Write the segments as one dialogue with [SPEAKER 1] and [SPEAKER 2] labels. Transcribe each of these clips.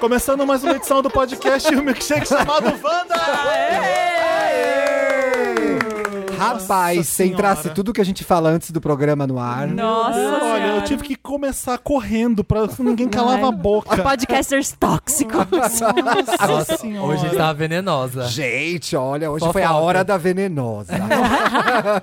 [SPEAKER 1] Começando mais uma edição do podcast o milkshake chamado Wanda!
[SPEAKER 2] Rapaz, se entrasse
[SPEAKER 1] senhora.
[SPEAKER 2] tudo que a gente fala antes do programa no ar.
[SPEAKER 3] Nossa
[SPEAKER 1] Olha,
[SPEAKER 3] Senhora.
[SPEAKER 1] eu tive que começar correndo pra ninguém calava a boca.
[SPEAKER 3] Podcasters
[SPEAKER 4] Tá
[SPEAKER 3] tóxicos.
[SPEAKER 1] Nossa senhora.
[SPEAKER 4] Hoje tá venenosa.
[SPEAKER 2] Gente, olha, hoje
[SPEAKER 4] Fofoca.
[SPEAKER 2] foi a hora da venenosa.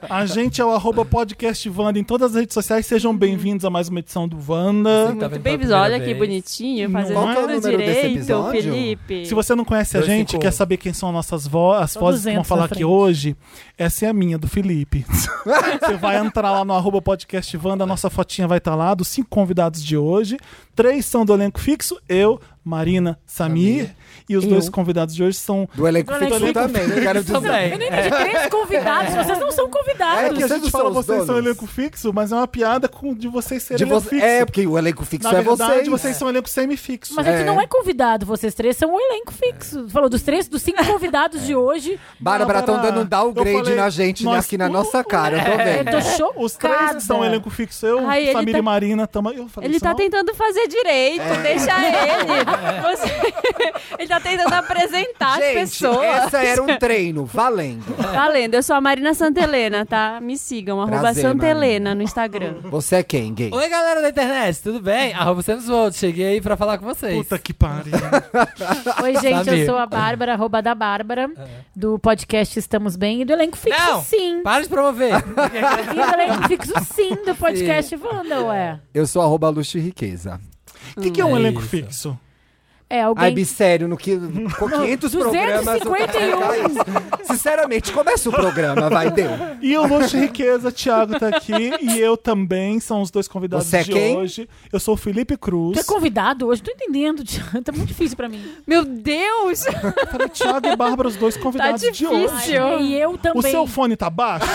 [SPEAKER 1] A gente é o arroba podcast Wanda em todas as redes sociais. Sejam bem-vindos a mais uma edição do Wanda.
[SPEAKER 4] Tá vendo pela
[SPEAKER 3] Bem,
[SPEAKER 4] primeira
[SPEAKER 3] olha que
[SPEAKER 4] vez.
[SPEAKER 3] bonitinho,
[SPEAKER 1] Não
[SPEAKER 3] fazendo
[SPEAKER 1] é?
[SPEAKER 2] Qual que é o
[SPEAKER 3] tudo
[SPEAKER 2] número desse
[SPEAKER 3] direito,
[SPEAKER 2] episódio?
[SPEAKER 3] Felipe.
[SPEAKER 1] Se você não conhece a
[SPEAKER 4] Dois
[SPEAKER 1] gente,
[SPEAKER 4] ficou.
[SPEAKER 2] um.
[SPEAKER 1] quer saber quem são nossas vo as vozes que vão
[SPEAKER 5] 200
[SPEAKER 1] falar
[SPEAKER 5] na
[SPEAKER 1] aqui
[SPEAKER 5] frente.
[SPEAKER 1] hoje, essa é a minha, do Felipe. você vai entrar lá no arroba podcast Wanda, a nossa fotinha vai estar lá, dos cinco convidados de hoje. Três são do elenco fixo, eu, Marina, Samir. E os
[SPEAKER 3] Eu.
[SPEAKER 1] dois convidados de hoje são
[SPEAKER 2] Do elenco
[SPEAKER 5] Do
[SPEAKER 2] fixo
[SPEAKER 5] elenco
[SPEAKER 2] também, eu quero dizer.
[SPEAKER 4] Também.
[SPEAKER 5] Eu não entendi. Três convidados, vocês não são
[SPEAKER 2] É
[SPEAKER 5] convidados.
[SPEAKER 1] É que a
[SPEAKER 2] Vocês
[SPEAKER 1] gente
[SPEAKER 2] não
[SPEAKER 1] fala
[SPEAKER 2] são os
[SPEAKER 1] vocês são
[SPEAKER 2] donos?
[SPEAKER 1] elenco fixo, mas é uma piada com, de vocês
[SPEAKER 2] De
[SPEAKER 1] serem
[SPEAKER 2] vo-
[SPEAKER 1] elenco fixo.
[SPEAKER 2] É, porque o elenco fixo
[SPEAKER 1] Na
[SPEAKER 2] é
[SPEAKER 1] verdade,
[SPEAKER 2] vocês.
[SPEAKER 1] vocês são elenco semifixo.
[SPEAKER 5] Mas a gente
[SPEAKER 2] É.
[SPEAKER 5] não é convidado, vocês três são um elenco fixo. Falou dos três, dos cinco convidados de hoje.
[SPEAKER 2] Bárbara, estão
[SPEAKER 1] Bárbara,
[SPEAKER 2] dando um
[SPEAKER 1] eu
[SPEAKER 2] downgrade
[SPEAKER 1] falei, uh, é,
[SPEAKER 2] na gente
[SPEAKER 1] nós-
[SPEAKER 2] aqui na nossa cara, eu tô
[SPEAKER 5] Eu
[SPEAKER 2] vendo.
[SPEAKER 5] é, tô chocada.
[SPEAKER 1] Os três são elenco fixo, eu,
[SPEAKER 3] tá Ai, ele
[SPEAKER 1] Samir
[SPEAKER 3] tá-
[SPEAKER 1] e Marina. Tamo... Eu falei
[SPEAKER 3] Ele
[SPEAKER 1] isso,
[SPEAKER 3] tá
[SPEAKER 1] não?
[SPEAKER 3] tentando fazer direito,
[SPEAKER 2] É.
[SPEAKER 3] deixa ele. Você- Ele tá tentando apresentar
[SPEAKER 2] Gente,
[SPEAKER 3] as pessoas.
[SPEAKER 2] essa era um treino, valendo.
[SPEAKER 3] Valendo, eu sou a Marina Santelena, tá? Me sigam, arroba
[SPEAKER 2] Prazer,
[SPEAKER 3] Santelena no Instagram.
[SPEAKER 2] Você é quem, gay?
[SPEAKER 4] Oi, galera da internet, tudo bem? Ah, Arroba Sam Sword, cheguei pra falar com vocês.
[SPEAKER 1] Puta que pariu.
[SPEAKER 5] Oi, gente,
[SPEAKER 4] Samir.
[SPEAKER 5] eu sou a Bárbara, arroba da Bárbara, do podcast Estamos Bem e do elenco fixo
[SPEAKER 4] Não!
[SPEAKER 5] sim.
[SPEAKER 4] Para de promover.
[SPEAKER 5] E do elenco fixo sim do podcast Wanda, ué.
[SPEAKER 2] Eu sou arroba luxo e riqueza.
[SPEAKER 1] O que, que é um
[SPEAKER 4] É
[SPEAKER 1] elenco
[SPEAKER 4] isso.
[SPEAKER 1] fixo?
[SPEAKER 5] É,
[SPEAKER 2] Ai,
[SPEAKER 5] alguém...
[SPEAKER 2] bi, sério, no que, com 500 programas... eu tô
[SPEAKER 5] 251.
[SPEAKER 2] ficando- Sinceramente, começa o programa, vai, deu.
[SPEAKER 1] E o Luxo e Riqueza, Thiago tá aqui e eu também, são os dois convidados
[SPEAKER 2] Você é
[SPEAKER 1] de
[SPEAKER 2] quem?
[SPEAKER 1] hoje. Eu sou o Felipe
[SPEAKER 5] Tu
[SPEAKER 1] Cruz.
[SPEAKER 5] é convidado hoje? Tô entendendo, Tiago. Tá muito difícil pra mim.
[SPEAKER 3] Meu Deus!
[SPEAKER 1] Eu falei, Thiago e Bárbara, os dois convidados de
[SPEAKER 3] difícil.
[SPEAKER 1] hoje.
[SPEAKER 3] Ai, eu-
[SPEAKER 5] E eu Tá também.
[SPEAKER 1] O seu fone tá baixo?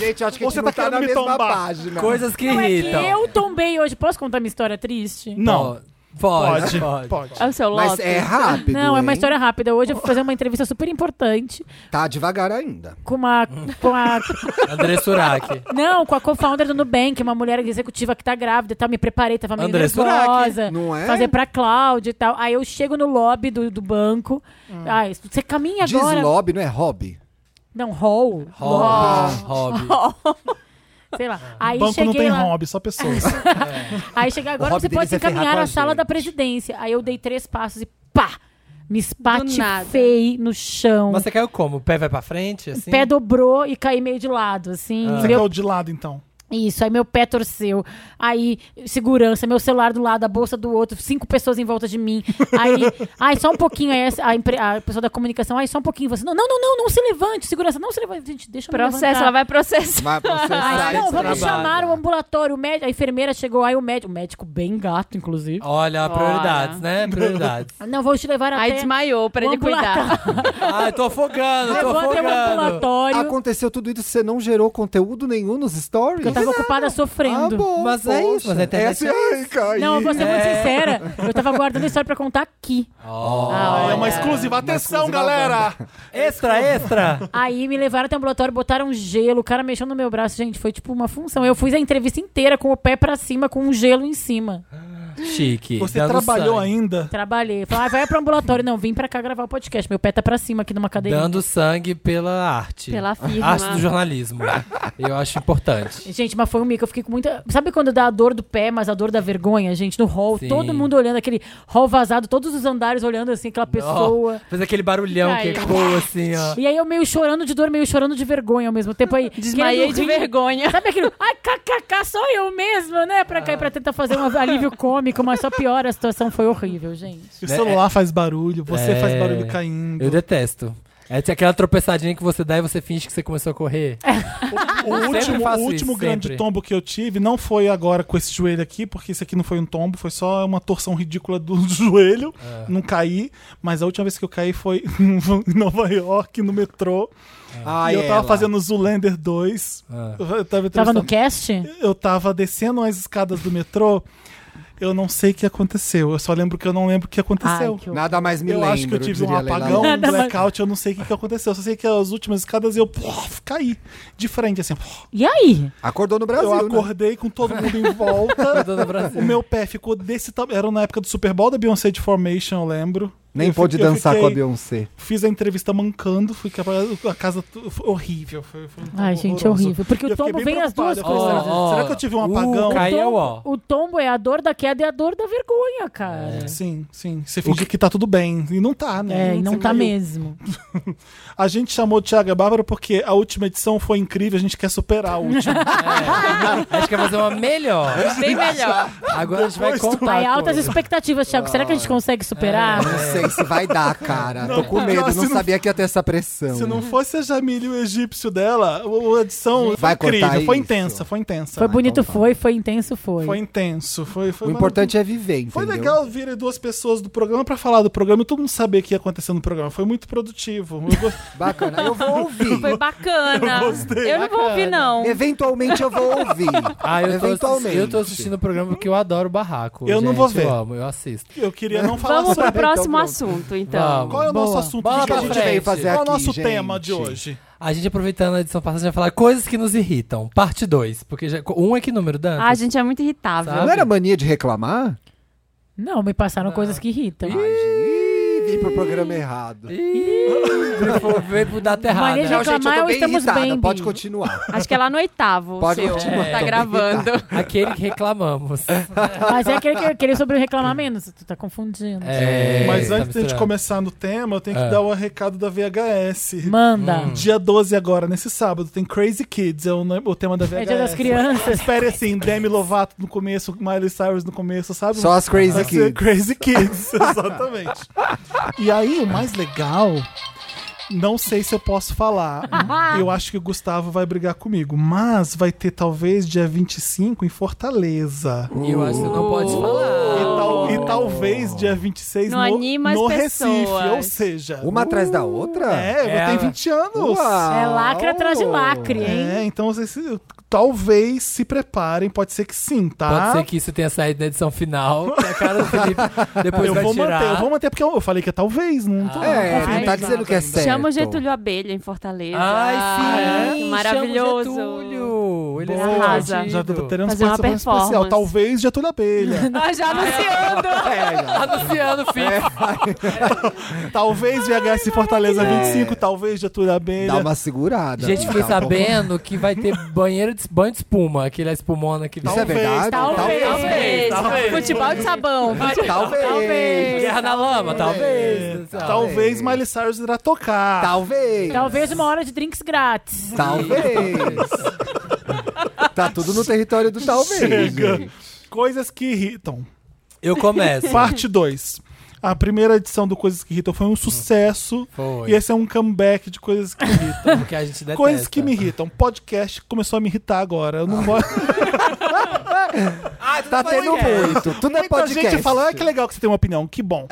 [SPEAKER 2] Gente, acho que a
[SPEAKER 1] Você
[SPEAKER 2] gente
[SPEAKER 1] tá
[SPEAKER 2] não tá
[SPEAKER 1] querendo
[SPEAKER 2] na
[SPEAKER 1] me
[SPEAKER 2] mesma
[SPEAKER 1] tombar.
[SPEAKER 2] página.
[SPEAKER 4] Coisas que
[SPEAKER 5] Não, é que
[SPEAKER 4] irritam.
[SPEAKER 5] eu tombei hoje. Posso contar minha história triste?
[SPEAKER 1] Não. Pode,
[SPEAKER 4] Pode, pode.
[SPEAKER 1] pode.
[SPEAKER 3] É o seu
[SPEAKER 2] Mas
[SPEAKER 3] Lotus?
[SPEAKER 2] é rápido,
[SPEAKER 5] Não, é uma
[SPEAKER 2] hein?
[SPEAKER 5] história rápida. Hoje eu fui fazer uma entrevista super importante
[SPEAKER 2] Tá devagar ainda.
[SPEAKER 5] com uma. Com a,
[SPEAKER 4] André Surak.
[SPEAKER 5] não, com a co-founder do Nubank, uma mulher executiva que tá grávida e tal. Me preparei, tava meio
[SPEAKER 4] André Surak,
[SPEAKER 5] nervosa.
[SPEAKER 2] não é?
[SPEAKER 5] Fazer pra Cláudia e tal. Aí eu chego no lobby do, do banco. Ai, você caminha
[SPEAKER 2] Hum. Diz
[SPEAKER 5] agora.
[SPEAKER 2] lobby, não é hobby?
[SPEAKER 5] Não, hall.
[SPEAKER 4] Hobby, hobby.
[SPEAKER 5] Sei
[SPEAKER 2] É.
[SPEAKER 5] lá. Aí
[SPEAKER 1] Banco não
[SPEAKER 5] cheguei
[SPEAKER 1] tem
[SPEAKER 5] lá.
[SPEAKER 1] hobby, só pessoas.
[SPEAKER 5] Aí chega
[SPEAKER 2] O
[SPEAKER 5] agora,
[SPEAKER 2] hobby
[SPEAKER 5] você pode
[SPEAKER 2] deles é ferrar
[SPEAKER 5] encaminhar
[SPEAKER 2] com a
[SPEAKER 5] à sala
[SPEAKER 2] gente.
[SPEAKER 5] da presidência. Aí eu dei três passos e pá! Me
[SPEAKER 3] Do nada.
[SPEAKER 5] espatifei no chão.
[SPEAKER 2] é
[SPEAKER 4] Mas você caiu como? O pé vai pra frente, assim?
[SPEAKER 5] Pé dobrou e caí meio de lado, assim.
[SPEAKER 4] Ah.
[SPEAKER 1] Você
[SPEAKER 5] Meu-
[SPEAKER 1] quer o de lado, então?
[SPEAKER 5] Isso, aí meu pé torceu. Aí, segurança, meu celular do lado, a bolsa do outro, cinco pessoas em volta de mim. Aí, ai, só um pouquinho, aí a, empre- a pessoa da comunicação, ai, só um pouquinho. Você, não, não, não, não, não se levante, segurança, não se levante. Gente, deixa eu me
[SPEAKER 3] Processo, ela
[SPEAKER 5] levantar.
[SPEAKER 3] vai processar.
[SPEAKER 2] Vai processar
[SPEAKER 5] Ai,
[SPEAKER 2] esse
[SPEAKER 5] não, vamos
[SPEAKER 2] trabalho.
[SPEAKER 4] trabalha.
[SPEAKER 5] chamar o ambulatório, o médico. A enfermeira chegou, aí o médico, o médico bem gato, inclusive.
[SPEAKER 4] Olha, prioridades,
[SPEAKER 3] Olha.
[SPEAKER 4] né? Prioridades.
[SPEAKER 5] Não, vou te levar até...
[SPEAKER 3] Aí desmaiou pra
[SPEAKER 5] o
[SPEAKER 3] ele cuidar.
[SPEAKER 4] Ai, tô afogando, tô
[SPEAKER 5] Levou até o
[SPEAKER 4] afogando.
[SPEAKER 5] ambulatório.
[SPEAKER 2] Aconteceu tudo isso, você não gerou conteúdo nenhum nos stories?
[SPEAKER 5] Eu tava ocupada
[SPEAKER 2] ah,
[SPEAKER 5] sofrendo.
[SPEAKER 2] bom,
[SPEAKER 4] Mas é isso, mas a internet
[SPEAKER 2] Essa é caiu.
[SPEAKER 5] Não, eu vou ser muito
[SPEAKER 4] É.
[SPEAKER 5] sincera. Eu tava guardando a história pra contar aqui.
[SPEAKER 1] é
[SPEAKER 5] Ah,
[SPEAKER 3] olha.
[SPEAKER 1] uma exclusiva. Atenção,
[SPEAKER 2] exclusiva
[SPEAKER 1] galera!
[SPEAKER 4] Extra, extra.
[SPEAKER 5] Aí me levaram até o ambulatório, botaram um gelo, o cara mexeu no meu braço, gente, foi tipo uma função. Eu fiz a entrevista inteira com o pé pra cima, com um gelo em cima.
[SPEAKER 4] Chique.
[SPEAKER 1] Você
[SPEAKER 4] dando
[SPEAKER 1] trabalhou
[SPEAKER 4] sangue.
[SPEAKER 1] ainda?
[SPEAKER 5] Trabalhei. Falei, ah, vai pro ambulatório. Não, vim pra cá gravar o podcast. Meu pé tá pra cima aqui numa cadeirinha.
[SPEAKER 4] Dando sangue pela arte.
[SPEAKER 3] Pela firma.
[SPEAKER 4] Arte do jornalismo. Eu acho importante.
[SPEAKER 5] Gente, mas foi um mico. Eu fiquei com muita. Sabe quando dá a dor do pé, mas a dor da vergonha, gente? No hall,
[SPEAKER 4] Sim.
[SPEAKER 5] todo mundo olhando, aquele hall vazado, todos os andares olhando assim, aquela pessoa.
[SPEAKER 4] Ó, fez aquele barulhão
[SPEAKER 3] Ai.
[SPEAKER 4] que ecoou assim, ó.
[SPEAKER 5] E aí eu meio chorando de dor, meio chorando de vergonha ao mesmo tempo aí.
[SPEAKER 3] Desmaiei
[SPEAKER 5] querendo
[SPEAKER 3] de
[SPEAKER 5] rir.
[SPEAKER 3] vergonha.
[SPEAKER 5] Sabe aquilo? Ai, kkk, sou eu mesmo, né? Pra cair pra tentar fazer um alívio cômico, mas só piora a situação, foi horrível, gente.
[SPEAKER 1] E o
[SPEAKER 2] Né? É.
[SPEAKER 1] celular faz barulho, você
[SPEAKER 4] É.
[SPEAKER 1] faz barulho caindo.
[SPEAKER 4] Eu detesto. É t- aquela tropeçadinha que você dá e você finge que você começou a correr.
[SPEAKER 3] É.
[SPEAKER 1] O último,
[SPEAKER 4] faço
[SPEAKER 1] o último
[SPEAKER 4] isso,
[SPEAKER 1] grande
[SPEAKER 4] sempre.
[SPEAKER 1] tombo que eu tive não foi agora com esse joelho aqui, porque isso aqui não foi um tombo, foi só uma torção ridícula do joelho. Não caí, mas a última vez que eu caí foi em Nova York, no metrô.
[SPEAKER 2] Ah,
[SPEAKER 1] e eu tava
[SPEAKER 2] ela.
[SPEAKER 1] fazendo Zulander 2.
[SPEAKER 4] Ah.
[SPEAKER 1] Eu tava,
[SPEAKER 5] Tava no
[SPEAKER 1] entrevistando-
[SPEAKER 5] cast?
[SPEAKER 1] eu tava descendo as escadas do metrô. Eu não sei o que aconteceu. Eu só lembro que eu não lembro o que aconteceu.
[SPEAKER 5] Ai, que horror.
[SPEAKER 2] Nada mais me
[SPEAKER 1] eu
[SPEAKER 2] lembro.
[SPEAKER 1] acho que eu tive um
[SPEAKER 2] diria Leila
[SPEAKER 1] apagão,
[SPEAKER 2] Lopes.
[SPEAKER 1] um blackout, eu não sei o que, que aconteceu. Eu só sei que as últimas escadas eu puf, caí de frente, assim. puf.
[SPEAKER 5] E aí?
[SPEAKER 2] Acordou no Brasil,
[SPEAKER 1] Eu
[SPEAKER 2] né?
[SPEAKER 1] acordei com todo mundo em volta.
[SPEAKER 4] Dona Brasil.
[SPEAKER 1] O meu pé ficou desse tamanho. Era na época do Super Bowl da Beyoncé de Formation, eu lembro.
[SPEAKER 2] Nem
[SPEAKER 1] Eu
[SPEAKER 2] pôde
[SPEAKER 1] fiquei- eu
[SPEAKER 2] dançar com a
[SPEAKER 1] fiquei-
[SPEAKER 2] Beyoncé.
[SPEAKER 1] Fiz a entrevista mancando, fui que a a casa tu- foi horrível. Foi, foi um
[SPEAKER 5] Ai,
[SPEAKER 1] tombo
[SPEAKER 5] gente, é
[SPEAKER 1] horroroso.
[SPEAKER 5] horrível. Porque
[SPEAKER 1] E
[SPEAKER 5] o
[SPEAKER 1] eu fiquei
[SPEAKER 5] tombo
[SPEAKER 1] bem
[SPEAKER 5] vem as
[SPEAKER 1] preocupado.
[SPEAKER 5] duas
[SPEAKER 1] Eu falei,
[SPEAKER 5] coisas.
[SPEAKER 1] será- será que eu tive um
[SPEAKER 2] Oh,
[SPEAKER 1] apagão?
[SPEAKER 4] Uh, cai- Aí é o ó.
[SPEAKER 5] o tombo é a dor da queda e a dor da vergonha, cara.
[SPEAKER 1] Sim, sim. Você finge que tá tudo bem. E não tá, né?
[SPEAKER 5] É, e não
[SPEAKER 1] Você
[SPEAKER 5] tá
[SPEAKER 1] caiu.
[SPEAKER 5] mesmo.
[SPEAKER 1] A gente chamou o Thiago e a Bárbara porque a última edição foi incrível, a gente quer superar a última.
[SPEAKER 4] Acho que vai fazer uma melhor.
[SPEAKER 3] Bem melhor.
[SPEAKER 4] Agora a gente vai contar.
[SPEAKER 5] Aí Tá, altas
[SPEAKER 1] né?
[SPEAKER 4] coisas.
[SPEAKER 5] expectativas, Thiago. Será que a gente consegue superar?
[SPEAKER 1] É,
[SPEAKER 2] Não sei se vai dar, cara. Tô com
[SPEAKER 1] porque
[SPEAKER 2] medo,
[SPEAKER 1] se
[SPEAKER 2] não
[SPEAKER 1] não-
[SPEAKER 2] sabia que ia ter essa pressão.
[SPEAKER 1] Se não fosse a Jamile e o egípcio dela, o- a edição
[SPEAKER 2] Vai
[SPEAKER 1] foi
[SPEAKER 2] cortar
[SPEAKER 1] incrível. Foi
[SPEAKER 2] isso.
[SPEAKER 1] intensa, foi intensa. né?
[SPEAKER 5] Foi bonito,
[SPEAKER 2] então tá.
[SPEAKER 5] foi. Foi intenso, foi.
[SPEAKER 1] Foi intenso. Foi, foi
[SPEAKER 2] O importante é viver, entendeu?
[SPEAKER 1] Foi legal vir duas pessoas do programa pra falar do programa e todo mundo saber o que ia acontecer no programa. Foi muito produtivo. Eu gost-
[SPEAKER 2] Bacana, eu vou ouvir.
[SPEAKER 3] Foi bacana. Eu,
[SPEAKER 1] gostei.
[SPEAKER 3] não vou ouvir, não.
[SPEAKER 2] Eventualmente eu vou ouvir.
[SPEAKER 4] Ah, eu tô,
[SPEAKER 2] Eventualmente.
[SPEAKER 4] assisti- eu tô assistindo o programa porque eu adoro o barraco.
[SPEAKER 1] Eu não
[SPEAKER 4] gente,
[SPEAKER 1] vou ver.
[SPEAKER 4] Eu amo, eu assisto.
[SPEAKER 1] Eu queria não falar
[SPEAKER 2] então,
[SPEAKER 3] Vamos
[SPEAKER 2] é
[SPEAKER 3] pro
[SPEAKER 1] sobre.
[SPEAKER 3] próximo
[SPEAKER 2] pronto.
[SPEAKER 3] assunto, então.
[SPEAKER 4] Vamos.
[SPEAKER 1] Qual é o nosso
[SPEAKER 4] Boa.
[SPEAKER 1] assunto
[SPEAKER 4] Bola
[SPEAKER 1] de
[SPEAKER 2] que a
[SPEAKER 4] pra
[SPEAKER 1] hoje?
[SPEAKER 2] gente
[SPEAKER 4] frente.
[SPEAKER 2] veio fazer
[SPEAKER 1] Qual é o
[SPEAKER 2] aqui,
[SPEAKER 1] nosso
[SPEAKER 2] gente?
[SPEAKER 1] tema de hoje?
[SPEAKER 4] A gente aproveitando a edição passada, a gente vai falar coisas que nos irritam. Parte 2. Porque já, um é que número, Dan?
[SPEAKER 3] Ah, a gente é muito irritável.
[SPEAKER 4] Sabe?
[SPEAKER 2] Não era mania de reclamar?
[SPEAKER 5] Não, me passaram coisas que irritam.
[SPEAKER 2] Ih, vim pro programa errado.
[SPEAKER 4] Ih, veio pro data errada.
[SPEAKER 5] Maneja-
[SPEAKER 2] Não, gente, eu
[SPEAKER 5] reclamar
[SPEAKER 2] tô
[SPEAKER 5] ou
[SPEAKER 2] bem
[SPEAKER 5] estamos
[SPEAKER 2] irritada.
[SPEAKER 5] bem,
[SPEAKER 2] Pode
[SPEAKER 5] Bi?
[SPEAKER 2] continuar.
[SPEAKER 3] Acho que é lá no oitavo,
[SPEAKER 2] Pode
[SPEAKER 3] seu,
[SPEAKER 2] continuar,
[SPEAKER 3] que
[SPEAKER 2] tô
[SPEAKER 3] tá gravando.
[SPEAKER 4] Aquele que reclamamos.
[SPEAKER 5] Mas é aquele, aquele sobre reclamar menos. Tu tá confundindo.
[SPEAKER 4] É,
[SPEAKER 1] Mas antes
[SPEAKER 4] tá
[SPEAKER 1] da gente
[SPEAKER 4] misturando.
[SPEAKER 1] começar no tema, eu tenho que
[SPEAKER 4] É.
[SPEAKER 1] dar o recado da VHS.
[SPEAKER 5] Manda.
[SPEAKER 1] Dia 12 agora, nesse sábado, tem Crazy Kids, é o, nome- o tema da VHS.
[SPEAKER 5] É dia das crianças.
[SPEAKER 1] Espere assim, Demi Lovato no começo, Miley Cyrus no começo, sabe?
[SPEAKER 2] Só as crazy
[SPEAKER 1] Vai ser
[SPEAKER 2] aqui.
[SPEAKER 1] Crazy Kids, exatamente. E aí, o mais legal, não sei se eu posso falar. eu acho que o Gustavo vai brigar comigo, mas vai ter talvez dia 25 em Fortaleza.
[SPEAKER 4] E eu acho que não pode
[SPEAKER 1] E,
[SPEAKER 4] falar.
[SPEAKER 1] tal- e talvez dia 26
[SPEAKER 3] Não
[SPEAKER 1] no,
[SPEAKER 3] anima as
[SPEAKER 1] no Recife,
[SPEAKER 3] pessoas.
[SPEAKER 1] ou seja...
[SPEAKER 2] Uma atrás da outra?
[SPEAKER 1] É,
[SPEAKER 4] É.
[SPEAKER 1] tem 20 anos.
[SPEAKER 2] Uau.
[SPEAKER 5] É lacre atrás de lacre, hein?
[SPEAKER 1] É, então vocês se- talvez se preparem, pode ser que sim, tá?
[SPEAKER 4] Pode ser que isso tenha saído na edição final. que a cara do Felipe depois
[SPEAKER 1] eu
[SPEAKER 4] vai
[SPEAKER 1] vou
[SPEAKER 4] tirar.
[SPEAKER 1] manter, eu vou manter porque eu, eu falei que é talvez, não tô.
[SPEAKER 2] É,
[SPEAKER 1] confirmei
[SPEAKER 2] não tá
[SPEAKER 1] nada
[SPEAKER 2] dizendo que é
[SPEAKER 1] ainda.
[SPEAKER 2] certo.
[SPEAKER 3] Chama o Getúlio Abelha em Fortaleza. Ah,
[SPEAKER 4] Ai,
[SPEAKER 3] que
[SPEAKER 4] sim!
[SPEAKER 3] maravilhoso.
[SPEAKER 4] chama o Getúlio. Ele é
[SPEAKER 3] Boa,
[SPEAKER 4] arrasa.
[SPEAKER 1] Já teremos
[SPEAKER 3] Fazer uma
[SPEAKER 1] participação especial.
[SPEAKER 3] performance.
[SPEAKER 1] Talvez Getúlio Abelha.
[SPEAKER 3] Nós Ah, já anunciando.
[SPEAKER 2] É, já.
[SPEAKER 4] Anunciando, Ah, filho.
[SPEAKER 1] talvez VHS Fortaleza 25, talvez Getúlio Abelha.
[SPEAKER 2] Dá uma segurada.
[SPEAKER 4] Gente, fiquei
[SPEAKER 2] Dá um pouco-
[SPEAKER 4] sabendo que vai ter banheiro de, banho de espuma, aquele a espumona que
[SPEAKER 2] Isso é verdade?
[SPEAKER 5] talvez.
[SPEAKER 3] Talvez. Futebol de sabão.
[SPEAKER 2] Talvez. Talvez.
[SPEAKER 4] Guerra na lama,
[SPEAKER 1] É,
[SPEAKER 4] talvez.
[SPEAKER 1] talvez Miley Cyrus irá tocar.
[SPEAKER 2] Talvez.
[SPEAKER 5] Talvez uma hora de drinks grátis.
[SPEAKER 2] Talvez. tá tudo no território do talvez.
[SPEAKER 1] Chega.
[SPEAKER 2] gente.
[SPEAKER 1] Coisas que irritam.
[SPEAKER 4] Eu começo.
[SPEAKER 1] Parte 2. A primeira edição do Coisas que Irritam foi um sucesso.
[SPEAKER 4] Foi.
[SPEAKER 1] E esse é um comeback de Coisas que Irritam.
[SPEAKER 4] Porque a gente detesta.
[SPEAKER 1] Coisas que me irritam. Podcast começou a me irritar agora. Eu
[SPEAKER 2] Ah.
[SPEAKER 1] não gosto.
[SPEAKER 2] Tá tendo muito. Tudo é
[SPEAKER 1] Muita
[SPEAKER 2] podcast. É.
[SPEAKER 1] gente fala, ah, que legal que você tem uma opinião, que bom.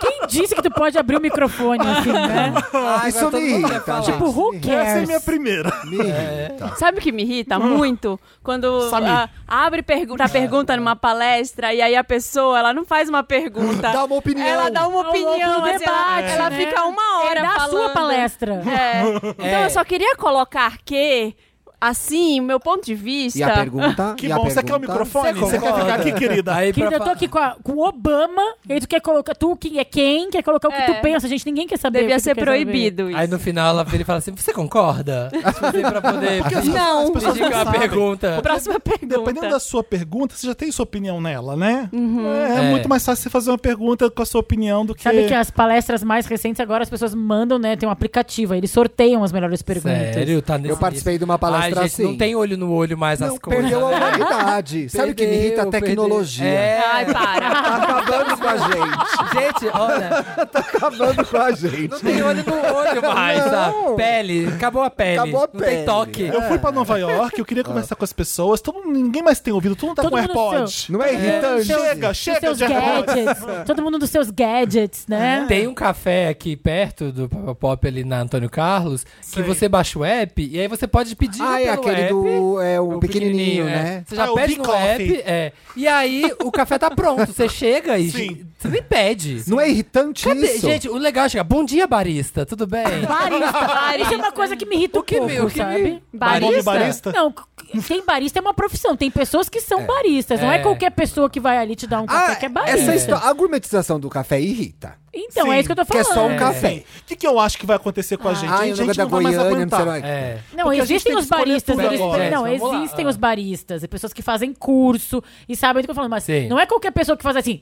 [SPEAKER 5] Quem disse que tu pode abrir o microfone assim, né?
[SPEAKER 4] Ah,
[SPEAKER 2] Isso
[SPEAKER 4] agora todo
[SPEAKER 2] me
[SPEAKER 4] mundo
[SPEAKER 2] irrita,
[SPEAKER 4] quer falar.
[SPEAKER 2] gente.
[SPEAKER 5] Tipo, who
[SPEAKER 1] Essa é
[SPEAKER 5] cares?
[SPEAKER 1] minha primeira.
[SPEAKER 2] Me irrita.
[SPEAKER 3] Sabe o que me irrita muito? Quando
[SPEAKER 1] Samir.
[SPEAKER 3] ah, abre pergu tá pergunta numa palestra e aí a pessoa, ela não faz uma
[SPEAKER 4] Tá.
[SPEAKER 3] pergunta.
[SPEAKER 2] Dá uma opinião.
[SPEAKER 3] Ela
[SPEAKER 4] um
[SPEAKER 3] dá uma opinião,
[SPEAKER 5] outro
[SPEAKER 3] assim, ela-
[SPEAKER 5] debate,
[SPEAKER 3] ela,
[SPEAKER 5] né?
[SPEAKER 3] fica uma hora
[SPEAKER 5] É da
[SPEAKER 3] falando.
[SPEAKER 5] sua palestra.
[SPEAKER 3] É. Então
[SPEAKER 4] É.
[SPEAKER 3] eu só queria colocar que, assim, meu ponto de vista...
[SPEAKER 2] E a pergunta?
[SPEAKER 1] Que
[SPEAKER 2] e a
[SPEAKER 1] bom, você
[SPEAKER 2] pergunta?
[SPEAKER 1] quer o microfone?
[SPEAKER 4] Você
[SPEAKER 1] Você quer
[SPEAKER 4] concorda?
[SPEAKER 1] ficar aqui, querida?
[SPEAKER 4] Aí pra
[SPEAKER 5] Querida, eu tô
[SPEAKER 4] fa-
[SPEAKER 5] aqui com, a- com o Obama, e aí tu quer colocar, tu que é quem, quer colocar o que
[SPEAKER 3] É.
[SPEAKER 5] tu pensa, gente, ninguém quer saber. o
[SPEAKER 3] Devia
[SPEAKER 5] que tu
[SPEAKER 3] ser
[SPEAKER 5] quer saber.
[SPEAKER 3] proibido isso.
[SPEAKER 4] Aí no final ela vira e fala assim: Você concorda? Tipo assim, pra poder. fingir-
[SPEAKER 1] As
[SPEAKER 3] Não.
[SPEAKER 1] pessoas assim,
[SPEAKER 4] fingir que é
[SPEAKER 1] não
[SPEAKER 4] uma
[SPEAKER 1] sabem.
[SPEAKER 4] pergunta.
[SPEAKER 3] Próxima pergunta.
[SPEAKER 1] Dependendo da sua pergunta, você já tem sua opinião nela, né? É, é
[SPEAKER 4] É.
[SPEAKER 1] muito mais fácil você fazer uma pergunta com a sua opinião do que.
[SPEAKER 5] Uhum. Sabe que as palestras mais recentes agora as pessoas mandam, né? Tem um aplicativo, aí eles sorteiam as melhores perguntas.
[SPEAKER 4] Sério, tá nesse
[SPEAKER 2] Eu participei de uma palestra
[SPEAKER 4] Ai, gente,
[SPEAKER 2] assim.
[SPEAKER 4] não tem olho no olho mais as
[SPEAKER 2] Não,
[SPEAKER 4] coisas.
[SPEAKER 2] perdeu a
[SPEAKER 4] né?
[SPEAKER 2] humanidade. Sabe o que me irrita? A
[SPEAKER 4] Perdeu,
[SPEAKER 2] tecnologia.
[SPEAKER 4] perdeu. É.
[SPEAKER 3] Ai, para.
[SPEAKER 2] Tá acabando com a gente.
[SPEAKER 4] Gente, olha,
[SPEAKER 2] Tá acabando com a gente.
[SPEAKER 4] não tem olho no olho mais,
[SPEAKER 2] Não.
[SPEAKER 4] sabe? Pele, acabou a pele.
[SPEAKER 2] Acabou a
[SPEAKER 4] não
[SPEAKER 2] pele.
[SPEAKER 4] tem toque.
[SPEAKER 1] Eu fui pra Nova
[SPEAKER 5] É.
[SPEAKER 1] York, eu queria conversar com as pessoas, todo mundo- ninguém mais tem ouvido, todo mundo tá
[SPEAKER 5] Todo
[SPEAKER 1] com
[SPEAKER 5] mundo
[SPEAKER 1] AirPod.
[SPEAKER 2] Não é irritante?
[SPEAKER 1] Chega,
[SPEAKER 5] Dos
[SPEAKER 1] chega é.
[SPEAKER 5] seus
[SPEAKER 1] de AirPod.
[SPEAKER 5] gadgets. todo mundo dos seus gadgets,
[SPEAKER 2] É.
[SPEAKER 5] né?
[SPEAKER 4] Tem um café aqui perto do Pop Pop ali na Antônio Carlos que você baixa o app e aí você pode pedir
[SPEAKER 2] Ah, é
[SPEAKER 4] pelo
[SPEAKER 2] aquele
[SPEAKER 4] app,
[SPEAKER 2] do é, o
[SPEAKER 4] o
[SPEAKER 2] pequenininho,
[SPEAKER 4] é.
[SPEAKER 2] né?
[SPEAKER 4] Você já
[SPEAKER 1] Ah, o
[SPEAKER 4] pede no
[SPEAKER 1] Be Coffee.
[SPEAKER 4] app, é. E aí o café tá pronto, você chega e
[SPEAKER 1] Sim.
[SPEAKER 4] você nem pede.
[SPEAKER 2] Não é irritante
[SPEAKER 4] Cadê?
[SPEAKER 2] isso?
[SPEAKER 4] Gente, o legal é chegar, bom dia barista, tudo bem?
[SPEAKER 5] Barista. Isso é uma coisa que me irrita um
[SPEAKER 4] O que
[SPEAKER 5] pouco,
[SPEAKER 4] me- o que me-
[SPEAKER 5] sabe?
[SPEAKER 1] Barista? Nome barista?
[SPEAKER 5] Não, tem barista é uma profissão. Tem pessoas que são baristas. Não é.
[SPEAKER 4] É.
[SPEAKER 5] qualquer pessoa que vai ali te dar um café que é barista.
[SPEAKER 2] Ah, essa história, a gourmetização do café irrita.
[SPEAKER 5] Então,
[SPEAKER 1] Sim,
[SPEAKER 5] é isso que eu tô
[SPEAKER 2] que é
[SPEAKER 5] falando.
[SPEAKER 2] só um café.
[SPEAKER 1] O que, que eu acho que vai acontecer
[SPEAKER 5] Ah.
[SPEAKER 1] com a gente?
[SPEAKER 2] Ai,
[SPEAKER 1] a
[SPEAKER 2] o negócio
[SPEAKER 1] gente
[SPEAKER 2] da
[SPEAKER 1] não vai mais
[SPEAKER 2] Goiânia, não sei
[SPEAKER 1] aguentar.
[SPEAKER 2] lá.
[SPEAKER 4] É.
[SPEAKER 1] Porque
[SPEAKER 5] Não,
[SPEAKER 1] a gente
[SPEAKER 5] existem
[SPEAKER 1] tem
[SPEAKER 5] os
[SPEAKER 1] que escolher
[SPEAKER 5] baristas.
[SPEAKER 1] tudo
[SPEAKER 5] eles-
[SPEAKER 1] agora.
[SPEAKER 5] não,
[SPEAKER 4] Gente, vamos lá.
[SPEAKER 5] existem
[SPEAKER 4] Ah.
[SPEAKER 5] os baristas. e Pessoas que fazem curso e sabem do que eu tô falando. Mas
[SPEAKER 4] Sim.
[SPEAKER 5] não é qualquer pessoa que faz assim...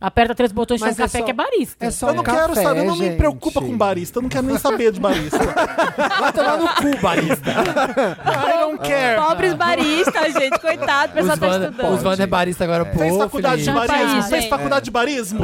[SPEAKER 5] Aperta três botões e
[SPEAKER 2] Mas
[SPEAKER 5] chama um
[SPEAKER 2] é
[SPEAKER 5] café
[SPEAKER 2] só-
[SPEAKER 5] que é barista.
[SPEAKER 2] É só
[SPEAKER 1] Eu
[SPEAKER 2] um
[SPEAKER 1] não
[SPEAKER 2] café,
[SPEAKER 1] quero saber, eu não me
[SPEAKER 2] gente.
[SPEAKER 1] preocupa com barista, eu não quero nem saber de barista.
[SPEAKER 4] Vai tomar no cu, barista.
[SPEAKER 1] I don't care.
[SPEAKER 3] Pobres baristas, gente, coitado, o pessoal
[SPEAKER 4] Os
[SPEAKER 3] tá
[SPEAKER 4] Wander-
[SPEAKER 3] estudando.
[SPEAKER 4] Os Wander é barista agora, pô,
[SPEAKER 1] Fez faculdade de
[SPEAKER 4] Felipe. Ah,
[SPEAKER 5] Felipe.
[SPEAKER 1] barismo?
[SPEAKER 5] Jamais,
[SPEAKER 1] Fez
[SPEAKER 3] gente.
[SPEAKER 1] faculdade de barismo?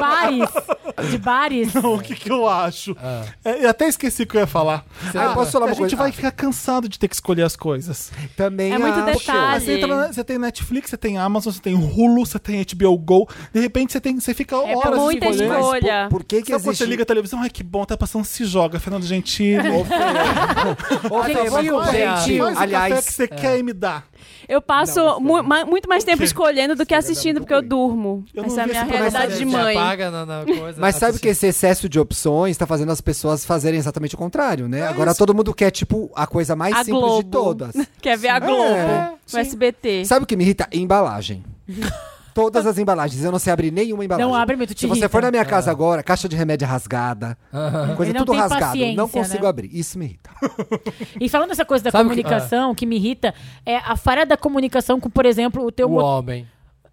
[SPEAKER 5] Bares. De bares.
[SPEAKER 1] Não, o que, que eu acho? É, eu até esqueci o que eu ia falar.
[SPEAKER 2] Ah, eu posso falar
[SPEAKER 1] a
[SPEAKER 2] uma
[SPEAKER 1] gente
[SPEAKER 2] coisa?
[SPEAKER 1] vai
[SPEAKER 2] Ah.
[SPEAKER 1] ficar cansado de ter que escolher as coisas.
[SPEAKER 2] Também né?
[SPEAKER 3] É muito
[SPEAKER 2] acho.
[SPEAKER 3] detalhe.
[SPEAKER 1] Você, entra na- você tem Netflix, você tem Amazon, você tem Hulu, você tem HBO Go. De repente você, tem, você fica horas
[SPEAKER 3] É
[SPEAKER 1] escolhendo.
[SPEAKER 3] muita
[SPEAKER 2] Mas
[SPEAKER 3] escolha.
[SPEAKER 2] por-
[SPEAKER 3] Olha.
[SPEAKER 2] Por, que
[SPEAKER 1] Sabe
[SPEAKER 2] que
[SPEAKER 1] quando você
[SPEAKER 2] É, existe...
[SPEAKER 1] liga a televisão? Ai, que bom, tá passando Se Joga, Fernando Gentili.
[SPEAKER 4] Ah,
[SPEAKER 2] Ô,
[SPEAKER 5] Gente,
[SPEAKER 2] Fê, mas
[SPEAKER 4] um
[SPEAKER 5] viu,
[SPEAKER 2] qual é a-
[SPEAKER 1] Faz
[SPEAKER 4] gente?
[SPEAKER 1] o café que
[SPEAKER 2] Aliás, é.
[SPEAKER 1] você quer e me dá.
[SPEAKER 3] Eu passo mu- ma- muito mais tempo
[SPEAKER 1] Sim.
[SPEAKER 3] escolhendo do que assistindo, porque eu durmo.
[SPEAKER 1] Eu não
[SPEAKER 3] Essa é a
[SPEAKER 1] vi
[SPEAKER 3] minha
[SPEAKER 1] esse
[SPEAKER 3] realidade
[SPEAKER 1] programa.
[SPEAKER 3] de
[SPEAKER 4] Você
[SPEAKER 3] mãe.
[SPEAKER 4] É apaga na- na coisa,
[SPEAKER 1] Ah,
[SPEAKER 2] mas sabe
[SPEAKER 4] assiste.
[SPEAKER 2] que esse excesso de opções tá fazendo as pessoas fazerem exatamente o contrário,
[SPEAKER 1] É
[SPEAKER 2] né? Agora todo mundo quer, tipo, a coisa mais
[SPEAKER 3] A
[SPEAKER 2] simples
[SPEAKER 3] Globo.
[SPEAKER 2] de todas.
[SPEAKER 3] Quer ver a
[SPEAKER 4] É.
[SPEAKER 3] Globo, o SBT.
[SPEAKER 2] Sabe o que me irrita? Embalagem. Todas as embalagens. Eu não sei abrir nenhuma embalagem.
[SPEAKER 5] Não abre muito, te
[SPEAKER 2] Se você
[SPEAKER 5] irrita.
[SPEAKER 2] for
[SPEAKER 1] É.
[SPEAKER 2] na minha casa agora, caixa de remédio rasgada, coisa
[SPEAKER 5] Eu não
[SPEAKER 2] tudo
[SPEAKER 5] tenho
[SPEAKER 2] rasgada. eu
[SPEAKER 5] paciência,
[SPEAKER 2] Não consigo
[SPEAKER 5] né?
[SPEAKER 2] abrir. Isso me irrita.
[SPEAKER 5] E falando dessa coisa da
[SPEAKER 4] Sabe que-
[SPEAKER 5] comunicação, que, me irrita, é a falha da comunicação com, por exemplo, o teu
[SPEAKER 4] O homem.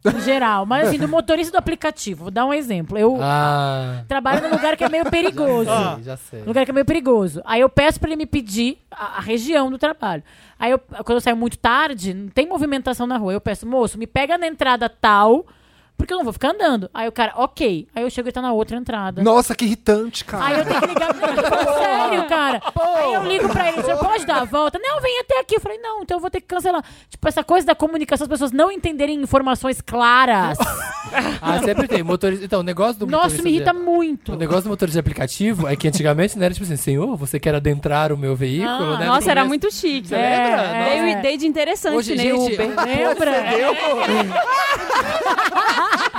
[SPEAKER 5] motor geral. Mas assim, do motorista do aplicativo. Vou dar um exemplo. Eu
[SPEAKER 4] Ah,
[SPEAKER 5] trabalho num lugar que é meio perigoso.
[SPEAKER 4] sei, já sei.
[SPEAKER 5] Um lugar que é meio perigoso. Aí eu peço pra ele me pedir a, a região do trabalho. Aí eu, quando eu saio muito tarde, não tem movimentação na rua. Eu peço, moço, me pega na entrada tal, porque eu não vou ficar andando. Aí o cara, ok. Aí eu chego e tá na outra entrada.
[SPEAKER 2] Nossa, que irritante,
[SPEAKER 5] Aí
[SPEAKER 2] cara.
[SPEAKER 5] eu tenho que ligar pra ele. Falo, "É sério, cara. Aí eu ligo pra ele, o senhor pode dar a volta? Não, vem até aqui. Eu falei, não, então eu vou ter que cancelar. Tipo, essa coisa da comunicação, as pessoas não entenderem informações claras.
[SPEAKER 4] Ah, sempre tem. Motorista... Então, o negócio do
[SPEAKER 5] Nossa,
[SPEAKER 4] motorista
[SPEAKER 5] me irrita
[SPEAKER 4] de-
[SPEAKER 5] muito.
[SPEAKER 4] é O negócio do motorista de aplicativo é que antigamente não era tipo assim, senhor, você quer adentrar o meu veículo?
[SPEAKER 5] Ah,
[SPEAKER 4] né? No
[SPEAKER 3] Nossa, era
[SPEAKER 4] começo-
[SPEAKER 3] muito chique. É.
[SPEAKER 4] Você lembra?
[SPEAKER 3] Dei,
[SPEAKER 5] Nossa.
[SPEAKER 3] dei de interessante,
[SPEAKER 4] Hoje,
[SPEAKER 3] né,
[SPEAKER 4] gente,
[SPEAKER 3] Uber?
[SPEAKER 5] Lembra? É.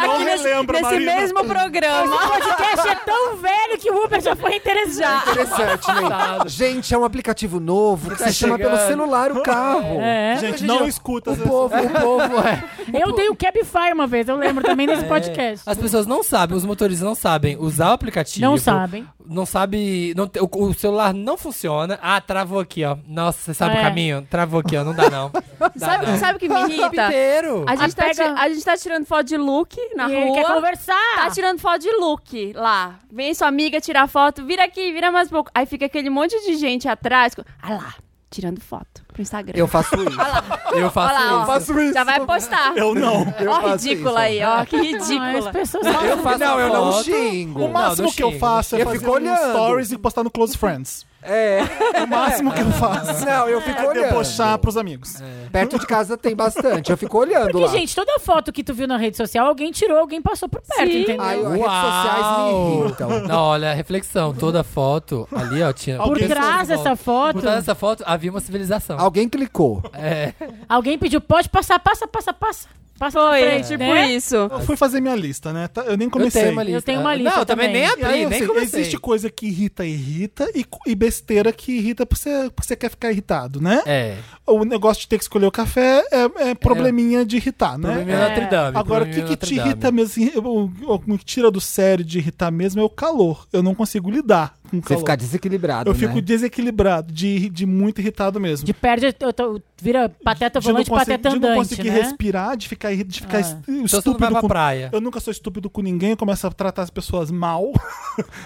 [SPEAKER 1] Não
[SPEAKER 3] nesse,
[SPEAKER 1] relembra,
[SPEAKER 3] nesse
[SPEAKER 1] Marina.
[SPEAKER 3] mesmo programa.
[SPEAKER 5] O podcast é tão velho que o Uber já foi interessado.
[SPEAKER 2] Interessante, né?
[SPEAKER 4] Engraçado.
[SPEAKER 2] Gente, é um aplicativo novo que
[SPEAKER 4] tá
[SPEAKER 2] se chama pelo
[SPEAKER 4] chegando.
[SPEAKER 2] celular o carro.
[SPEAKER 5] É.
[SPEAKER 1] Gente, não escuta.
[SPEAKER 4] O povo, o povo é.
[SPEAKER 5] Eu dei o Cabify uma vez, eu lembro também nesse podcast.
[SPEAKER 4] As pessoas não sabem, os motoristas não sabem usar o aplicativo.
[SPEAKER 5] Não sabem.
[SPEAKER 4] Não sabe. não te- o, o celular não funciona. Ah, travou aqui, ó. Nossa, você sabe
[SPEAKER 5] É.
[SPEAKER 4] o caminho? Travou aqui, ó. Não dá, não.
[SPEAKER 3] Sabe, sabe o que me irrita?
[SPEAKER 4] Inteiro.
[SPEAKER 3] A gente, tá,
[SPEAKER 5] Pega-
[SPEAKER 3] ti- a gente tá tirando foto de look na
[SPEAKER 5] e
[SPEAKER 3] rua.
[SPEAKER 5] ele quer conversar.
[SPEAKER 3] Tá tirando foto de look lá. Vem sua amiga tirar foto, vira aqui, vira mais um pouco. Aí fica aquele monte de gente atrás. co- Ah lá, tirando foto pro Instagram.
[SPEAKER 2] Eu faço isso.
[SPEAKER 4] Eu faço
[SPEAKER 3] Olha lá,
[SPEAKER 4] isso.
[SPEAKER 3] ó. Já vai postar.
[SPEAKER 1] Eu não.
[SPEAKER 3] ó,
[SPEAKER 2] faço
[SPEAKER 3] ridícula
[SPEAKER 2] isso.
[SPEAKER 3] aí, ó. Que
[SPEAKER 5] Ah, as
[SPEAKER 3] ridícula.
[SPEAKER 5] pessoas
[SPEAKER 4] Eu faço
[SPEAKER 2] Não,
[SPEAKER 4] uma
[SPEAKER 2] eu não
[SPEAKER 4] foto.
[SPEAKER 2] xingo.
[SPEAKER 1] O máximo
[SPEAKER 4] não
[SPEAKER 1] que eu
[SPEAKER 4] xingo,
[SPEAKER 1] faço é
[SPEAKER 2] Eu
[SPEAKER 1] fazer
[SPEAKER 2] fico
[SPEAKER 1] um
[SPEAKER 2] olhando.
[SPEAKER 1] stories e postar no Close Friends.
[SPEAKER 2] É.
[SPEAKER 1] O máximo que eu faço.
[SPEAKER 2] Não, eu fico
[SPEAKER 1] É
[SPEAKER 2] olhando.
[SPEAKER 1] debochar pros amigos.
[SPEAKER 2] Perto de casa tem bastante. Eu fico olhando
[SPEAKER 5] Porque,
[SPEAKER 2] lá.
[SPEAKER 5] gente, toda foto que tu viu na rede social, alguém tirou, alguém passou por perto,
[SPEAKER 3] Sim.
[SPEAKER 4] Ah,
[SPEAKER 5] entendeu?
[SPEAKER 2] Ai, as redes sociais me irritam.
[SPEAKER 4] Não, olha, reflexão. Toda foto ali, ó, tinha.
[SPEAKER 5] por
[SPEAKER 1] alguém
[SPEAKER 4] pessoas
[SPEAKER 5] trás
[SPEAKER 4] em volta.
[SPEAKER 5] dessa foto,
[SPEAKER 4] Por trás dessa foto havia uma civilização.
[SPEAKER 2] Alguém clicou.
[SPEAKER 4] É.
[SPEAKER 5] alguém pediu, pode passar, passa, passa, passa. Passa
[SPEAKER 3] Foi,
[SPEAKER 5] de frente,
[SPEAKER 3] tipo
[SPEAKER 5] né?
[SPEAKER 3] isso.
[SPEAKER 1] Eu fui fazer minha lista, né? Tá- Eu nem comecei.
[SPEAKER 4] uma lista.
[SPEAKER 5] Eu tenho uma lista
[SPEAKER 4] Não, eu também
[SPEAKER 5] também.
[SPEAKER 4] nem
[SPEAKER 1] E aí,
[SPEAKER 4] abri,
[SPEAKER 1] eu
[SPEAKER 4] nem
[SPEAKER 1] sei,
[SPEAKER 4] comecei.
[SPEAKER 1] existe coisa que irrita, irrita, e, co- e besteira que irrita porque você, porque você quer ficar irritado, né?
[SPEAKER 4] É.
[SPEAKER 1] O negócio de ter que escolher o café é, é probleminha de irritar, né?
[SPEAKER 4] Probleminha Notre Dame.
[SPEAKER 1] Agora, o que,
[SPEAKER 4] probleminha
[SPEAKER 1] que
[SPEAKER 4] Notre
[SPEAKER 1] te
[SPEAKER 4] Dame.
[SPEAKER 1] irrita mesmo, assim, o, o que me tira do sério de irritar mesmo é o calor. Eu não consigo lidar com o
[SPEAKER 2] Você
[SPEAKER 1] calor.
[SPEAKER 2] ficar desequilibrado,
[SPEAKER 1] eu fico
[SPEAKER 2] né?
[SPEAKER 1] desequilibrado, de, de muito irritado mesmo.
[SPEAKER 5] De perde, eu tô- vira pateta
[SPEAKER 1] de não,
[SPEAKER 5] volante,
[SPEAKER 1] conseguir-
[SPEAKER 5] pateta
[SPEAKER 1] de não
[SPEAKER 5] andante,
[SPEAKER 1] conseguir
[SPEAKER 5] né?
[SPEAKER 1] respirar, de ficar, irri- de ficar
[SPEAKER 5] Ah.
[SPEAKER 1] es-
[SPEAKER 4] Então você não vai
[SPEAKER 1] um estúpido
[SPEAKER 4] pra
[SPEAKER 1] com...
[SPEAKER 4] praia.
[SPEAKER 1] Eu nunca sou estúpido com ninguém, eu começo a tratar as pessoas mal.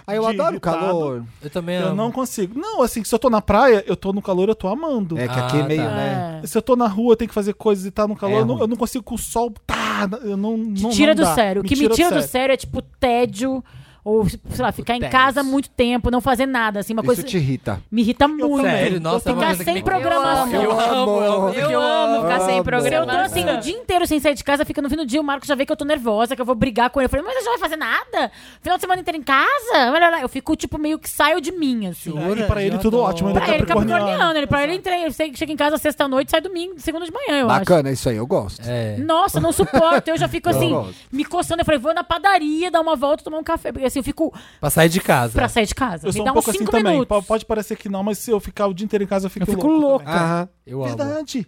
[SPEAKER 2] Aí eu
[SPEAKER 1] de
[SPEAKER 2] adoro o
[SPEAKER 1] irritado.
[SPEAKER 2] calor.
[SPEAKER 4] Eu também
[SPEAKER 1] Eu
[SPEAKER 4] amo.
[SPEAKER 1] não consigo. Não, assim, se eu tô na praia, eu tô no calor, eu tô amando.
[SPEAKER 2] É que aqui é
[SPEAKER 4] Ah,
[SPEAKER 2] meio,
[SPEAKER 4] tá.
[SPEAKER 2] né?
[SPEAKER 5] É.
[SPEAKER 1] Se eu tô na rua, eu tenho que fazer coisas e tá no calor,
[SPEAKER 4] É
[SPEAKER 1] eu, não,
[SPEAKER 4] ruim.
[SPEAKER 1] eu não consigo com o sol. Tá, eu não.
[SPEAKER 5] Te
[SPEAKER 1] não
[SPEAKER 5] tira
[SPEAKER 1] não
[SPEAKER 5] do
[SPEAKER 1] dá.
[SPEAKER 5] sério. O que me tira do sério é tipo tédio, Ou, sei lá, ficar em
[SPEAKER 4] tênis.
[SPEAKER 5] casa muito tempo, não fazer nada, assim, uma coisa.
[SPEAKER 2] Isso te irrita.
[SPEAKER 5] Me irrita muito.
[SPEAKER 4] Sério, nossa, é uma
[SPEAKER 5] ficar
[SPEAKER 4] coisa que
[SPEAKER 5] sem
[SPEAKER 4] me-
[SPEAKER 5] programação.
[SPEAKER 4] Eu amo, eu amo.
[SPEAKER 3] Eu amo ficar sem
[SPEAKER 2] Amo.
[SPEAKER 5] Se eu tô
[SPEAKER 3] programação.
[SPEAKER 5] assim o dia inteiro sem sair de casa, fica no fim do dia, o Marco já vê que eu tô nervosa, que eu vou brigar com ele. Eu falei, mas você não vai fazer nada? Final de semana inteiro em casa? Olha lá. Eu fico, tipo, meio que saio de mim, assim.
[SPEAKER 1] E pra ele tudo ótimo, ele é
[SPEAKER 5] Pra ele,
[SPEAKER 1] capricorniano.
[SPEAKER 5] capricorniano. Ele, pra ele, entra- ele chega em casa sexta-noite, sai domingo, segunda de manhã, eu acho.
[SPEAKER 2] Bacana, isso aí, eu gosto.
[SPEAKER 4] É.
[SPEAKER 5] Nossa, não suporto. Eu já fico assim,
[SPEAKER 2] gosto.
[SPEAKER 5] me coçando. Eu falei, vou na padaria, dar uma volta, tomar um café. Porque assim, eu fico
[SPEAKER 4] Pra sair de casa.
[SPEAKER 5] pra sair de casa.
[SPEAKER 1] Eu
[SPEAKER 5] me
[SPEAKER 1] sou
[SPEAKER 5] dá
[SPEAKER 1] um pouco
[SPEAKER 5] uns
[SPEAKER 1] assim
[SPEAKER 5] cinco
[SPEAKER 1] também.
[SPEAKER 5] minutos.
[SPEAKER 1] Po- Pode parecer que não, mas se eu ficar o dia inteiro em casa, eu fico,
[SPEAKER 5] fico
[SPEAKER 1] louco. também.
[SPEAKER 2] Aham.
[SPEAKER 4] Eu amo.
[SPEAKER 1] Verdade.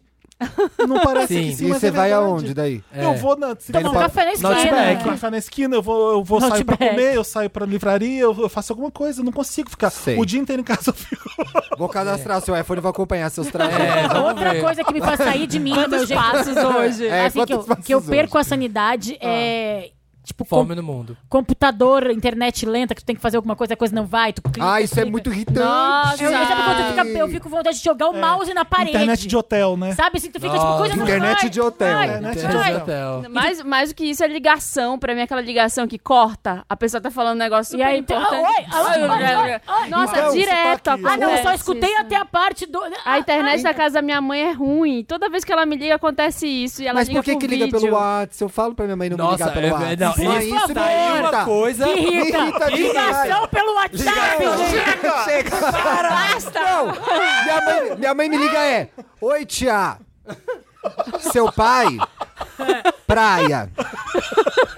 [SPEAKER 1] Não parece
[SPEAKER 4] Sim.
[SPEAKER 1] que sim,
[SPEAKER 2] Ah, E
[SPEAKER 1] mas
[SPEAKER 2] você
[SPEAKER 1] é
[SPEAKER 2] vai
[SPEAKER 1] verdade.
[SPEAKER 2] aonde daí?
[SPEAKER 4] É.
[SPEAKER 1] Eu vou na. se
[SPEAKER 5] Tomar
[SPEAKER 1] não
[SPEAKER 5] um
[SPEAKER 1] for-
[SPEAKER 5] café na
[SPEAKER 1] É,
[SPEAKER 4] Notebook.
[SPEAKER 5] esquina.
[SPEAKER 1] café na esquina, eu vou, eu vou
[SPEAKER 5] Não
[SPEAKER 1] sair
[SPEAKER 5] te
[SPEAKER 1] pra
[SPEAKER 5] pega.
[SPEAKER 1] comer, eu saio pra livraria, eu eu faço alguma coisa, eu não consigo ficar.
[SPEAKER 2] Sei.
[SPEAKER 1] O dia inteiro em casa eu fico.
[SPEAKER 2] Vou cadastrar seu iPhone e vou acompanhar seus
[SPEAKER 4] É,
[SPEAKER 2] trajetos.
[SPEAKER 4] vamos
[SPEAKER 5] Outra
[SPEAKER 4] ver.
[SPEAKER 5] coisa que me faz sair de mim é meu jeito.
[SPEAKER 3] passos hoje?
[SPEAKER 2] É,
[SPEAKER 5] assim, que eu,
[SPEAKER 2] quantos passos
[SPEAKER 5] que eu
[SPEAKER 2] hoje?
[SPEAKER 5] perco a sanidade
[SPEAKER 1] Ah.
[SPEAKER 5] é. Tipo, com-
[SPEAKER 2] né?
[SPEAKER 4] Fome no mundo.
[SPEAKER 5] computador, internet lenta, que tu tem que fazer alguma coisa, a coisa não vai, tu clica.
[SPEAKER 2] Ah, isso é
[SPEAKER 5] clica.
[SPEAKER 2] muito irritante.
[SPEAKER 3] Nossa.
[SPEAKER 5] Eu, eu- sabe quando tu fica, eu fico com vontade de jogar o mouse na parede.
[SPEAKER 1] Internet de hotel, né?
[SPEAKER 5] Sabe assim, tu fica tipo
[SPEAKER 4] Nossa.
[SPEAKER 5] coisa não
[SPEAKER 2] Internet
[SPEAKER 5] vai,
[SPEAKER 2] de hotel. né?
[SPEAKER 5] vai,
[SPEAKER 1] Internet de
[SPEAKER 5] vai.
[SPEAKER 1] hotel.
[SPEAKER 3] Mais, mais do que isso é ligação. Pra mim, aquela ligação que corta. A pessoa tá falando um negócio super
[SPEAKER 5] E aí, tu-
[SPEAKER 3] importante.
[SPEAKER 5] ah, oi, alô,
[SPEAKER 3] Ai,
[SPEAKER 5] oi,
[SPEAKER 3] ai,
[SPEAKER 5] oi, oi.
[SPEAKER 3] Nossa,
[SPEAKER 1] Então,
[SPEAKER 2] tá
[SPEAKER 3] direto.
[SPEAKER 1] sotaque.
[SPEAKER 5] Ah, não, eu só
[SPEAKER 3] acontece
[SPEAKER 5] escutei
[SPEAKER 3] isso.
[SPEAKER 5] até a parte do.
[SPEAKER 3] A internet
[SPEAKER 5] Ah,
[SPEAKER 3] da casa da minha mãe é ruim. Toda vez que ela me liga, acontece isso. E ela
[SPEAKER 2] Mas
[SPEAKER 3] liga
[SPEAKER 2] por que que liga
[SPEAKER 3] vídeo.
[SPEAKER 2] pelo WhatsApp? Eu falo pra minha mãe não me
[SPEAKER 4] Nossa,
[SPEAKER 2] ligar pelo
[SPEAKER 4] é-
[SPEAKER 2] WhatsApp.
[SPEAKER 4] não,
[SPEAKER 2] Ah,
[SPEAKER 4] isso tá
[SPEAKER 2] me
[SPEAKER 5] daí é
[SPEAKER 4] uma
[SPEAKER 2] irrita.
[SPEAKER 4] coisa-
[SPEAKER 5] Que irrita.
[SPEAKER 2] Irrita demais.
[SPEAKER 5] Ligação pelo WhatsApp, gente.
[SPEAKER 2] Chega, chega. Não, minha mãe, minha mãe me liga é, oi tia, seu pai, praia,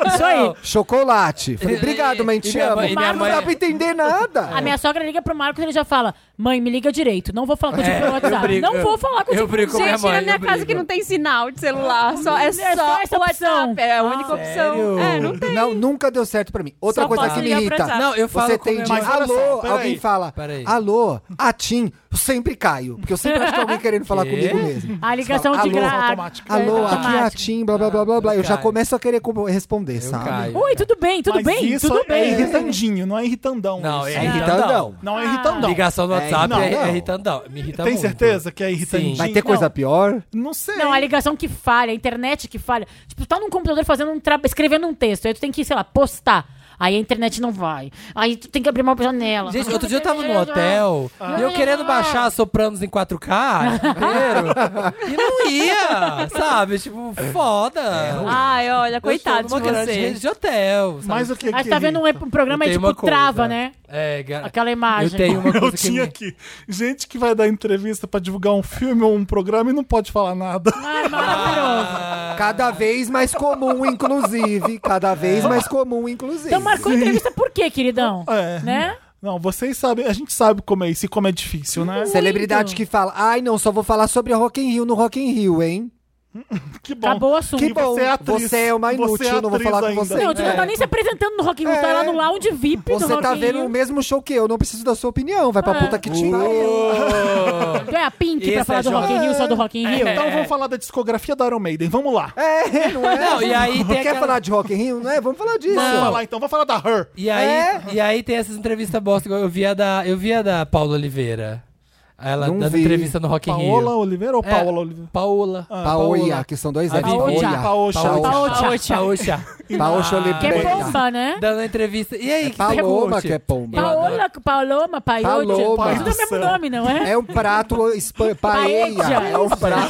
[SPEAKER 5] Isso aí.
[SPEAKER 2] chocolate. Falei,
[SPEAKER 4] E-
[SPEAKER 2] obrigado mãe,
[SPEAKER 4] e
[SPEAKER 2] te
[SPEAKER 4] minha
[SPEAKER 2] amo.
[SPEAKER 4] mãe- e minha
[SPEAKER 2] não
[SPEAKER 4] mãe-
[SPEAKER 2] dá pra entender
[SPEAKER 5] A
[SPEAKER 2] nada.
[SPEAKER 5] minha sogra liga pro Marcos e ele já fala: Mãe, me liga direito. Não vou falar contigo pelo
[SPEAKER 4] É, eu
[SPEAKER 5] WhatsApp.
[SPEAKER 4] brigo,
[SPEAKER 5] Não
[SPEAKER 4] eu-
[SPEAKER 5] vou falar contigo.
[SPEAKER 4] Eu brigo com minha
[SPEAKER 3] Gente,
[SPEAKER 4] é, mãe.
[SPEAKER 3] na minha
[SPEAKER 4] eu
[SPEAKER 3] casa que
[SPEAKER 4] brigo.
[SPEAKER 3] não tem sinal de celular. Só, é,
[SPEAKER 5] Ah, só
[SPEAKER 3] só,
[SPEAKER 5] essa
[SPEAKER 3] o WhatsApp.
[SPEAKER 5] opção.
[SPEAKER 3] É a única opção.
[SPEAKER 4] Ah, sério?
[SPEAKER 3] É, não tem.
[SPEAKER 2] Não, nunca deu certo pra mim. Outra
[SPEAKER 3] Só
[SPEAKER 2] coisa
[SPEAKER 3] posso
[SPEAKER 2] que me
[SPEAKER 3] ligar pro
[SPEAKER 2] irrita.
[SPEAKER 3] WhatsApp.
[SPEAKER 4] Não, eu falo
[SPEAKER 2] Você
[SPEAKER 4] com
[SPEAKER 2] tem
[SPEAKER 4] minha
[SPEAKER 2] dia,
[SPEAKER 4] mãe.
[SPEAKER 1] Mas olha
[SPEAKER 2] alô,
[SPEAKER 1] só, peraí.
[SPEAKER 2] alguém fala,
[SPEAKER 4] Peraí.
[SPEAKER 2] alô, a Tim, eu sempre caio, porque eu sempre acho que é alguém querendo falar
[SPEAKER 4] Quê?
[SPEAKER 2] comigo mesmo.
[SPEAKER 5] A ligação
[SPEAKER 2] Fala,
[SPEAKER 5] de
[SPEAKER 2] alô,
[SPEAKER 5] graça.
[SPEAKER 1] automática.
[SPEAKER 2] Alô, aqui é a
[SPEAKER 5] automático.
[SPEAKER 2] Tim, blá blá blá blá blá. Eu já
[SPEAKER 4] caio.
[SPEAKER 2] começo a querer com- responder,
[SPEAKER 4] Eu
[SPEAKER 2] sabe?
[SPEAKER 4] caio.
[SPEAKER 5] Oi, tudo bem, tudo
[SPEAKER 1] Mas
[SPEAKER 5] bem?
[SPEAKER 1] isso
[SPEAKER 5] tudo
[SPEAKER 1] é
[SPEAKER 5] bem.
[SPEAKER 1] irritandinho, não é irritandão.
[SPEAKER 4] Não,
[SPEAKER 1] isso.
[SPEAKER 4] é
[SPEAKER 2] Irritandão.
[SPEAKER 4] irritandão. Ah,
[SPEAKER 1] Não é irritandão.
[SPEAKER 4] Ligação então. do Whatsap
[SPEAKER 2] não,
[SPEAKER 4] é,
[SPEAKER 2] não.
[SPEAKER 4] é irritandão. Me irrita
[SPEAKER 1] Tem
[SPEAKER 4] muito.
[SPEAKER 1] certeza que é irritandinho?
[SPEAKER 2] Vai ter coisa pior?
[SPEAKER 1] Não sei.
[SPEAKER 5] Não, a ligação que falha, a internet que falha. Tipo, tu tá num computador fazendo um tra... escrevendo um texto, aí tu tem que, sei lá, postar. Aí a internet não vai. Aí tu tem que abrir uma janela.
[SPEAKER 4] Gente, outro dia eu tava no hotel e eu querendo baixar Sopranos em 4K inteiro e não ia, sabe? Tipo, foda.
[SPEAKER 3] Ai, olha, coitado
[SPEAKER 4] eu sou
[SPEAKER 3] de
[SPEAKER 4] numa grande
[SPEAKER 3] você.
[SPEAKER 4] rede de hotel. sabe?
[SPEAKER 1] Mas o que
[SPEAKER 5] Aí
[SPEAKER 1] que
[SPEAKER 5] tu tá vendo um,
[SPEAKER 1] irrita?
[SPEAKER 5] um programa
[SPEAKER 4] Eu
[SPEAKER 5] aí,
[SPEAKER 4] tenho
[SPEAKER 5] tipo,
[SPEAKER 4] uma coisa.
[SPEAKER 5] trava, né?
[SPEAKER 4] É, gar...
[SPEAKER 5] Aquela imagem.
[SPEAKER 4] Eu tenho uma
[SPEAKER 1] Eu
[SPEAKER 4] coisa que
[SPEAKER 1] tinha
[SPEAKER 4] me-
[SPEAKER 1] aqui gente que vai dar entrevista pra divulgar um filme ou um programa e não pode falar nada.
[SPEAKER 5] Ai, Ah, é maravilhoso.
[SPEAKER 2] Cada vez mais comum, inclusive. Cada vez mais comum, inclusive.
[SPEAKER 5] Então marcou entrevista por quê, queridão?
[SPEAKER 1] É.
[SPEAKER 5] Né?
[SPEAKER 1] Não, vocês sabem, a gente sabe como é isso e como é difícil, né?
[SPEAKER 2] Celebridade que fala, ai não, só vou falar sobre Rock in Rio no Rock in Rio, hein?
[SPEAKER 1] Que bom.
[SPEAKER 5] Uh, Acabou o assunto.
[SPEAKER 1] Que
[SPEAKER 2] Que
[SPEAKER 1] bom.
[SPEAKER 2] bom,
[SPEAKER 1] Você é atriz.
[SPEAKER 2] você é uma inútil,
[SPEAKER 1] Você é
[SPEAKER 2] não vou
[SPEAKER 1] atriz
[SPEAKER 2] falar com
[SPEAKER 1] ainda.
[SPEAKER 2] você.
[SPEAKER 5] Não, tu não
[SPEAKER 4] É.
[SPEAKER 5] tá nem se apresentando no Rock in Rio, tá
[SPEAKER 2] É.
[SPEAKER 5] lá no lounge VIP do
[SPEAKER 2] Você
[SPEAKER 5] Rock
[SPEAKER 2] tá
[SPEAKER 5] in
[SPEAKER 2] vendo
[SPEAKER 5] Rio.
[SPEAKER 2] o mesmo show que eu, não preciso da sua opinião, vai pra
[SPEAKER 5] É.
[SPEAKER 2] puta que te pariu.
[SPEAKER 4] Oh.
[SPEAKER 5] Tu é a Pink pra
[SPEAKER 4] Esse
[SPEAKER 5] falar
[SPEAKER 4] é
[SPEAKER 5] do Rock in
[SPEAKER 2] jovem.
[SPEAKER 5] Rio, só do Rock in Rio?
[SPEAKER 1] Então vamos falar da discografia da Iron Maiden. Vamos lá.
[SPEAKER 2] É, não é?
[SPEAKER 4] Não, e aí tem
[SPEAKER 2] Quer
[SPEAKER 4] aquela-
[SPEAKER 2] falar de Rock in Rio? Não é? Vamos falar disso.
[SPEAKER 1] Vamos
[SPEAKER 4] Não.
[SPEAKER 1] falar então, vamos falar da Her.
[SPEAKER 4] E aí,
[SPEAKER 2] É?
[SPEAKER 4] e aí tem essas entrevistas bosta. igual Eu vi a da, eu vi a da Paula Oliveira. Ela
[SPEAKER 2] Não
[SPEAKER 4] dando
[SPEAKER 2] vi.
[SPEAKER 4] entrevista no Rock in Rio.
[SPEAKER 1] Paola Oliveira ou
[SPEAKER 4] É.
[SPEAKER 1] Paola Oliveira?
[SPEAKER 4] Paola.
[SPEAKER 2] Ah, Paoia, que são dois
[SPEAKER 4] A
[SPEAKER 2] N.
[SPEAKER 4] Vivi.
[SPEAKER 1] Paocha.
[SPEAKER 2] Paocha.
[SPEAKER 4] Paocha.
[SPEAKER 2] Paocha
[SPEAKER 5] Que é
[SPEAKER 2] Oliveira.
[SPEAKER 5] pomba, né?
[SPEAKER 4] Dando entrevista. E aí, que
[SPEAKER 2] Paloma,
[SPEAKER 4] você curte?
[SPEAKER 2] que é pomba.
[SPEAKER 4] Eu adoro.
[SPEAKER 5] Paola, Paloma, Paiote.
[SPEAKER 2] Paloma.
[SPEAKER 5] Tudo é o mesmo nome, não é?
[SPEAKER 2] É um prato espa- paella. É um prato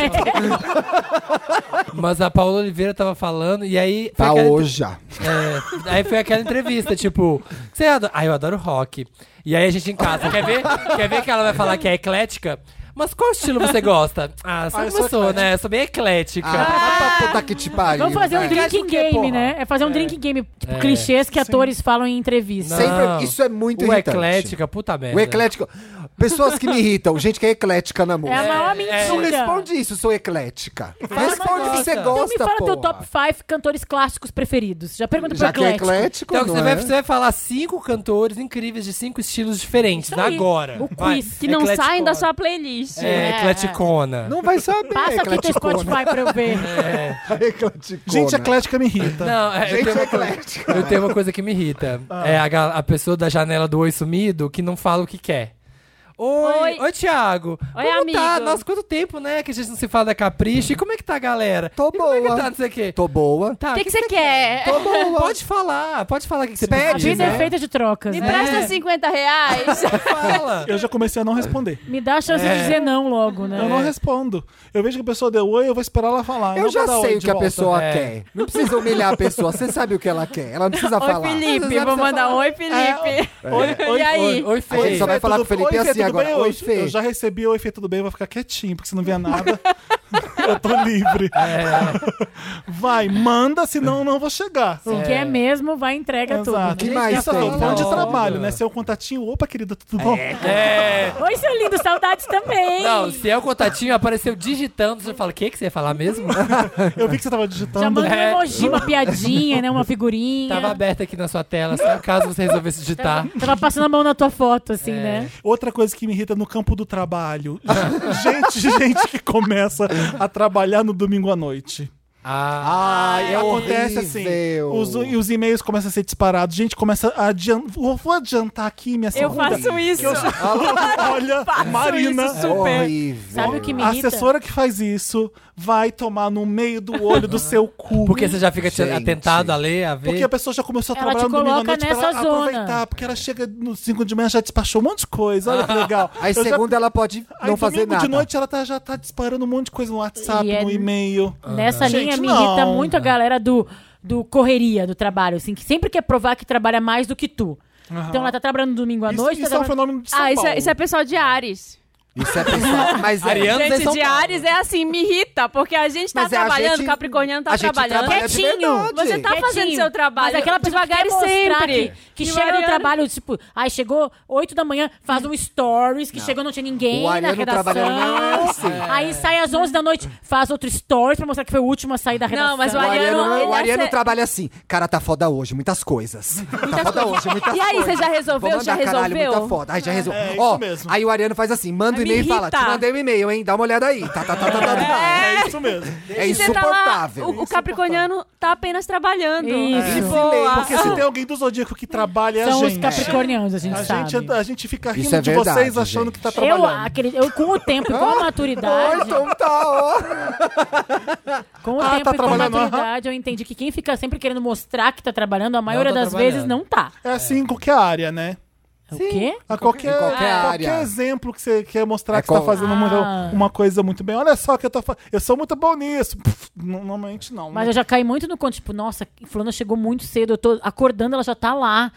[SPEAKER 4] Mas a Paola Oliveira tava falando, e aí.
[SPEAKER 2] Tá
[SPEAKER 4] foi aquela entre-
[SPEAKER 2] paoja.
[SPEAKER 4] É, aí foi aquela entrevista, tipo, você adora. Ah, eu adoro rock. E aí a gente em casa, quer ver? Quer ver que ela vai falar que é eclética? Mas qual estilo você gosta? Ah, só
[SPEAKER 1] Ah, eu sou
[SPEAKER 4] eu sou, né? Eu sou bem eclética.
[SPEAKER 2] Ah, vai pra puta que te pariu.
[SPEAKER 5] Vamos fazer um
[SPEAKER 2] É.
[SPEAKER 4] Acho
[SPEAKER 5] drinking
[SPEAKER 4] que é, porra.
[SPEAKER 5] game, né? É fazer um drinking game, tipo,
[SPEAKER 4] É.
[SPEAKER 5] clichês que atores falam em
[SPEAKER 4] Não.
[SPEAKER 5] entrevista.
[SPEAKER 2] Sempre, isso é muito
[SPEAKER 4] o
[SPEAKER 2] irritante.
[SPEAKER 4] eclética, puta merda.
[SPEAKER 2] O eclético. Pessoas que me irritam. Gente que é eclética na
[SPEAKER 5] é É a
[SPEAKER 2] música.
[SPEAKER 5] maior
[SPEAKER 4] é.
[SPEAKER 2] Não
[SPEAKER 5] mentira.
[SPEAKER 2] responde isso, sou eclética.
[SPEAKER 4] Fala
[SPEAKER 2] Responde o que você
[SPEAKER 4] uma
[SPEAKER 2] gosta,
[SPEAKER 5] Então me fala
[SPEAKER 2] porra.
[SPEAKER 5] teu top 5 cantores clássicos preferidos. Já pergunta pro
[SPEAKER 2] Já que é
[SPEAKER 5] Eclético.
[SPEAKER 2] eclético,
[SPEAKER 4] Então,
[SPEAKER 2] não
[SPEAKER 4] você,
[SPEAKER 2] é?
[SPEAKER 4] vai, você vai falar cinco cantores incríveis de cinco estilos diferentes, né,
[SPEAKER 5] aí.
[SPEAKER 4] agora.
[SPEAKER 5] O
[SPEAKER 4] Vai.
[SPEAKER 5] quiz.
[SPEAKER 3] Que não
[SPEAKER 4] Ecleticona.
[SPEAKER 3] saem da sua playlist.
[SPEAKER 4] É,
[SPEAKER 5] É.
[SPEAKER 4] ecleticona.
[SPEAKER 2] Não vai saber, né?
[SPEAKER 5] Passa aqui teu
[SPEAKER 2] ecleticona.
[SPEAKER 5] Spotify pra eu ver.
[SPEAKER 4] É.
[SPEAKER 2] Ecleticona.
[SPEAKER 1] Gente,
[SPEAKER 4] né?
[SPEAKER 1] eclética me irrita.
[SPEAKER 4] Não, é, eu
[SPEAKER 2] né? Gente
[SPEAKER 4] tenho uma coisa-
[SPEAKER 2] eclética.
[SPEAKER 4] Eu
[SPEAKER 2] Ah.
[SPEAKER 4] tenho uma coisa que me irrita. É a, ga- a pessoa da janela do oi sumido que não fala o que quer. Oi, oi,
[SPEAKER 3] Oi.
[SPEAKER 4] Thiago.
[SPEAKER 3] Oi,
[SPEAKER 4] Como tá?
[SPEAKER 3] amigo.
[SPEAKER 4] Nossa, quanto tempo, né, que a gente não se fala da Capricho. E como é que tá a galera?
[SPEAKER 2] Tô
[SPEAKER 4] E como é que
[SPEAKER 2] boa.
[SPEAKER 4] tá, não sei o quê?
[SPEAKER 2] Tô boa.
[SPEAKER 4] Tá,
[SPEAKER 3] O que, que você quer?
[SPEAKER 2] Tô boa.
[SPEAKER 4] Pode falar, pode falar o que, que você
[SPEAKER 2] Pede,
[SPEAKER 5] A
[SPEAKER 4] precisa.
[SPEAKER 5] vida
[SPEAKER 2] né?
[SPEAKER 5] é feita de trocas,
[SPEAKER 3] Me
[SPEAKER 5] né?
[SPEAKER 3] presta 50 reais.
[SPEAKER 4] Fala.
[SPEAKER 1] Eu já comecei a não responder.
[SPEAKER 5] Me dá a chance
[SPEAKER 4] É.
[SPEAKER 5] de dizer não logo, né?
[SPEAKER 1] Eu não respondo. Eu vejo que a pessoa deu oi, eu vou esperar ela falar.
[SPEAKER 2] Eu
[SPEAKER 1] não
[SPEAKER 2] já
[SPEAKER 1] vou dar oi
[SPEAKER 2] sei o
[SPEAKER 1] de
[SPEAKER 2] que a
[SPEAKER 1] volta.
[SPEAKER 2] pessoa
[SPEAKER 4] É.
[SPEAKER 2] quer. Não precisa humilhar a pessoa. Você sabe o que ela quer. Ela não precisa
[SPEAKER 3] Oi,
[SPEAKER 2] falar. Você
[SPEAKER 3] Felipe.
[SPEAKER 2] sabe,
[SPEAKER 3] Vou
[SPEAKER 2] você
[SPEAKER 3] mandar um
[SPEAKER 2] fala.
[SPEAKER 5] É,
[SPEAKER 3] oi, Felipe.
[SPEAKER 1] Oi, oi,
[SPEAKER 3] e aí?
[SPEAKER 4] Oi, oi,
[SPEAKER 1] Oi,
[SPEAKER 2] Ele
[SPEAKER 4] Fê.
[SPEAKER 2] É. só vai
[SPEAKER 1] Fê,
[SPEAKER 2] falar
[SPEAKER 1] tudo-
[SPEAKER 2] pro Felipe
[SPEAKER 1] Oi, Fê,
[SPEAKER 2] assim
[SPEAKER 1] tudo
[SPEAKER 2] agora.
[SPEAKER 1] bem?
[SPEAKER 2] Oi,
[SPEAKER 1] Eu-
[SPEAKER 2] Fê.
[SPEAKER 1] Eu já recebi oi, Fê, tudo bem? Vai ficar quietinho, porque você não via nada. eu tô livre.
[SPEAKER 2] É.
[SPEAKER 1] Vai, manda, senão eu não vou chegar.
[SPEAKER 5] Se quer é mesmo, vai e entrega
[SPEAKER 1] Exato.
[SPEAKER 5] tudo.
[SPEAKER 2] Que
[SPEAKER 5] né?
[SPEAKER 2] mais
[SPEAKER 1] Isso eu tô
[SPEAKER 2] tem? então?
[SPEAKER 1] falando de
[SPEAKER 4] Óbvio.
[SPEAKER 1] trabalho, né? Se é o contatinho, opa, querida, tudo bom?
[SPEAKER 4] É.
[SPEAKER 5] Oi, seu lindo, saudades também.
[SPEAKER 4] Não, se é o contatinho, apareceu digitando, você fala, o que, que você ia falar mesmo?
[SPEAKER 1] Eu vi que você tava digitando.
[SPEAKER 5] Já manda um
[SPEAKER 4] É.
[SPEAKER 5] emoji, uma piadinha, né? Uma figurinha.
[SPEAKER 4] Tava aberto aqui na sua tela, só caso você resolvesse digitar.
[SPEAKER 5] Tava passando a mão na tua foto, assim, né?
[SPEAKER 1] Outra coisa que me irrita no campo do trabalho. gente, gente que começa a trabalhar no domingo à noite.
[SPEAKER 4] Ah,
[SPEAKER 2] Ai, é
[SPEAKER 1] Acontece
[SPEAKER 2] horrível.
[SPEAKER 1] assim, os, e os e-mails começam a ser disparados. Gente, começa a adiantar. Vou adiantar aqui minha É,
[SPEAKER 3] Eu
[SPEAKER 1] segunda.
[SPEAKER 3] faço isso.
[SPEAKER 1] Olha, Marina,
[SPEAKER 3] isso,
[SPEAKER 2] É
[SPEAKER 3] super.
[SPEAKER 2] horrível.
[SPEAKER 5] Sabe o que me
[SPEAKER 1] a
[SPEAKER 5] irrita?
[SPEAKER 1] assessora que faz isso vai tomar no meio do olho do seu cu.
[SPEAKER 4] porque você já fica te-
[SPEAKER 2] Gente.
[SPEAKER 4] atentado a ler, a ver.
[SPEAKER 1] Porque a pessoa já começou a
[SPEAKER 5] Ela
[SPEAKER 1] trabalhar
[SPEAKER 5] te
[SPEAKER 1] no domingo à
[SPEAKER 5] coloca
[SPEAKER 1] noite pra
[SPEAKER 5] nessa
[SPEAKER 1] ela
[SPEAKER 5] zona.
[SPEAKER 1] aproveitar. Porque ela chega no 5 de manhã, já despachou um monte de coisa. Olha que legal.
[SPEAKER 2] Aí
[SPEAKER 1] Eu já-
[SPEAKER 2] segunda ela pode
[SPEAKER 1] aí
[SPEAKER 2] não fazer
[SPEAKER 1] domingo
[SPEAKER 2] nada.
[SPEAKER 1] de noite ela tá- já tá disparando um monte de coisa no WhatsApp,
[SPEAKER 5] E é-
[SPEAKER 1] no e-mail.
[SPEAKER 5] Nessa
[SPEAKER 1] Gente,
[SPEAKER 5] linha me
[SPEAKER 1] não.
[SPEAKER 5] irrita muito a galera do, do correria, do trabalho, assim, que sempre quer provar que trabalha mais do que tu. Então ela tá trabalhando domingo à
[SPEAKER 1] Isso,
[SPEAKER 5] noite.
[SPEAKER 1] isso
[SPEAKER 5] tá
[SPEAKER 1] é um
[SPEAKER 5] trabalhando-
[SPEAKER 1] fenômeno de São
[SPEAKER 3] Ah, isso é,
[SPEAKER 1] Paulo.
[SPEAKER 3] isso é pessoal de Ares.
[SPEAKER 2] Isso é pessoal. Mas é-
[SPEAKER 4] Ariana- Anos em
[SPEAKER 3] Gente,
[SPEAKER 4] São
[SPEAKER 3] de
[SPEAKER 4] Paulo.
[SPEAKER 3] Ares é assim, me irrita, porque a gente tá
[SPEAKER 2] Mas é, a
[SPEAKER 3] trabalhando,
[SPEAKER 2] gente-
[SPEAKER 3] Capricorniano tá
[SPEAKER 2] a gente
[SPEAKER 3] trabalhando.
[SPEAKER 2] trabalha de
[SPEAKER 5] Quietinho.
[SPEAKER 2] verdade.
[SPEAKER 3] Você tá fazendo
[SPEAKER 5] Quietinho.
[SPEAKER 3] seu trabalho
[SPEAKER 5] Mas aquela pessoa
[SPEAKER 3] devagar
[SPEAKER 5] que
[SPEAKER 3] e
[SPEAKER 5] quer mostrar
[SPEAKER 3] sempre.
[SPEAKER 5] que, que
[SPEAKER 3] E
[SPEAKER 5] chega no
[SPEAKER 3] Mariana-
[SPEAKER 5] trabalho, tipo, aí chegou 8 da manhã, faz um stories, que chegou não tinha ninguém
[SPEAKER 2] O
[SPEAKER 5] na
[SPEAKER 2] Ariano
[SPEAKER 5] redação.
[SPEAKER 2] trabalha não é assim.
[SPEAKER 5] Aí sai às 11 da noite, faz outro stories pra mostrar que foi o último a sair da redação.
[SPEAKER 3] Não, mas
[SPEAKER 2] O Ariano,
[SPEAKER 3] Ariano, ele
[SPEAKER 2] o Ariano
[SPEAKER 3] ace-
[SPEAKER 2] trabalha assim. Cara, tá foda hoje, muitas coisas. tá foda hoje, muitas
[SPEAKER 3] E aí,
[SPEAKER 2] coisas.
[SPEAKER 3] você já
[SPEAKER 2] Vou
[SPEAKER 3] resolveu?
[SPEAKER 2] mandar,
[SPEAKER 3] Já
[SPEAKER 2] caralho, muita
[SPEAKER 3] resolveu?
[SPEAKER 2] foda. Ai, já resolveu.
[SPEAKER 1] É, isso
[SPEAKER 2] Ó,
[SPEAKER 1] mesmo.
[SPEAKER 2] aí o Ariano faz assim, manda um
[SPEAKER 3] Ai, me
[SPEAKER 2] e-mail e fala, te
[SPEAKER 3] irrita.
[SPEAKER 2] mandei um e-mail, hein? Dá uma olhada aí. Tá, tá, tá, tá, tá, tá.
[SPEAKER 1] É isso mesmo.
[SPEAKER 2] É
[SPEAKER 3] E você tá lá,
[SPEAKER 2] insuportável.
[SPEAKER 3] o, o Capricorniano tá apenas trabalhando.
[SPEAKER 5] Isso.
[SPEAKER 3] De boa. Ah.
[SPEAKER 1] Porque se tem alguém do Zodíaco que trabalha, é a
[SPEAKER 5] São os
[SPEAKER 1] gente.
[SPEAKER 5] capricornianos, a gente
[SPEAKER 1] A
[SPEAKER 5] sabe.
[SPEAKER 1] gente, a gente fica rindo
[SPEAKER 2] é
[SPEAKER 1] de
[SPEAKER 2] verdade,
[SPEAKER 1] vocês achando
[SPEAKER 2] gente.
[SPEAKER 1] que tá
[SPEAKER 5] eu,
[SPEAKER 1] trabalhando.
[SPEAKER 5] acredito, eu, com o tempo e com a
[SPEAKER 2] Ó,
[SPEAKER 5] maturidade,
[SPEAKER 2] então tá, ó.
[SPEAKER 5] com o
[SPEAKER 1] Ah, tá
[SPEAKER 5] tempo e com a
[SPEAKER 1] trabalhando,
[SPEAKER 5] maturidade, eu entendi que quem fica sempre querendo mostrar que tá trabalhando, a maioria
[SPEAKER 4] tá
[SPEAKER 5] das vezes
[SPEAKER 4] trabalhando.
[SPEAKER 5] não tá. É
[SPEAKER 1] É assim em qualquer área, né?
[SPEAKER 5] O quê?
[SPEAKER 1] A qualquer,
[SPEAKER 2] em qualquer
[SPEAKER 1] qualquer,
[SPEAKER 2] área.
[SPEAKER 1] exemplo que você quer mostrar
[SPEAKER 2] É
[SPEAKER 1] que você tá
[SPEAKER 2] qual-
[SPEAKER 1] fazendo muito-
[SPEAKER 5] Ah.
[SPEAKER 1] uma coisa muito bem. Olha só que eu tô fa- Eu sou muito bom nisso. Pff, n- Normalmente não.
[SPEAKER 5] Mas
[SPEAKER 1] né?
[SPEAKER 5] eu já caí muito no conto, tipo, nossa, fulana chegou muito cedo, eu tô acordando, ela já tá lá.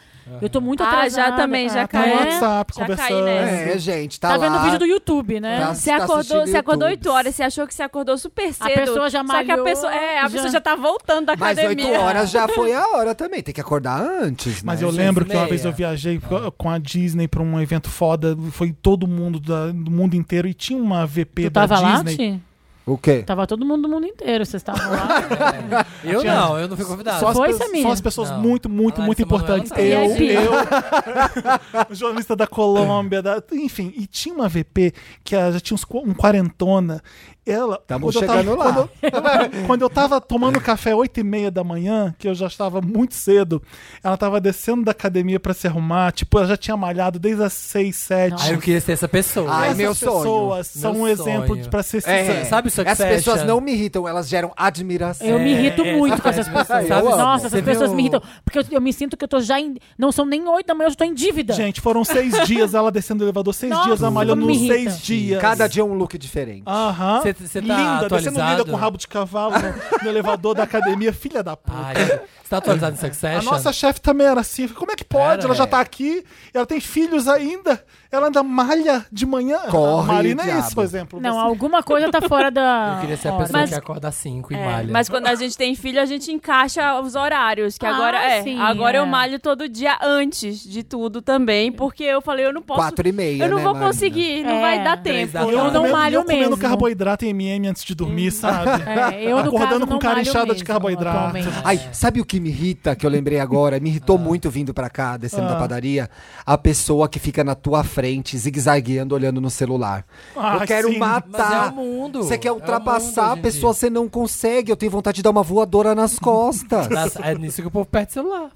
[SPEAKER 5] Eu tô muito
[SPEAKER 3] Ah,
[SPEAKER 5] atrasada.
[SPEAKER 3] já também, já
[SPEAKER 5] Ah,
[SPEAKER 1] Tá
[SPEAKER 3] caí.
[SPEAKER 1] no
[SPEAKER 5] né?
[SPEAKER 1] WhatsApp,
[SPEAKER 3] Já caí
[SPEAKER 1] conversando.
[SPEAKER 3] nessa.
[SPEAKER 2] É, gente, tá,
[SPEAKER 5] Tá
[SPEAKER 2] lá.
[SPEAKER 5] vendo o vídeo do YouTube, né?
[SPEAKER 2] Tá.
[SPEAKER 3] Você
[SPEAKER 2] assistindo
[SPEAKER 3] acordou, você acordou
[SPEAKER 2] YouTube.
[SPEAKER 3] 8 horas, você achou que você acordou super cedo.
[SPEAKER 5] pessoa já
[SPEAKER 3] Só que a
[SPEAKER 5] malhou,
[SPEAKER 3] pessoa, é, a
[SPEAKER 5] já-
[SPEAKER 3] pessoa já tá voltando da
[SPEAKER 2] Mas
[SPEAKER 3] academia.
[SPEAKER 2] oito horas já foi a hora também. Tem que acordar antes,
[SPEAKER 1] Mas
[SPEAKER 2] né,
[SPEAKER 1] eu
[SPEAKER 2] gente?
[SPEAKER 1] lembro que uma
[SPEAKER 4] meia.
[SPEAKER 1] vez eu viajei co- com a Disney pra um evento foda, foi todo mundo da- do mundo inteiro e tinha uma VP
[SPEAKER 5] Tu
[SPEAKER 1] da
[SPEAKER 5] tava lá,
[SPEAKER 1] Disney.
[SPEAKER 5] Ti?
[SPEAKER 2] O quê?
[SPEAKER 5] Tava todo mundo do mundo inteiro, vocês estavam lá.
[SPEAKER 4] Eu
[SPEAKER 1] Tinha-
[SPEAKER 4] não, eu não fui convidado.
[SPEAKER 1] Só as,
[SPEAKER 5] Foi,
[SPEAKER 1] pe-
[SPEAKER 5] Samir?
[SPEAKER 1] só as pessoas
[SPEAKER 4] Ah, Não.
[SPEAKER 1] muito, muito,
[SPEAKER 4] A Larissa
[SPEAKER 1] muito importantes.
[SPEAKER 4] Manoela
[SPEAKER 1] Eu,
[SPEAKER 3] não tá.
[SPEAKER 1] eu, jornalista da Colômbia, da- enfim. E tinha uma VP que ela já tinha uns, qu- um quarentona. Ela.
[SPEAKER 2] Tamo
[SPEAKER 1] quando eu tava-
[SPEAKER 2] chegando lá.
[SPEAKER 1] Quando eu, quando eu tava tomando café 8 e meia da manhã, que eu já estava muito cedo, ela tava descendo da academia pra se arrumar. Tipo, ela já tinha malhado desde as 6, 7.
[SPEAKER 4] Aí Ah, eu queria ser essa pessoa.
[SPEAKER 2] Ai,
[SPEAKER 1] Essas
[SPEAKER 2] meu sonho.
[SPEAKER 1] pessoas são
[SPEAKER 4] Meu
[SPEAKER 1] um exemplo
[SPEAKER 4] sonho.
[SPEAKER 1] para ser sincero.
[SPEAKER 2] É,
[SPEAKER 4] Sabe o Succession?
[SPEAKER 2] Essas pessoas não me irritam, elas geram admiração.
[SPEAKER 5] Eu me irrito
[SPEAKER 4] é,
[SPEAKER 5] muito com
[SPEAKER 4] sabe?
[SPEAKER 5] essas pessoas.
[SPEAKER 2] Eu amo.
[SPEAKER 5] Nossa, essas
[SPEAKER 4] Você
[SPEAKER 5] pessoas
[SPEAKER 4] viu-
[SPEAKER 5] me irritam. Porque eu, eu me sinto que eu tô já em. Não são nem oito da manhã, eu já tô em dívida.
[SPEAKER 1] Gente, foram seis dias ela descendo o elevador, seis
[SPEAKER 5] Nossa,
[SPEAKER 1] dias ela malhando
[SPEAKER 5] como me
[SPEAKER 1] nos seis
[SPEAKER 5] irrita.
[SPEAKER 1] dias.
[SPEAKER 2] Cada dia um look diferente.
[SPEAKER 3] Ah.
[SPEAKER 1] Aham.
[SPEAKER 4] Cê- cê tá
[SPEAKER 1] linda, descendo
[SPEAKER 4] atualizado?
[SPEAKER 1] linda com rabo de cavalo né? no, no elevador da academia, filha da puta.
[SPEAKER 4] Ai, você tá atualizado no
[SPEAKER 1] a
[SPEAKER 4] Succession?
[SPEAKER 1] nossa chefe também era assim. Como é que pode?
[SPEAKER 4] Era,
[SPEAKER 1] ela já
[SPEAKER 4] é.
[SPEAKER 1] tá aqui, ela tem filhos ainda, ela ainda malha de manhã.
[SPEAKER 2] Corre,
[SPEAKER 1] a Marina é
[SPEAKER 2] diabo.
[SPEAKER 1] isso, por exemplo.
[SPEAKER 5] Não,
[SPEAKER 1] Você-
[SPEAKER 5] alguma coisa tá fora da.
[SPEAKER 4] Eu queria ser a
[SPEAKER 1] Ah,
[SPEAKER 5] hora.
[SPEAKER 4] pessoa que acorda às 5 e
[SPEAKER 3] É,
[SPEAKER 4] malha.
[SPEAKER 3] mas quando a gente tem filho, a gente encaixa os horários. Que
[SPEAKER 5] Ah,
[SPEAKER 3] agora é.
[SPEAKER 5] sim,
[SPEAKER 3] agora
[SPEAKER 5] é.
[SPEAKER 3] eu malho todo dia antes de tudo também, porque eu falei, eu não posso.
[SPEAKER 2] Quatro e meia,
[SPEAKER 3] Eu não
[SPEAKER 2] né,
[SPEAKER 3] vou
[SPEAKER 2] Marina?
[SPEAKER 3] conseguir, não
[SPEAKER 5] É.
[SPEAKER 3] vai dar
[SPEAKER 4] Três
[SPEAKER 3] tempo.
[SPEAKER 4] da
[SPEAKER 5] Eu
[SPEAKER 4] tarde.
[SPEAKER 5] não
[SPEAKER 1] comendo-
[SPEAKER 5] malho
[SPEAKER 1] eu tá comendo
[SPEAKER 5] mesmo.
[SPEAKER 1] carboidrato em MM antes de dormir, sabe?
[SPEAKER 5] É, eu, no
[SPEAKER 1] Acordando
[SPEAKER 5] caso,
[SPEAKER 1] com
[SPEAKER 5] não
[SPEAKER 1] cara
[SPEAKER 5] malho
[SPEAKER 1] inchada de
[SPEAKER 5] mesmo,
[SPEAKER 1] carboidrato.
[SPEAKER 5] atualmente.
[SPEAKER 2] Ai, sabe o que me irrita, que eu lembrei agora? Me
[SPEAKER 4] Ah.
[SPEAKER 2] irritou muito vindo pra cá, descendo da padaria. A pessoa que fica na tua frente, zigue-zagueando, olhando no celular.
[SPEAKER 1] Ah,
[SPEAKER 2] eu quero
[SPEAKER 1] sim.
[SPEAKER 4] Mas é
[SPEAKER 1] tá.
[SPEAKER 2] matar.
[SPEAKER 4] o mundo.
[SPEAKER 2] Você quer
[SPEAKER 4] É o
[SPEAKER 2] ultrapassar
[SPEAKER 4] mundo
[SPEAKER 2] a
[SPEAKER 4] hoje em
[SPEAKER 2] pessoa, você não consegue. Eu tenho vontade de dar uma voadora nas costas.
[SPEAKER 4] Nossa, é nisso que o povo perde celular.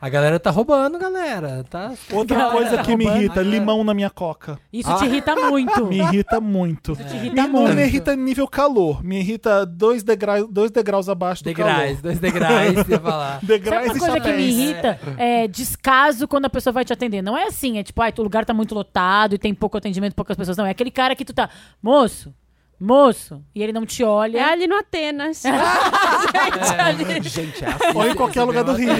[SPEAKER 4] A galera tá roubando, galera. Tá...
[SPEAKER 1] Outra
[SPEAKER 5] Galera,
[SPEAKER 1] coisa que me
[SPEAKER 5] roubando.
[SPEAKER 1] irrita, limão na minha coca.
[SPEAKER 5] Isso te irrita muito.
[SPEAKER 1] Ah. Me irrita muito.
[SPEAKER 5] irrita
[SPEAKER 1] Me- Não
[SPEAKER 5] muito.
[SPEAKER 1] me irrita nível calor. Me irrita dois degraus, dois degraus abaixo do
[SPEAKER 4] Degraus,
[SPEAKER 1] calor.
[SPEAKER 4] dois degraus, você ia falar.
[SPEAKER 5] Sabe
[SPEAKER 1] Degraus
[SPEAKER 5] uma
[SPEAKER 1] e
[SPEAKER 5] coisa que me
[SPEAKER 1] chapéus.
[SPEAKER 5] irrita? É descaso quando a pessoa vai te atender. Não é assim, é tipo, ai, o lugar tá muito lotado e tem pouco atendimento, poucas pessoas. Não, é aquele cara que tu tá, moço, moço, e ele não te
[SPEAKER 3] É
[SPEAKER 5] olha.
[SPEAKER 3] ali no Atenas. Gente, ali.
[SPEAKER 4] Gente, é assim.
[SPEAKER 1] Ou em qualquer lugar do Rio.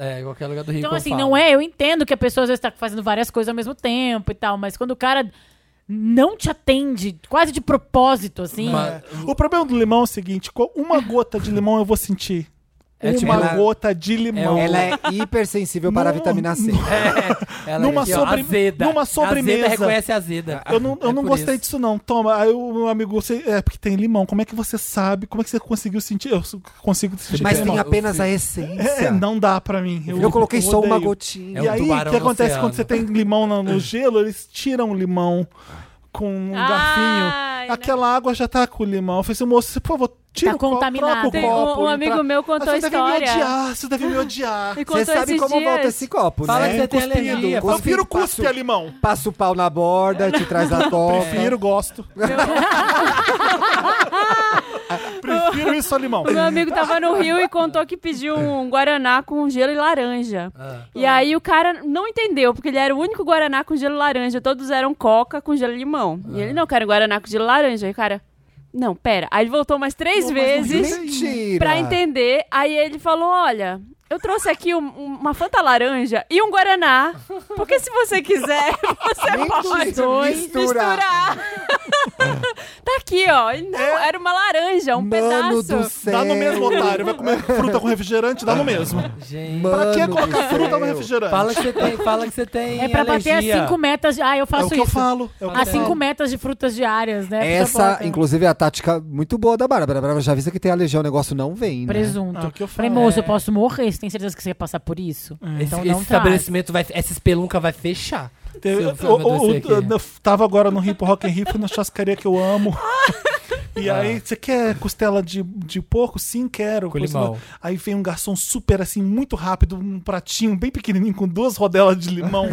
[SPEAKER 4] É, em qualquer lugar do Rio.
[SPEAKER 5] Então,
[SPEAKER 4] que eu
[SPEAKER 5] assim,
[SPEAKER 4] falo.
[SPEAKER 5] não é, eu entendo que a pessoa às vezes tá fazendo várias coisas ao mesmo tempo e tal, mas quando o cara não te atende, quase de propósito, assim.
[SPEAKER 4] Mas-
[SPEAKER 1] O problema do limão é o seguinte: com uma gota de limão eu vou sentir.
[SPEAKER 4] É tipo
[SPEAKER 1] uma
[SPEAKER 4] ela-
[SPEAKER 1] gota de limão.
[SPEAKER 2] Ela é hipersensível para a
[SPEAKER 1] Não,
[SPEAKER 2] vitamina C.
[SPEAKER 4] É, ela
[SPEAKER 1] Numa
[SPEAKER 4] aqui, ó,
[SPEAKER 1] sobre-
[SPEAKER 4] azeda.
[SPEAKER 1] numa
[SPEAKER 4] Azeda
[SPEAKER 1] sobremesa.
[SPEAKER 4] reconhece azeda.
[SPEAKER 1] Eu não, eu
[SPEAKER 4] É
[SPEAKER 1] não
[SPEAKER 4] por
[SPEAKER 1] gostei
[SPEAKER 4] isso.
[SPEAKER 1] disso, não. Toma, aí o meu amigo, você, é porque tem limão. Como é que você sabe? Como é que você conseguiu sentir? Eu su- consigo sentir
[SPEAKER 2] Mas
[SPEAKER 1] limão.
[SPEAKER 2] tem apenas a
[SPEAKER 1] É,
[SPEAKER 2] essência.
[SPEAKER 1] não dá pra mim. Eu,
[SPEAKER 2] Eu coloquei só uma
[SPEAKER 1] odeio.
[SPEAKER 2] gotinha.
[SPEAKER 4] É
[SPEAKER 1] e
[SPEAKER 4] um
[SPEAKER 1] aí, o
[SPEAKER 4] tubarão
[SPEAKER 1] que acontece
[SPEAKER 4] no
[SPEAKER 1] quando você tem limão na- no gelo? Eles tiram o limão com um
[SPEAKER 5] Ah,
[SPEAKER 3] Ai, né?
[SPEAKER 1] garfinho. Aquela água já tá com limão. Eu falei assim, moço, por favor, tira
[SPEAKER 5] Tá
[SPEAKER 1] o copo, troca
[SPEAKER 5] contaminado.
[SPEAKER 1] o
[SPEAKER 3] Tem
[SPEAKER 1] copo.
[SPEAKER 3] um, um
[SPEAKER 1] entra-
[SPEAKER 3] amigo meu contou a
[SPEAKER 1] Ah, você deve me
[SPEAKER 3] história.
[SPEAKER 1] odiar, você deve me odiar.
[SPEAKER 3] E contou
[SPEAKER 2] Você sabe
[SPEAKER 3] esses
[SPEAKER 2] como
[SPEAKER 3] dias.
[SPEAKER 2] volta esse copo,
[SPEAKER 4] Fala
[SPEAKER 2] né?
[SPEAKER 4] que você tem alergia.
[SPEAKER 1] Eu
[SPEAKER 4] Fala-
[SPEAKER 2] Cuspe,
[SPEAKER 1] prefiro
[SPEAKER 2] passo-
[SPEAKER 1] cuspe a limão.
[SPEAKER 2] Passa o pau na borda, te traz a toca.
[SPEAKER 1] Prefiro, gosto. Prefiro isso a limão.
[SPEAKER 3] O meu amigo tava no Rio e contou que pediu um Guaraná com gelo e laranja.
[SPEAKER 4] Ah.
[SPEAKER 3] E aí o cara não entendeu, porque ele era o único Guaraná com gelo e laranja. Todos eram coca com gelo e limão. E ele não quero Guaraná com gelo e laranja. Aí, o cara, não, pera. Aí ele voltou mais três
[SPEAKER 1] Pô, mas não
[SPEAKER 3] vezes.
[SPEAKER 2] Mentira.
[SPEAKER 3] Pra entender, aí ele falou: olha, eu trouxe aqui um- um- uma Fanta Laranja e um Guaraná. Porque se você quiser, você
[SPEAKER 2] Mentira,
[SPEAKER 3] pode
[SPEAKER 2] misturar. É.
[SPEAKER 3] tá aqui, ó. E Não, era uma laranja, um
[SPEAKER 2] Mano do
[SPEAKER 3] pedaço.
[SPEAKER 2] céu.
[SPEAKER 1] Dá no mesmo otário. Vai comer fruta com refrigerante, dá no mesmo.
[SPEAKER 4] Gente,
[SPEAKER 1] Pra que
[SPEAKER 2] Mano
[SPEAKER 1] colocar
[SPEAKER 2] do
[SPEAKER 1] fruta no
[SPEAKER 2] céu.
[SPEAKER 1] refrigerante?
[SPEAKER 4] fala que você tem, fala que você tem
[SPEAKER 5] é pra bater as
[SPEAKER 4] alergia.
[SPEAKER 5] cinco metas. Ah, eu
[SPEAKER 1] é
[SPEAKER 5] faço
[SPEAKER 1] o que
[SPEAKER 5] isso. Assim
[SPEAKER 1] eu falo. É o que
[SPEAKER 5] As
[SPEAKER 1] eu falo.
[SPEAKER 5] cinco metas de frutas diárias, né? A pessoa
[SPEAKER 2] Essa,
[SPEAKER 5] bota
[SPEAKER 2] inclusive, é a tática muito boa da Bárbara. A Bárbara já avisa que tem alergia, o negócio não vem. Né?
[SPEAKER 5] Presunto.
[SPEAKER 1] Ah, o que eu
[SPEAKER 5] Falei,
[SPEAKER 1] falo. É.
[SPEAKER 5] moço, eu posso morrer. Você tem certeza que você ia passar por isso?
[SPEAKER 4] Esse,
[SPEAKER 5] Então
[SPEAKER 4] esse
[SPEAKER 5] não traz.
[SPEAKER 4] estabelecimento vai. Essa espelunca vai fechar.
[SPEAKER 1] Teve-
[SPEAKER 4] Se eu- se eu
[SPEAKER 1] o- o-
[SPEAKER 4] adoecer é. aqui.
[SPEAKER 1] o- eu tava agora no Hip Rock and Rio, fui na chascaria que eu amo. E aí, você quer costela de, de porco? Sim, quero.
[SPEAKER 4] Ah. Com
[SPEAKER 1] Falei assim,
[SPEAKER 4] limão.
[SPEAKER 1] "Não." Aí vem um garçom super assim, muito rápido, um pratinho bem pequenininho, com duas rodelas de limão.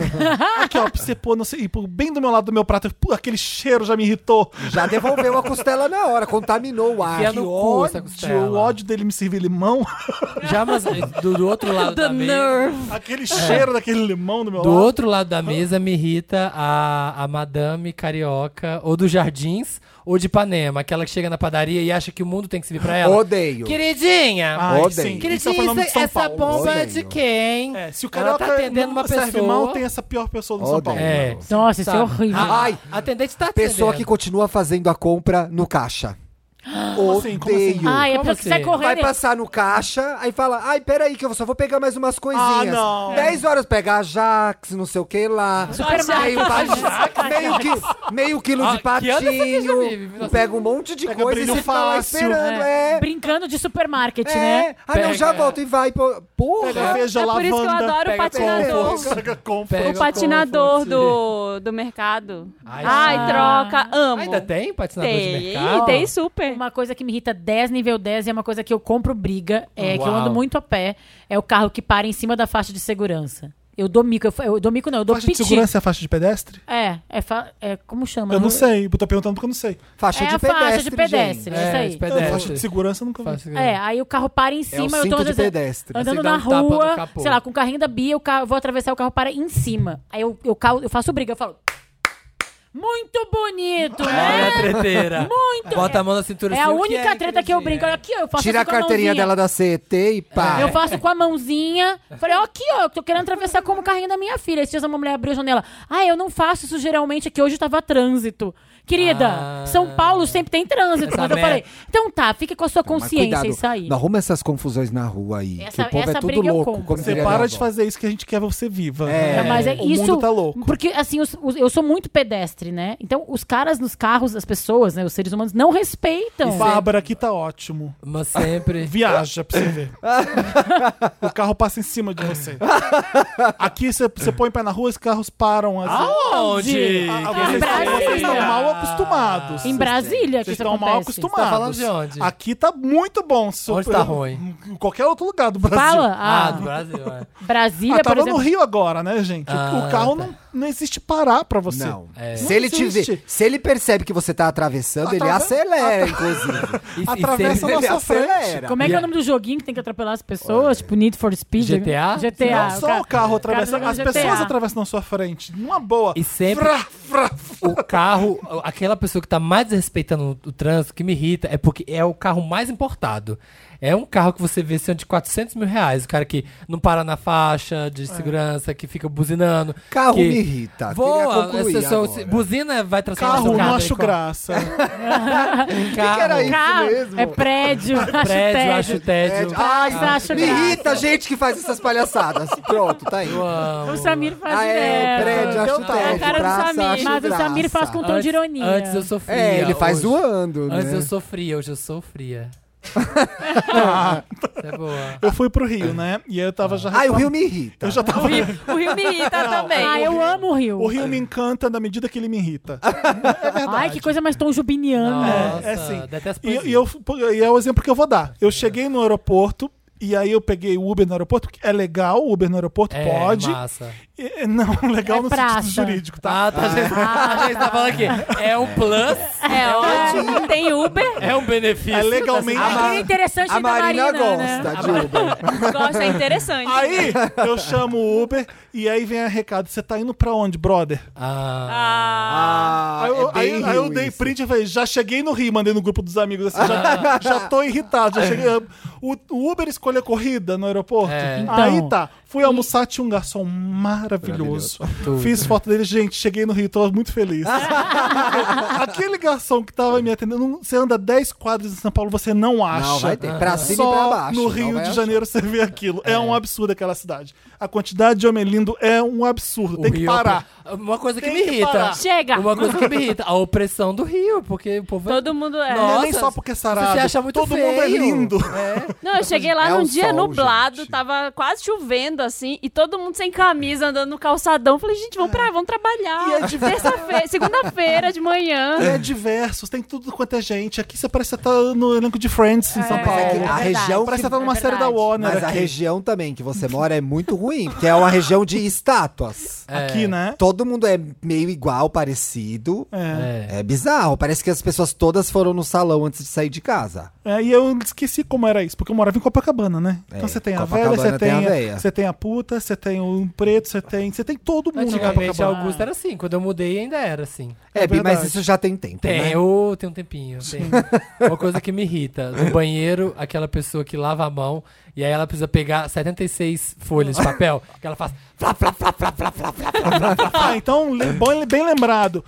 [SPEAKER 1] Aqui, ó, pra você pôr, não sei, e pô, bem do meu lado do meu prato, pô, aquele cheiro já me irritou.
[SPEAKER 2] Já devolveu a costela na hora, contaminou o ar.
[SPEAKER 4] Enfia
[SPEAKER 2] Que
[SPEAKER 4] no
[SPEAKER 2] ó-
[SPEAKER 4] cu essa costela.
[SPEAKER 1] O ódio dele me servir limão,
[SPEAKER 4] Já, mas do, do outro lado da mesa.
[SPEAKER 1] aquele cheiro daquele limão do meu
[SPEAKER 4] É. Do
[SPEAKER 1] lado.
[SPEAKER 4] outro lado da mesa me irrita a, a madame carioca, ou dos jardins, ou de Ipanema, aquela que chega na padaria e acha que o mundo tem que servir pra ela.
[SPEAKER 2] Odeio.
[SPEAKER 4] Queridinha!
[SPEAKER 1] Ai,
[SPEAKER 2] Odeio.
[SPEAKER 1] sim, isso é
[SPEAKER 4] Queridinha,
[SPEAKER 1] fenômeno de
[SPEAKER 4] essa,
[SPEAKER 1] São
[SPEAKER 4] essa
[SPEAKER 1] Paulo.
[SPEAKER 4] bomba é
[SPEAKER 2] Odeio.
[SPEAKER 4] de quem?
[SPEAKER 1] É, se o
[SPEAKER 4] Ela
[SPEAKER 1] carioca
[SPEAKER 4] tá atendendo
[SPEAKER 1] não
[SPEAKER 4] uma
[SPEAKER 1] serve
[SPEAKER 4] pessoa.
[SPEAKER 1] mal, tem essa pior pessoa do São Paulo.
[SPEAKER 2] Odeio.
[SPEAKER 4] É.
[SPEAKER 5] Nossa, isso é
[SPEAKER 4] Sabe?
[SPEAKER 5] horrível.
[SPEAKER 4] Ah,
[SPEAKER 2] Ai,
[SPEAKER 4] atendente tá atendendo.
[SPEAKER 2] Pessoa que continua fazendo a compra no caixa.
[SPEAKER 1] assim? Como assim?
[SPEAKER 2] Odeio.
[SPEAKER 5] Ah, é
[SPEAKER 4] Como
[SPEAKER 5] pra que
[SPEAKER 4] assim?
[SPEAKER 2] Vai
[SPEAKER 5] sai correndo.
[SPEAKER 2] passar no caixa, aí fala, ai, peraí, que eu só vou pegar mais umas coisinhas.
[SPEAKER 1] Ah, não.
[SPEAKER 2] 10 horas pega a Jax, não sei o que lá.
[SPEAKER 3] Supermercado.
[SPEAKER 2] Meio, pa- "Ah, meio, qui- meio quilo de
[SPEAKER 4] Ah, que ano essa bicha
[SPEAKER 2] patinho.
[SPEAKER 4] vive? Nossa.
[SPEAKER 2] Pega um monte de
[SPEAKER 1] Pega
[SPEAKER 2] coisa e
[SPEAKER 1] brilho
[SPEAKER 2] você fica lá
[SPEAKER 1] fácil. né?
[SPEAKER 2] esperando. É,
[SPEAKER 5] Brincando de supermarket,
[SPEAKER 2] é.
[SPEAKER 5] né?
[SPEAKER 2] Ah, não, já
[SPEAKER 4] Pega-
[SPEAKER 2] volto e vai. pô.
[SPEAKER 1] Pega
[SPEAKER 2] Porra.
[SPEAKER 1] feijão,
[SPEAKER 3] é por isso que eu
[SPEAKER 1] lavanda.
[SPEAKER 3] adoro o
[SPEAKER 4] pega
[SPEAKER 3] patinador.
[SPEAKER 4] conforto.
[SPEAKER 1] Pega compra.
[SPEAKER 4] Pega
[SPEAKER 3] O patinador
[SPEAKER 4] conforto.
[SPEAKER 3] do, do mercado.
[SPEAKER 4] Ai,
[SPEAKER 3] Ai,
[SPEAKER 5] sim.
[SPEAKER 3] troca, amo.
[SPEAKER 4] Ah, ainda tem patinador de
[SPEAKER 3] Tem,
[SPEAKER 4] mercado?
[SPEAKER 3] tem super.
[SPEAKER 5] Uma coisa que me irrita 10 nível 10 e é uma coisa que eu compro briga, é que eu
[SPEAKER 4] Uau.
[SPEAKER 5] ando muito a pé, é o carro que para em cima da faixa de segurança. Eu dou mico, eu, fa- eu dou mico não, eu dou
[SPEAKER 1] Faixa de
[SPEAKER 5] piti.
[SPEAKER 1] segurança é a faixa de pedestre?
[SPEAKER 5] É, é, fa- é, como chama?
[SPEAKER 1] Eu não sei, eu tô perguntando porque eu não sei.
[SPEAKER 2] Faixa
[SPEAKER 5] É
[SPEAKER 2] de
[SPEAKER 5] a faixa de
[SPEAKER 2] pedestre,
[SPEAKER 5] pedestre,
[SPEAKER 2] gente.
[SPEAKER 5] isso
[SPEAKER 4] É,
[SPEAKER 5] aí.
[SPEAKER 4] de
[SPEAKER 1] Eu, faixa
[SPEAKER 4] pedestre.
[SPEAKER 1] de segurança eu nunca vi.
[SPEAKER 4] Faixa de-
[SPEAKER 5] É, aí o carro
[SPEAKER 4] um
[SPEAKER 5] para em
[SPEAKER 2] É o
[SPEAKER 5] cima, eu tô
[SPEAKER 2] cinto de
[SPEAKER 5] às vezes,
[SPEAKER 2] pedestre.
[SPEAKER 5] andando
[SPEAKER 4] Você dá
[SPEAKER 5] na
[SPEAKER 4] um tapa no
[SPEAKER 5] rua,
[SPEAKER 4] capô.
[SPEAKER 5] sei lá, com o carrinho da Bia, eu ca- vou atravessar, o carro para em cima. Aí eu, eu, cau- eu faço briga, eu falo. Muito bonito,
[SPEAKER 4] Olha a
[SPEAKER 5] né?
[SPEAKER 4] treteira.
[SPEAKER 5] Muito.
[SPEAKER 4] É, Bota a mão na cintura
[SPEAKER 5] É
[SPEAKER 4] assim,
[SPEAKER 5] a
[SPEAKER 4] o
[SPEAKER 5] única
[SPEAKER 4] é,
[SPEAKER 5] treta que eu
[SPEAKER 4] queridinha?
[SPEAKER 5] brinco. Olha aqui, ó, eu faço
[SPEAKER 2] Tira a
[SPEAKER 5] assim com
[SPEAKER 2] carteirinha
[SPEAKER 5] mãozinha.
[SPEAKER 2] dela da CET e pá.
[SPEAKER 5] Eu faço com a mãozinha. Falei, ó, aqui, ó, eu tô querendo atravessar como o carrinho da minha filha. Esses dias uma mulher abriu a janela. Ah, eu não faço isso geralmente, é que hoje tava trânsito. Querida,
[SPEAKER 4] Ah.
[SPEAKER 5] São Paulo sempre tem trânsito.
[SPEAKER 4] Essa
[SPEAKER 5] Mas eu
[SPEAKER 4] merda.
[SPEAKER 5] falei, então tá, fica com a sua
[SPEAKER 2] Mas
[SPEAKER 5] consciência é
[SPEAKER 2] cuidado,
[SPEAKER 5] isso aí.
[SPEAKER 2] Não arruma essas confusões na rua aí.
[SPEAKER 5] Essa-
[SPEAKER 2] que o povo
[SPEAKER 5] essa
[SPEAKER 2] é tudo
[SPEAKER 5] briga eu
[SPEAKER 2] louco.
[SPEAKER 5] compro.
[SPEAKER 2] como
[SPEAKER 1] Você
[SPEAKER 2] diria
[SPEAKER 1] para
[SPEAKER 2] minha
[SPEAKER 1] de
[SPEAKER 2] avó.
[SPEAKER 1] fazer isso que a gente quer você viva.
[SPEAKER 2] É.
[SPEAKER 5] Não, mas é
[SPEAKER 1] o
[SPEAKER 5] isso,
[SPEAKER 1] mundo tá louco.
[SPEAKER 5] Porque, assim, os- os- eu sou muito pedestre. pedestre, né? Então, os caras nos carros, as pessoas, né? Os seres humanos não respeitam.
[SPEAKER 1] Bárbara, aqui tá ótimo.
[SPEAKER 4] Mas sempre.
[SPEAKER 1] Viaja pra você ver. o carro passa em cima de você. Aqui você- você põe o pé na rua, os carros param. Assim.
[SPEAKER 4] Aonde?
[SPEAKER 1] Ah,
[SPEAKER 4] Que
[SPEAKER 1] vocês,
[SPEAKER 5] Brasília.
[SPEAKER 1] vocês estão mal acostumados.
[SPEAKER 5] Em Brasília, É que
[SPEAKER 1] Vocês
[SPEAKER 5] isso
[SPEAKER 1] estão mal
[SPEAKER 5] acontece.
[SPEAKER 1] acostumados.
[SPEAKER 4] Tá falando de onde?
[SPEAKER 1] Aqui tá muito bom. Super,
[SPEAKER 4] tá ruim?
[SPEAKER 1] Em qualquer outro lugar do Brasil.
[SPEAKER 5] Fala,
[SPEAKER 4] Ah, do
[SPEAKER 5] ah,
[SPEAKER 4] Brasil, é.
[SPEAKER 5] Brasília,
[SPEAKER 1] Ah,
[SPEAKER 5] por
[SPEAKER 1] tava no
[SPEAKER 5] exemplo.
[SPEAKER 1] Rio agora, né, gente? O-
[SPEAKER 4] Ah,
[SPEAKER 1] o carro
[SPEAKER 4] tá.
[SPEAKER 1] não, não existe parar pra você.
[SPEAKER 2] Não.
[SPEAKER 4] É.
[SPEAKER 2] Se, ele te
[SPEAKER 1] existe.
[SPEAKER 2] vê, se ele percebe que você tá atravessando, ele
[SPEAKER 1] Atrave-
[SPEAKER 2] acelera, inclusive.
[SPEAKER 4] E- e
[SPEAKER 1] Atravessa
[SPEAKER 4] sempre-
[SPEAKER 1] a
[SPEAKER 2] ele
[SPEAKER 1] nossa frente.
[SPEAKER 2] acelera.
[SPEAKER 5] Como é que é o
[SPEAKER 4] Yeah.
[SPEAKER 5] nome do joguinho que tem que atropelar as pessoas? Tipo, Need for Speed?
[SPEAKER 4] GTA?
[SPEAKER 5] GTA.
[SPEAKER 1] Não só o carro atravessa,
[SPEAKER 5] cara
[SPEAKER 1] as
[SPEAKER 5] jogando
[SPEAKER 1] pessoas
[SPEAKER 5] GTA.
[SPEAKER 1] atravessam na sua frente. Numa boa.
[SPEAKER 4] E sempre-
[SPEAKER 1] Frá, frá, frá.
[SPEAKER 4] o carro, aquela pessoa que tá mais respeitando o trânsito, que me irrita, é porque é o carro mais importado. É um carro que você vê sendo de 400 mil reais. O cara que não para na faixa de segurança, que fica buzinando.
[SPEAKER 2] Carro
[SPEAKER 4] que
[SPEAKER 2] me
[SPEAKER 1] Tá,
[SPEAKER 2] irrita. é
[SPEAKER 4] Voa,
[SPEAKER 2] Queria concluir
[SPEAKER 4] essa- essa-
[SPEAKER 2] agora.
[SPEAKER 4] buzina vai transformar
[SPEAKER 1] Carro,
[SPEAKER 4] seu
[SPEAKER 1] não
[SPEAKER 4] carro.
[SPEAKER 1] acho graça.
[SPEAKER 4] Que carro, um
[SPEAKER 2] era isso?
[SPEAKER 5] Carro,
[SPEAKER 2] mesmo. É
[SPEAKER 5] é prédio, acho
[SPEAKER 4] Prédio, acho
[SPEAKER 5] tédio.
[SPEAKER 4] tédio.
[SPEAKER 1] É, tá.
[SPEAKER 2] Tédio.
[SPEAKER 5] Ai, acho
[SPEAKER 2] Ah, Me
[SPEAKER 5] graça.
[SPEAKER 2] irrita a gente que faz essas palhaçadas. Pronto, tá aí.
[SPEAKER 4] Eu amo.
[SPEAKER 5] Então, O Samir faz
[SPEAKER 2] Ah, é,
[SPEAKER 5] direto.
[SPEAKER 2] prédio,
[SPEAKER 1] Então
[SPEAKER 2] acho
[SPEAKER 1] tá.
[SPEAKER 2] tédio,
[SPEAKER 5] É a cara do
[SPEAKER 2] praça,
[SPEAKER 5] Samir.
[SPEAKER 2] acho
[SPEAKER 5] Mas o
[SPEAKER 2] graça.
[SPEAKER 5] Samir faz com- um tom
[SPEAKER 4] Antes-
[SPEAKER 5] de ironia.
[SPEAKER 4] Antes eu sofria.
[SPEAKER 2] É, ele faz
[SPEAKER 4] hoje.
[SPEAKER 2] zoando, né?
[SPEAKER 4] Antes eu sofria, hoje eu sofria. Isso é boa.
[SPEAKER 1] Eu fui pro Rio, né? E eu
[SPEAKER 4] Ah.
[SPEAKER 1] tava já.
[SPEAKER 2] Ai, o Rio me irrita.
[SPEAKER 1] Eu já tava.
[SPEAKER 3] O Rio me irrita também.
[SPEAKER 5] Ah, eu amo o Rio.
[SPEAKER 1] O Rio me encanta na medida que ele me irrita.
[SPEAKER 4] Ah,
[SPEAKER 5] Ai, que coisa mais tom jubiniana.
[SPEAKER 4] Nossa,
[SPEAKER 1] É, é sim.
[SPEAKER 4] Detesto
[SPEAKER 1] E, e eu, e é o exemplo que eu vou dar. Eu cheguei no aeroporto. E aí eu peguei o Uber no aeroporto, que é legal, o Uber no aeroporto
[SPEAKER 4] É,
[SPEAKER 1] pode.
[SPEAKER 4] Massa.
[SPEAKER 1] E- e- não, legal
[SPEAKER 5] É
[SPEAKER 1] no
[SPEAKER 5] praça.
[SPEAKER 1] sentido jurídico, tá?
[SPEAKER 4] Tá, tá, a gente, a gente tá falando aqui. É um plus,
[SPEAKER 3] É ótimo. Tem Uber.
[SPEAKER 4] é um benefício.
[SPEAKER 1] É legalmente.
[SPEAKER 5] É aquele interessante
[SPEAKER 2] A
[SPEAKER 5] da
[SPEAKER 2] Marina,
[SPEAKER 5] Marina,
[SPEAKER 2] gosta
[SPEAKER 5] né?
[SPEAKER 2] de Uber.
[SPEAKER 3] Gosta, é interessante.
[SPEAKER 1] Aí eu chamo o Uber e aí vem a recado: você tá indo pra onde, brother?
[SPEAKER 4] Ah,
[SPEAKER 3] Ah,
[SPEAKER 2] Ah,
[SPEAKER 1] aí, eu,
[SPEAKER 2] é bem
[SPEAKER 1] aí- aí eu
[SPEAKER 2] Rio
[SPEAKER 1] dei
[SPEAKER 2] isso.
[SPEAKER 1] print e falei, já cheguei no Rio, mandei no grupo dos amigos, assim, já, já tô irritado. Já cheguei, o, o Uber escolhe a corrida no aeroporto.
[SPEAKER 4] É.
[SPEAKER 5] Então.
[SPEAKER 1] aí tá. Fui almoçar, tinha um garçom maravilhoso.
[SPEAKER 4] Tudo.
[SPEAKER 1] Fiz foto dele, gente, cheguei no Rio, tô muito feliz. Aquele garçom que tava me atendendo, não- você anda 10 quadros em São Paulo, você não acha.
[SPEAKER 2] Não, vai ter. Pra cima e pra
[SPEAKER 1] Só
[SPEAKER 2] baixo.
[SPEAKER 1] no
[SPEAKER 2] não
[SPEAKER 1] Rio
[SPEAKER 2] vai
[SPEAKER 1] de
[SPEAKER 2] achar.
[SPEAKER 1] Janeiro você vê aquilo. É. um absurdo aquela cidade. A quantidade de homem lindo é um absurdo.
[SPEAKER 4] o
[SPEAKER 1] Tem que
[SPEAKER 2] é
[SPEAKER 4] Rio-
[SPEAKER 1] parar.
[SPEAKER 4] Uma coisa que
[SPEAKER 1] Tem
[SPEAKER 4] me
[SPEAKER 1] que
[SPEAKER 4] irrita.
[SPEAKER 1] parar.
[SPEAKER 5] Chega!
[SPEAKER 4] Uma coisa que me irrita. A opressão do Rio, porque o povo. é-
[SPEAKER 3] todo mundo é.
[SPEAKER 1] Não é nem
[SPEAKER 4] Nossa,
[SPEAKER 1] só porque é sarado.
[SPEAKER 4] você acha muito
[SPEAKER 1] Todo mundo é
[SPEAKER 4] feio.
[SPEAKER 1] lindo.
[SPEAKER 3] Não, eu cheguei lá
[SPEAKER 2] É
[SPEAKER 3] num
[SPEAKER 2] o
[SPEAKER 3] dia
[SPEAKER 2] sol,
[SPEAKER 3] nublado,
[SPEAKER 2] gente.
[SPEAKER 3] tava quase chovendo assim, e todo mundo sem camisa andando no calçadão. Falei, gente, vamos pra, vamos trabalhar.
[SPEAKER 1] E é de-
[SPEAKER 3] Terça-feira, segunda-feira de manhã.
[SPEAKER 1] É diversos, tem tudo quanto é gente. Aqui você parece que tá no elenco de Friends em São
[SPEAKER 2] Mas é que
[SPEAKER 1] Paulo.
[SPEAKER 2] a
[SPEAKER 1] Parece
[SPEAKER 2] região
[SPEAKER 1] que
[SPEAKER 2] que-
[SPEAKER 1] você tá numa
[SPEAKER 5] É
[SPEAKER 1] série da
[SPEAKER 5] verdade.
[SPEAKER 1] Warner
[SPEAKER 2] Mas a
[SPEAKER 1] aqui.
[SPEAKER 2] região também que você mora é muito ruim, porque é uma região de estátuas.
[SPEAKER 4] É.
[SPEAKER 1] Aqui, né?
[SPEAKER 2] Todo mundo é meio igual, parecido.
[SPEAKER 1] É.
[SPEAKER 2] É bizarro, parece que as pessoas todas foram no salão antes de sair de casa.
[SPEAKER 1] É, e eu esqueci como era isso, porque eu morava em Copacabana, né? então você tem a velha,
[SPEAKER 2] É. Copacabana
[SPEAKER 1] você
[SPEAKER 2] tem a
[SPEAKER 1] tem,
[SPEAKER 2] velha.
[SPEAKER 1] você tem a puta, você tem o preto, você tem, você tem todo mundo em
[SPEAKER 4] Antigamente
[SPEAKER 1] Copacabana.
[SPEAKER 4] Augusto era assim. Quando eu mudei, ainda era assim.
[SPEAKER 2] É, Bi,
[SPEAKER 1] verdade. É,
[SPEAKER 2] mas isso já tem tempo, né?
[SPEAKER 4] Tem, ô, tem um tempinho. Tem. Uma coisa que me irrita. No banheiro, aquela pessoa que lava a mão e aí ela precisa pegar 76 folhas de papel, que ela faz. Flá, flá, flá, flá, flá, flá, flá, flá.
[SPEAKER 2] um
[SPEAKER 1] Ah, então le- bom- bem lembrado.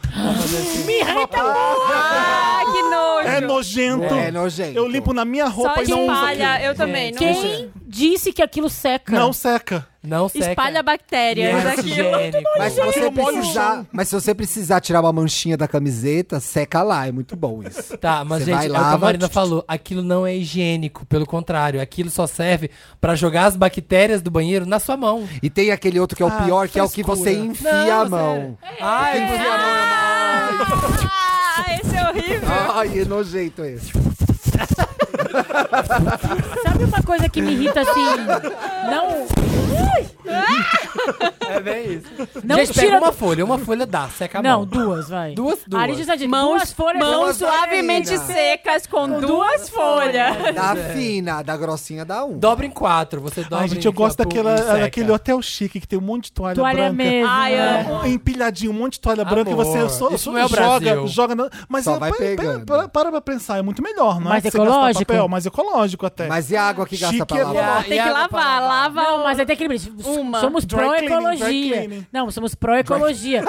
[SPEAKER 5] Me irrita
[SPEAKER 3] Ah, que nojo.
[SPEAKER 1] É nojento.
[SPEAKER 2] É nojento.
[SPEAKER 1] Eu limpo na minha
[SPEAKER 3] Só
[SPEAKER 1] roupa e não uso. aquilo.
[SPEAKER 3] espalha, eu também. Não,
[SPEAKER 5] Quem disse que aquilo seca?
[SPEAKER 1] Não seca.
[SPEAKER 4] Não seca.
[SPEAKER 3] espalha bactérias
[SPEAKER 4] Yes,
[SPEAKER 3] daquilo.
[SPEAKER 4] higiênico.
[SPEAKER 2] Mas se, você
[SPEAKER 1] Eu molho o
[SPEAKER 2] precisar, mas se você precisar tirar uma manchinha da camiseta, seca lá. É muito bom isso.
[SPEAKER 4] Tá, mas
[SPEAKER 2] Você
[SPEAKER 4] gente,
[SPEAKER 2] vai
[SPEAKER 4] é o
[SPEAKER 2] lá,
[SPEAKER 4] que a Marina
[SPEAKER 2] vai-
[SPEAKER 4] falou, aquilo não é higiênico, pelo contrário, aquilo só serve pra jogar as bactérias do banheiro na sua mão.
[SPEAKER 2] E tem aquele outro que é o
[SPEAKER 1] Ah,
[SPEAKER 2] pior, que é o que
[SPEAKER 1] frescura.
[SPEAKER 2] você enfia
[SPEAKER 4] Não,
[SPEAKER 2] a mão.
[SPEAKER 5] É.
[SPEAKER 4] Ai,
[SPEAKER 3] Ah, esse é horrível.
[SPEAKER 2] Ai, é nojento esse.
[SPEAKER 5] Sabe uma coisa que me irrita assim? Não,
[SPEAKER 4] é bem isso.
[SPEAKER 5] não
[SPEAKER 4] gente,
[SPEAKER 5] tira
[SPEAKER 4] pega
[SPEAKER 5] do-
[SPEAKER 4] uma folha, uma folha dá,
[SPEAKER 1] tá
[SPEAKER 4] seca a
[SPEAKER 5] Não,
[SPEAKER 4] mão.
[SPEAKER 5] duas, vai.
[SPEAKER 4] Duas, duas.
[SPEAKER 5] Ari já disse,
[SPEAKER 3] Mãos,
[SPEAKER 5] duas folhas.
[SPEAKER 3] mãos
[SPEAKER 2] duas
[SPEAKER 3] suavemente
[SPEAKER 2] folhas.
[SPEAKER 3] secas com, duas folhas.
[SPEAKER 2] Da
[SPEAKER 1] é.
[SPEAKER 2] fina, da grossinha dá um.
[SPEAKER 4] Dobra em quatro, você dobra
[SPEAKER 1] Ai, gente, eu
[SPEAKER 4] em
[SPEAKER 1] gosto
[SPEAKER 4] quatro
[SPEAKER 1] daquela,
[SPEAKER 4] e seca.
[SPEAKER 1] daquele hotel chique que tem um monte de toalha,
[SPEAKER 5] Toalha
[SPEAKER 1] branca.
[SPEAKER 5] mesmo.
[SPEAKER 3] Ai,
[SPEAKER 5] né?
[SPEAKER 3] amo.
[SPEAKER 1] empilhadinho, um monte de toalha branca e você
[SPEAKER 4] Amor,
[SPEAKER 1] só,
[SPEAKER 4] isso
[SPEAKER 1] só
[SPEAKER 4] não é o
[SPEAKER 1] joga,
[SPEAKER 4] Brasil.
[SPEAKER 1] joga na- mas
[SPEAKER 2] Só
[SPEAKER 1] é,
[SPEAKER 2] vai
[SPEAKER 1] pa- pa-
[SPEAKER 2] pegando.
[SPEAKER 1] pa- para pra pensar, é muito melhor, não é?
[SPEAKER 5] Mais
[SPEAKER 1] que você gastar
[SPEAKER 5] ecológico.
[SPEAKER 1] papel, mais ecológico até.
[SPEAKER 2] Mas e a água que gasta
[SPEAKER 1] Chique
[SPEAKER 2] pra
[SPEAKER 1] é
[SPEAKER 2] lavar?
[SPEAKER 1] bom.
[SPEAKER 4] E
[SPEAKER 3] Tem
[SPEAKER 4] a- e
[SPEAKER 3] que
[SPEAKER 4] a-
[SPEAKER 3] lavar, lava
[SPEAKER 5] Não, mas é tem aquele...
[SPEAKER 3] Uma.
[SPEAKER 5] Somos
[SPEAKER 1] Dry cleaning, dry cleaning.
[SPEAKER 5] ecologia. Não, somos pró-ecologia.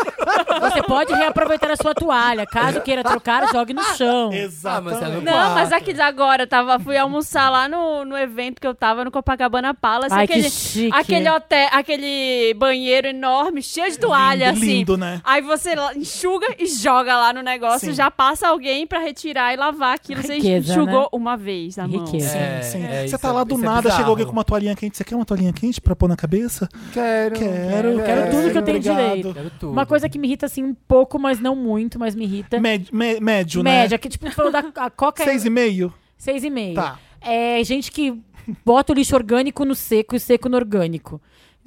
[SPEAKER 5] Você pode reaproveitar a sua toalha. Caso queira trocar, jogue no chão.
[SPEAKER 1] Exatamente.
[SPEAKER 4] Ah, mas é no-
[SPEAKER 3] Não, mas
[SPEAKER 4] Quarto.
[SPEAKER 3] aqui agora, tava, fui almoçar lá no, no evento que eu tava no Copacabana Palace.
[SPEAKER 5] Ai, que
[SPEAKER 3] aquele,
[SPEAKER 5] chique.
[SPEAKER 3] Aquele, hotel, aquele banheiro enorme, cheio de toalha,
[SPEAKER 1] Lindo,
[SPEAKER 3] assim.
[SPEAKER 1] lindo, né?
[SPEAKER 3] Aí você lá- enxuga e joga lá no negócio,
[SPEAKER 1] Sim.
[SPEAKER 3] já passa alguém pra retirar e lavar aquilo. Você
[SPEAKER 5] Riqueza,
[SPEAKER 3] enxugou
[SPEAKER 5] né?
[SPEAKER 3] uma vez na mão.
[SPEAKER 5] Riqueza.
[SPEAKER 4] É,
[SPEAKER 1] Sim.
[SPEAKER 4] é,
[SPEAKER 1] você
[SPEAKER 4] isso
[SPEAKER 1] tá
[SPEAKER 4] é-
[SPEAKER 1] lá do
[SPEAKER 4] isso é
[SPEAKER 1] nada,
[SPEAKER 4] bizarro.
[SPEAKER 1] chegou alguém com uma toalhinha quente. Você quer uma toalhinha quente pra pôr na cabeça?
[SPEAKER 2] Quero.
[SPEAKER 1] Quero.
[SPEAKER 5] quero tudo que eu tenho
[SPEAKER 1] obrigado.
[SPEAKER 5] direito.
[SPEAKER 4] Quero tudo.
[SPEAKER 5] Uma coisa que me irrita assim um pouco, mas não muito, mas me irrita.
[SPEAKER 1] Médio, mé- médio, né?
[SPEAKER 5] Média, que tipo, falou da a coca
[SPEAKER 1] Seis e meio?
[SPEAKER 5] Seis e meio.
[SPEAKER 1] Tá.
[SPEAKER 5] É gente que bota o lixo orgânico no seco e seco no orgânico.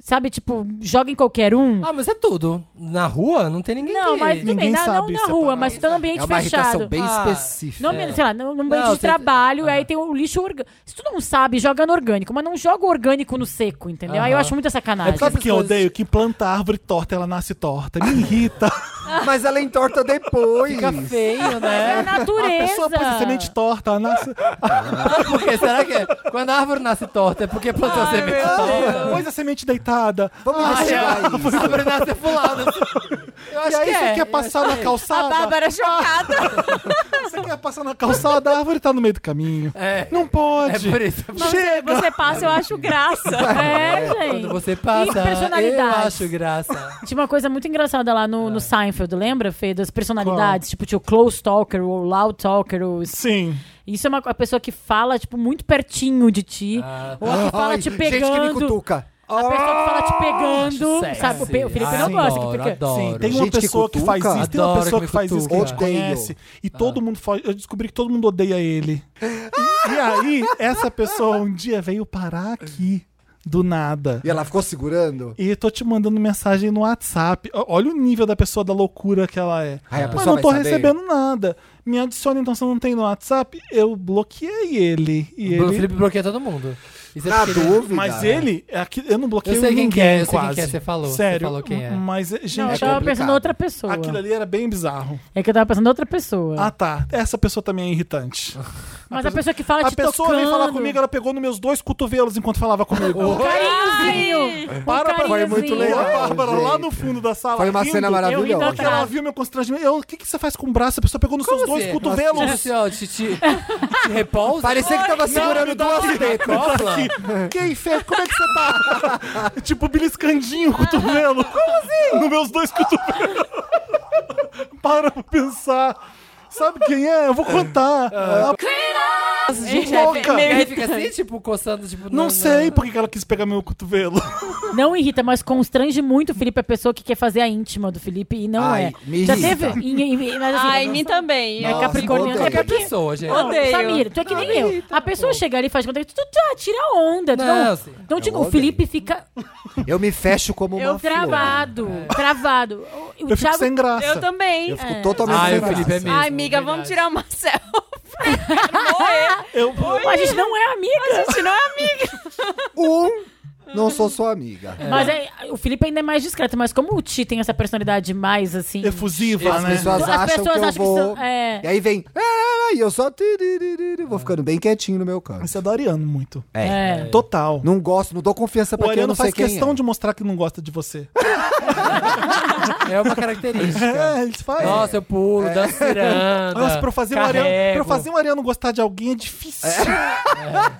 [SPEAKER 5] Sabe, tipo, joga em qualquer um.
[SPEAKER 4] Ah, mas é tudo. Na rua não tem ninguém
[SPEAKER 5] não,
[SPEAKER 4] que...
[SPEAKER 5] mas tudo
[SPEAKER 1] Ninguém
[SPEAKER 5] bem, na- não
[SPEAKER 1] sabe
[SPEAKER 5] na
[SPEAKER 1] separar.
[SPEAKER 5] rua, mas todo
[SPEAKER 2] É
[SPEAKER 5] ambiente
[SPEAKER 2] uma irritação
[SPEAKER 5] fechado.
[SPEAKER 2] bem
[SPEAKER 4] Ah,
[SPEAKER 2] específica.
[SPEAKER 5] No ambiente, sei lá, no no ambiente
[SPEAKER 4] Não,
[SPEAKER 5] de
[SPEAKER 4] você-
[SPEAKER 5] trabalho,
[SPEAKER 4] Ah.
[SPEAKER 5] aí tem o lixo orgânico. Se tu não sabe, joga no orgânico, mas não joga o orgânico no seco, entendeu? Aí eu
[SPEAKER 4] Aham.
[SPEAKER 5] acho muita sacanagem.
[SPEAKER 4] É por
[SPEAKER 1] Sabe o que eu
[SPEAKER 4] coisas-
[SPEAKER 1] odeio? Que planta árvore torta, ela nasce torta. Me irrita.
[SPEAKER 2] Mas ela entorta depois.
[SPEAKER 4] Fica feio,
[SPEAKER 5] É a
[SPEAKER 4] né?
[SPEAKER 1] A
[SPEAKER 5] natureza.
[SPEAKER 1] pessoa põe a semente torta, ela nasce.
[SPEAKER 4] Ah, Por quê? Será que é? Quando a árvore nasce torta, é porque plantou semente torta?
[SPEAKER 1] Põe a semente deitada.
[SPEAKER 2] Vamos
[SPEAKER 1] Ah,
[SPEAKER 4] Aí
[SPEAKER 2] retirar
[SPEAKER 4] a
[SPEAKER 2] isso.
[SPEAKER 4] árvore nasce pulada. Eu
[SPEAKER 1] E
[SPEAKER 4] acho
[SPEAKER 1] aí
[SPEAKER 4] que
[SPEAKER 1] você
[SPEAKER 4] é.
[SPEAKER 1] quer passar na
[SPEAKER 3] A
[SPEAKER 1] calçada?
[SPEAKER 3] Bárbara chocada.
[SPEAKER 1] Você quer passar na calçada, a árvore tá no meio do caminho.
[SPEAKER 4] É.
[SPEAKER 1] Não
[SPEAKER 4] É
[SPEAKER 1] pode.
[SPEAKER 4] por isso.
[SPEAKER 3] Você, você passa, eu acho graça.
[SPEAKER 5] É, gente.
[SPEAKER 4] Quando você passa,
[SPEAKER 5] E
[SPEAKER 4] eu
[SPEAKER 5] personalidades?
[SPEAKER 4] acho graça.
[SPEAKER 5] Tinha uma coisa muito engraçada lá no, no Seinfeld, lembra, Fê? Das personalidades. Tipo, tinha o close talker, o loud talker. O...
[SPEAKER 1] Sim.
[SPEAKER 5] Isso é uma a pessoa que fala, tipo, muito pertinho de ti.
[SPEAKER 4] Ah.
[SPEAKER 5] Ou a que fala
[SPEAKER 2] Ai,
[SPEAKER 5] te
[SPEAKER 2] Gente que me
[SPEAKER 5] pegando.
[SPEAKER 2] cutuca.
[SPEAKER 5] A pessoa que fala te pegando.
[SPEAKER 4] Ah, Sexy.
[SPEAKER 5] Sabe, o, Pe- o Felipe não
[SPEAKER 4] Ai,
[SPEAKER 5] gosta. Que
[SPEAKER 4] adoro,
[SPEAKER 5] fica...
[SPEAKER 4] adoro.
[SPEAKER 1] Sim, tem uma
[SPEAKER 2] Gente que
[SPEAKER 1] pessoa que, faz
[SPEAKER 2] cutuca.
[SPEAKER 1] isso, tem uma
[SPEAKER 4] Adoro
[SPEAKER 1] pessoa
[SPEAKER 4] que
[SPEAKER 1] que,
[SPEAKER 4] me
[SPEAKER 1] faz isso que a gente
[SPEAKER 2] cutuca. Odeio.
[SPEAKER 1] conhece e todo mundo foge. Eu descobri que todo mundo odeia ele. E, e aí, essa pessoa um dia veio parar aqui do nada.
[SPEAKER 2] E ela ficou segurando.
[SPEAKER 1] E tô te mandando mensagem no WhatsApp. O- Olha o nível da pessoa, da loucura que ela é.
[SPEAKER 2] Aí a
[SPEAKER 1] Mas
[SPEAKER 2] pessoa
[SPEAKER 1] não
[SPEAKER 2] vai
[SPEAKER 1] tô
[SPEAKER 2] saber?
[SPEAKER 1] recebendo nada. Me adiciona, então você não tem no WhatsApp? Eu bloqueei ele. E
[SPEAKER 4] O
[SPEAKER 1] ele...
[SPEAKER 4] Felipe bloqueia todo mundo. Isso é
[SPEAKER 2] Na
[SPEAKER 4] porque ele-
[SPEAKER 2] dúvida.
[SPEAKER 1] Mas ele, é aqui- eu não bloqueei
[SPEAKER 4] Eu sei quem
[SPEAKER 1] ninguém
[SPEAKER 4] que é, eu sei quem
[SPEAKER 1] quase.
[SPEAKER 4] que é, você falou, você
[SPEAKER 1] Sério,
[SPEAKER 4] falou quem é.
[SPEAKER 1] Mas, gente,
[SPEAKER 5] Não, eu
[SPEAKER 2] É
[SPEAKER 5] tava pensando
[SPEAKER 2] complicado.
[SPEAKER 5] em outra pessoa.
[SPEAKER 1] aquilo ali era bem bizarro.
[SPEAKER 5] É que eu tava pensando em outra
[SPEAKER 4] É.
[SPEAKER 5] pessoa.
[SPEAKER 1] Ah, tá. Essa pessoa também é irritante.
[SPEAKER 4] Tá
[SPEAKER 5] Mas a pessoa que fala
[SPEAKER 1] A
[SPEAKER 5] te
[SPEAKER 1] pessoa
[SPEAKER 5] tocando.
[SPEAKER 1] veio falar comigo, ela pegou nos meus dois cotovelos enquanto falava comigo.
[SPEAKER 5] Carinhozinho. Um
[SPEAKER 1] Para, para-
[SPEAKER 2] foi muito
[SPEAKER 5] carinhozinho.
[SPEAKER 1] E a
[SPEAKER 2] legal.
[SPEAKER 1] Bárbara
[SPEAKER 2] gente.
[SPEAKER 1] lá no fundo da sala.
[SPEAKER 2] Foi uma
[SPEAKER 1] rindo,
[SPEAKER 2] cena
[SPEAKER 5] Eu ri
[SPEAKER 2] maravilhosa.
[SPEAKER 5] da
[SPEAKER 1] Porque ela viu meu constrangimento. Eu, O que, que você faz com o braço? A pessoa pegou nos seus dois
[SPEAKER 4] você?
[SPEAKER 1] cotovelos.
[SPEAKER 4] Nossa, assim, ó, te, te, te repousa.
[SPEAKER 2] Parecia que tava segurando duas tetas.
[SPEAKER 4] Copla.
[SPEAKER 1] Que aí, Fê? Como é que você tá? tipo, beliscandinho o cotovelo. Como assim? Nos meus dois cotovelos. Para pra pensar. Sabe quem é? Eu vou contar. Ah,
[SPEAKER 3] Gente,
[SPEAKER 1] louca.
[SPEAKER 4] E
[SPEAKER 3] meio
[SPEAKER 4] aí fica assim, tipo, coçando, tipo...
[SPEAKER 1] não sei por que que ela quis pegar meu cotovelo.
[SPEAKER 5] Não irrita, mas constrange muito o Felipe, a pessoa que quer fazer a íntima do Felipe e não
[SPEAKER 2] Ai,
[SPEAKER 5] é.
[SPEAKER 2] me
[SPEAKER 5] Já
[SPEAKER 2] irrita.
[SPEAKER 5] teve. em- em- em- mas assim,
[SPEAKER 3] Ai, mim também.
[SPEAKER 5] É
[SPEAKER 2] Nossa,
[SPEAKER 5] capricorniano.
[SPEAKER 2] odeio.
[SPEAKER 5] É
[SPEAKER 4] Qualquer
[SPEAKER 5] porque-
[SPEAKER 4] pessoa, gente.
[SPEAKER 5] Não,
[SPEAKER 3] Odeio.
[SPEAKER 5] Samir, tu é que nem eu. A pessoa chega ali e faz conta que tu, tu, tu- ah, tira onda. Tu
[SPEAKER 4] Não,
[SPEAKER 5] não,
[SPEAKER 4] assim,
[SPEAKER 5] não te-
[SPEAKER 2] eu
[SPEAKER 5] o
[SPEAKER 2] odeio.
[SPEAKER 5] Felipe fica
[SPEAKER 2] Eu me fecho como uma
[SPEAKER 5] eu
[SPEAKER 2] flor.
[SPEAKER 5] travado. Travado. O, o
[SPEAKER 1] Eu fico
[SPEAKER 5] Thiago-
[SPEAKER 1] sem graça.
[SPEAKER 3] Eu também.
[SPEAKER 2] Eu fico
[SPEAKER 5] É.
[SPEAKER 2] totalmente
[SPEAKER 4] Ai,
[SPEAKER 2] sem
[SPEAKER 4] o Felipe é
[SPEAKER 2] graça.
[SPEAKER 4] mesmo.
[SPEAKER 3] Ai, amiga, vamos tirar uma selfie. Morrer.
[SPEAKER 1] Eu-
[SPEAKER 5] A gente não é amiga.
[SPEAKER 3] Gente, não é amiga.
[SPEAKER 2] Um, não sou sua amiga.
[SPEAKER 5] Mas é, o Felipe ainda é mais discreto, mas como o Ti tem essa personalidade mais assim.
[SPEAKER 1] efusiva,
[SPEAKER 2] As
[SPEAKER 1] né?
[SPEAKER 2] pessoas
[SPEAKER 5] As
[SPEAKER 2] acham
[SPEAKER 5] pessoas
[SPEAKER 2] que eu
[SPEAKER 5] acham que
[SPEAKER 2] vou...
[SPEAKER 5] são- é.
[SPEAKER 2] E aí vem... "Ah, ah, ah", E eu só... tiririri, Vou ficando bem quietinho no meu canto.
[SPEAKER 1] Isso é do Ariano muito.
[SPEAKER 5] É.
[SPEAKER 1] Total.
[SPEAKER 2] Não gosto, não dou confiança
[SPEAKER 1] O
[SPEAKER 2] pra quem eu
[SPEAKER 1] Ariano
[SPEAKER 2] não sei
[SPEAKER 1] faz
[SPEAKER 2] quem
[SPEAKER 1] questão
[SPEAKER 2] é.
[SPEAKER 1] de mostrar que não gosta de você.
[SPEAKER 4] É uma característica.
[SPEAKER 1] É, eles fazem.
[SPEAKER 4] Nossa, eu pulo, danço ciranda,
[SPEAKER 1] Nossa, pra eu, fazer um
[SPEAKER 4] carrego. É.
[SPEAKER 1] ariano, pra eu fazer um ariano gostar de alguém é difícil.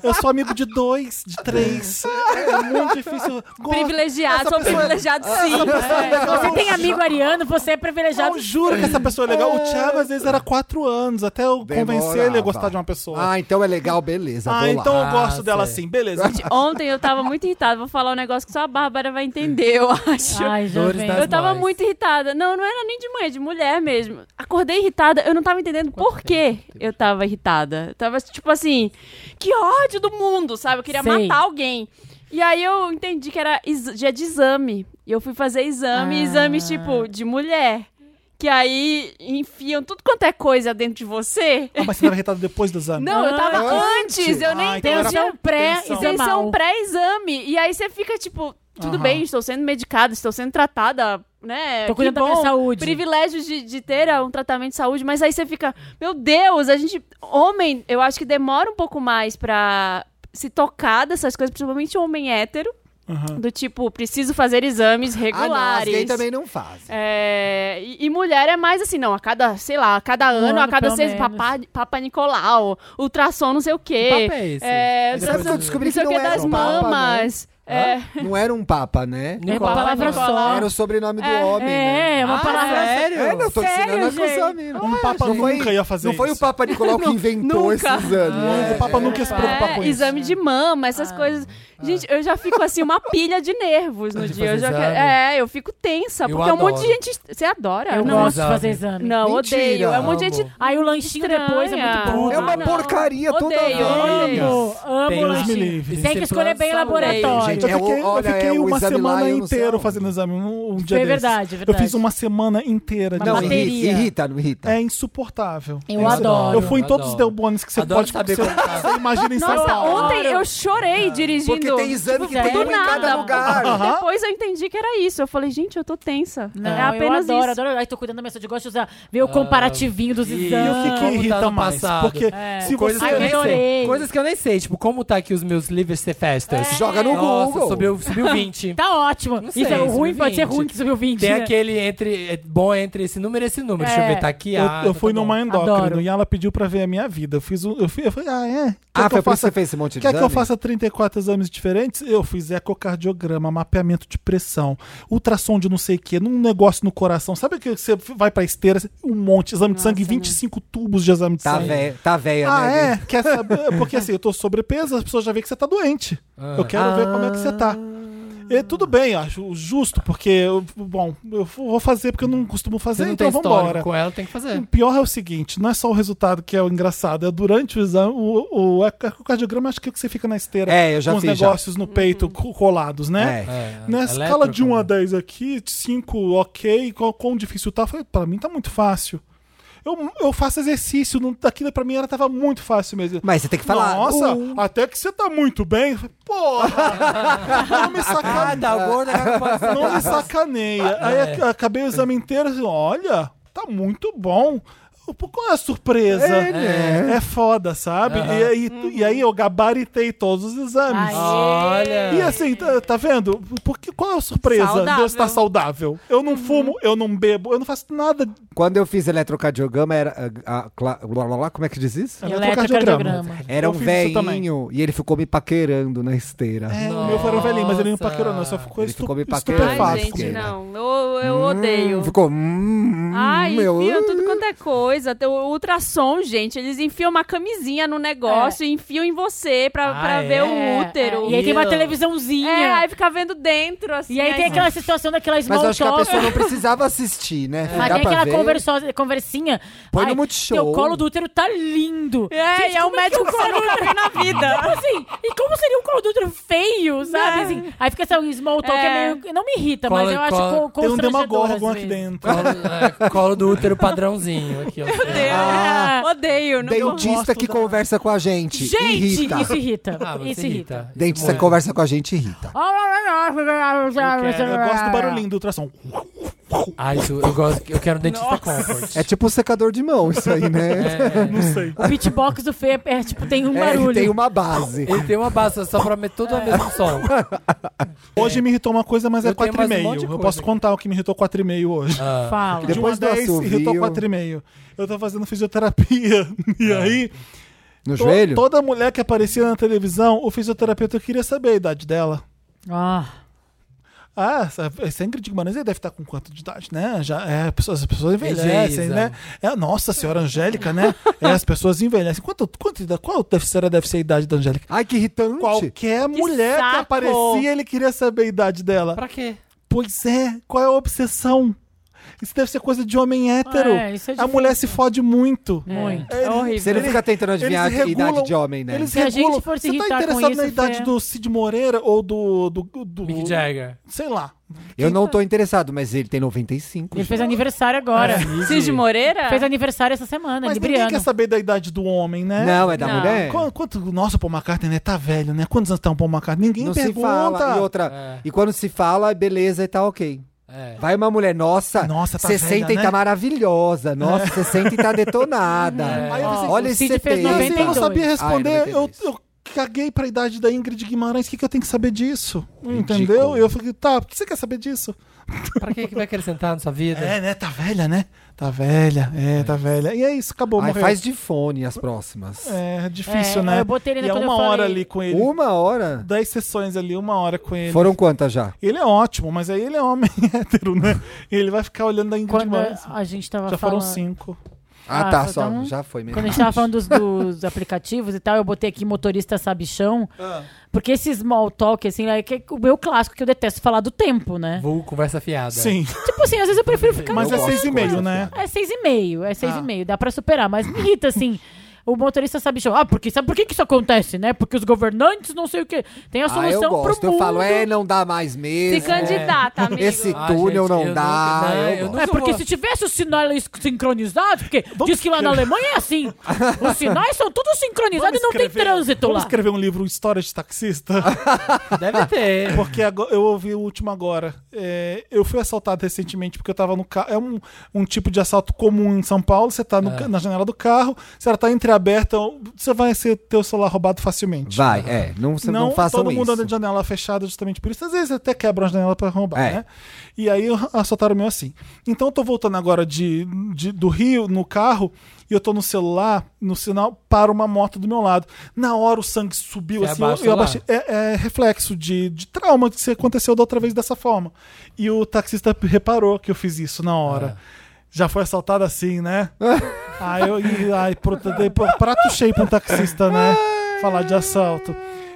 [SPEAKER 1] Eu sou amigo de dois, de três. É, é muito difícil.
[SPEAKER 2] Um
[SPEAKER 1] Gosto.
[SPEAKER 3] Privilegiado, sou privilegiado sim.
[SPEAKER 2] né?
[SPEAKER 5] É. Você tem amigo ariano, você é privilegiado.
[SPEAKER 1] Eu juro que essa pessoa é legal. O Thiago, às vezes, era quatro anos, até eu
[SPEAKER 2] Demorava.
[SPEAKER 1] convencer ele a gostar de uma pessoa.
[SPEAKER 2] Ah, então é legal, beleza,
[SPEAKER 1] um Ah,
[SPEAKER 2] vou
[SPEAKER 1] então
[SPEAKER 2] lá.
[SPEAKER 1] eu gosto
[SPEAKER 4] Ah,
[SPEAKER 1] dela
[SPEAKER 4] sei.
[SPEAKER 1] assim. Beleza.
[SPEAKER 3] Ontem eu tava muito irritada. Vou falar um negócio que só a Bárbara vai entender, eu acho.
[SPEAKER 5] Ai, já
[SPEAKER 4] Dores
[SPEAKER 5] vem.
[SPEAKER 4] das
[SPEAKER 3] Eu tava
[SPEAKER 4] mais.
[SPEAKER 3] muito irritada. Não, não era nem de mãe, é de mulher mesmo. Acordei irritada, eu não tava entendendo por que eu tava irritada. Eu tava tipo assim, que ódio do mundo, sabe? Eu queria
[SPEAKER 5] Sei.
[SPEAKER 3] matar alguém. E aí eu entendi que era ex- dia de exame. E eu fui fazer exame,
[SPEAKER 5] Ah.
[SPEAKER 3] exames tipo de mulher. Que aí enfiam tudo quanto é coisa dentro de você.
[SPEAKER 1] Ah, mas você tava irritado depois do exame.
[SPEAKER 3] Não, eu tava
[SPEAKER 2] Antes.
[SPEAKER 3] antes, eu nem
[SPEAKER 1] Ah, então
[SPEAKER 5] Tem
[SPEAKER 1] era
[SPEAKER 5] o seu pré é
[SPEAKER 1] Tensão.
[SPEAKER 3] vocês são um
[SPEAKER 5] examal
[SPEAKER 3] pré-exame. E aí você fica tipo, tudo
[SPEAKER 1] Aham.
[SPEAKER 3] bem, estou sendo medicada, estou sendo tratada, né?
[SPEAKER 5] Tô cuidando
[SPEAKER 3] que
[SPEAKER 5] da minha
[SPEAKER 3] bom,
[SPEAKER 5] saúde.
[SPEAKER 3] Privilégio de, de ter ah, um tratamento de saúde, mas aí você fica, meu Deus, a gente. Homem, eu acho que demora um pouco mais pra se tocar dessas coisas, principalmente homem hétero. Do tipo, preciso fazer exames
[SPEAKER 2] Ah, não, as
[SPEAKER 3] regulares.
[SPEAKER 2] gays também não fazem.
[SPEAKER 3] É, e, e mulher é mais assim, não, a cada, sei lá, a cada ano, a
[SPEAKER 5] ano,
[SPEAKER 3] cada
[SPEAKER 5] pelo
[SPEAKER 3] seis,
[SPEAKER 5] menos.
[SPEAKER 3] papá, papá Nicolau, ultrassom não sei o quê.
[SPEAKER 4] Que papo é esse?
[SPEAKER 3] É,
[SPEAKER 4] Esse
[SPEAKER 3] ultrassom-
[SPEAKER 2] Depois que eu descobri
[SPEAKER 3] não sei
[SPEAKER 2] que
[SPEAKER 3] o
[SPEAKER 2] não
[SPEAKER 3] quê
[SPEAKER 2] era
[SPEAKER 3] das
[SPEAKER 2] um papa,
[SPEAKER 3] mamas. É,
[SPEAKER 2] Não era um papa, né?
[SPEAKER 5] É uma
[SPEAKER 4] Nicolau.
[SPEAKER 5] palavra só.
[SPEAKER 2] Era o sobrenome do
[SPEAKER 3] É,
[SPEAKER 2] homem, né?
[SPEAKER 5] É, é uma
[SPEAKER 4] Ah,
[SPEAKER 5] palavra.
[SPEAKER 4] sério?
[SPEAKER 2] É, não, eu tô
[SPEAKER 5] Sério,
[SPEAKER 2] ensinando as
[SPEAKER 5] gente?
[SPEAKER 2] pessoas mesmo.
[SPEAKER 1] Um papa
[SPEAKER 2] Não foi-
[SPEAKER 1] nunca ia fazer
[SPEAKER 2] Não foi o
[SPEAKER 1] isso.
[SPEAKER 2] Papa Nicolau que inventou
[SPEAKER 3] nunca.
[SPEAKER 2] esses anos. né?
[SPEAKER 1] O papa nunca ia se preocupar
[SPEAKER 3] é,
[SPEAKER 1] com isso.
[SPEAKER 3] exame de mama, essas coisas. Gente, eu já fico assim, uma pilha de nervos no
[SPEAKER 4] De
[SPEAKER 3] dia. Eu
[SPEAKER 4] fazer
[SPEAKER 3] já
[SPEAKER 4] exame.
[SPEAKER 3] quero- é, eu fico tensa,
[SPEAKER 4] Eu
[SPEAKER 3] porque é um monte de
[SPEAKER 4] adoro.
[SPEAKER 3] gente. Você adora?
[SPEAKER 5] Eu
[SPEAKER 4] Não,
[SPEAKER 5] gosto de
[SPEAKER 4] exame.
[SPEAKER 5] fazer exame.
[SPEAKER 3] Não,
[SPEAKER 2] Mentira.
[SPEAKER 3] odeio. É um monte de
[SPEAKER 4] Amo.
[SPEAKER 3] gente. um
[SPEAKER 5] Aí o lanchinho
[SPEAKER 3] Estranha.
[SPEAKER 5] depois é muito bom.
[SPEAKER 2] É uma
[SPEAKER 3] Ah, não.
[SPEAKER 2] porcaria toda
[SPEAKER 3] Odeio,
[SPEAKER 2] vez.
[SPEAKER 3] odeio.
[SPEAKER 5] Amo, amo
[SPEAKER 4] Tem
[SPEAKER 5] o
[SPEAKER 1] Deus
[SPEAKER 4] os
[SPEAKER 1] me
[SPEAKER 5] lanchinho.
[SPEAKER 1] livre.
[SPEAKER 5] Tem que escolher bem o
[SPEAKER 4] Essa
[SPEAKER 5] laboratório.
[SPEAKER 2] odeio,
[SPEAKER 1] Eu
[SPEAKER 2] É, o-
[SPEAKER 1] fiquei, eu
[SPEAKER 2] olha,
[SPEAKER 1] fiquei
[SPEAKER 2] é, o
[SPEAKER 1] uma
[SPEAKER 2] exame
[SPEAKER 1] semana
[SPEAKER 2] lá eu não sei
[SPEAKER 1] inteira
[SPEAKER 2] aonde.
[SPEAKER 1] fazendo exame. Um, um dia
[SPEAKER 5] É
[SPEAKER 1] desses.
[SPEAKER 5] verdade, é verdade.
[SPEAKER 1] Eu fiz uma semana inteira de
[SPEAKER 2] Não,
[SPEAKER 1] exame.
[SPEAKER 5] bateria.
[SPEAKER 2] irrita, irrita, não irrita.
[SPEAKER 1] É insuportável.
[SPEAKER 5] Eu
[SPEAKER 1] É insuportável.
[SPEAKER 5] adoro.
[SPEAKER 1] Eu fui em todos os
[SPEAKER 4] Adoro.
[SPEAKER 1] Delbones que você
[SPEAKER 4] Adoro
[SPEAKER 1] pode
[SPEAKER 4] saber
[SPEAKER 1] que você,
[SPEAKER 4] como tá.
[SPEAKER 1] você imagina em São
[SPEAKER 3] Nossa,
[SPEAKER 1] Paulo.
[SPEAKER 3] ontem eu chorei dirigindo.
[SPEAKER 2] Porque tem exame que
[SPEAKER 5] Tipo,
[SPEAKER 2] tem
[SPEAKER 5] do
[SPEAKER 2] um em cada
[SPEAKER 3] nada.
[SPEAKER 2] lugar.
[SPEAKER 1] Aham.
[SPEAKER 3] Depois eu entendi que era isso. Eu falei, gente, eu tô tensa.
[SPEAKER 5] Não,
[SPEAKER 3] é apenas
[SPEAKER 5] eu adoro,
[SPEAKER 3] isso.
[SPEAKER 5] adoro. Aí tô cuidando da minha saúde. Eu gosto de usar, ver o comparativinho dos
[SPEAKER 4] e-
[SPEAKER 1] E o
[SPEAKER 5] exames.
[SPEAKER 1] que, que
[SPEAKER 4] Como tá
[SPEAKER 1] irrita
[SPEAKER 4] no
[SPEAKER 1] mais?
[SPEAKER 4] passado.
[SPEAKER 1] Porque
[SPEAKER 5] É.
[SPEAKER 1] se
[SPEAKER 4] Coisas
[SPEAKER 1] você.
[SPEAKER 4] que eu nem
[SPEAKER 5] Adorei.
[SPEAKER 4] sei. Coisas que eu nem sei. Tipo, como tá aqui os meus livres festas?
[SPEAKER 2] Joga no
[SPEAKER 4] Nossa,
[SPEAKER 2] Google.
[SPEAKER 4] subiu, subiu 20.
[SPEAKER 5] Tá ótimo.
[SPEAKER 4] Não sei,
[SPEAKER 5] Isso é o
[SPEAKER 4] subiu
[SPEAKER 5] ruim, pode ser
[SPEAKER 4] 20.
[SPEAKER 5] ruim que subiu 20.
[SPEAKER 4] Tem
[SPEAKER 5] né?
[SPEAKER 4] aquele entre. é bom entre esse número e esse número. Deixa eu
[SPEAKER 5] É.
[SPEAKER 4] ver, tá aqui.
[SPEAKER 1] Eu,
[SPEAKER 4] ah,
[SPEAKER 1] eu
[SPEAKER 4] então
[SPEAKER 1] fui
[SPEAKER 4] tá bom.
[SPEAKER 1] numa endócrino
[SPEAKER 5] Adoro.
[SPEAKER 1] e ela pediu pra ver a minha vida. Eu fiz um. Eu, fui, eu falei, ah, é? Quer
[SPEAKER 2] Ah,
[SPEAKER 1] que eu
[SPEAKER 2] foi por
[SPEAKER 1] faça,
[SPEAKER 2] isso que você fez esse monte de
[SPEAKER 1] Quer que eu
[SPEAKER 2] exame?
[SPEAKER 1] faça 34 exames diferentes? Eu fiz ecocardiograma, mapeamento de pressão, ultrassom de não sei o quê, num negócio no coração. Sabe que você vai pra esteira, um monte, exame de
[SPEAKER 5] né?
[SPEAKER 1] sangue, 25 tubos de exame de
[SPEAKER 2] Tá
[SPEAKER 1] sangue.
[SPEAKER 2] velha, tá velha,
[SPEAKER 1] Ah,
[SPEAKER 2] né?
[SPEAKER 1] é? Quer saber? Porque assim, eu tô sobrepeso, as pessoas já veem que você tá doente.
[SPEAKER 2] Ah.
[SPEAKER 1] Eu quero ver como é que você tá. E tudo bem, eu acho justo, porque, eu- bom, eu vou fazer porque eu não costumo
[SPEAKER 4] Você
[SPEAKER 1] fazer,
[SPEAKER 4] não
[SPEAKER 1] então
[SPEAKER 4] tem histórico
[SPEAKER 1] vambora.
[SPEAKER 4] com ela, tem que fazer.
[SPEAKER 1] O pior é o seguinte, não é só o resultado que é o engraçado, é durante o exame, o, é o ecocardiograma acho que é o que você fica na esteira
[SPEAKER 2] É, eu já
[SPEAKER 1] com os
[SPEAKER 2] fiz, já.
[SPEAKER 1] negócios no peito co- colados, né?
[SPEAKER 2] É.
[SPEAKER 1] Na
[SPEAKER 4] elétrico,
[SPEAKER 1] escala de 1 a
[SPEAKER 4] né?
[SPEAKER 1] 10 aqui, 5 ok, qual, quão difícil tá? Eu Falei, pra mim tá muito fácil. Eu, eu faço exercício, não, aquilo pra mim era, tava muito fácil mesmo.
[SPEAKER 2] Mas você tem que falar.
[SPEAKER 1] Nossa,
[SPEAKER 2] uh,
[SPEAKER 1] até que você tá muito bem. Eu falei, Porra! não me
[SPEAKER 4] Ah,
[SPEAKER 1] sacaneia.
[SPEAKER 4] tá, o gordo acaba com essa-
[SPEAKER 1] Não me sacaneia. Aí ac- acabei o exame inteiro assim, olha, tá muito bom. Eu, pô, Qual é a surpresa?
[SPEAKER 2] É,
[SPEAKER 1] É, foda, sabe? E, aí, e aí eu gabaritei todos os exames.
[SPEAKER 5] Ai.
[SPEAKER 4] Olha.
[SPEAKER 1] E assim, tá, tá vendo? Porque qual é a surpresa
[SPEAKER 3] Saudável.
[SPEAKER 1] de eu estar saudável? Eu não fumo, eu não bebo, eu não faço nada.
[SPEAKER 2] Quando eu fiz eletrocardiograma, era. ah, ah, cla- blá, blá, blá, como é que diz isso?
[SPEAKER 5] um Eletrocardiograma.
[SPEAKER 2] Era
[SPEAKER 1] Eu
[SPEAKER 2] um
[SPEAKER 1] fiz isso também.
[SPEAKER 2] velhinho e ele ficou me paquerando na esteira.
[SPEAKER 1] É, o meu foi um velhinho, mas ele não
[SPEAKER 4] Nossa.
[SPEAKER 1] paquerou, não. Só ficou,
[SPEAKER 2] Ele
[SPEAKER 1] estu
[SPEAKER 2] ficou me paquerando.
[SPEAKER 1] estupefato.
[SPEAKER 3] Ai,
[SPEAKER 2] Fácil,
[SPEAKER 3] gente,
[SPEAKER 1] comigo.
[SPEAKER 2] querida.
[SPEAKER 3] não. Eu, eu odeio.
[SPEAKER 2] Ah, Ficou. Hum,
[SPEAKER 3] Ai,
[SPEAKER 2] meu,
[SPEAKER 3] enfiam tudo quanto é coisa. Tem o ultrassom, gente. Eles enfiam uma camisinha no negócio e enfiam em você pra,
[SPEAKER 4] Ah,
[SPEAKER 3] pra
[SPEAKER 4] é?
[SPEAKER 3] ver
[SPEAKER 5] É,
[SPEAKER 3] o útero.
[SPEAKER 5] é. E aí tem uma
[SPEAKER 4] Meu.
[SPEAKER 5] televisãozinha.
[SPEAKER 3] É, aí fica vendo dentro, assim.
[SPEAKER 5] E aí tem aquela situação daquela small
[SPEAKER 2] Mas eu acho que a
[SPEAKER 5] talk.
[SPEAKER 2] pessoa não precisava assistir, né?
[SPEAKER 5] Mas é
[SPEAKER 2] Dá
[SPEAKER 5] tem
[SPEAKER 2] pra
[SPEAKER 5] aquela
[SPEAKER 2] ver.
[SPEAKER 5] converso- conversinha.
[SPEAKER 2] Põe no
[SPEAKER 5] Ai,
[SPEAKER 2] Multishow.
[SPEAKER 5] Teu colo do útero tá lindo.
[SPEAKER 3] É, e é um
[SPEAKER 5] como que
[SPEAKER 3] médico que eu nunca vi na vida.
[SPEAKER 5] Assim, e como seria um colo do útero feio, sabe?
[SPEAKER 3] É.
[SPEAKER 5] Assim, aí fica essa small talk,
[SPEAKER 3] É.
[SPEAKER 5] é meio- Não me irrita, mas
[SPEAKER 4] Cola-
[SPEAKER 5] eu acho
[SPEAKER 4] cola-
[SPEAKER 5] co-
[SPEAKER 1] Tem um
[SPEAKER 5] constrangedor
[SPEAKER 1] demagorgon
[SPEAKER 5] às
[SPEAKER 1] aqui
[SPEAKER 5] vezes.
[SPEAKER 1] dentro.
[SPEAKER 4] Colo, é, colo do útero padrãozinho aqui, ó.
[SPEAKER 3] Odeio.
[SPEAKER 2] Ah.
[SPEAKER 3] Odeio. Não, eu-
[SPEAKER 2] Dentista
[SPEAKER 1] gosto
[SPEAKER 2] que
[SPEAKER 1] da-
[SPEAKER 2] conversa com a gente.
[SPEAKER 5] Gente,
[SPEAKER 2] irrita.
[SPEAKER 5] isso irrita.
[SPEAKER 4] Ah, mas
[SPEAKER 5] isso irrita.
[SPEAKER 2] Dentista que conversa com a gente irrita.
[SPEAKER 1] Eu gosto do barulhinho do ultrassom.
[SPEAKER 4] Ah, isso, eu gosto. Eu quero um dentista comfort.
[SPEAKER 2] É tipo um secador de mão, isso aí, né?
[SPEAKER 4] É,
[SPEAKER 1] Não sei.
[SPEAKER 5] O beatbox do Fê é, é, tipo, tem um
[SPEAKER 2] É,
[SPEAKER 5] barulho.
[SPEAKER 2] tem uma base.
[SPEAKER 4] Ele tem uma base só pra meter tudo ao mesmo som.
[SPEAKER 1] Hoje me irritou uma coisa, mas
[SPEAKER 4] Eu
[SPEAKER 1] é
[SPEAKER 4] tenho mais um
[SPEAKER 1] 4,5.
[SPEAKER 4] monte de
[SPEAKER 1] eu
[SPEAKER 4] coisa
[SPEAKER 1] posso
[SPEAKER 4] aqui.
[SPEAKER 1] contar o que me irritou 4,5 hoje.
[SPEAKER 4] Ah.
[SPEAKER 1] De
[SPEAKER 5] Fala.
[SPEAKER 1] 1 a
[SPEAKER 2] Depois do
[SPEAKER 1] 10,
[SPEAKER 2] assovio.
[SPEAKER 1] irritou 4,5. Eu tô fazendo fisioterapia. E
[SPEAKER 4] Ah.
[SPEAKER 1] aí,
[SPEAKER 2] No
[SPEAKER 1] to-
[SPEAKER 2] joelho?
[SPEAKER 1] toda mulher que aparecia na televisão, o fisioterapeuta queria saber a idade dela.
[SPEAKER 5] Ah,
[SPEAKER 1] Ah, essa- essa Ingrid Guimarães aí deve estar com quanto de idade, né? Já, é, as pessoas, as pessoas envelhecem,
[SPEAKER 4] Envelhecem.
[SPEAKER 1] né? É, nossa senhora Angélica, né? É, as pessoas envelhecem. Quanto, quanto, qual deve, será, deve ser a idade da Angélica?
[SPEAKER 2] Ai, que irritante.
[SPEAKER 1] Qualquer mulher que
[SPEAKER 5] saco!
[SPEAKER 1] aparecia, ele queria saber a idade dela.
[SPEAKER 4] Pra quê?
[SPEAKER 1] Pois é, qual é a obsessão? Isso deve ser coisa de homem hétero.
[SPEAKER 5] É, isso é
[SPEAKER 1] a
[SPEAKER 5] difícil.
[SPEAKER 1] mulher se fode muito.
[SPEAKER 5] muito.
[SPEAKER 1] Ele-
[SPEAKER 3] É horrível.
[SPEAKER 2] Você não fica tentando
[SPEAKER 1] eles
[SPEAKER 2] adivinhar a
[SPEAKER 1] regulam-
[SPEAKER 2] idade de homem, né?
[SPEAKER 1] Eles
[SPEAKER 5] Se a gente
[SPEAKER 1] regulam-
[SPEAKER 5] for se
[SPEAKER 1] Você tá
[SPEAKER 5] irritar com
[SPEAKER 1] interessado
[SPEAKER 5] isso,
[SPEAKER 1] na idade
[SPEAKER 5] Fê?
[SPEAKER 1] do Cid Moreira ou do. do, do
[SPEAKER 4] Mick Jagger.
[SPEAKER 1] sei lá.
[SPEAKER 2] Eu não tô interessado, mas ele tem 95.
[SPEAKER 5] Ele fez aniversário agora.
[SPEAKER 3] Cid Moreira?
[SPEAKER 5] Fez aniversário essa semana,
[SPEAKER 1] Mas ninguém
[SPEAKER 5] Libriano.
[SPEAKER 1] quer saber da idade do homem, né?
[SPEAKER 2] Não, é da
[SPEAKER 3] Não.
[SPEAKER 2] mulher.
[SPEAKER 1] Qu- Quanto, nossa, o Paul McCartney né? tá velho, né? Quantos anos tá o Paul McCartney? Ninguém
[SPEAKER 2] Não se
[SPEAKER 1] pergunta.
[SPEAKER 2] fala. E outra.
[SPEAKER 4] É.
[SPEAKER 2] E quando se fala, beleza e tá ok.
[SPEAKER 4] É.
[SPEAKER 2] Vai uma mulher, nossa,
[SPEAKER 1] Nossa, tá
[SPEAKER 2] 60
[SPEAKER 1] velha,
[SPEAKER 2] e
[SPEAKER 1] né?
[SPEAKER 2] tá maravilhosa. Nossa, 60 e tá detonada.
[SPEAKER 4] É.
[SPEAKER 2] Olha
[SPEAKER 5] o
[SPEAKER 2] esse
[SPEAKER 5] Cid fez
[SPEAKER 1] Eu,
[SPEAKER 2] CT.
[SPEAKER 1] assim, eu não
[SPEAKER 5] 92.
[SPEAKER 1] sabia
[SPEAKER 2] Ai,
[SPEAKER 1] responder. eu,
[SPEAKER 2] 92.
[SPEAKER 1] eu caguei pra idade da Ingrid Guimarães, o que, que eu tenho que saber disso? Entendeu? E eu falei, tá, por que você quer saber disso?
[SPEAKER 4] Pra que, que vai acrescentar na sua vida?
[SPEAKER 1] É, né? Tá velha, né? Tá velha, é, tá velha. E é isso, acabou,
[SPEAKER 2] Aí
[SPEAKER 1] morreu.
[SPEAKER 2] faz de fone as próximas.
[SPEAKER 1] É, difícil,
[SPEAKER 5] É,
[SPEAKER 1] né?
[SPEAKER 5] eu botei ele
[SPEAKER 1] e é
[SPEAKER 5] quando eu
[SPEAKER 1] uma hora
[SPEAKER 5] falei.
[SPEAKER 1] ali com ele.
[SPEAKER 2] Uma hora?
[SPEAKER 1] Dez sessões ali, uma hora com ele.
[SPEAKER 2] Foram quantas já?
[SPEAKER 1] Ele é ótimo, mas aí ele é homem hétero, né? Ele vai ficar olhando a Ingrid
[SPEAKER 5] Quando
[SPEAKER 1] Guimarães.
[SPEAKER 5] a gente tava
[SPEAKER 1] Já foram
[SPEAKER 5] falando.
[SPEAKER 1] cinco.
[SPEAKER 2] Ah,
[SPEAKER 5] Ah,
[SPEAKER 2] tá,
[SPEAKER 5] só
[SPEAKER 2] só.
[SPEAKER 5] tão-
[SPEAKER 2] Já foi mesmo.
[SPEAKER 5] Quando a gente tava falando dos, dos aplicativos e tal, eu botei aqui motorista sabichão.
[SPEAKER 1] Ah.
[SPEAKER 5] Porque esse small talk, assim, é que- o meu clássico que eu detesto falar do tempo, né?
[SPEAKER 4] Vulgo, conversa fiada.
[SPEAKER 1] Sim,
[SPEAKER 5] Tipo assim, às vezes eu prefiro ficar.
[SPEAKER 1] mas é
[SPEAKER 2] gosto
[SPEAKER 1] seis e
[SPEAKER 2] de
[SPEAKER 1] meio,
[SPEAKER 2] coisa
[SPEAKER 1] né?
[SPEAKER 5] É seis e meio, é seis
[SPEAKER 1] Ah.
[SPEAKER 5] e meio, dá pra superar, mas me irrita assim. O motorista sabichão. Ah, porque sabe por que, que isso acontece, né? Porque os governantes não sei o quê. Tem
[SPEAKER 2] Ah,
[SPEAKER 5] a
[SPEAKER 2] eu
[SPEAKER 5] solução
[SPEAKER 2] gosto.
[SPEAKER 5] pro mundo.
[SPEAKER 2] Eu falo, é, não dá mais mesmo.
[SPEAKER 3] Se candidata, amigo.
[SPEAKER 2] é. Esse
[SPEAKER 4] Ah,
[SPEAKER 2] túnel
[SPEAKER 4] gente,
[SPEAKER 2] não
[SPEAKER 4] eu
[SPEAKER 2] dá.
[SPEAKER 4] nunca- não,
[SPEAKER 2] eu
[SPEAKER 4] eu
[SPEAKER 2] gosto.
[SPEAKER 5] É porque se tivesse os sinais sincronizados, porque diz que lá na Alemanha é assim. Os sinais são todos sincronizados e não tem
[SPEAKER 1] escrever-
[SPEAKER 5] trânsito
[SPEAKER 1] Vamos
[SPEAKER 5] lá.
[SPEAKER 1] escrever um livro História de Taxista?
[SPEAKER 4] Deve ter.
[SPEAKER 1] É, Porque agora- eu ouvi o último agora. É, eu fui assaltado recentemente porque eu tava no carro. É um, um tipo de assalto comum em São Paulo. Você tá no ca- na janela do carro, se ela tá entreaberta, você vai ser, ter o celular roubado facilmente.
[SPEAKER 2] Vai, é. Não, não, não façam
[SPEAKER 1] todo mundo
[SPEAKER 2] isso.
[SPEAKER 1] anda de janela fechada justamente por isso. Às vezes até quebram a janela pra roubar,
[SPEAKER 2] É.
[SPEAKER 1] né? E aí assaltaram o meu assim. Então eu tô voltando agora de, de- do Rio no carro e eu tô no celular, no sinal, para uma moto do meu lado. Na hora o sangue subiu
[SPEAKER 4] Você
[SPEAKER 1] assim,
[SPEAKER 4] abaixa
[SPEAKER 1] eu, eu
[SPEAKER 4] o
[SPEAKER 1] abaixei. É, é reflexo de, de trauma que aconteceu da outra vez dessa forma. E o taxista reparou que eu fiz isso na hora.
[SPEAKER 2] É.
[SPEAKER 1] Já foi assaltado assim, né? Aí eu e- ai, pro- dei pro- prato cheio pra um taxista, né? Falar de assalto.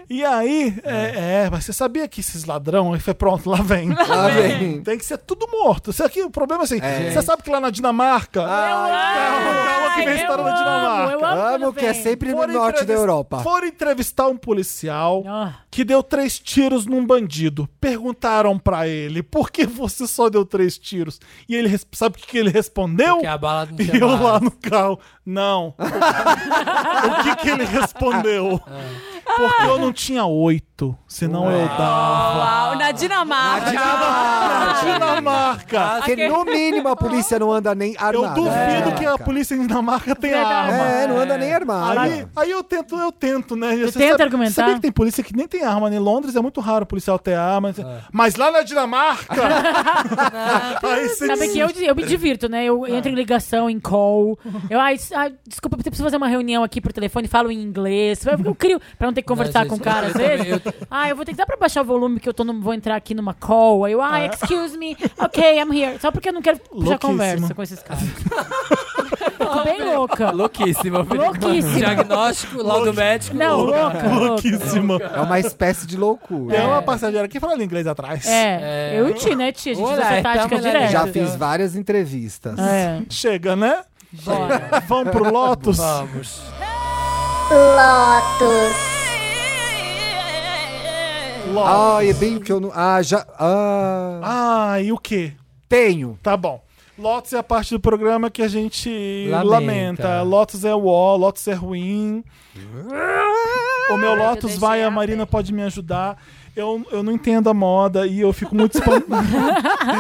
[SPEAKER 1] E aí, é, é, mas você sabia que esses ladrão, aí foi pronto, lá vem.
[SPEAKER 2] Lá vem.
[SPEAKER 1] Tem que ser tudo morto. Isso aqui, o problema é assim,
[SPEAKER 2] É.
[SPEAKER 1] você sabe que lá na Dinamarca. é um calma, calma que vem a
[SPEAKER 5] eu
[SPEAKER 1] história da
[SPEAKER 5] amo,
[SPEAKER 1] Dinamarca.
[SPEAKER 5] eu amo
[SPEAKER 2] Amo
[SPEAKER 5] quando
[SPEAKER 2] que é
[SPEAKER 5] vem.
[SPEAKER 2] sempre no
[SPEAKER 1] Foram
[SPEAKER 2] norte da
[SPEAKER 1] entrevis-
[SPEAKER 2] Europa.
[SPEAKER 1] Foram entrevistar um policial
[SPEAKER 5] Ah.
[SPEAKER 1] que deu três tiros num bandido. Perguntaram pra ele por que você só deu três tiros. E ele res- sabe o que, que ele respondeu?
[SPEAKER 4] Porque é a bala não
[SPEAKER 1] E
[SPEAKER 4] tinha
[SPEAKER 1] eu
[SPEAKER 4] bala.
[SPEAKER 1] lá no carro, não. o que, que ele respondeu?
[SPEAKER 5] Ah.
[SPEAKER 1] Porque eu não tinha oito, senão eu dava.
[SPEAKER 3] Uau, na Dinamarca.
[SPEAKER 1] Na Dinamarca!
[SPEAKER 2] Porque no mínimo a polícia não anda nem
[SPEAKER 1] Eu
[SPEAKER 2] armada.
[SPEAKER 1] duvido
[SPEAKER 2] É.
[SPEAKER 1] que a polícia na Dinamarca tenha
[SPEAKER 5] Verdade.
[SPEAKER 1] arma.
[SPEAKER 2] É, não anda nem armada.
[SPEAKER 1] Aí, aí eu tento, eu tento, né? Você
[SPEAKER 5] tenta argumentar?
[SPEAKER 1] Sabia que tem polícia que nem tem arma. Em Londres é muito raro o policial ter
[SPEAKER 2] É.
[SPEAKER 1] arma. Mas lá na Dinamarca... aí você
[SPEAKER 5] Sabe que eu, eu me divirto, né? Eu entro em ligação, em call. Eu, ai, s- ai, desculpa, eu preciso fazer uma reunião aqui por telefone, falo em inglês. Eu, eu crio pra não ter que conversar
[SPEAKER 4] gente,
[SPEAKER 5] com o
[SPEAKER 4] eu
[SPEAKER 5] cara às vezes.
[SPEAKER 4] também-
[SPEAKER 5] Ah, eu vou ter que dar pra baixar o volume que eu tô no- vou entrar aqui numa call. Aí eu, ah, excuse me, ok, I'm here. Só porque eu não quero puxar
[SPEAKER 1] Louquíssima.
[SPEAKER 5] conversa com esses caras. Fico bem louca.
[SPEAKER 4] Louquíssima.
[SPEAKER 5] Louquíssima.
[SPEAKER 4] Diagnóstico, laudo médico.
[SPEAKER 5] Não, louca, louca.
[SPEAKER 1] Louquíssima.
[SPEAKER 2] É uma espécie de loucura.
[SPEAKER 1] Tem uma passageira que fala inglês atrás.
[SPEAKER 5] É,
[SPEAKER 4] É.
[SPEAKER 5] eu e ti, né, tia? A gente usa
[SPEAKER 4] Olá,
[SPEAKER 5] essa tática
[SPEAKER 4] então,
[SPEAKER 5] direto.
[SPEAKER 2] Já fiz várias entrevistas.
[SPEAKER 5] É.
[SPEAKER 1] Chega, né?
[SPEAKER 5] Bora.
[SPEAKER 1] Vamos pro Lotus?
[SPEAKER 4] Vamos.
[SPEAKER 1] Lotus.
[SPEAKER 2] Ah, é bem que eu não. Ah, já. Ah,
[SPEAKER 1] Ah, e o quê?
[SPEAKER 2] tenho.
[SPEAKER 1] Tá bom. Lotus é a parte do programa que a gente
[SPEAKER 4] Lamenta.
[SPEAKER 1] lamenta. Lotus é o ó, Lotus é ruim. O meu Lotus
[SPEAKER 3] deixei
[SPEAKER 1] vai, a
[SPEAKER 3] aberto.
[SPEAKER 1] Marina pode me ajudar. Eu, eu não entendo a moda e eu fico muito espantado.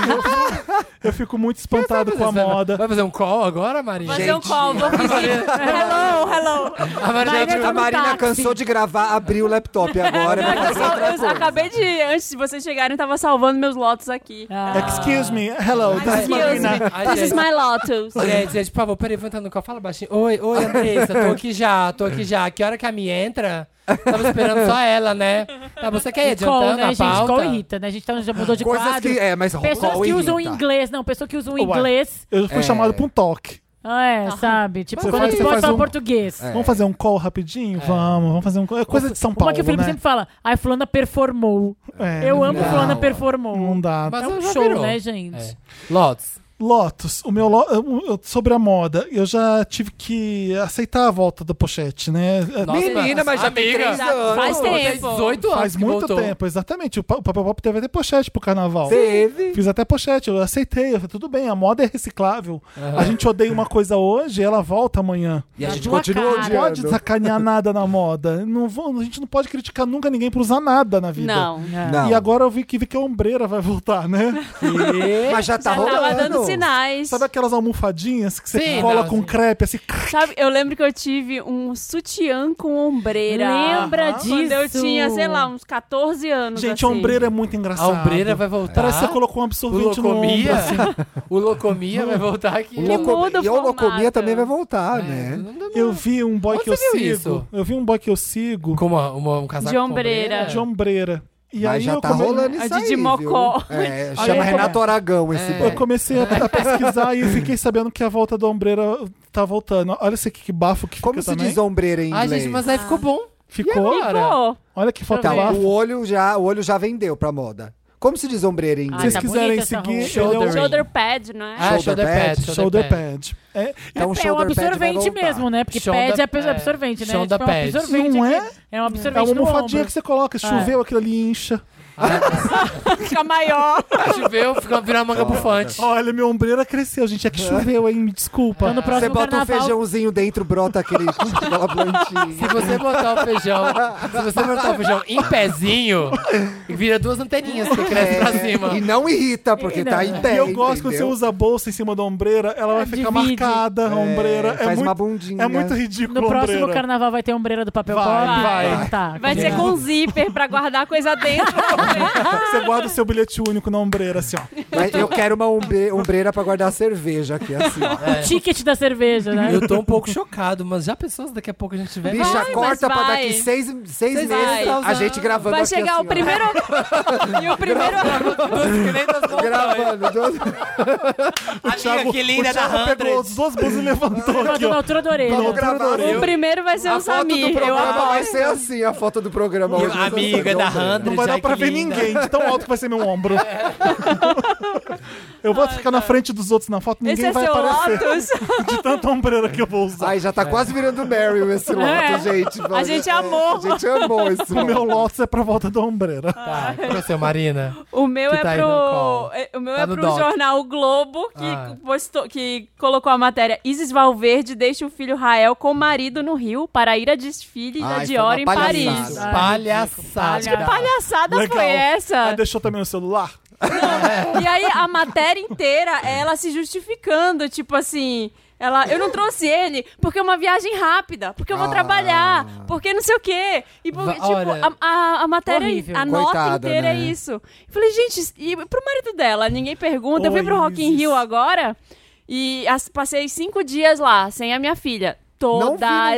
[SPEAKER 1] eu fico muito espantado com a
[SPEAKER 4] Vai-
[SPEAKER 1] moda.
[SPEAKER 4] Vai fazer um call agora, Maria?
[SPEAKER 3] Fazer um call, vou fingir. hello, hello.
[SPEAKER 4] A Maria
[SPEAKER 2] A
[SPEAKER 4] já
[SPEAKER 5] Vai, vai, vai.
[SPEAKER 4] vai...
[SPEAKER 2] Marina
[SPEAKER 5] táxi.
[SPEAKER 2] cansou de gravar, abriu o laptop agora. pra
[SPEAKER 3] Não, é que eu
[SPEAKER 5] um
[SPEAKER 2] fazer
[SPEAKER 3] sal-
[SPEAKER 2] outra
[SPEAKER 3] eu
[SPEAKER 2] coisa.
[SPEAKER 3] acabei de, antes de vocês chegarem, eu tava salvando meus lotos aqui.
[SPEAKER 5] Ah.
[SPEAKER 2] É
[SPEAKER 1] Excuse me, hello, this is
[SPEAKER 3] Excuse me,
[SPEAKER 5] Tá
[SPEAKER 1] Marina.
[SPEAKER 4] Ai,
[SPEAKER 3] this is
[SPEAKER 4] gente.
[SPEAKER 3] my lotus.
[SPEAKER 4] Gente, gente, por favor, peraí, vou entrar no call. Fala baixinho. Oi, oi, Andressa, tô aqui já, tô aqui já. Que hora que a minha entra? Tava esperando só ela, né? Tá, você quer ir
[SPEAKER 5] Call,
[SPEAKER 4] adiantando
[SPEAKER 5] né,
[SPEAKER 4] a
[SPEAKER 5] gente? Call
[SPEAKER 4] pauta?
[SPEAKER 5] irrita, né? A gente tá- já mudou de
[SPEAKER 2] Coisas
[SPEAKER 5] quadro.
[SPEAKER 2] que. É, mas
[SPEAKER 5] Pessoas
[SPEAKER 2] qual
[SPEAKER 5] que
[SPEAKER 2] irrita?
[SPEAKER 5] usam inglês, não, pessoa que usa o
[SPEAKER 1] Ué.
[SPEAKER 5] inglês.
[SPEAKER 1] Eu fui
[SPEAKER 2] É.
[SPEAKER 1] chamado pra um toque.
[SPEAKER 5] Ah, É, sabe? Tipo,
[SPEAKER 1] Você
[SPEAKER 5] quando
[SPEAKER 1] faz-
[SPEAKER 5] tu
[SPEAKER 1] você
[SPEAKER 5] pode
[SPEAKER 1] faz
[SPEAKER 5] falar
[SPEAKER 1] um-
[SPEAKER 5] português.
[SPEAKER 2] É.
[SPEAKER 1] Vamos fazer um call rapidinho? Vamos, vamos fazer um call. É coisa de São
[SPEAKER 5] Uma
[SPEAKER 1] Paulo,
[SPEAKER 5] que o Felipe
[SPEAKER 1] né?
[SPEAKER 5] sempre fala, ai, fulana performou.
[SPEAKER 1] É,
[SPEAKER 5] Eu amo
[SPEAKER 2] não.
[SPEAKER 5] fulana performou.
[SPEAKER 1] Não dá.
[SPEAKER 4] Mas
[SPEAKER 5] É um
[SPEAKER 4] já
[SPEAKER 5] show,
[SPEAKER 4] virou.
[SPEAKER 5] né, gente?
[SPEAKER 4] É. Lotus.
[SPEAKER 1] Lotus, o meu lo- eu- sobre a moda, eu já tive que aceitar a volta da pochete, né?
[SPEAKER 4] Nossa,
[SPEAKER 2] Menina, mas já tem
[SPEAKER 4] amiga,
[SPEAKER 2] três anos.
[SPEAKER 3] faz tempo.
[SPEAKER 4] Tem 18 anos
[SPEAKER 1] Faz
[SPEAKER 4] que
[SPEAKER 1] muito
[SPEAKER 4] voltou.
[SPEAKER 1] tempo, exatamente. O pa- o Papel Pop teve até pochete pro carnaval.
[SPEAKER 2] Teve.
[SPEAKER 1] Fiz até pochete, eu aceitei. Eu falei, tudo bem, a moda é reciclável. A gente odeia uma coisa hoje, ela volta amanhã.
[SPEAKER 2] E a
[SPEAKER 5] Na
[SPEAKER 2] gente
[SPEAKER 5] tua
[SPEAKER 2] continua
[SPEAKER 5] cara.
[SPEAKER 1] Não pode
[SPEAKER 2] odiando.
[SPEAKER 1] sacanear nada na moda. Não vou- a gente não pode criticar nunca ninguém por usar nada na vida.
[SPEAKER 3] Não.
[SPEAKER 5] É.
[SPEAKER 2] Não.
[SPEAKER 1] E agora eu vi que vi que a ombreira vai voltar, né?
[SPEAKER 2] Mas já tá
[SPEAKER 3] Já tava
[SPEAKER 2] rolando.
[SPEAKER 3] dando sinais.
[SPEAKER 1] Sabe aquelas almofadinhas que você
[SPEAKER 4] Sim,
[SPEAKER 1] cola
[SPEAKER 4] não,
[SPEAKER 1] com
[SPEAKER 4] sim.
[SPEAKER 1] crepe, assim?
[SPEAKER 3] Sabe, eu lembro que eu tive um sutiã com ombreira.
[SPEAKER 5] Lembra disso?
[SPEAKER 3] Quando eu tinha, sei lá, uns 14 anos.
[SPEAKER 1] Gente,
[SPEAKER 3] assim.
[SPEAKER 1] a ombreira é muito
[SPEAKER 4] A
[SPEAKER 1] engraçada.
[SPEAKER 4] ombreira vai voltar.
[SPEAKER 1] Parece que você colocou um
[SPEAKER 4] o
[SPEAKER 1] absorvente no ombro.
[SPEAKER 4] locomia. O assim. locomia vai voltar aqui.
[SPEAKER 3] Que louco- muda o
[SPEAKER 2] e a holocomia
[SPEAKER 3] formato.
[SPEAKER 2] também vai voltar,
[SPEAKER 4] É,
[SPEAKER 2] né?
[SPEAKER 4] não dá
[SPEAKER 1] Eu vi um boy
[SPEAKER 4] Onde
[SPEAKER 1] que eu
[SPEAKER 4] você
[SPEAKER 1] sigo.
[SPEAKER 4] viu isso?
[SPEAKER 1] Eu vi um boy que eu sigo
[SPEAKER 4] Como uma, uma- um casaco
[SPEAKER 3] De
[SPEAKER 4] com
[SPEAKER 3] ombreira.
[SPEAKER 1] de ombreira. E
[SPEAKER 2] Mas
[SPEAKER 1] aí
[SPEAKER 2] já
[SPEAKER 1] eu
[SPEAKER 2] tá
[SPEAKER 1] come- É
[SPEAKER 2] rolando
[SPEAKER 3] A
[SPEAKER 2] isso
[SPEAKER 3] de
[SPEAKER 2] aí,
[SPEAKER 3] Dimocó.
[SPEAKER 2] viu? É,
[SPEAKER 1] Aí
[SPEAKER 2] chama
[SPEAKER 1] eu come-
[SPEAKER 2] Renato Aragão esse
[SPEAKER 4] É.
[SPEAKER 1] Eu
[SPEAKER 2] boy.
[SPEAKER 1] comecei a, a pesquisar e eu fiquei sabendo que a volta da ombreira tá voltando. Olha esse aqui, que bafo que
[SPEAKER 2] Como
[SPEAKER 1] fica
[SPEAKER 2] se
[SPEAKER 1] também.
[SPEAKER 2] diz ombreira em
[SPEAKER 4] Ai,
[SPEAKER 2] inglês?
[SPEAKER 4] Ah, gente, mas aí ficou bom.
[SPEAKER 1] Ficou?
[SPEAKER 3] Ficou.
[SPEAKER 1] Olha que foto
[SPEAKER 5] Tá
[SPEAKER 2] Então,
[SPEAKER 1] bafo.
[SPEAKER 2] o olho já, o olho já vendeu pra moda. Como se diz ombreira em
[SPEAKER 5] Ah,
[SPEAKER 1] Se vocês
[SPEAKER 2] inglês?
[SPEAKER 5] tá
[SPEAKER 1] quiserem
[SPEAKER 5] bonita essa
[SPEAKER 1] seguir,
[SPEAKER 5] roupa.
[SPEAKER 1] ele é o
[SPEAKER 4] Shoulder.
[SPEAKER 3] Shoulder pad, não é?
[SPEAKER 4] Ah,
[SPEAKER 2] Shoulder
[SPEAKER 4] shoulder
[SPEAKER 2] pad,
[SPEAKER 4] pad.
[SPEAKER 1] shoulder pad. É,
[SPEAKER 2] Então, o
[SPEAKER 5] é um
[SPEAKER 2] shoulder pad vai
[SPEAKER 5] absorvente
[SPEAKER 2] voltar.
[SPEAKER 5] mesmo, né? Porque
[SPEAKER 4] Shoulder
[SPEAKER 5] pad é
[SPEAKER 4] pad.
[SPEAKER 5] pe- absorvente, né?
[SPEAKER 4] Shoulder
[SPEAKER 5] tipo, é um
[SPEAKER 4] pad.
[SPEAKER 5] absorvente.
[SPEAKER 1] Não
[SPEAKER 5] que-
[SPEAKER 1] é?
[SPEAKER 5] É um
[SPEAKER 1] é
[SPEAKER 5] absorvente
[SPEAKER 1] uma
[SPEAKER 5] no
[SPEAKER 1] almofadinha
[SPEAKER 5] ombro.
[SPEAKER 1] que você coloca. Choveu, aquilo ali incha.
[SPEAKER 3] Fica maior.
[SPEAKER 4] Ah, Choveu, ficou virar manga bufante.
[SPEAKER 1] Olha, minha ombreira cresceu, gente. É que choveu, hein? Me desculpa.
[SPEAKER 5] Quando o
[SPEAKER 2] Você
[SPEAKER 5] Então, próximo
[SPEAKER 2] bota um
[SPEAKER 5] carnaval...
[SPEAKER 2] feijãozinho dentro, brota aquele, aquela
[SPEAKER 4] Se
[SPEAKER 2] plantinha.
[SPEAKER 4] você botar o feijão, se você botar o feijão em pezinho, vira duas anteninhas que crescem pra cima.
[SPEAKER 2] É, E não irrita, porque
[SPEAKER 5] E não,
[SPEAKER 2] tá
[SPEAKER 5] né?
[SPEAKER 2] em pé,
[SPEAKER 1] E eu gosto quando você
[SPEAKER 2] entendeu?
[SPEAKER 1] usa a bolsa em cima da ombreira, ela vai ficar
[SPEAKER 5] Divide.
[SPEAKER 1] marcada, a ombreira. É,
[SPEAKER 2] É, faz uma
[SPEAKER 1] muito,
[SPEAKER 2] bundinha.
[SPEAKER 1] é muito ridículo
[SPEAKER 5] No
[SPEAKER 1] a
[SPEAKER 5] próximo
[SPEAKER 1] ombreira.
[SPEAKER 5] carnaval vai ter ombreira do papel
[SPEAKER 1] Vai,
[SPEAKER 5] pop?
[SPEAKER 4] vai.
[SPEAKER 5] Tá,
[SPEAKER 3] Vai ser
[SPEAKER 5] combinado.
[SPEAKER 3] com zíper pra guardar a coisa dentro.
[SPEAKER 1] Você guarda o seu bilhete único na ombreira, assim, ó.
[SPEAKER 2] Mas eu quero uma ombre- ombreira pra guardar cerveja aqui, assim. ó.
[SPEAKER 5] O ticket da cerveja,
[SPEAKER 1] É.
[SPEAKER 5] né?
[SPEAKER 4] Eu tô um pouco chocado, mas já pensou se daqui a pouco a gente tiver.
[SPEAKER 2] Bicha,
[SPEAKER 3] Vai, mas
[SPEAKER 2] corta pra
[SPEAKER 3] vai.
[SPEAKER 2] daqui seis, seis
[SPEAKER 4] Vocês
[SPEAKER 2] meses
[SPEAKER 3] vão
[SPEAKER 2] a
[SPEAKER 4] usar.
[SPEAKER 2] gente gravando
[SPEAKER 3] Vai
[SPEAKER 2] aqui
[SPEAKER 3] chegar
[SPEAKER 2] assim,
[SPEAKER 3] o
[SPEAKER 2] ó.
[SPEAKER 3] primeiro. e o primeiro.
[SPEAKER 2] Gravando.
[SPEAKER 4] Amiga, que linda
[SPEAKER 1] o Thiago pegou as duas blusas e levantou aqui,
[SPEAKER 5] Levantou na
[SPEAKER 1] ó.
[SPEAKER 5] altura da orelha.
[SPEAKER 2] Vamos gravar.
[SPEAKER 3] o primeiro vai ser
[SPEAKER 2] a
[SPEAKER 3] o
[SPEAKER 2] foto do
[SPEAKER 3] Samir, eu
[SPEAKER 2] programa vai
[SPEAKER 3] aposto.
[SPEAKER 2] ser assim, a foto do programa. hoje.
[SPEAKER 4] Amiga da Handra.
[SPEAKER 1] Não vai dar
[SPEAKER 4] já,
[SPEAKER 1] pra
[SPEAKER 4] que
[SPEAKER 1] ver
[SPEAKER 4] linda.
[SPEAKER 1] ninguém, de tão alto que vai ser meu ombro. Eu vou ficar na frente dos outros na foto,
[SPEAKER 3] Esse
[SPEAKER 1] ninguém
[SPEAKER 3] é
[SPEAKER 1] vai
[SPEAKER 3] seu
[SPEAKER 1] aparecer
[SPEAKER 3] Lotus.
[SPEAKER 1] de tanta ombreira que eu vou usar.
[SPEAKER 2] Ai, já tá quase virando Meryl esse loto,
[SPEAKER 3] É.
[SPEAKER 2] gente.
[SPEAKER 3] A gente amou.
[SPEAKER 2] A gente amou esse
[SPEAKER 1] O meu
[SPEAKER 2] loto.
[SPEAKER 1] Lotus é pra volta da ombreira.
[SPEAKER 4] Tá, qual é o seu, Marina?
[SPEAKER 3] O meu
[SPEAKER 4] Que
[SPEAKER 3] é
[SPEAKER 4] tá aí no
[SPEAKER 3] pro.
[SPEAKER 4] call.
[SPEAKER 3] é- O meu
[SPEAKER 4] Tá
[SPEAKER 3] é
[SPEAKER 4] no
[SPEAKER 3] pro
[SPEAKER 4] doc.
[SPEAKER 3] jornal o Globo que,
[SPEAKER 4] Ah.
[SPEAKER 3] postou, que colocou a matéria Isis Valverde deixa o filho Rael com o marido no Rio para ir a desfile da
[SPEAKER 2] Ai, foi
[SPEAKER 3] Dior
[SPEAKER 2] uma
[SPEAKER 3] em
[SPEAKER 2] palhaçada.
[SPEAKER 3] Paris.
[SPEAKER 5] Ai,
[SPEAKER 4] Palhaçada.
[SPEAKER 5] palhaçada.
[SPEAKER 3] Palhaçada foi essa?
[SPEAKER 1] Aí deixou também o celular.
[SPEAKER 3] E aí a matéria inteira é ela se justificando, tipo assim. Ela, eu não trouxe ele porque é uma viagem rápida, porque eu vou
[SPEAKER 2] Ah.
[SPEAKER 3] trabalhar, porque não sei o quê. E por-
[SPEAKER 4] Va-
[SPEAKER 3] tipo,
[SPEAKER 4] olha.
[SPEAKER 3] a, a, a matéria,
[SPEAKER 5] Horrível.
[SPEAKER 3] a nota
[SPEAKER 2] Coitada,
[SPEAKER 3] inteira
[SPEAKER 2] né?
[SPEAKER 3] é isso. Eu falei, gente, e pro marido dela, ninguém pergunta. Eu
[SPEAKER 1] Ô,
[SPEAKER 3] fui pro Rock in
[SPEAKER 1] Isis.
[SPEAKER 3] Rio agora e as- passei cinco dias lá, sem a minha filha.
[SPEAKER 2] Não vi no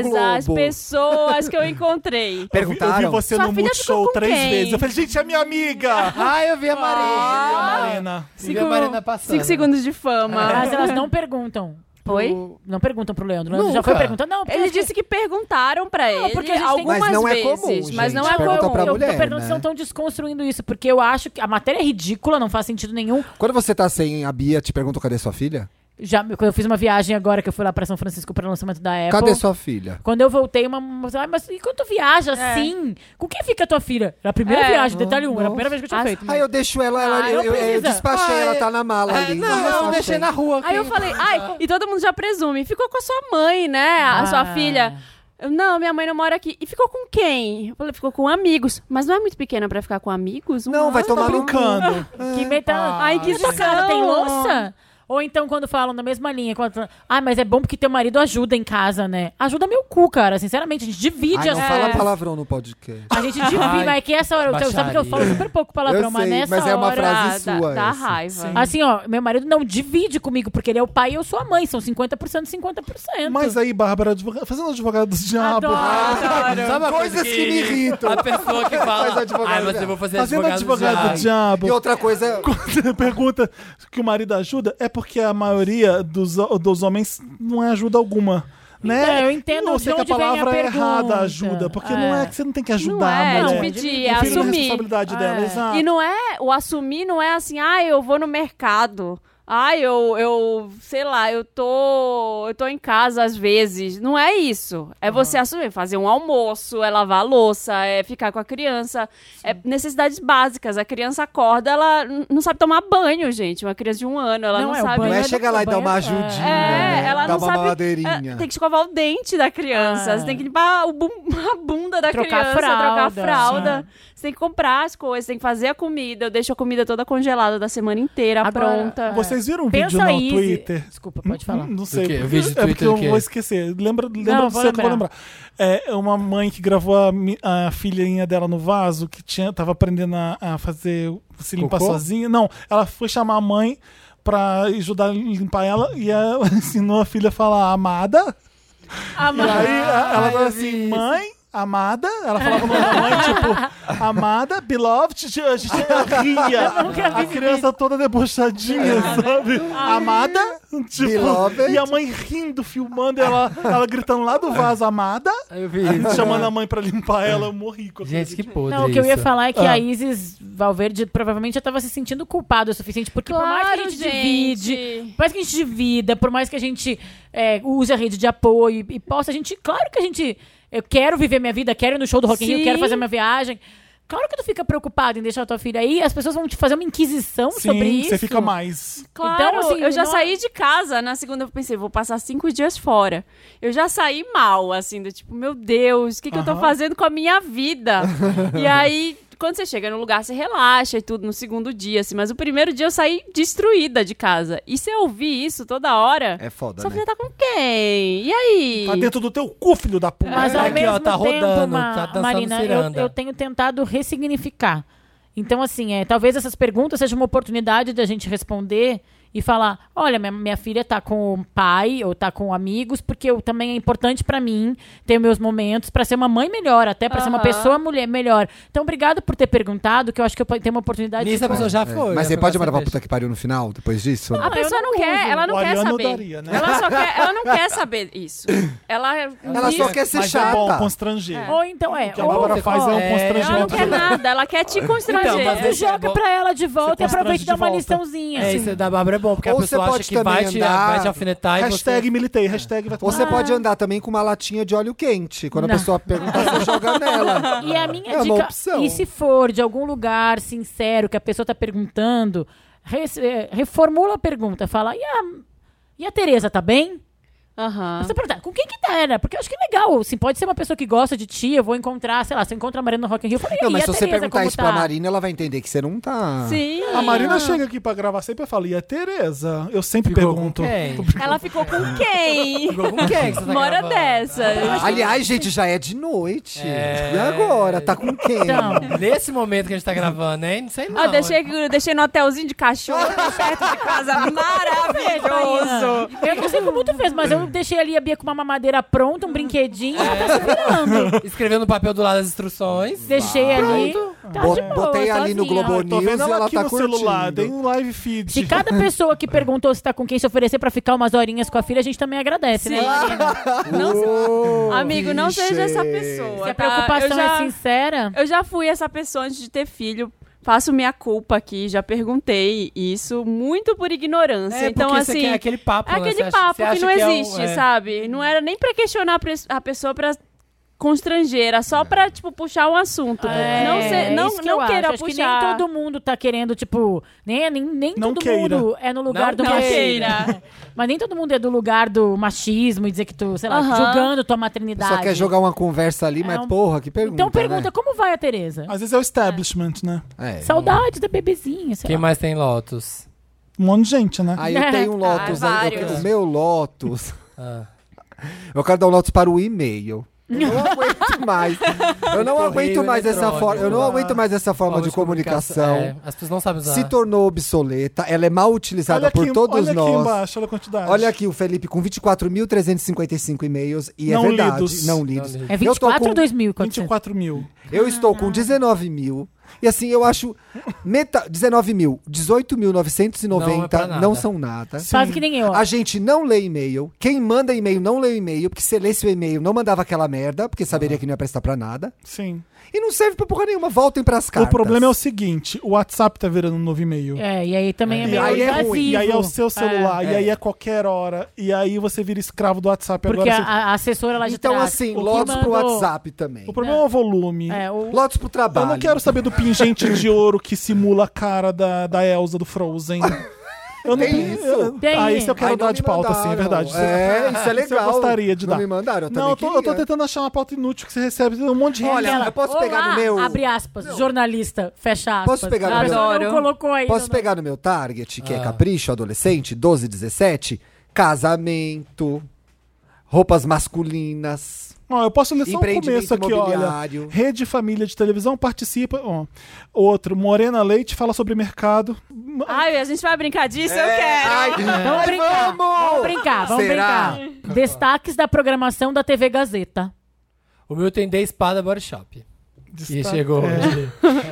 [SPEAKER 3] Todas as
[SPEAKER 2] Globo.
[SPEAKER 3] pessoas que eu encontrei.
[SPEAKER 1] Eu vi
[SPEAKER 2] Perguntaram.
[SPEAKER 1] você
[SPEAKER 3] Sua
[SPEAKER 1] no
[SPEAKER 3] filha ficou
[SPEAKER 1] Multishow
[SPEAKER 3] com
[SPEAKER 1] três
[SPEAKER 3] quem?
[SPEAKER 1] vezes. Eu falei, gente, é minha amiga!
[SPEAKER 4] Ah, eu vi a Marina.
[SPEAKER 1] Marina.
[SPEAKER 4] E a Marina passando.
[SPEAKER 3] cinco segundos de fama.
[SPEAKER 5] Mas elas não perguntam.
[SPEAKER 2] É.
[SPEAKER 5] pro-
[SPEAKER 3] Oi?
[SPEAKER 5] Não perguntam pro Leandro. O Leandro já
[SPEAKER 4] Nunca.
[SPEAKER 5] foi perguntar. Não, É porque
[SPEAKER 3] Ele
[SPEAKER 5] acho que-
[SPEAKER 3] disse que perguntaram pra ele
[SPEAKER 5] porque a gente tem-
[SPEAKER 3] algumas
[SPEAKER 2] Mas não é
[SPEAKER 3] vezes,
[SPEAKER 2] comum,
[SPEAKER 3] mas não
[SPEAKER 2] gente,
[SPEAKER 3] é
[SPEAKER 2] pergunta
[SPEAKER 3] comum.
[SPEAKER 2] pra
[SPEAKER 5] eu
[SPEAKER 2] mulher,
[SPEAKER 5] tô perguntando
[SPEAKER 2] né?
[SPEAKER 5] se não estão desconstruindo isso, porque eu acho que a matéria é ridícula, não faz sentido nenhum.
[SPEAKER 2] Quando você tá sem a Bia, te perguntam cadê sua filha?
[SPEAKER 5] Já, quando eu fiz uma viagem agora que eu fui lá pra São Francisco para lançamento da Apple.
[SPEAKER 2] Cadê sua filha?
[SPEAKER 5] Quando eu voltei, uma moça, ah, mas e quando tu viaja assim? Com quem fica a tua filha? Era a primeira
[SPEAKER 3] É.
[SPEAKER 5] viagem, detalhe um, era a primeira vez que eu tinha feito.
[SPEAKER 2] Ah, eu deixo ela, ela-
[SPEAKER 5] Ah,
[SPEAKER 2] eu,
[SPEAKER 5] não
[SPEAKER 2] eu- eu
[SPEAKER 5] precisa.
[SPEAKER 2] despachei,
[SPEAKER 4] Ah,
[SPEAKER 2] ela tá
[SPEAKER 4] é-
[SPEAKER 2] na mala
[SPEAKER 4] É,
[SPEAKER 2] ali.
[SPEAKER 4] não, eu deixei na rua.
[SPEAKER 3] Aí eu
[SPEAKER 4] quem-
[SPEAKER 3] falei, ai, e todo mundo já presume, ficou com a sua mãe, né? A
[SPEAKER 5] Ah.
[SPEAKER 3] sua filha. Eu, Não, minha mãe não mora aqui. E ficou com quem? Eu falei, ficou com amigos. Mas não é muito pequena pra ficar com amigos? Um
[SPEAKER 2] Não, vai
[SPEAKER 3] ano.
[SPEAKER 2] tomar no cu.
[SPEAKER 1] Brincando.
[SPEAKER 5] Que meta...
[SPEAKER 3] Ai, que
[SPEAKER 5] Mas tua casa
[SPEAKER 3] são.
[SPEAKER 5] tem louça? Ou então quando falam na mesma linha, quando... ah, mas é bom porque teu marido ajuda em casa, né? Ajuda meu cu, cara, sinceramente, a gente
[SPEAKER 2] Ai,
[SPEAKER 5] divide as
[SPEAKER 2] não fala
[SPEAKER 5] coisas.
[SPEAKER 2] palavrão no podcast.
[SPEAKER 4] Ah,
[SPEAKER 5] A gente divide,
[SPEAKER 4] Ai,
[SPEAKER 5] mas é que essa hora, eu- sabe que eu falo
[SPEAKER 4] baixaria.
[SPEAKER 5] super pouco palavrão,
[SPEAKER 2] Eu
[SPEAKER 5] mas
[SPEAKER 2] sei,
[SPEAKER 5] nessa
[SPEAKER 2] mas é uma
[SPEAKER 5] hora...
[SPEAKER 2] frase
[SPEAKER 3] Ah, dá,
[SPEAKER 2] sua
[SPEAKER 3] dá
[SPEAKER 2] essa.
[SPEAKER 3] raiva.
[SPEAKER 5] Assim, ó, meu marido não divide comigo, porque ele é o pai e eu sou a mãe, são 50% 50%.
[SPEAKER 1] Mas é aí, Bárbara, advoga- fazendo advogado dos diabos.
[SPEAKER 5] Adoro, adoro.
[SPEAKER 4] Sabe uma
[SPEAKER 2] Coisas
[SPEAKER 4] coisa
[SPEAKER 2] que me irritam.
[SPEAKER 4] A pessoa que fala.
[SPEAKER 2] Faz advogado
[SPEAKER 4] Ai, mas
[SPEAKER 2] já.
[SPEAKER 4] eu vou fazer
[SPEAKER 1] Fazendo advogado
[SPEAKER 4] já."
[SPEAKER 1] do diabo.
[SPEAKER 2] E outra coisa,
[SPEAKER 1] Quando você pergunta que o marido ajuda, é porque a maioria dos, dos homens não é ajuda alguma. Né?
[SPEAKER 5] Então, eu entendo
[SPEAKER 1] Não, eu sei
[SPEAKER 5] de
[SPEAKER 1] que a
[SPEAKER 5] onde vem a
[SPEAKER 1] palavra é
[SPEAKER 5] pergunta.
[SPEAKER 1] errada, ajuda. Porque não
[SPEAKER 5] É.
[SPEAKER 1] é que você não tem que
[SPEAKER 3] não
[SPEAKER 1] ajudar
[SPEAKER 3] é,
[SPEAKER 1] a mulher.
[SPEAKER 3] não pedir, é
[SPEAKER 1] Eu prefiro a
[SPEAKER 3] assumir.
[SPEAKER 1] responsabilidade dela,
[SPEAKER 5] É.
[SPEAKER 1] exato.
[SPEAKER 3] E não é, o assumir não é assim, ah, eu vou no mercado. Ah, eu, eu, sei lá, eu tô, eu tô em casa às vezes. Não é isso. É você assumir, fazer um almoço, é lavar a louça, é ficar com a criança. É necessidades básicas. A criança acorda, ela n- não sabe tomar banho, gente. Uma criança de um ano, ela não,
[SPEAKER 5] Não, é, o
[SPEAKER 3] sabe.
[SPEAKER 2] não
[SPEAKER 5] banho
[SPEAKER 2] é
[SPEAKER 5] é
[SPEAKER 2] chegar lá e dar uma
[SPEAKER 5] banho,
[SPEAKER 2] ajudinha,
[SPEAKER 3] É,
[SPEAKER 2] né?
[SPEAKER 3] ela
[SPEAKER 2] dar
[SPEAKER 3] não
[SPEAKER 2] uma
[SPEAKER 3] sabe.
[SPEAKER 2] madeirinha.
[SPEAKER 3] é, tem que escovar o dente da criança.
[SPEAKER 5] Ah.
[SPEAKER 3] Você tem que limpar o bum- a bunda da
[SPEAKER 5] Trocar a
[SPEAKER 3] criança, trocar a
[SPEAKER 5] fralda.
[SPEAKER 3] fralda. Você tem que comprar as coisas, tem que fazer a comida. Eu deixo a comida toda congelada da semana inteira,
[SPEAKER 5] Agora,
[SPEAKER 3] pronta.
[SPEAKER 5] é.
[SPEAKER 1] Vocês Vocês viram um vídeo
[SPEAKER 5] Pensa
[SPEAKER 1] no
[SPEAKER 5] aí. se-
[SPEAKER 1] Twitter?
[SPEAKER 5] Desculpa, pode falar.
[SPEAKER 1] Hum, Não sei.
[SPEAKER 4] quê? O vídeo do
[SPEAKER 1] é
[SPEAKER 4] Twitter
[SPEAKER 1] porque eu
[SPEAKER 4] do quê?
[SPEAKER 1] vou esquecer. Lembra, lembra
[SPEAKER 5] Não,
[SPEAKER 1] do
[SPEAKER 5] vou
[SPEAKER 1] seu que eu vou
[SPEAKER 5] lembrar.
[SPEAKER 1] lembrar. É uma mãe que gravou a, mi- a filhinha dela no vaso, que tinha, tava aprendendo a, a fazer se limpar
[SPEAKER 4] Cocô?
[SPEAKER 1] sozinha. Não, ela foi chamar a mãe pra ajudar a limpar ela e ela ensinou a filha a falar amada. E aí a- ela falou assim, mãe. Amada, ela falava o nome da mãe, tipo, amada, beloved, tipo, a gente ela ria. A criança toda debochadinha, sabe? Amada, tipo,
[SPEAKER 2] Beloved.
[SPEAKER 1] e a mãe rindo, filmando, ela, ela gritando lá do vaso, amada,
[SPEAKER 4] Eu vi isso.
[SPEAKER 1] chamando a mãe pra limpar ela, eu morri com aquele
[SPEAKER 4] Gente, que podre
[SPEAKER 5] Não, o que eu ia
[SPEAKER 4] isso.
[SPEAKER 5] falar é que
[SPEAKER 1] Ah.
[SPEAKER 5] a Isis Valverde provavelmente já tava se sentindo culpada o suficiente, porque por mais que a
[SPEAKER 3] Claro,
[SPEAKER 5] gente,
[SPEAKER 3] gente.
[SPEAKER 5] divide, por mais que a gente divida, por mais que a gente é, use a rede de apoio e, e possa, a gente, claro que a gente, eu quero viver minha vida, quero ir no show do Rock in Rio,
[SPEAKER 3] Sim.
[SPEAKER 5] quero fazer minha viagem. Claro que tu fica preocupado em deixar tua filha aí, as pessoas vão te fazer uma inquisição
[SPEAKER 1] Sim,
[SPEAKER 5] sobre isso.
[SPEAKER 1] você fica mais.
[SPEAKER 3] Claro,
[SPEAKER 5] Então, assim,
[SPEAKER 3] eu já
[SPEAKER 5] não-
[SPEAKER 3] saí de casa. Na segunda eu pensei, vou passar cinco dias fora. Eu já saí mal, assim, do tipo, meu Deus, o que, que eu tô
[SPEAKER 1] Aham.
[SPEAKER 3] fazendo com a minha vida? e aí, quando você chega no lugar, você relaxa e tudo no segundo dia, assim. Mas o primeiro dia eu saí destruída de casa. E se eu ouvir isso toda hora,
[SPEAKER 2] É foda,
[SPEAKER 3] sua
[SPEAKER 2] né?
[SPEAKER 3] filha tá com quem? E aí?
[SPEAKER 1] Tá dentro do teu cu, filho da puta.
[SPEAKER 5] Mas
[SPEAKER 4] É,
[SPEAKER 5] ao
[SPEAKER 4] aqui,
[SPEAKER 5] mesmo
[SPEAKER 4] ó, tá
[SPEAKER 5] tempo,
[SPEAKER 4] rodando,
[SPEAKER 5] Ma-
[SPEAKER 4] tá dançando
[SPEAKER 5] Marina, eu,
[SPEAKER 4] ciranda.
[SPEAKER 5] eu tenho tentado ressignificar. Então, assim, é, talvez essas perguntas sejam uma oportunidade da gente responder e falar: olha, minha, minha filha tá com o pai ou tá com amigos, porque eu, também é importante pra mim ter meus momentos pra ser uma mãe melhor, até pra ser uma
[SPEAKER 3] Aham.
[SPEAKER 5] pessoa mulher melhor. Então, obrigado por ter perguntado, que eu acho que eu po- tenho uma oportunidade.
[SPEAKER 4] Nisso a pessoa já
[SPEAKER 2] É,
[SPEAKER 4] foi.
[SPEAKER 2] mas
[SPEAKER 4] né,
[SPEAKER 2] você pode
[SPEAKER 4] pra
[SPEAKER 2] mandar pra
[SPEAKER 4] saber.
[SPEAKER 2] puta que pariu no final, depois disso?
[SPEAKER 3] A
[SPEAKER 5] eu
[SPEAKER 3] pessoa
[SPEAKER 5] não
[SPEAKER 3] não, quer,
[SPEAKER 5] uso.
[SPEAKER 3] ela não
[SPEAKER 1] O
[SPEAKER 3] quer
[SPEAKER 1] Ariano
[SPEAKER 3] saber.
[SPEAKER 1] daria, né?
[SPEAKER 3] Ela só quer, ela não quer saber isso. Ela,
[SPEAKER 2] Ela só
[SPEAKER 3] isso-
[SPEAKER 2] quer ser
[SPEAKER 1] Mas é bom
[SPEAKER 2] chata.
[SPEAKER 1] constranger.
[SPEAKER 5] Ou então é.
[SPEAKER 1] O que a
[SPEAKER 5] ou-
[SPEAKER 1] Bárbara faz é um
[SPEAKER 4] é,
[SPEAKER 3] ela não
[SPEAKER 1] constrangimento.
[SPEAKER 3] quer nada, ela quer te constranger.
[SPEAKER 4] Então, mas
[SPEAKER 5] Tu joga pra ela de volta e
[SPEAKER 1] constrange
[SPEAKER 5] aproveita e dá
[SPEAKER 1] de
[SPEAKER 5] uma
[SPEAKER 1] volta.
[SPEAKER 5] liçãozinha.
[SPEAKER 4] É, isso da Bárbara é bom, porque
[SPEAKER 2] Ou
[SPEAKER 4] a pessoa
[SPEAKER 2] você
[SPEAKER 4] acha
[SPEAKER 2] pode
[SPEAKER 4] que vai
[SPEAKER 2] também
[SPEAKER 4] te,
[SPEAKER 2] andar-
[SPEAKER 4] vai te alfinetar
[SPEAKER 1] Hashtag
[SPEAKER 4] e
[SPEAKER 1] militei, hashtag vai
[SPEAKER 2] Ou você
[SPEAKER 1] tomar-
[SPEAKER 2] pode andar também com uma latinha de óleo quente. Quando
[SPEAKER 5] Não.
[SPEAKER 2] a pessoa pergunta, você joga nela.
[SPEAKER 5] E a minha
[SPEAKER 2] É uma
[SPEAKER 5] dica,
[SPEAKER 2] opção.
[SPEAKER 5] e se for de algum lugar sincero que a pessoa tá perguntando, res- eh, reformula a pergunta, fala, e a, e a Tereza tá bem?
[SPEAKER 3] Aham.
[SPEAKER 5] Você pergunta, com quem que tá, né? Porque eu acho que é legal, assim, pode ser uma pessoa que gosta de ti, eu vou encontrar, sei lá, se eu encontro a Marina no Rock in Rio, eu falo, e,
[SPEAKER 2] Não,
[SPEAKER 5] aí,
[SPEAKER 2] mas
[SPEAKER 5] a
[SPEAKER 2] se você
[SPEAKER 5] Tereza,
[SPEAKER 2] perguntar
[SPEAKER 5] como
[SPEAKER 2] isso
[SPEAKER 5] tá?
[SPEAKER 2] pra Marina, ela vai entender que você não tá.
[SPEAKER 3] Sim.
[SPEAKER 1] A Marina chega aqui pra gravar sempre e fala, e a Tereza? Eu sempre
[SPEAKER 4] Ficou com
[SPEAKER 1] pergunto.
[SPEAKER 4] quem?
[SPEAKER 1] Tô brincando.
[SPEAKER 3] Ela ficou com quem?
[SPEAKER 4] Ficou com quem que você tá
[SPEAKER 3] Mora
[SPEAKER 4] gravando?
[SPEAKER 3] dessas.
[SPEAKER 2] Aliás, gente, já é de noite.
[SPEAKER 4] É.
[SPEAKER 2] E agora? Tá com quem?
[SPEAKER 5] Então,
[SPEAKER 4] Nesse momento que a gente tá gravando, hein? Não sei não.
[SPEAKER 3] Ah, deixei, deixei no hotelzinho de cachorro aqui perto de casa. Maravilhoso!
[SPEAKER 5] eu não sei como tu fez, mas eu deixei ali a Bia com uma mamadeira pronta, um brinquedinho,
[SPEAKER 2] É,
[SPEAKER 5] ela tá se virando.
[SPEAKER 4] Escreveu no papel do lado as instruções.
[SPEAKER 5] Deixei ali, tá
[SPEAKER 2] Bo-
[SPEAKER 5] de boa,
[SPEAKER 2] Botei ali no
[SPEAKER 5] sozinha.
[SPEAKER 2] Globo
[SPEAKER 1] Ah, Tô
[SPEAKER 2] News
[SPEAKER 1] vendo
[SPEAKER 2] e
[SPEAKER 1] ela,
[SPEAKER 2] ela
[SPEAKER 1] aqui
[SPEAKER 2] tá
[SPEAKER 1] no
[SPEAKER 2] curtindo.
[SPEAKER 1] celular, tem um live feed.
[SPEAKER 2] Tipo,
[SPEAKER 5] Se cada
[SPEAKER 2] né?
[SPEAKER 5] pessoa que perguntou se tá com quem se oferecer pra ficar umas horinhas com a filha, a gente também agradece, né?
[SPEAKER 3] Sim.
[SPEAKER 2] Ô,
[SPEAKER 3] Amigo, não seja essa
[SPEAKER 2] biche.
[SPEAKER 3] pessoa.
[SPEAKER 5] Se
[SPEAKER 3] tá?
[SPEAKER 5] a preocupação
[SPEAKER 3] eu já,
[SPEAKER 5] é sincera,
[SPEAKER 3] Eu já fui essa pessoa antes de ter filho. Faço minha culpa aqui, já perguntei isso, muito por ignorância.
[SPEAKER 4] É,
[SPEAKER 3] então,
[SPEAKER 4] porque você
[SPEAKER 3] assim.
[SPEAKER 4] quer aquele papo,
[SPEAKER 3] É
[SPEAKER 4] né? Você
[SPEAKER 3] aquele
[SPEAKER 4] acha-
[SPEAKER 3] papo
[SPEAKER 4] você
[SPEAKER 3] que
[SPEAKER 4] acha
[SPEAKER 3] não
[SPEAKER 4] é um-
[SPEAKER 3] existe,
[SPEAKER 4] é.
[SPEAKER 3] sabe? Não era nem pra questionar a pres- a pessoa pra constranger, era só pra, tipo, puxar um assunto.
[SPEAKER 5] É,
[SPEAKER 3] não se- não,
[SPEAKER 5] isso que eu
[SPEAKER 3] não
[SPEAKER 5] acho.
[SPEAKER 3] queira
[SPEAKER 5] acho
[SPEAKER 3] puxar.
[SPEAKER 5] Que nem todo mundo tá querendo, tipo. Nem, nem, nem
[SPEAKER 1] Não
[SPEAKER 5] todo
[SPEAKER 1] queira.
[SPEAKER 5] mundo é no lugar
[SPEAKER 4] Não
[SPEAKER 5] do
[SPEAKER 3] não
[SPEAKER 5] machismo.
[SPEAKER 3] queira.
[SPEAKER 5] Mas nem todo mundo é do lugar do machismo e dizer que tu, sei lá,
[SPEAKER 3] Aham.
[SPEAKER 5] julgando tua
[SPEAKER 2] A
[SPEAKER 5] maternidade.
[SPEAKER 2] pessoa quer jogar uma conversa ali, mas
[SPEAKER 5] É um-
[SPEAKER 2] porra, que pergunta.
[SPEAKER 5] Então pergunta,
[SPEAKER 2] né?
[SPEAKER 5] como vai a Tereza?
[SPEAKER 1] Às vezes é o establishment, né?
[SPEAKER 2] É.
[SPEAKER 5] Saudade da bebezinha, sei
[SPEAKER 4] Quem
[SPEAKER 5] lá.
[SPEAKER 4] mais tem Lotus?
[SPEAKER 1] Um monte de gente, né?
[SPEAKER 2] Aí eu tenho um Lotus.
[SPEAKER 3] Ah,
[SPEAKER 2] aí, eu-
[SPEAKER 3] vários.
[SPEAKER 2] o meu Lotus.
[SPEAKER 4] Ah.
[SPEAKER 2] Eu quero dar um Lotus para o e-mail. Eu não aguento mais. Eu não aguento
[SPEAKER 4] Correio
[SPEAKER 2] mais essa
[SPEAKER 4] eletrônico.
[SPEAKER 2] forma. Eu não aguento mais essa forma
[SPEAKER 4] Forma
[SPEAKER 2] de comunicação.
[SPEAKER 4] é, as pessoas não sabem usar.
[SPEAKER 2] Se tornou obsoleta, ela é mal utilizada
[SPEAKER 1] olha aqui,
[SPEAKER 2] por todos
[SPEAKER 1] olha aqui
[SPEAKER 2] nós.
[SPEAKER 1] embaixo, olha a quantidade.
[SPEAKER 2] Olha aqui o Felipe com 24.355 e-mails e
[SPEAKER 1] Não
[SPEAKER 2] é verdade,
[SPEAKER 1] lidos.
[SPEAKER 2] não lidos.
[SPEAKER 4] Não lidos.
[SPEAKER 5] É
[SPEAKER 2] Eu tô
[SPEAKER 5] 24
[SPEAKER 2] com-
[SPEAKER 5] ou 2.400?
[SPEAKER 1] 24 mil.
[SPEAKER 2] Eu estou
[SPEAKER 4] Ah.
[SPEAKER 2] com 19 mil. E assim, eu acho. Meta... 19 mil, 18.990
[SPEAKER 4] Não é pra
[SPEAKER 2] não,
[SPEAKER 4] nada.
[SPEAKER 2] são nada.
[SPEAKER 5] Quase que nem eu.
[SPEAKER 2] A gente não lê e-mail. Quem manda e-mail não lê e-mail, porque se lesse o e-mail não mandava aquela merda, porque saberia
[SPEAKER 5] Ah.
[SPEAKER 2] que não ia prestar pra nada.
[SPEAKER 1] Sim.
[SPEAKER 2] E não serve pra porra nenhuma. Voltem pras cartas.
[SPEAKER 1] O problema é o seguinte: o WhatsApp tá virando um novo e-mail.
[SPEAKER 5] É, e aí também é,
[SPEAKER 4] É.
[SPEAKER 5] meio
[SPEAKER 2] Aí é ruim.
[SPEAKER 5] invasivo.
[SPEAKER 1] E aí é o seu celular,
[SPEAKER 4] É.
[SPEAKER 1] e aí é qualquer hora, e aí você vira escravo do WhatsApp
[SPEAKER 5] Porque
[SPEAKER 1] agora.
[SPEAKER 5] a, a assessora lá de
[SPEAKER 2] Então,
[SPEAKER 5] trás,
[SPEAKER 2] assim,
[SPEAKER 5] o que
[SPEAKER 2] lotes pro
[SPEAKER 5] mandou-
[SPEAKER 2] WhatsApp também.
[SPEAKER 1] Você... O problema é o volume.
[SPEAKER 5] É, o-
[SPEAKER 2] Lotes pro
[SPEAKER 1] Eu
[SPEAKER 2] trabalho.
[SPEAKER 1] não quero saber do pingente de ouro que simula a cara da, da Elsa do Frozen. Eu não
[SPEAKER 2] Tem
[SPEAKER 1] tenho-
[SPEAKER 2] isso?
[SPEAKER 1] eu-
[SPEAKER 5] Tem.
[SPEAKER 1] Ah, isso eu
[SPEAKER 2] Ai,
[SPEAKER 1] quero
[SPEAKER 2] não
[SPEAKER 1] dar de
[SPEAKER 2] me
[SPEAKER 1] pauta, sim, é
[SPEAKER 2] mandaram.
[SPEAKER 1] verdade.
[SPEAKER 2] É, isso é
[SPEAKER 1] eu
[SPEAKER 2] legal.
[SPEAKER 1] gostaria de
[SPEAKER 2] Não
[SPEAKER 1] dar.
[SPEAKER 2] me mandaram, eu
[SPEAKER 1] Não, eu tô,
[SPEAKER 2] também
[SPEAKER 1] eu tô
[SPEAKER 2] queria.
[SPEAKER 1] tentando achar uma pauta inútil que você recebe um monte de
[SPEAKER 2] Olha,
[SPEAKER 1] reentrada.
[SPEAKER 2] eu posso pegar no
[SPEAKER 5] Olá,
[SPEAKER 2] meu-
[SPEAKER 5] Abre aspas, jornalista, fecha aspas.
[SPEAKER 2] Posso pegar no
[SPEAKER 5] A
[SPEAKER 2] meu-
[SPEAKER 5] pessoa não
[SPEAKER 3] Adoro.
[SPEAKER 5] colocou aí.
[SPEAKER 2] Posso
[SPEAKER 5] não-
[SPEAKER 2] pegar no meu target, que é
[SPEAKER 4] Ah.
[SPEAKER 2] capricho, adolescente, 12, 17? Casamento, roupas masculinas.
[SPEAKER 1] Ó, eu posso ler só o
[SPEAKER 2] Empreendimento
[SPEAKER 1] começo aqui, olha.
[SPEAKER 2] imobiliário.
[SPEAKER 1] Rede Família de Televisão participa. ó. Outro, Morena Leite fala sobre mercado.
[SPEAKER 3] Ai, a gente vai brincar disso?
[SPEAKER 4] É,
[SPEAKER 3] Eu quero.
[SPEAKER 2] Ai,
[SPEAKER 5] Vamos
[SPEAKER 2] ai,
[SPEAKER 5] brincar.
[SPEAKER 2] vamos!
[SPEAKER 5] Vamos brincar, vamos
[SPEAKER 2] Será?
[SPEAKER 5] brincar. Destaques da programação da TV Gazeta.
[SPEAKER 4] O meu tem The Espada Body Shop. E
[SPEAKER 1] Destaque-
[SPEAKER 4] chegou
[SPEAKER 1] É.
[SPEAKER 4] hoje.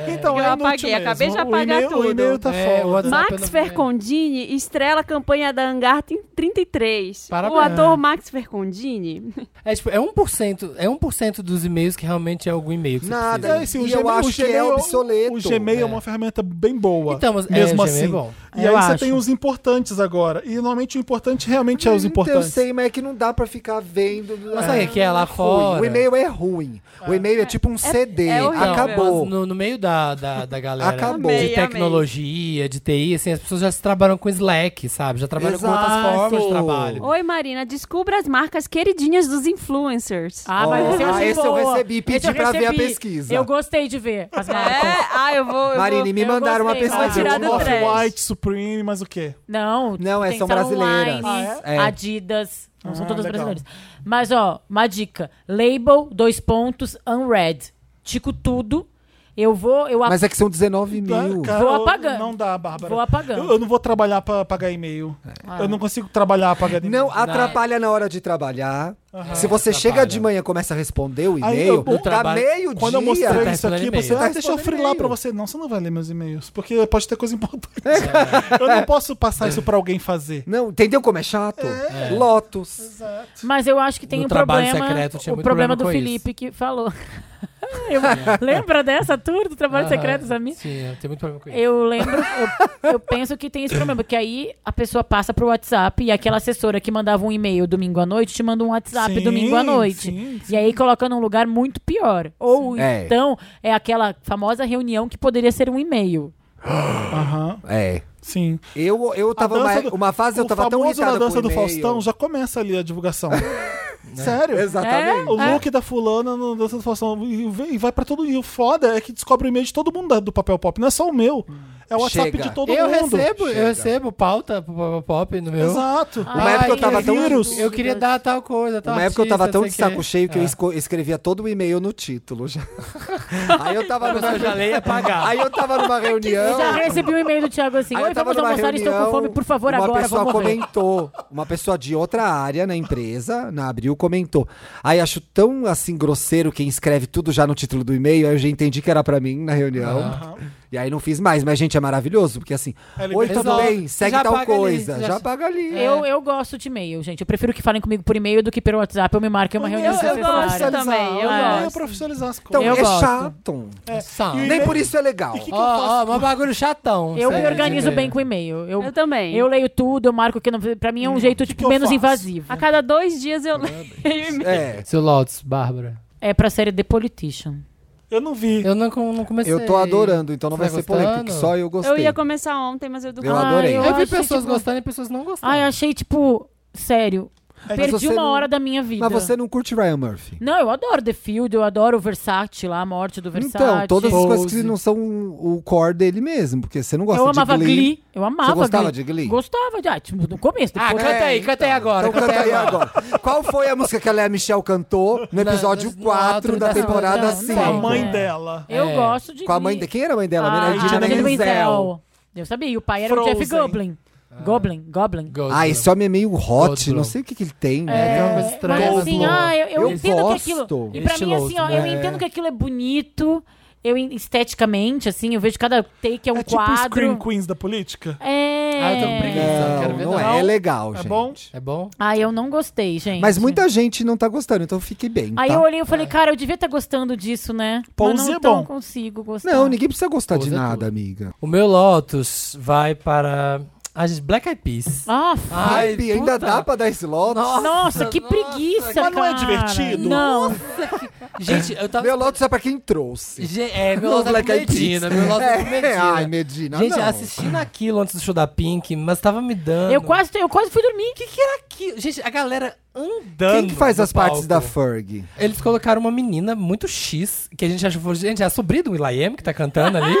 [SPEAKER 1] Então,
[SPEAKER 3] Eu
[SPEAKER 1] é
[SPEAKER 3] apaguei,
[SPEAKER 1] inútil mesmo.
[SPEAKER 3] acabei de
[SPEAKER 1] O
[SPEAKER 3] apagar
[SPEAKER 1] e-mail- O
[SPEAKER 3] tudo.
[SPEAKER 1] e-mail tá
[SPEAKER 4] É, o
[SPEAKER 1] fora.
[SPEAKER 4] WhatsApp eu
[SPEAKER 3] Max
[SPEAKER 4] não-
[SPEAKER 3] Fercondini estrela a campanha da Hangar 33.
[SPEAKER 4] Parabéns.
[SPEAKER 3] O ator Max Fercondini.
[SPEAKER 4] É, tipo, é 1%, é 1% dos e-mails que realmente é algum e-mail que você
[SPEAKER 2] Nada.
[SPEAKER 4] precisa.
[SPEAKER 1] É, assim,
[SPEAKER 2] E eu acho que é obsoleto. né?
[SPEAKER 1] O Gmail é.
[SPEAKER 4] É.
[SPEAKER 1] uma ferramenta bem boa.
[SPEAKER 4] Então, mas- é,
[SPEAKER 1] mesmo
[SPEAKER 4] o
[SPEAKER 1] assim.
[SPEAKER 4] Gmail é bom.
[SPEAKER 1] E
[SPEAKER 5] Eu
[SPEAKER 1] aí você
[SPEAKER 5] acho.
[SPEAKER 1] tem os importantes agora. E normalmente o importante realmente é os
[SPEAKER 2] Eu
[SPEAKER 1] importantes.
[SPEAKER 2] sei, mas é que não dá pra ficar vendo.
[SPEAKER 4] Mas sabe o que é lá
[SPEAKER 2] Ruim.
[SPEAKER 4] fora?
[SPEAKER 2] O e-mail é ruim. O e-mail é tipo um CD.
[SPEAKER 3] é horrível.
[SPEAKER 2] Acabou.
[SPEAKER 4] Mas No, no meio da, da, da galera
[SPEAKER 2] Acabou.
[SPEAKER 4] de
[SPEAKER 3] Amei,
[SPEAKER 4] tecnologia, de TI, assim, as pessoas já se trabalham com Slack, sabe? Já trabalham com outras
[SPEAKER 2] Exato.
[SPEAKER 4] formas de trabalho.
[SPEAKER 3] Oi, Marina, descubra as marcas queridinhas dos influencers.
[SPEAKER 5] Ah, mas
[SPEAKER 2] Ó,
[SPEAKER 5] você
[SPEAKER 2] ah,
[SPEAKER 5] acha
[SPEAKER 2] esse eu
[SPEAKER 5] boa.
[SPEAKER 2] recebi, pedi
[SPEAKER 5] Esse eu
[SPEAKER 2] pra ver a
[SPEAKER 5] recebi.
[SPEAKER 2] pesquisa.
[SPEAKER 5] Eu gostei de ver as
[SPEAKER 3] É,
[SPEAKER 5] marcas.
[SPEAKER 3] ah, eu vou. eu
[SPEAKER 2] Marina, e me
[SPEAKER 5] eu
[SPEAKER 2] mandaram uma
[SPEAKER 5] gostei,
[SPEAKER 2] pesquisa.
[SPEAKER 3] vou tirar do
[SPEAKER 2] Ó,
[SPEAKER 3] trash.
[SPEAKER 1] Off-White, Supreme, mas o quê?
[SPEAKER 5] Não,
[SPEAKER 2] Não, é,
[SPEAKER 5] tem
[SPEAKER 2] são
[SPEAKER 5] Sara
[SPEAKER 2] brasileiras.
[SPEAKER 5] Online,
[SPEAKER 2] Ah, é? É.
[SPEAKER 5] Adidas. Não são
[SPEAKER 1] Ah,
[SPEAKER 5] todas
[SPEAKER 1] legal.
[SPEAKER 5] brasileiras. Mas, ó, uma dica. Label, dois pontos, unread. Tico tudo. Eu vou, eu
[SPEAKER 2] Mas é que são 19 mil.
[SPEAKER 1] Cara,
[SPEAKER 5] Vou
[SPEAKER 1] eu-
[SPEAKER 5] apagando.
[SPEAKER 1] Não dá, Bárbara.
[SPEAKER 5] Vou apagando.
[SPEAKER 1] Eu, eu não vou trabalhar pra pagar e-mail. Eu não consigo trabalhar pra pagar e-mail.
[SPEAKER 2] É. Não atrapalha na hora de trabalhar. Se você
[SPEAKER 4] atrapalha.
[SPEAKER 2] chega de manhã e começa a responder o
[SPEAKER 1] Aí
[SPEAKER 2] e-mail,
[SPEAKER 1] eu- eu
[SPEAKER 2] dá
[SPEAKER 4] trabalho-
[SPEAKER 2] meio-dia.
[SPEAKER 1] Quando eu mostrei
[SPEAKER 4] Você tá
[SPEAKER 1] isso aqui,
[SPEAKER 4] respondendo
[SPEAKER 1] você.
[SPEAKER 4] e-mail.
[SPEAKER 1] Ah, deixa eu
[SPEAKER 2] Tá respondendo
[SPEAKER 1] frilar pra
[SPEAKER 2] e-mail.
[SPEAKER 1] você. Não, você não vai ler meus e-mails. Porque pode ter coisa importante. eu não posso passar isso pra alguém fazer.
[SPEAKER 2] Não, entendeu como é chato? Lotus.
[SPEAKER 5] Mas eu acho que tem
[SPEAKER 4] No
[SPEAKER 5] um
[SPEAKER 4] trabalho
[SPEAKER 5] problema.
[SPEAKER 4] secreto tinha
[SPEAKER 5] o
[SPEAKER 4] muito
[SPEAKER 5] problema,
[SPEAKER 4] problema
[SPEAKER 5] do
[SPEAKER 4] com
[SPEAKER 5] Felipe que falou. Eu- lembra dessa tour do trabalho
[SPEAKER 4] Aham.
[SPEAKER 5] secreto, Samir?
[SPEAKER 4] Sim, eu tenho muito problema com isso.
[SPEAKER 5] Eu lembro, eu, eu penso que tem esse problema, que aí a pessoa passa pro WhatsApp e aquela assessora que mandava um e-mail domingo à noite te manda um WhatsApp
[SPEAKER 1] Sim,
[SPEAKER 5] domingo à noite.
[SPEAKER 1] sim,
[SPEAKER 5] E aí coloca num lugar muito pior. Ou
[SPEAKER 2] É.
[SPEAKER 5] então é aquela famosa reunião que poderia ser um e-mail.
[SPEAKER 1] Aham.
[SPEAKER 2] É.
[SPEAKER 1] Sim.
[SPEAKER 2] Eu, eu tava
[SPEAKER 1] A dança
[SPEAKER 2] mais,
[SPEAKER 1] do-
[SPEAKER 2] uma fase eu
[SPEAKER 1] o
[SPEAKER 2] tava tão
[SPEAKER 1] famoso
[SPEAKER 2] irritada
[SPEAKER 1] na dança
[SPEAKER 2] com
[SPEAKER 1] do
[SPEAKER 2] o e-mail. É?
[SPEAKER 1] Faustão já começa ali a divulgação. É. Sério?
[SPEAKER 2] Exatamente.
[SPEAKER 1] O look da fulana no dança do Faustão e vem- e vai pra todo mundo. E o foda é que descobre o e-mail de todo mundo da- do papel pop, não é só o meu. É o WhatsApp
[SPEAKER 2] Chega.
[SPEAKER 1] de todo
[SPEAKER 4] Eu
[SPEAKER 1] mundo.
[SPEAKER 4] recebo, eu
[SPEAKER 2] Chega.
[SPEAKER 4] recebo pauta pro Pop Pop no meu.
[SPEAKER 1] Exato. é
[SPEAKER 5] Ah,
[SPEAKER 2] Uma época eu
[SPEAKER 4] Ai,
[SPEAKER 2] tava tão.
[SPEAKER 1] vírus.
[SPEAKER 4] Eu queria dar tal coisa, tal
[SPEAKER 2] Uma época eu tava
[SPEAKER 4] artista,
[SPEAKER 2] tão
[SPEAKER 4] não
[SPEAKER 2] de
[SPEAKER 4] sei o
[SPEAKER 2] saco
[SPEAKER 4] quê.
[SPEAKER 2] cheio que eu
[SPEAKER 4] É.
[SPEAKER 2] esco- escrevia todo o e-mail no título já. Aí eu tava
[SPEAKER 4] Mas eu já
[SPEAKER 2] numa,
[SPEAKER 4] leio é e apagar.
[SPEAKER 2] aí eu tava numa reunião.
[SPEAKER 5] Eu já recebi um e-mail do Thiago assim:
[SPEAKER 2] Aí
[SPEAKER 5] Oi,
[SPEAKER 2] eu tava
[SPEAKER 5] vamos
[SPEAKER 2] numa
[SPEAKER 5] almoçar, estou com
[SPEAKER 2] reunião,
[SPEAKER 5] fome, por favor,
[SPEAKER 2] uma
[SPEAKER 5] agora
[SPEAKER 2] pessoa
[SPEAKER 5] vamos ver.
[SPEAKER 2] comentou, uma pessoa de outra área na empresa, na Abril, comentou. Aí acho tão assim grosseiro quem escreve tudo já no título do e-mail, aí eu já entendi que era pra mim na reunião. E aí não fiz mais, mas gente, é maravilhoso, porque assim,
[SPEAKER 1] É
[SPEAKER 2] oi, tudo
[SPEAKER 4] liberado.
[SPEAKER 2] bem, segue
[SPEAKER 4] Já
[SPEAKER 2] tal
[SPEAKER 4] apaga ali,
[SPEAKER 2] coisa,
[SPEAKER 4] já-
[SPEAKER 2] já apaga ali.
[SPEAKER 5] Eu, eu gosto de e-mail, gente. Eu prefiro que falem comigo por e-mail do que pelo WhatsApp. Eu me marco em uma reunião
[SPEAKER 3] eu gosto
[SPEAKER 5] necessária.
[SPEAKER 3] também, eu
[SPEAKER 1] o e-mail é
[SPEAKER 5] gosto.
[SPEAKER 1] profissionalizar as
[SPEAKER 2] Então,
[SPEAKER 1] coisas.
[SPEAKER 5] Eu
[SPEAKER 2] é
[SPEAKER 5] gosto.
[SPEAKER 2] chato.
[SPEAKER 4] Sabe?
[SPEAKER 1] E o
[SPEAKER 2] Nem
[SPEAKER 1] e-mail-
[SPEAKER 2] por isso é legal.
[SPEAKER 1] E que-
[SPEAKER 4] Ó, ó, um bagulho chatão.
[SPEAKER 5] Eu
[SPEAKER 4] sério,
[SPEAKER 5] me organizo
[SPEAKER 4] de
[SPEAKER 5] bem
[SPEAKER 4] ver.
[SPEAKER 5] com e-mail. Eu,
[SPEAKER 3] Eu também.
[SPEAKER 5] um- Eu leio tudo, eu marco que não. Pra mim é um jeito tipo,
[SPEAKER 1] que eu
[SPEAKER 5] menos
[SPEAKER 1] faço?
[SPEAKER 5] invasivo.
[SPEAKER 3] A cada dois dias eu leio e-mail.
[SPEAKER 2] É.
[SPEAKER 4] Seu Lotus, Bárbara.
[SPEAKER 5] É pra série The Politician.
[SPEAKER 1] Eu não vi.
[SPEAKER 4] Eu não, com- não comecei.
[SPEAKER 2] Eu tô adorando, então não
[SPEAKER 4] Você tá
[SPEAKER 2] vai ser polêmico,
[SPEAKER 4] gostando?
[SPEAKER 2] porque só eu gostei.
[SPEAKER 3] Eu ia começar ontem, mas eu dormi.
[SPEAKER 2] Eu adorei.
[SPEAKER 5] eu
[SPEAKER 4] Eu, vi
[SPEAKER 5] acho,
[SPEAKER 4] pessoas
[SPEAKER 5] tipo-
[SPEAKER 4] gostando e pessoas não gostando.
[SPEAKER 5] Ai, achei, tipo, sério. Perdi
[SPEAKER 2] É, você
[SPEAKER 5] uma
[SPEAKER 2] não-
[SPEAKER 5] hora da minha vida.
[SPEAKER 2] Mas você não curte Ryan Murphy.
[SPEAKER 5] Não, eu adoro The Field, eu adoro o Versace lá, a morte do Versace.
[SPEAKER 2] Então, todas as
[SPEAKER 4] Pose.
[SPEAKER 2] coisas que não são o core dele mesmo, porque você não gosta de
[SPEAKER 5] Eu amava Glee.
[SPEAKER 2] Glee.
[SPEAKER 5] Eu amava
[SPEAKER 2] Você gostava
[SPEAKER 5] Glee.
[SPEAKER 2] de Glee?
[SPEAKER 5] Gostava de. Ah, tipo, no começo.
[SPEAKER 4] Ah,
[SPEAKER 5] Depois...
[SPEAKER 4] canta aí,
[SPEAKER 2] É,
[SPEAKER 4] canta aí agora.
[SPEAKER 2] Então canta aí agora. Qual foi a música que a Lea Michel cantou no episódio
[SPEAKER 4] no
[SPEAKER 2] 4
[SPEAKER 4] outro
[SPEAKER 2] da
[SPEAKER 4] da
[SPEAKER 2] temporada 5?
[SPEAKER 5] segunda.
[SPEAKER 1] Com a
[SPEAKER 5] Sim.
[SPEAKER 1] mãe
[SPEAKER 5] É.
[SPEAKER 1] dela.
[SPEAKER 5] eu
[SPEAKER 4] É.
[SPEAKER 5] gosto de.
[SPEAKER 2] Com a mãe de...
[SPEAKER 5] Glee.
[SPEAKER 2] Quem era a mãe dela?
[SPEAKER 5] Ah,
[SPEAKER 2] Era a Idina
[SPEAKER 5] Idina
[SPEAKER 2] Menzel.
[SPEAKER 5] Menzel. Eu sabia. E o pai era o Jeff
[SPEAKER 1] Frozen.
[SPEAKER 5] Goblin.
[SPEAKER 4] Ah.
[SPEAKER 5] Goblin, Goblin.
[SPEAKER 2] Ah, esse homem é meio hot,
[SPEAKER 4] Outro.
[SPEAKER 2] não sei o que, que ele tem.
[SPEAKER 4] É
[SPEAKER 2] né?
[SPEAKER 4] uma coisa estranha,
[SPEAKER 5] Mas assim,
[SPEAKER 4] mas boa.
[SPEAKER 5] ah, eu, eu
[SPEAKER 2] Eu
[SPEAKER 5] entendo
[SPEAKER 2] gosto.
[SPEAKER 5] que aquilo. E pra
[SPEAKER 4] Estiloso,
[SPEAKER 5] mim, assim, ó,
[SPEAKER 4] né?
[SPEAKER 5] eu entendo que aquilo é bonito, eu en- esteticamente, assim, eu vejo cada take é um
[SPEAKER 1] é tipo
[SPEAKER 5] quadro.
[SPEAKER 1] Scream Queens da política?
[SPEAKER 5] É.
[SPEAKER 4] Ah, eu tô com preguiça. Não, quero
[SPEAKER 2] Não,
[SPEAKER 4] ver
[SPEAKER 2] não
[SPEAKER 4] não.
[SPEAKER 2] é. É legal,
[SPEAKER 1] É
[SPEAKER 2] gente.
[SPEAKER 1] bom?
[SPEAKER 4] É bom?
[SPEAKER 5] Ah, eu não gostei, gente.
[SPEAKER 2] Mas muita gente não tá gostando, então fique bem,
[SPEAKER 5] Aí
[SPEAKER 2] tá?
[SPEAKER 5] eu olhei e
[SPEAKER 4] É.
[SPEAKER 5] falei, cara, eu devia estar gostando disso, né?
[SPEAKER 1] Pose
[SPEAKER 5] Mas não
[SPEAKER 1] é
[SPEAKER 5] tão
[SPEAKER 1] bom.
[SPEAKER 5] consigo gostar.
[SPEAKER 2] Não, ninguém precisa gostar de
[SPEAKER 4] Pose é
[SPEAKER 2] nada,
[SPEAKER 4] tudo.
[SPEAKER 2] amiga.
[SPEAKER 4] O meu Lotus vai para. A gente, Black Eyed Peas.
[SPEAKER 5] Ah,
[SPEAKER 4] Ai,
[SPEAKER 2] Hype, ainda
[SPEAKER 4] puta.
[SPEAKER 2] dá pra dar esse lote?
[SPEAKER 5] nossa, que preguiça,
[SPEAKER 1] Mas não é
[SPEAKER 5] cara.
[SPEAKER 1] divertido?
[SPEAKER 5] Não.
[SPEAKER 4] Gente, eu tava.
[SPEAKER 2] Meu Lotus é pra quem trouxe.
[SPEAKER 4] Ge- É, meu Lotus é
[SPEAKER 2] Black
[SPEAKER 4] com
[SPEAKER 2] Eyed Peas.
[SPEAKER 4] Medina. Meu Lotus é com
[SPEAKER 2] É,
[SPEAKER 4] Medina.
[SPEAKER 2] ai, Medina,
[SPEAKER 4] Gente,
[SPEAKER 2] não.
[SPEAKER 4] assistindo aquilo antes do show da Pink, mas tava me dando.
[SPEAKER 5] Eu quase, eu quase fui dormir.
[SPEAKER 4] O que, que era aquilo? Gente, a galera andando.
[SPEAKER 2] Quem que faz
[SPEAKER 4] no
[SPEAKER 2] as partes
[SPEAKER 4] palco.
[SPEAKER 2] da Ferg?
[SPEAKER 4] Eles colocaram uma menina muito X, que a gente achou, gente, é a sobrinha do Will.i.am que tá cantando ali,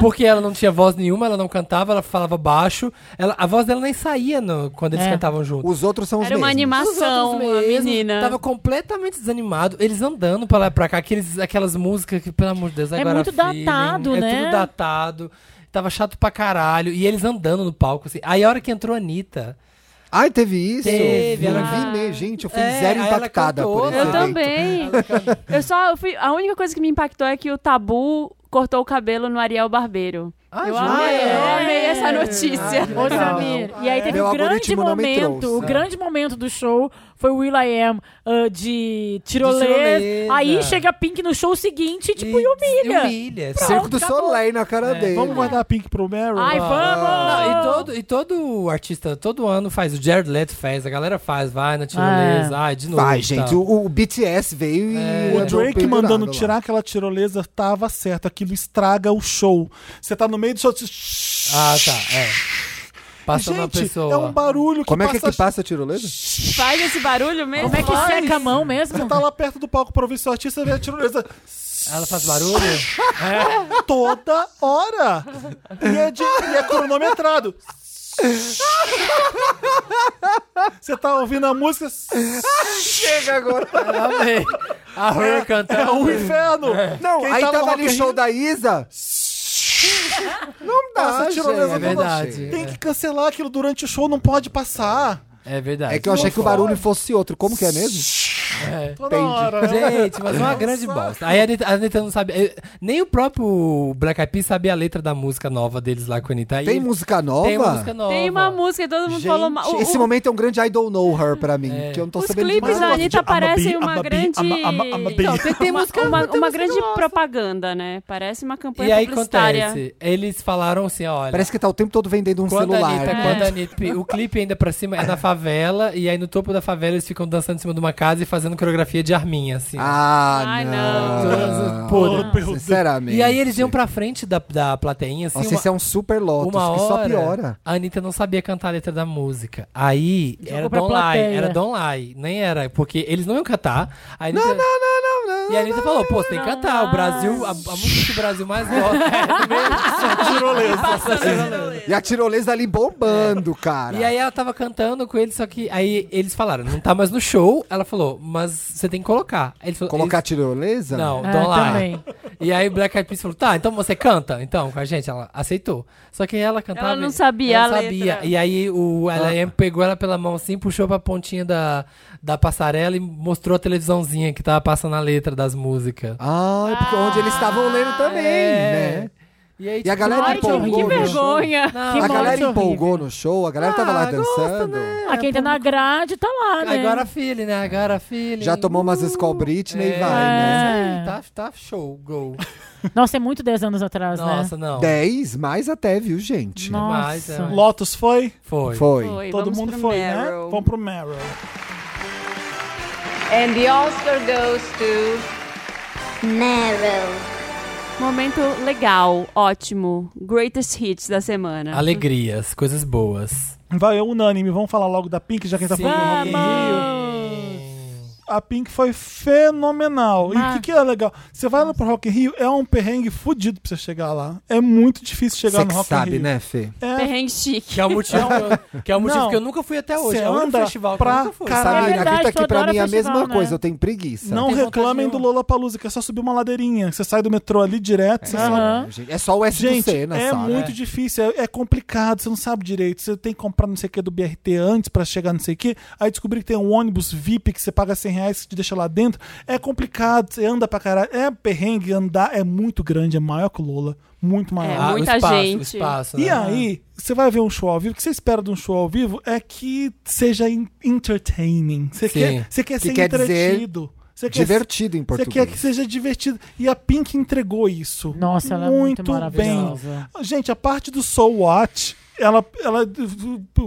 [SPEAKER 4] porque ela não tinha voz nenhuma, ela não cantava, ela falava baixo, ela- a voz dela nem saía no- quando eles
[SPEAKER 5] É.
[SPEAKER 4] cantavam juntos.
[SPEAKER 2] Os outros são os
[SPEAKER 3] Era uma
[SPEAKER 2] mesmos.
[SPEAKER 4] Os
[SPEAKER 3] animação,
[SPEAKER 4] outros
[SPEAKER 3] uma
[SPEAKER 4] mesmo,
[SPEAKER 3] menina.
[SPEAKER 4] Tava completamente desanimado, eles andando pra lá e pra cá, aqueles, aquelas músicas que, pelo amor de Deus,
[SPEAKER 5] É
[SPEAKER 4] agora
[SPEAKER 5] muito
[SPEAKER 4] feeling,
[SPEAKER 5] datado,
[SPEAKER 4] É
[SPEAKER 5] né?
[SPEAKER 4] tudo datado, tava chato pra caralho, e eles andando no palco, assim. Aí a hora que entrou a Anitta,
[SPEAKER 2] Ai, teve isso?
[SPEAKER 4] Teve,
[SPEAKER 2] eu não
[SPEAKER 4] ela-
[SPEAKER 2] vi mesmo. Gente, eu fui
[SPEAKER 4] É,
[SPEAKER 2] zero
[SPEAKER 4] aí ela
[SPEAKER 2] impactada
[SPEAKER 4] cantou,
[SPEAKER 2] por esse
[SPEAKER 4] né?
[SPEAKER 3] Eu
[SPEAKER 4] Perfeito.
[SPEAKER 2] evento.
[SPEAKER 3] também. Eu só eu fui. A única coisa que me impactou é que o Tabu cortou o cabelo no Ariel Barbeiro.
[SPEAKER 4] Ah,
[SPEAKER 3] eu
[SPEAKER 4] já?
[SPEAKER 3] amei,
[SPEAKER 5] é? Ah,
[SPEAKER 3] eu amei essa notícia.
[SPEAKER 5] Ô, Samir. E aí teve
[SPEAKER 2] Meu
[SPEAKER 5] um grande
[SPEAKER 2] algoritmo não me
[SPEAKER 5] momento.
[SPEAKER 2] trouxe.
[SPEAKER 5] O grande momento do show foi o Will I Am ah, de tirolesa.
[SPEAKER 4] De tirolesa.
[SPEAKER 5] Aí chega a Pink no show seguinte, tipo, e,
[SPEAKER 4] E
[SPEAKER 5] humilha.
[SPEAKER 4] humilha, assim, sabe?
[SPEAKER 2] Circo do
[SPEAKER 5] acabou.
[SPEAKER 2] Soleil na cara
[SPEAKER 4] É,
[SPEAKER 2] dele.
[SPEAKER 1] Vamos guardar a Pink pro Meryl?
[SPEAKER 5] Ai, vamos!
[SPEAKER 4] Não, e, todo, e todo artista, todo ano faz. O Jared Leto faz, a galera faz, vai na
[SPEAKER 5] Ah.
[SPEAKER 4] tirolesa, ai, de novo.
[SPEAKER 2] Vai,
[SPEAKER 4] tá.
[SPEAKER 2] gente. O, o BTS veio e.
[SPEAKER 4] É.
[SPEAKER 2] andou
[SPEAKER 1] O Drake
[SPEAKER 2] pendurado
[SPEAKER 1] mandando
[SPEAKER 2] lá.
[SPEAKER 1] tirar aquela tirolesa tava certo. Aquilo estraga o show. Você tá no meio do show. você-
[SPEAKER 4] Ah, tá, é. Passa uma
[SPEAKER 1] Gente,
[SPEAKER 4] pessoa.
[SPEAKER 1] é um barulho que
[SPEAKER 2] Como é que é
[SPEAKER 1] passa...
[SPEAKER 2] que passa a tirolesa?
[SPEAKER 3] Faz esse barulho mesmo?
[SPEAKER 5] Como é que
[SPEAKER 3] Faz.
[SPEAKER 5] seca a mão mesmo?
[SPEAKER 1] Você tá lá perto do palco pra ouvir seu artista vê a tirolesa
[SPEAKER 4] Ela faz barulho?
[SPEAKER 1] toda hora. E é, de- e é cronometrado. Você tá ouvindo a música.
[SPEAKER 2] Chega agora.
[SPEAKER 4] Eu Amei. A Her cantando.
[SPEAKER 1] É um inferno.
[SPEAKER 2] Não,
[SPEAKER 1] Quem
[SPEAKER 2] aí
[SPEAKER 1] tá no
[SPEAKER 2] tava
[SPEAKER 1] Rock
[SPEAKER 2] ali o
[SPEAKER 1] in
[SPEAKER 2] show
[SPEAKER 1] Rio-
[SPEAKER 2] da Isa. Não dá,
[SPEAKER 1] Nossa, a
[SPEAKER 2] gente,
[SPEAKER 1] tirolesa
[SPEAKER 2] é
[SPEAKER 1] toda-
[SPEAKER 4] verdade.
[SPEAKER 1] Tem que cancelar aquilo durante o show, não pode passar.
[SPEAKER 4] É verdade.
[SPEAKER 2] É que eu achei que o barulho fosse outro. Como que é mesmo?
[SPEAKER 4] É.
[SPEAKER 1] Toda
[SPEAKER 2] Entendi.
[SPEAKER 1] hora. né?
[SPEAKER 2] Então,
[SPEAKER 4] Gente, mas é uma grande bosta. Aí a Anitta, a Anitta não sabe. eh, Nem o próprio Black Eyed Peas sabia a letra da música nova deles lá com a Anitta. Aí
[SPEAKER 2] Tem música nova?
[SPEAKER 4] Tem uma música nova.
[SPEAKER 3] Tem uma música e todo mundo
[SPEAKER 2] Gente,
[SPEAKER 3] falou mal. O-
[SPEAKER 2] esse
[SPEAKER 3] o-
[SPEAKER 2] momento é um grande I don't know her pra mim.
[SPEAKER 4] É.
[SPEAKER 2] Que eu não tô
[SPEAKER 3] Os
[SPEAKER 2] sabendo de
[SPEAKER 3] clipes
[SPEAKER 2] mais
[SPEAKER 3] da
[SPEAKER 2] nada.
[SPEAKER 3] Anitta
[SPEAKER 1] I'm a bee,
[SPEAKER 3] parecem
[SPEAKER 1] I'm
[SPEAKER 3] uma
[SPEAKER 1] a bee,
[SPEAKER 3] grande.
[SPEAKER 1] I'm a- I'm a- I'm a bee.
[SPEAKER 4] Então, tem, tem
[SPEAKER 3] uma,
[SPEAKER 4] música
[SPEAKER 3] uma-
[SPEAKER 4] tem
[SPEAKER 3] uma
[SPEAKER 4] música
[SPEAKER 3] grande
[SPEAKER 4] nova.
[SPEAKER 3] propaganda, né? Parece uma campanha
[SPEAKER 4] E aí
[SPEAKER 3] publicitária.
[SPEAKER 4] acontece. Eles falaram assim: olha.
[SPEAKER 2] Parece que tá o tempo todo vendendo um
[SPEAKER 4] Quando a
[SPEAKER 2] celular.
[SPEAKER 4] Anitta,
[SPEAKER 2] né?
[SPEAKER 4] quando a Anitta- o clipe ainda pra cima é na favela, e aí no topo da favela eles ficam dançando em cima de uma casa e fazendo coreografia de arminha, assim.
[SPEAKER 2] Ah,
[SPEAKER 3] Ai,
[SPEAKER 2] não.
[SPEAKER 4] não.
[SPEAKER 1] Pô, meu Deus.
[SPEAKER 2] Sinceramente.
[SPEAKER 4] e aí eles iam pra frente da, da plateinha, assim,
[SPEAKER 2] Nossa,
[SPEAKER 4] uma,
[SPEAKER 2] esse é um super Lotus,
[SPEAKER 4] uma
[SPEAKER 2] que
[SPEAKER 4] hora,
[SPEAKER 2] só piora.
[SPEAKER 4] a Anitta não sabia cantar a letra da música. Aí, era
[SPEAKER 5] pra
[SPEAKER 4] Don Lai,
[SPEAKER 5] plateia.
[SPEAKER 4] era Don Lai, nem era, porque eles não iam cantar. A Anitta-
[SPEAKER 2] Ah, Não, não, não, não, não.
[SPEAKER 4] É. e a Anitta falou, pô, você tem que cantar, o Brasil, a, a música que o Brasil mais gosta é no meio
[SPEAKER 2] E a tirolesa ali bombando, cara.
[SPEAKER 4] É. E aí ela tava cantando com ele, só que aí eles falaram, não tá mais no show. Ela falou, mas você tem que colocar. Aí ele falou,
[SPEAKER 2] Colocar a
[SPEAKER 4] eles-
[SPEAKER 2] tirolesa?
[SPEAKER 4] Não,
[SPEAKER 3] Ah,
[SPEAKER 5] É,
[SPEAKER 4] don't lie.
[SPEAKER 5] também.
[SPEAKER 4] E aí o Black Eyed Peas falou, tá, então você canta, então, com a gente. Ela aceitou. Só que ela cantava...
[SPEAKER 3] Ela não sabia
[SPEAKER 4] ela
[SPEAKER 3] a
[SPEAKER 4] sabia.
[SPEAKER 3] letra.
[SPEAKER 4] E aí o L.A.M. pegou ela pela mão assim, puxou pra pontinha da, da passarela e mostrou a televisãozinha que tava passando a letra das músicas.
[SPEAKER 2] Ah, é porque onde eles estavam lendo também,
[SPEAKER 4] É.
[SPEAKER 2] né?
[SPEAKER 4] E aí,
[SPEAKER 2] E a galera
[SPEAKER 3] Ai, que,
[SPEAKER 2] empolgou
[SPEAKER 3] que
[SPEAKER 2] no show.
[SPEAKER 3] vergonha.
[SPEAKER 4] Não,
[SPEAKER 5] Que
[SPEAKER 2] a
[SPEAKER 5] morte
[SPEAKER 2] galera
[SPEAKER 5] horrível.
[SPEAKER 2] empolgou no show, a galera tava lá
[SPEAKER 4] Ah, gosta,
[SPEAKER 2] dançando.
[SPEAKER 5] Ah, quem tá na grade tá lá, né?
[SPEAKER 4] Agora filho, né? Agora filho.
[SPEAKER 2] Já tomou umas Skull Britney e vai, né?
[SPEAKER 5] né?
[SPEAKER 4] É. Tá, tá show, gol.
[SPEAKER 3] Né?
[SPEAKER 5] Nossa, é muito 10 anos atrás,
[SPEAKER 4] Nossa, não.
[SPEAKER 2] 10, mais até, viu, gente?
[SPEAKER 5] né?
[SPEAKER 4] Mas,
[SPEAKER 5] Nossa.
[SPEAKER 4] é.
[SPEAKER 1] Lotus foi?
[SPEAKER 4] Foi.
[SPEAKER 2] Foi.
[SPEAKER 3] Foi,
[SPEAKER 1] Todo
[SPEAKER 3] vamos
[SPEAKER 1] mundo
[SPEAKER 3] pro
[SPEAKER 1] foi, né?
[SPEAKER 3] Meryl.
[SPEAKER 1] Vamos pro Meryl.
[SPEAKER 6] And the Oscar goes to.
[SPEAKER 7] Meryl.
[SPEAKER 3] Momento legal, ótimo. Greatest hits da semana.
[SPEAKER 4] Alegrias, coisas boas.
[SPEAKER 1] Vai, é unânime. Vamos falar logo da Pink, já que a gente tá falando.
[SPEAKER 5] Vamos!
[SPEAKER 1] A Pink foi fenomenal. E o
[SPEAKER 5] Ah.
[SPEAKER 1] que, que é legal? Você vai lá pro Rock in Rio, é um perrengue fudido pra você chegar lá. É muito difícil chegar
[SPEAKER 2] Você
[SPEAKER 1] no
[SPEAKER 2] que
[SPEAKER 1] Rock in
[SPEAKER 2] sabe,
[SPEAKER 1] Rio.
[SPEAKER 2] né, Fê?
[SPEAKER 1] É,
[SPEAKER 3] Perrengue chique.
[SPEAKER 4] Que é o motivo, que, é o motivo
[SPEAKER 1] Não.
[SPEAKER 4] que eu nunca fui até hoje.
[SPEAKER 1] Você
[SPEAKER 4] É o único
[SPEAKER 1] anda
[SPEAKER 4] festival
[SPEAKER 1] pra
[SPEAKER 4] que eu nunca fui.
[SPEAKER 1] caralho.
[SPEAKER 2] Sabe,
[SPEAKER 5] É verdade,
[SPEAKER 2] acredita
[SPEAKER 5] tu
[SPEAKER 2] que pra
[SPEAKER 5] adora
[SPEAKER 2] mim é a
[SPEAKER 5] festival,
[SPEAKER 2] mesma
[SPEAKER 5] né?
[SPEAKER 2] coisa, eu tenho preguiça.
[SPEAKER 1] não
[SPEAKER 4] Tem vontade
[SPEAKER 1] reclamem do
[SPEAKER 4] nenhuma.
[SPEAKER 1] Lollapalooza, que é só subir uma ladeirinha. Você sai do metrô ali direto, você sobe.
[SPEAKER 5] Aham.
[SPEAKER 2] Gente, É só o S do
[SPEAKER 1] Gente,
[SPEAKER 2] C nessa
[SPEAKER 1] é
[SPEAKER 2] hora.
[SPEAKER 1] muito difícil, é, é complicado, você não sabe direito. Você tem que comprar não sei o que do BRT antes pra chegar não sei o que. Aí descobri que tem um ônibus VIP que você paga 100 reais que te deixa lá dentro. É complicado, você anda pra caralho. É perrengue, andar é muito grande, é maior que o Lola. Muito maior.
[SPEAKER 3] É,
[SPEAKER 4] Ah, o
[SPEAKER 3] muita
[SPEAKER 4] espaço,
[SPEAKER 3] gente.
[SPEAKER 4] o
[SPEAKER 2] tá.
[SPEAKER 4] espaço,
[SPEAKER 1] E
[SPEAKER 4] né?
[SPEAKER 1] aí, você vai ver um show ao vivo. O que você espera de um show ao vivo é que seja en- entertaining. Você
[SPEAKER 4] Sim.
[SPEAKER 1] quer, você quer
[SPEAKER 2] Que
[SPEAKER 1] ser
[SPEAKER 2] quer dizer
[SPEAKER 1] entretido. Você quer-
[SPEAKER 2] Divertido em
[SPEAKER 1] Você
[SPEAKER 2] português.
[SPEAKER 1] quer que seja divertido. E a Pink entregou isso.
[SPEAKER 5] Nossa, ela é muito é maravilhosa.
[SPEAKER 1] Ah, Bem. Gente, a parte do Soul Watch ela, ela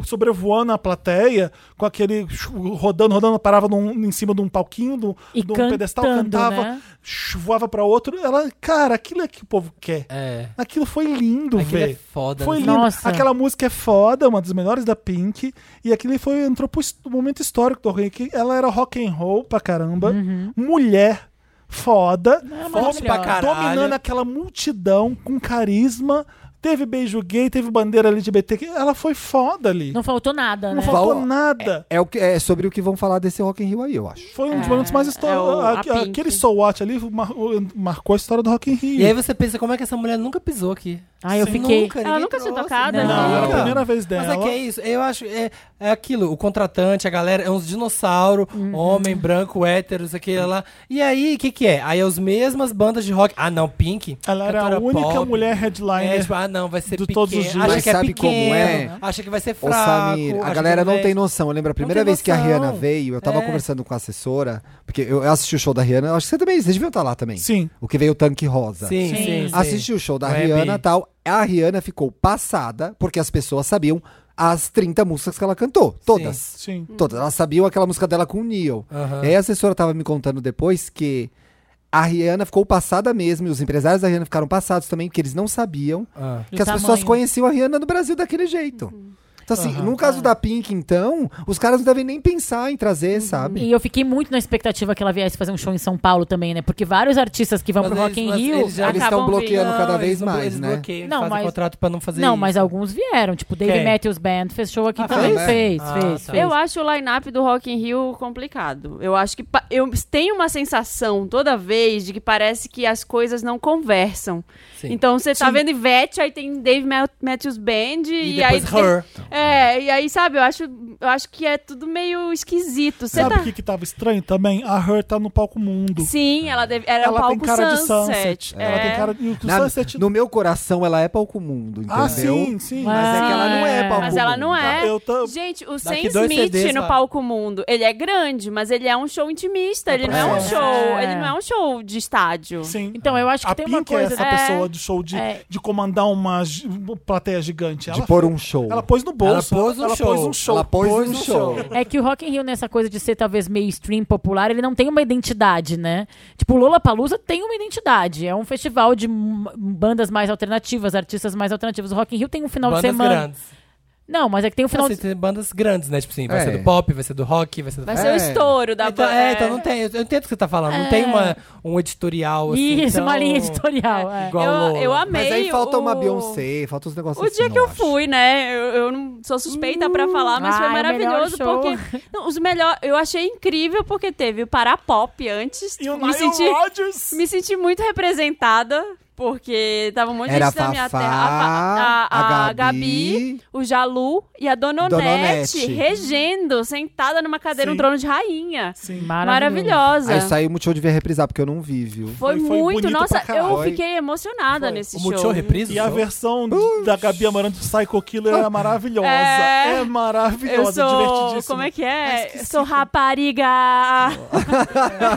[SPEAKER 1] sobrevoando a plateia com aquele chu- rodando, rodando, parava num- em cima de um palquinho, de um
[SPEAKER 5] E
[SPEAKER 1] de um pedestal,
[SPEAKER 5] cantando,
[SPEAKER 1] cantava,
[SPEAKER 5] né?
[SPEAKER 1] chu- voava pra outro. Ela, cara, aquilo é que o povo quer.
[SPEAKER 4] É.
[SPEAKER 1] Aquilo foi lindo,
[SPEAKER 4] Aquilo é
[SPEAKER 1] velho.
[SPEAKER 4] foda.
[SPEAKER 1] Foi
[SPEAKER 4] né?
[SPEAKER 1] lindo.
[SPEAKER 5] Nossa.
[SPEAKER 1] Aquela música é foda, uma das melhores da Pink. E aquilo foi, entrou pro his- momento histórico do rock. que Ela era rock and roll pra caramba.
[SPEAKER 5] Uhum.
[SPEAKER 1] Mulher foda.
[SPEAKER 5] é maravilhosa.
[SPEAKER 4] pra caralho.
[SPEAKER 1] Dominando aquela multidão com carisma. Teve beijo gay, teve bandeira LGBT. que Ela foi foda ali. Não,
[SPEAKER 5] Não faltou nada,
[SPEAKER 3] é.
[SPEAKER 5] né?
[SPEAKER 1] faltou
[SPEAKER 2] Val-
[SPEAKER 1] nada.
[SPEAKER 2] É, o que, é sobre o que vão falar desse Rock in Rio aí, eu acho.
[SPEAKER 1] Foi um dos
[SPEAKER 3] É,
[SPEAKER 1] momentos mais
[SPEAKER 3] é o- a
[SPEAKER 1] históricos.
[SPEAKER 3] Pink.
[SPEAKER 1] Aquele Soul Watch ali mar- marcou a história do Rock in Rio.
[SPEAKER 4] E aí você pensa, como é que essa mulher nunca pisou aqui?
[SPEAKER 5] Ai, eu
[SPEAKER 4] Sim,
[SPEAKER 5] fiquei-
[SPEAKER 3] Ela
[SPEAKER 4] ninguém
[SPEAKER 3] nunca tinha
[SPEAKER 4] trouxe,
[SPEAKER 3] tocado,
[SPEAKER 4] né?
[SPEAKER 1] Ah, Não,
[SPEAKER 3] Não,
[SPEAKER 1] era a
[SPEAKER 4] Nunca.
[SPEAKER 1] primeira vez dela.
[SPEAKER 4] Mas é que é isso, eu acho, é, é aquilo, o contratante, a galera, é uns dinossauro,
[SPEAKER 3] Uhum.
[SPEAKER 4] homem, branco, hétero, isso aqui, lá. E aí, o que que é? Aí é as mesmas bandas de rock. Ah, não, Pink.
[SPEAKER 1] Ela era a
[SPEAKER 4] cantora
[SPEAKER 1] única
[SPEAKER 4] pop.
[SPEAKER 1] mulher
[SPEAKER 4] É,
[SPEAKER 1] headliner.
[SPEAKER 4] tipo, ah, não, vai ser
[SPEAKER 1] de
[SPEAKER 4] pequeno.
[SPEAKER 1] né? todos os dias.
[SPEAKER 4] Acha
[SPEAKER 2] Mas
[SPEAKER 4] que é
[SPEAKER 2] sabe como
[SPEAKER 4] pequeno,
[SPEAKER 2] é?
[SPEAKER 4] acha que vai ser
[SPEAKER 2] Ô,
[SPEAKER 4] fraco.
[SPEAKER 2] Samir, a
[SPEAKER 4] acha
[SPEAKER 2] galera
[SPEAKER 4] que
[SPEAKER 2] não
[SPEAKER 1] é.
[SPEAKER 4] vai-
[SPEAKER 2] tem noção. Eu lembro a primeira
[SPEAKER 4] tem
[SPEAKER 2] vez que a
[SPEAKER 4] noção.
[SPEAKER 2] Rihanna veio, eu tava
[SPEAKER 4] É.
[SPEAKER 2] conversando com a assessora, porque eu assisti o show da Rihanna, eu acho que você também, vocês deviam estar lá
[SPEAKER 4] assim.
[SPEAKER 2] também.
[SPEAKER 1] Sim.
[SPEAKER 2] O que veio o Tanque Rosa.
[SPEAKER 4] Sim,
[SPEAKER 5] Sim.
[SPEAKER 4] sim, sim.
[SPEAKER 2] Assisti o show da
[SPEAKER 4] Web.
[SPEAKER 2] Rihanna e tal. A Rihanna ficou passada, porque as pessoas sabiam as 30 músicas que ela cantou. Todas.
[SPEAKER 1] Sim.
[SPEAKER 2] Todas. Elas sabiam aquela música dela com o Neil.
[SPEAKER 4] Aham.
[SPEAKER 2] E aí a assessora tava me contando depois que a Rihanna ficou passada mesmo, e os empresários da Rihanna ficaram passados também, porque eles não sabiam
[SPEAKER 4] Ah.
[SPEAKER 5] Do
[SPEAKER 2] que as pessoas
[SPEAKER 5] tamanho.
[SPEAKER 2] conheciam a Rihanna no Brasil daquele jeito. Então, assim,
[SPEAKER 1] Aham.
[SPEAKER 2] no caso da Pink, então, os caras não devem nem pensar em trazer, sabe?
[SPEAKER 5] E eu fiquei muito na expectativa que ela viesse fazer um show em São Paulo também, né? Porque vários artistas que vão
[SPEAKER 4] Mas
[SPEAKER 5] Então, pro Rock
[SPEAKER 4] eles-
[SPEAKER 5] in
[SPEAKER 4] mas
[SPEAKER 5] Rio.
[SPEAKER 4] eles já-
[SPEAKER 2] Eles
[SPEAKER 3] Acabam
[SPEAKER 2] estão bloqueando
[SPEAKER 3] vindo.
[SPEAKER 2] cada
[SPEAKER 4] Não,
[SPEAKER 2] vez
[SPEAKER 4] eles não-
[SPEAKER 2] mais,
[SPEAKER 4] eles
[SPEAKER 2] né?
[SPEAKER 4] Bloqueiam, eles
[SPEAKER 5] Não,
[SPEAKER 4] fazem
[SPEAKER 5] mas-
[SPEAKER 4] contrato pra não fazer
[SPEAKER 5] Não,
[SPEAKER 4] isso.
[SPEAKER 5] mas alguns vieram. Tipo, Dave
[SPEAKER 4] Quem?
[SPEAKER 5] Matthews Band fez show aqui
[SPEAKER 4] Ah,
[SPEAKER 5] também.
[SPEAKER 2] fez?
[SPEAKER 5] Fez,
[SPEAKER 4] Ah,
[SPEAKER 5] fez,
[SPEAKER 4] tá.
[SPEAKER 5] fez.
[SPEAKER 3] Eu acho o line-up do Rock in Rio complicado. Eu acho que pa- eu tenho uma sensação toda vez de que parece que as coisas não conversam.
[SPEAKER 4] Sim.
[SPEAKER 3] Então você tá
[SPEAKER 1] Sim.
[SPEAKER 3] vendo Ivete, aí tem Dave Ma- Matthews Band
[SPEAKER 4] E
[SPEAKER 3] e, aí
[SPEAKER 4] depois Her.
[SPEAKER 3] é, e aí sabe, eu acho, eu acho que é tudo meio esquisito. Você
[SPEAKER 1] Sabe o
[SPEAKER 3] tá
[SPEAKER 1] que, que tava estranho também? A Her tá no palco mundo.
[SPEAKER 3] Sim, ela deve, era
[SPEAKER 1] ela
[SPEAKER 3] o palco
[SPEAKER 1] tem cara de
[SPEAKER 3] Sunset.
[SPEAKER 1] Sunset. Ela tem
[SPEAKER 3] é.
[SPEAKER 1] cara de
[SPEAKER 2] Na-
[SPEAKER 1] Sunset.
[SPEAKER 2] no meu coração, ela é palco mundo, entendeu?
[SPEAKER 1] Ah, sim, sim.
[SPEAKER 2] Mas é que ela não é
[SPEAKER 5] Ah,
[SPEAKER 2] palco
[SPEAKER 3] Mas ela não
[SPEAKER 2] mundo.
[SPEAKER 3] é.
[SPEAKER 1] Eu tô-
[SPEAKER 3] Gente, o Sam
[SPEAKER 4] dois
[SPEAKER 3] Smith
[SPEAKER 4] CDs
[SPEAKER 3] no
[SPEAKER 4] lá.
[SPEAKER 3] palco mundo, ele é grande, mas ele é um show intimista. Ele não é um
[SPEAKER 1] processo.
[SPEAKER 3] show.
[SPEAKER 5] É.
[SPEAKER 3] Ele não é um show de estádio.
[SPEAKER 1] Sim.
[SPEAKER 5] Então, eu acho que
[SPEAKER 1] a
[SPEAKER 5] tem
[SPEAKER 1] Pink
[SPEAKER 5] uma
[SPEAKER 1] é
[SPEAKER 5] coisa.
[SPEAKER 1] essa
[SPEAKER 3] É.
[SPEAKER 1] pessoa de show de,
[SPEAKER 5] É.
[SPEAKER 1] de comandar uma, gi- uma plateia gigante.
[SPEAKER 2] De
[SPEAKER 1] Ela,
[SPEAKER 2] pôr um show.
[SPEAKER 1] ela pôs no bolso.
[SPEAKER 4] Ela pôs um show.
[SPEAKER 1] pôs um show.
[SPEAKER 2] Ela pôs um show.
[SPEAKER 5] É que o Rock in Rio, nessa coisa de ser talvez mainstream popular, ele não tem uma identidade, né? Tipo, o Lollapalooza tem uma identidade. É um festival de m- bandas mais alternativas, artistas mais alternativos. O Rock in Rio tem um final
[SPEAKER 4] Bandas
[SPEAKER 5] de semana.
[SPEAKER 4] grandes.
[SPEAKER 5] Não, mas é que tem um final
[SPEAKER 4] Assim,
[SPEAKER 5] de
[SPEAKER 4] tem bandas grandes, né? Tipo assim, vai
[SPEAKER 2] É.
[SPEAKER 4] ser do pop, vai ser do rock, vai ser do
[SPEAKER 3] Vai
[SPEAKER 2] É.
[SPEAKER 3] ser o estouro da
[SPEAKER 4] então,
[SPEAKER 3] banda.
[SPEAKER 4] é, então não tem. Eu eu entendo o que você tá falando. Não tem uma, um editorial assim.
[SPEAKER 5] É. Isso,
[SPEAKER 1] então
[SPEAKER 4] tão-
[SPEAKER 5] uma linha editorial. é.
[SPEAKER 4] Igual
[SPEAKER 3] Eu,
[SPEAKER 4] Lola.
[SPEAKER 3] eu amei.
[SPEAKER 2] Mas aí falta
[SPEAKER 3] o...
[SPEAKER 2] uma Beyoncé, falta uns negócios
[SPEAKER 3] O dia
[SPEAKER 2] assim,
[SPEAKER 3] que eu
[SPEAKER 2] acho.
[SPEAKER 3] fui, né? Eu, eu não sou suspeita pra falar, mas
[SPEAKER 5] Ah,
[SPEAKER 3] foi
[SPEAKER 5] é o melhor
[SPEAKER 3] maravilhoso
[SPEAKER 5] show.
[SPEAKER 3] porque não, os melhor, eu achei incrível porque teve o Parapop antes.
[SPEAKER 1] E o
[SPEAKER 3] me
[SPEAKER 1] Nile
[SPEAKER 3] senti
[SPEAKER 1] Rodgers.
[SPEAKER 3] me senti muito representada porque tava um monte de
[SPEAKER 2] Era a
[SPEAKER 3] gente da minha
[SPEAKER 2] Fafá,
[SPEAKER 3] terra, a, Fa- a-
[SPEAKER 2] a
[SPEAKER 3] a
[SPEAKER 2] Gabi,
[SPEAKER 3] Gabi, o Jalu e a Dona
[SPEAKER 2] Dona
[SPEAKER 3] Onete,
[SPEAKER 2] Onete.
[SPEAKER 3] regendo, sentada numa cadeira,
[SPEAKER 1] Sim.
[SPEAKER 3] um trono de rainha.
[SPEAKER 1] Sim.
[SPEAKER 3] Maravilhosa.
[SPEAKER 2] Aí saiu muito show de ver reprisar, porque eu não vi, viu?
[SPEAKER 3] Foi,
[SPEAKER 1] Foi- foi
[SPEAKER 3] muito,
[SPEAKER 1] bonito
[SPEAKER 3] nossa,
[SPEAKER 1] pra
[SPEAKER 3] eu
[SPEAKER 2] caralho.
[SPEAKER 3] fiquei emocionada
[SPEAKER 1] Foi.
[SPEAKER 3] nesse
[SPEAKER 4] O
[SPEAKER 3] um show.
[SPEAKER 4] Multishow reprisa?
[SPEAKER 1] E a versão da Gabi Amaranto do Psycho Killer é maravilhosa. É,
[SPEAKER 3] É. Eu
[SPEAKER 1] maravilhosa,
[SPEAKER 3] sou.
[SPEAKER 1] divertidíssima.
[SPEAKER 3] Como é que
[SPEAKER 1] Ah,
[SPEAKER 3] é?
[SPEAKER 1] esqueci.
[SPEAKER 3] sou rapariga!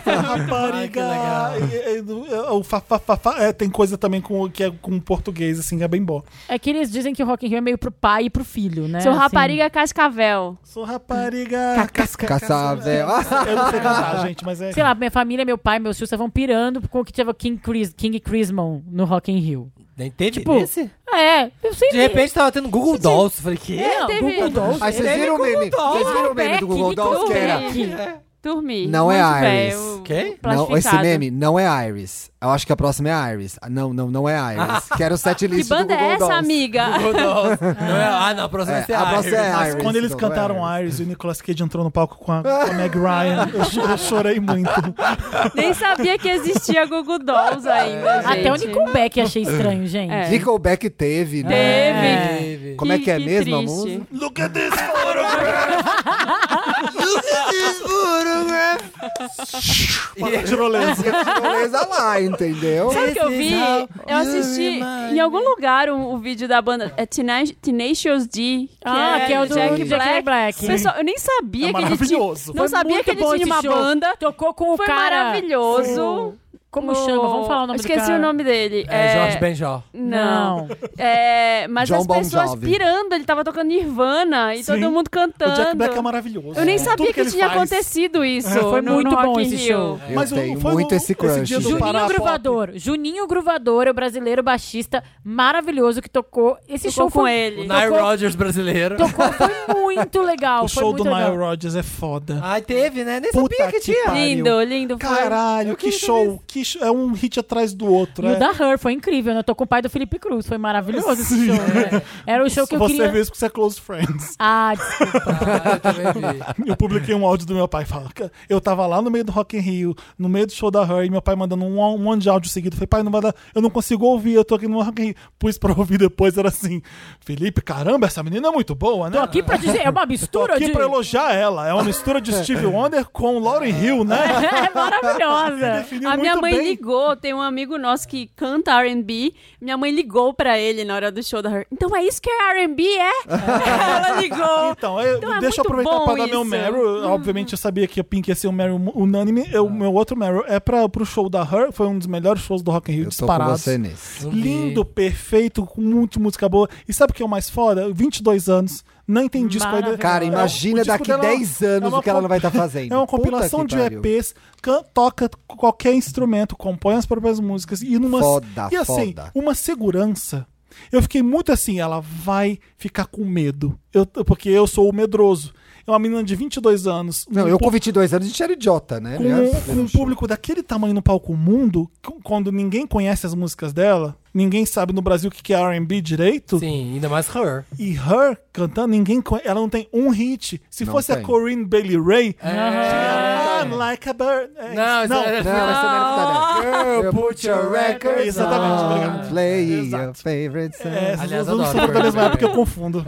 [SPEAKER 3] é
[SPEAKER 1] Rapariga.
[SPEAKER 4] Ai, que
[SPEAKER 1] E- e- e- o fa, fa, fa, fa- é, tem coisa também com, que é com português, assim, que é bem bom.
[SPEAKER 5] É que eles dizem que o Rock in Rio é meio pro pai e pro filho, né?
[SPEAKER 3] sou
[SPEAKER 5] Assim.
[SPEAKER 3] rapariga cascavel.
[SPEAKER 1] Sou rapariga.
[SPEAKER 2] Caçável.
[SPEAKER 1] Eu não sei cantar, gente, mas é.
[SPEAKER 5] Sei lá, minha família, meu pai, meus tios estavam pirando com o que tinha King, Chris, King Crisman no Rock in Rio.
[SPEAKER 4] Nem teve
[SPEAKER 5] Tipo,
[SPEAKER 4] esse?
[SPEAKER 3] Ah,
[SPEAKER 5] É, eu sei
[SPEAKER 4] De repente tava tendo Google Dolls. Eu Falei, que?
[SPEAKER 5] É,
[SPEAKER 3] Teve-
[SPEAKER 5] Google Dolls.
[SPEAKER 2] Aí vocês viram o meme? Vocês viram o meme do Google Dolls que era...
[SPEAKER 3] Dormi. Um
[SPEAKER 2] Não é
[SPEAKER 3] Muito bem,
[SPEAKER 2] Iris.
[SPEAKER 3] eu-
[SPEAKER 4] Quem?
[SPEAKER 2] Não, esse
[SPEAKER 3] plastificado.
[SPEAKER 2] meme não é Iris. Eu acho que a próxima é Iris. Ah, Não, não, não é Iris. Quero o set
[SPEAKER 3] Que
[SPEAKER 2] list do
[SPEAKER 3] banda
[SPEAKER 2] Google
[SPEAKER 3] é essa,
[SPEAKER 2] Dolls.
[SPEAKER 3] amiga?
[SPEAKER 4] Google Dolls. Não é, ah, não, a
[SPEAKER 2] É,
[SPEAKER 4] próxima vai ser
[SPEAKER 2] a próxima é
[SPEAKER 4] Iris.
[SPEAKER 2] Iris.
[SPEAKER 1] Quando eles
[SPEAKER 2] não é
[SPEAKER 1] cantaram Iris e o Nicolas Cage entrou no palco com a, com a Meg Ryan, eu, cho- eu chorei muito.
[SPEAKER 3] Nem sabia que existia Google Dolls ainda.
[SPEAKER 5] É. Até o
[SPEAKER 3] gente.
[SPEAKER 5] Nickelback achei estranho, gente.
[SPEAKER 3] É.
[SPEAKER 2] Nickelback teve, né?
[SPEAKER 3] Teve.
[SPEAKER 4] Teve.
[SPEAKER 2] Como é que é
[SPEAKER 3] que
[SPEAKER 2] mesmo a
[SPEAKER 3] triste.
[SPEAKER 2] música?
[SPEAKER 1] Look at this photograph! Para tirolesa.
[SPEAKER 2] Tirolesa lá, entendeu?
[SPEAKER 3] Sabe o que eu
[SPEAKER 4] This is
[SPEAKER 3] vi?
[SPEAKER 4] how
[SPEAKER 3] Eu
[SPEAKER 4] you
[SPEAKER 3] assisti
[SPEAKER 4] remind
[SPEAKER 3] em algum lugar o um, um vídeo da banda é Tena- Tenacious D. Que
[SPEAKER 5] Ah,
[SPEAKER 3] é
[SPEAKER 5] que é o do Jack Black.
[SPEAKER 3] Pessoal, eu nem sabia
[SPEAKER 1] É
[SPEAKER 3] que ele tinha.
[SPEAKER 1] maravilhoso.
[SPEAKER 3] Não
[SPEAKER 5] Foi
[SPEAKER 3] sabia
[SPEAKER 5] muito
[SPEAKER 3] que ele
[SPEAKER 5] bom
[SPEAKER 3] tinha
[SPEAKER 5] esse
[SPEAKER 3] uma
[SPEAKER 5] show.
[SPEAKER 3] banda.
[SPEAKER 5] Tocou com o
[SPEAKER 3] Foi
[SPEAKER 5] cara.
[SPEAKER 3] maravilhoso.
[SPEAKER 5] Como chama? Vamos falar o nome do
[SPEAKER 3] Esqueci
[SPEAKER 5] cara.
[SPEAKER 3] o nome dele.
[SPEAKER 4] É, Jorge Benjó.
[SPEAKER 3] Não. É, mas
[SPEAKER 2] John
[SPEAKER 3] as
[SPEAKER 2] Bon
[SPEAKER 3] pessoas
[SPEAKER 2] Jovi.
[SPEAKER 3] pirando, ele tava tocando Nirvana e
[SPEAKER 1] Sim.
[SPEAKER 3] todo mundo
[SPEAKER 1] O
[SPEAKER 3] cantando.
[SPEAKER 1] Jack Black é maravilhoso.
[SPEAKER 3] Eu nem
[SPEAKER 1] É.
[SPEAKER 3] sabia
[SPEAKER 1] Tudo
[SPEAKER 3] que,
[SPEAKER 1] ele
[SPEAKER 3] tinha
[SPEAKER 1] faz.
[SPEAKER 3] acontecido isso.
[SPEAKER 5] foi
[SPEAKER 3] no-
[SPEAKER 5] muito
[SPEAKER 3] no
[SPEAKER 5] bom
[SPEAKER 3] Rock in
[SPEAKER 5] esse
[SPEAKER 3] Rio.
[SPEAKER 5] show.
[SPEAKER 2] Eu
[SPEAKER 1] É. Mas o-
[SPEAKER 2] tenho
[SPEAKER 1] foi
[SPEAKER 2] muito
[SPEAKER 1] o-
[SPEAKER 2] esse
[SPEAKER 1] esse
[SPEAKER 2] crush.
[SPEAKER 1] dia do
[SPEAKER 2] gente.
[SPEAKER 1] Pará
[SPEAKER 5] Juninho
[SPEAKER 1] Pop.
[SPEAKER 5] Gruvador. Juninho Gruvador, o brasileiro baixista maravilhoso que tocou. Esse
[SPEAKER 3] Tocou
[SPEAKER 5] show
[SPEAKER 3] com
[SPEAKER 5] foi,
[SPEAKER 3] ele.
[SPEAKER 4] O
[SPEAKER 5] Tocou-
[SPEAKER 4] Nile Rodgers brasileiro.
[SPEAKER 5] Tocou, foi muito legal.
[SPEAKER 1] O
[SPEAKER 5] foi
[SPEAKER 1] show do
[SPEAKER 5] muito
[SPEAKER 1] Nile
[SPEAKER 5] legal.
[SPEAKER 1] Rodgers é foda.
[SPEAKER 4] Ai, teve, né? Nem
[SPEAKER 1] Puta
[SPEAKER 4] sabia que
[SPEAKER 1] que
[SPEAKER 4] tinha.
[SPEAKER 1] pariu.
[SPEAKER 3] Lindo, lindo. Ah, foi.
[SPEAKER 1] Caralho, que show. que show. É um hit atrás do outro.
[SPEAKER 5] E
[SPEAKER 1] é.
[SPEAKER 5] o da Her foi incrível, né? Tô com o pai do Felipe Cruz, foi maravilhoso esse
[SPEAKER 1] Sim.
[SPEAKER 5] show. né? Era o show que eu
[SPEAKER 1] Você
[SPEAKER 5] queria.
[SPEAKER 1] viu isso porque você é close friends.
[SPEAKER 5] Ah, desculpa.
[SPEAKER 4] Ah, eu também vi.
[SPEAKER 1] Eu publiquei um áudio do meu pai falando. "Ca- Eu tava lá no meio do Rock in Rio, no meio do show da Her, e meu pai mandando um, um monte de áudio seguido. Eu falei, pai, não vai dar, eu não consigo ouvir, eu tô aqui no Rock in Rio. Pus pra ouvir depois, era assim, Felipe, caramba, essa menina é muito boa, né?
[SPEAKER 5] Tô aqui pra dizer, é uma
[SPEAKER 1] Tô
[SPEAKER 5] mistura
[SPEAKER 1] aqui
[SPEAKER 5] de.
[SPEAKER 1] pra elogiar ela. É uma mistura de Steve Wonder com Lauren Hill, né?
[SPEAKER 5] é maravilhosa.
[SPEAKER 1] Definiu
[SPEAKER 3] É. A minha
[SPEAKER 1] muito
[SPEAKER 3] mãe
[SPEAKER 1] bem.
[SPEAKER 3] ligou, tem um amigo nosso que canta R&B. Minha mãe ligou pra ele na hora do show da Her. Então é isso que é R&B, é? Ela ligou.
[SPEAKER 1] Então, eu-
[SPEAKER 3] Então é
[SPEAKER 1] deixa eu
[SPEAKER 3] muito
[SPEAKER 1] aproveitar
[SPEAKER 3] bom
[SPEAKER 1] pra dar meu
[SPEAKER 3] isso. Uhum.
[SPEAKER 1] Meryl. Obviamente eu sabia que a Pink ia ser um Meryl unânime.
[SPEAKER 3] Ah.
[SPEAKER 1] O meu outro Meryl é pra, pro show da Her. Foi um dos melhores shows do Rock in Rio
[SPEAKER 2] Eu tô com
[SPEAKER 1] disparado.
[SPEAKER 2] você nesse.
[SPEAKER 4] Zumbi.
[SPEAKER 1] Lindo, perfeito, com muita música boa. E sabe o que é o mais foda? 22 anos, não entendi isso ainda.
[SPEAKER 5] Maravilhoso.
[SPEAKER 2] Cara, imagina
[SPEAKER 1] O disco
[SPEAKER 2] daqui
[SPEAKER 1] dela é uma-
[SPEAKER 2] 10 anos
[SPEAKER 1] uma
[SPEAKER 2] o que ela
[SPEAKER 1] comp-
[SPEAKER 2] não vai estar fazendo.
[SPEAKER 1] É uma
[SPEAKER 2] Puta
[SPEAKER 1] compilação
[SPEAKER 2] que
[SPEAKER 1] de
[SPEAKER 2] pariu.
[SPEAKER 1] EPs, can- toca qualquer instrumento, compõe as próprias músicas e numa
[SPEAKER 2] Foda,
[SPEAKER 1] e assim,
[SPEAKER 2] foda.
[SPEAKER 1] uma segurança. Eu fiquei muito assim, ela vai ficar com medo. Eu, porque eu sou o medroso. É uma menina de 22 anos.
[SPEAKER 2] Não,
[SPEAKER 1] um
[SPEAKER 2] eu
[SPEAKER 1] pu-
[SPEAKER 2] com 22 anos a gente era idiota, né?
[SPEAKER 1] com, com um público daquele tamanho no palco mundo, c- quando ninguém conhece as músicas dela, ninguém sabe no Brasil o que que é R&B direito,
[SPEAKER 4] Sim, ainda mais Her.
[SPEAKER 1] e Her cantando, ninguém conhece, ela não tem um hit. Se
[SPEAKER 2] Não
[SPEAKER 1] fosse a
[SPEAKER 2] tem.
[SPEAKER 1] Corinne Bailey Ray,
[SPEAKER 4] É.
[SPEAKER 1] I'm like a bird. É
[SPEAKER 4] Não,
[SPEAKER 1] isso.
[SPEAKER 4] isso é-
[SPEAKER 2] Não, essa
[SPEAKER 1] Ah!
[SPEAKER 2] não era Girl, put your records
[SPEAKER 1] Exatamente,
[SPEAKER 2] on,
[SPEAKER 1] obrigado.
[SPEAKER 2] Play your
[SPEAKER 1] Exato.
[SPEAKER 2] favorite song.
[SPEAKER 1] É, essas duas
[SPEAKER 4] Aliás,
[SPEAKER 1] não
[SPEAKER 4] adoro
[SPEAKER 1] são da
[SPEAKER 4] Corinne
[SPEAKER 1] mesma
[SPEAKER 4] Bailey
[SPEAKER 1] época, eu
[SPEAKER 4] Ray.
[SPEAKER 1] confundo.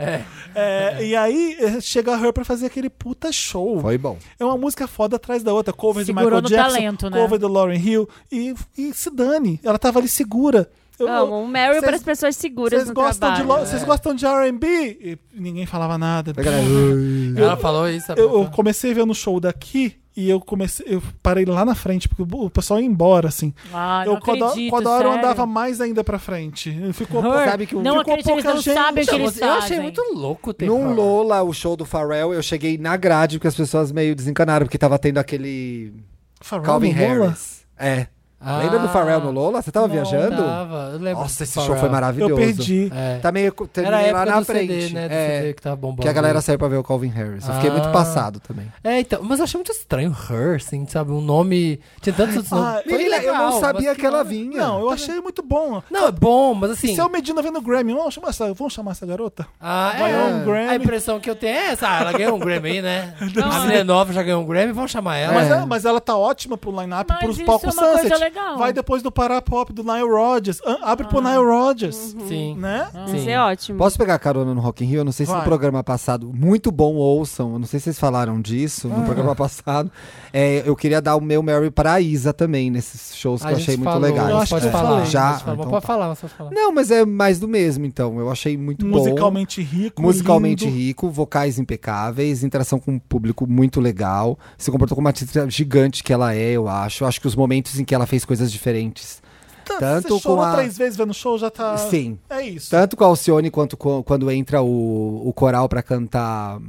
[SPEAKER 1] É, E aí eh, chega a Her pra fazer aquele puta show.
[SPEAKER 2] Foi bom.
[SPEAKER 1] É uma música foda atrás da outra. Cover de Michael
[SPEAKER 5] Segurou no
[SPEAKER 1] Jackson,
[SPEAKER 5] talento, né?
[SPEAKER 1] cover do Lauren Hill. E, e se dane. Ela tava ali segura. Eu-
[SPEAKER 5] Ah,
[SPEAKER 3] Amo, um Meryl
[SPEAKER 1] Então, Vocês-
[SPEAKER 3] para as pessoas seguras
[SPEAKER 1] Vocês
[SPEAKER 3] no
[SPEAKER 1] gostam, de
[SPEAKER 3] trabalho.
[SPEAKER 5] né?
[SPEAKER 1] lo- vocês gostam de R&B? E ninguém falava nada.
[SPEAKER 2] A galera, "Ui".
[SPEAKER 4] Ela falou isso. a
[SPEAKER 1] Eu, eu
[SPEAKER 4] pessoa.
[SPEAKER 1] comecei vendo o show daqui e eu comecei, eu parei lá na frente porque o pessoal ia embora assim.
[SPEAKER 5] Ah,
[SPEAKER 1] eu
[SPEAKER 5] não
[SPEAKER 1] quando,
[SPEAKER 5] acredito,
[SPEAKER 1] quando a hora eu
[SPEAKER 5] sério.
[SPEAKER 1] andava mais ainda pra frente. Ficou
[SPEAKER 5] Her,
[SPEAKER 2] Sabe que o-
[SPEAKER 5] não
[SPEAKER 1] ficou
[SPEAKER 5] acredito, eles
[SPEAKER 1] pouca
[SPEAKER 5] não
[SPEAKER 1] gente.
[SPEAKER 5] sabem o que
[SPEAKER 4] Não,
[SPEAKER 5] eles
[SPEAKER 4] mas assim? eu achei
[SPEAKER 5] fazem.
[SPEAKER 4] muito louco ter
[SPEAKER 2] Num
[SPEAKER 4] Her.
[SPEAKER 2] Lola, o show do Pharrell, eu cheguei na grade porque as pessoas meio desencanaram, porque tava tendo aquele
[SPEAKER 1] Farrell
[SPEAKER 2] Calvin
[SPEAKER 1] no Lola?
[SPEAKER 2] Harris. É.
[SPEAKER 4] Ah,
[SPEAKER 2] Lembra do Pharrell no Lola? Você tava
[SPEAKER 1] não,
[SPEAKER 2] viajando?
[SPEAKER 4] Tava, eu lembro
[SPEAKER 2] Nossa,
[SPEAKER 4] do
[SPEAKER 2] esse show
[SPEAKER 4] Pharrell.
[SPEAKER 2] foi maravilhoso.
[SPEAKER 1] Eu perdi.
[SPEAKER 4] É.
[SPEAKER 2] Tá meio
[SPEAKER 4] Era a
[SPEAKER 2] terminei lá
[SPEAKER 4] época
[SPEAKER 2] na
[SPEAKER 4] do
[SPEAKER 2] frente.
[SPEAKER 4] CD, né? Do
[SPEAKER 2] é,
[SPEAKER 4] CD que tava bombando.
[SPEAKER 2] que a galera saiu pra ver o Calvin Harris. Eu fiquei muito
[SPEAKER 4] Ah.
[SPEAKER 2] passado também.
[SPEAKER 4] É, então, mas eu achei muito estranho Her, assim, sabe? Um nome. Tinha tantos outros nomes.
[SPEAKER 1] Ah,
[SPEAKER 4] Foi
[SPEAKER 2] Menina, eu
[SPEAKER 4] legal,
[SPEAKER 2] não
[SPEAKER 4] mas
[SPEAKER 2] sabia que ela
[SPEAKER 4] não-
[SPEAKER 2] vinha. Tá
[SPEAKER 1] Não, eu achei muito bom.
[SPEAKER 4] Não, é bom, mas assim.
[SPEAKER 1] Se é o Medina vendo o Grammy, vamos chamar essa, vamos chamar essa garota?
[SPEAKER 4] Ah, é.
[SPEAKER 1] Ganhou um Grammy.
[SPEAKER 4] A impressão que eu tenho é essa. Ah, ela ganhou um Grammy aí, né?
[SPEAKER 3] Não,
[SPEAKER 4] a menina é nova já ganhou um Grammy, vamos chamar ela.
[SPEAKER 1] Mas,
[SPEAKER 2] É.
[SPEAKER 1] é- mas ela tá ótima pro line-up,
[SPEAKER 5] Mas
[SPEAKER 1] pros
[SPEAKER 5] isso
[SPEAKER 1] palcos
[SPEAKER 5] é uma coisa
[SPEAKER 1] Sunset.
[SPEAKER 5] legal. Ah.
[SPEAKER 1] Vai depois do Pará Pop do Nile Rodgers. An- Abre pro Nile Rodgers.
[SPEAKER 4] Sim.
[SPEAKER 1] Né?
[SPEAKER 4] sim.
[SPEAKER 3] Isso é ótimo.
[SPEAKER 2] Posso pegar carona no Rock in Rio? Eu não sei se
[SPEAKER 1] Vai.
[SPEAKER 2] no programa passado, muito bom ouçam, eu não sei se vocês falaram disso
[SPEAKER 4] Ah.
[SPEAKER 2] no programa passado. É, eu queria dar o meu Mary pra Isa também, nesses shows que
[SPEAKER 4] A
[SPEAKER 2] eu
[SPEAKER 4] gente
[SPEAKER 2] achei muito
[SPEAKER 4] falou,
[SPEAKER 2] legais. É.
[SPEAKER 1] eu acho que
[SPEAKER 4] pode
[SPEAKER 1] eu
[SPEAKER 4] falar.
[SPEAKER 1] falei.
[SPEAKER 2] Já?
[SPEAKER 4] Pode falar,
[SPEAKER 2] Então
[SPEAKER 4] pode
[SPEAKER 2] tá.
[SPEAKER 4] falar, mas pode falar.
[SPEAKER 2] Não, mas é mais do mesmo, então. Eu achei muito bom.
[SPEAKER 1] Musicalmente rico.
[SPEAKER 2] Musicalmente
[SPEAKER 1] lindo.
[SPEAKER 2] rico, vocais impecáveis, interação com o público muito legal. Se comportou como uma artista gigante que ela é, eu acho. Eu Acho que os momentos em que ela fez coisas diferentes.
[SPEAKER 1] Tá,
[SPEAKER 2] Tanto
[SPEAKER 1] você chorou
[SPEAKER 2] com a-
[SPEAKER 1] três vezes vendo o show, já
[SPEAKER 4] Ah.
[SPEAKER 1] tá...
[SPEAKER 2] Sim.
[SPEAKER 1] É isso.
[SPEAKER 2] Tanto com a Alcione quanto co- quando entra o, o coral pra cantar.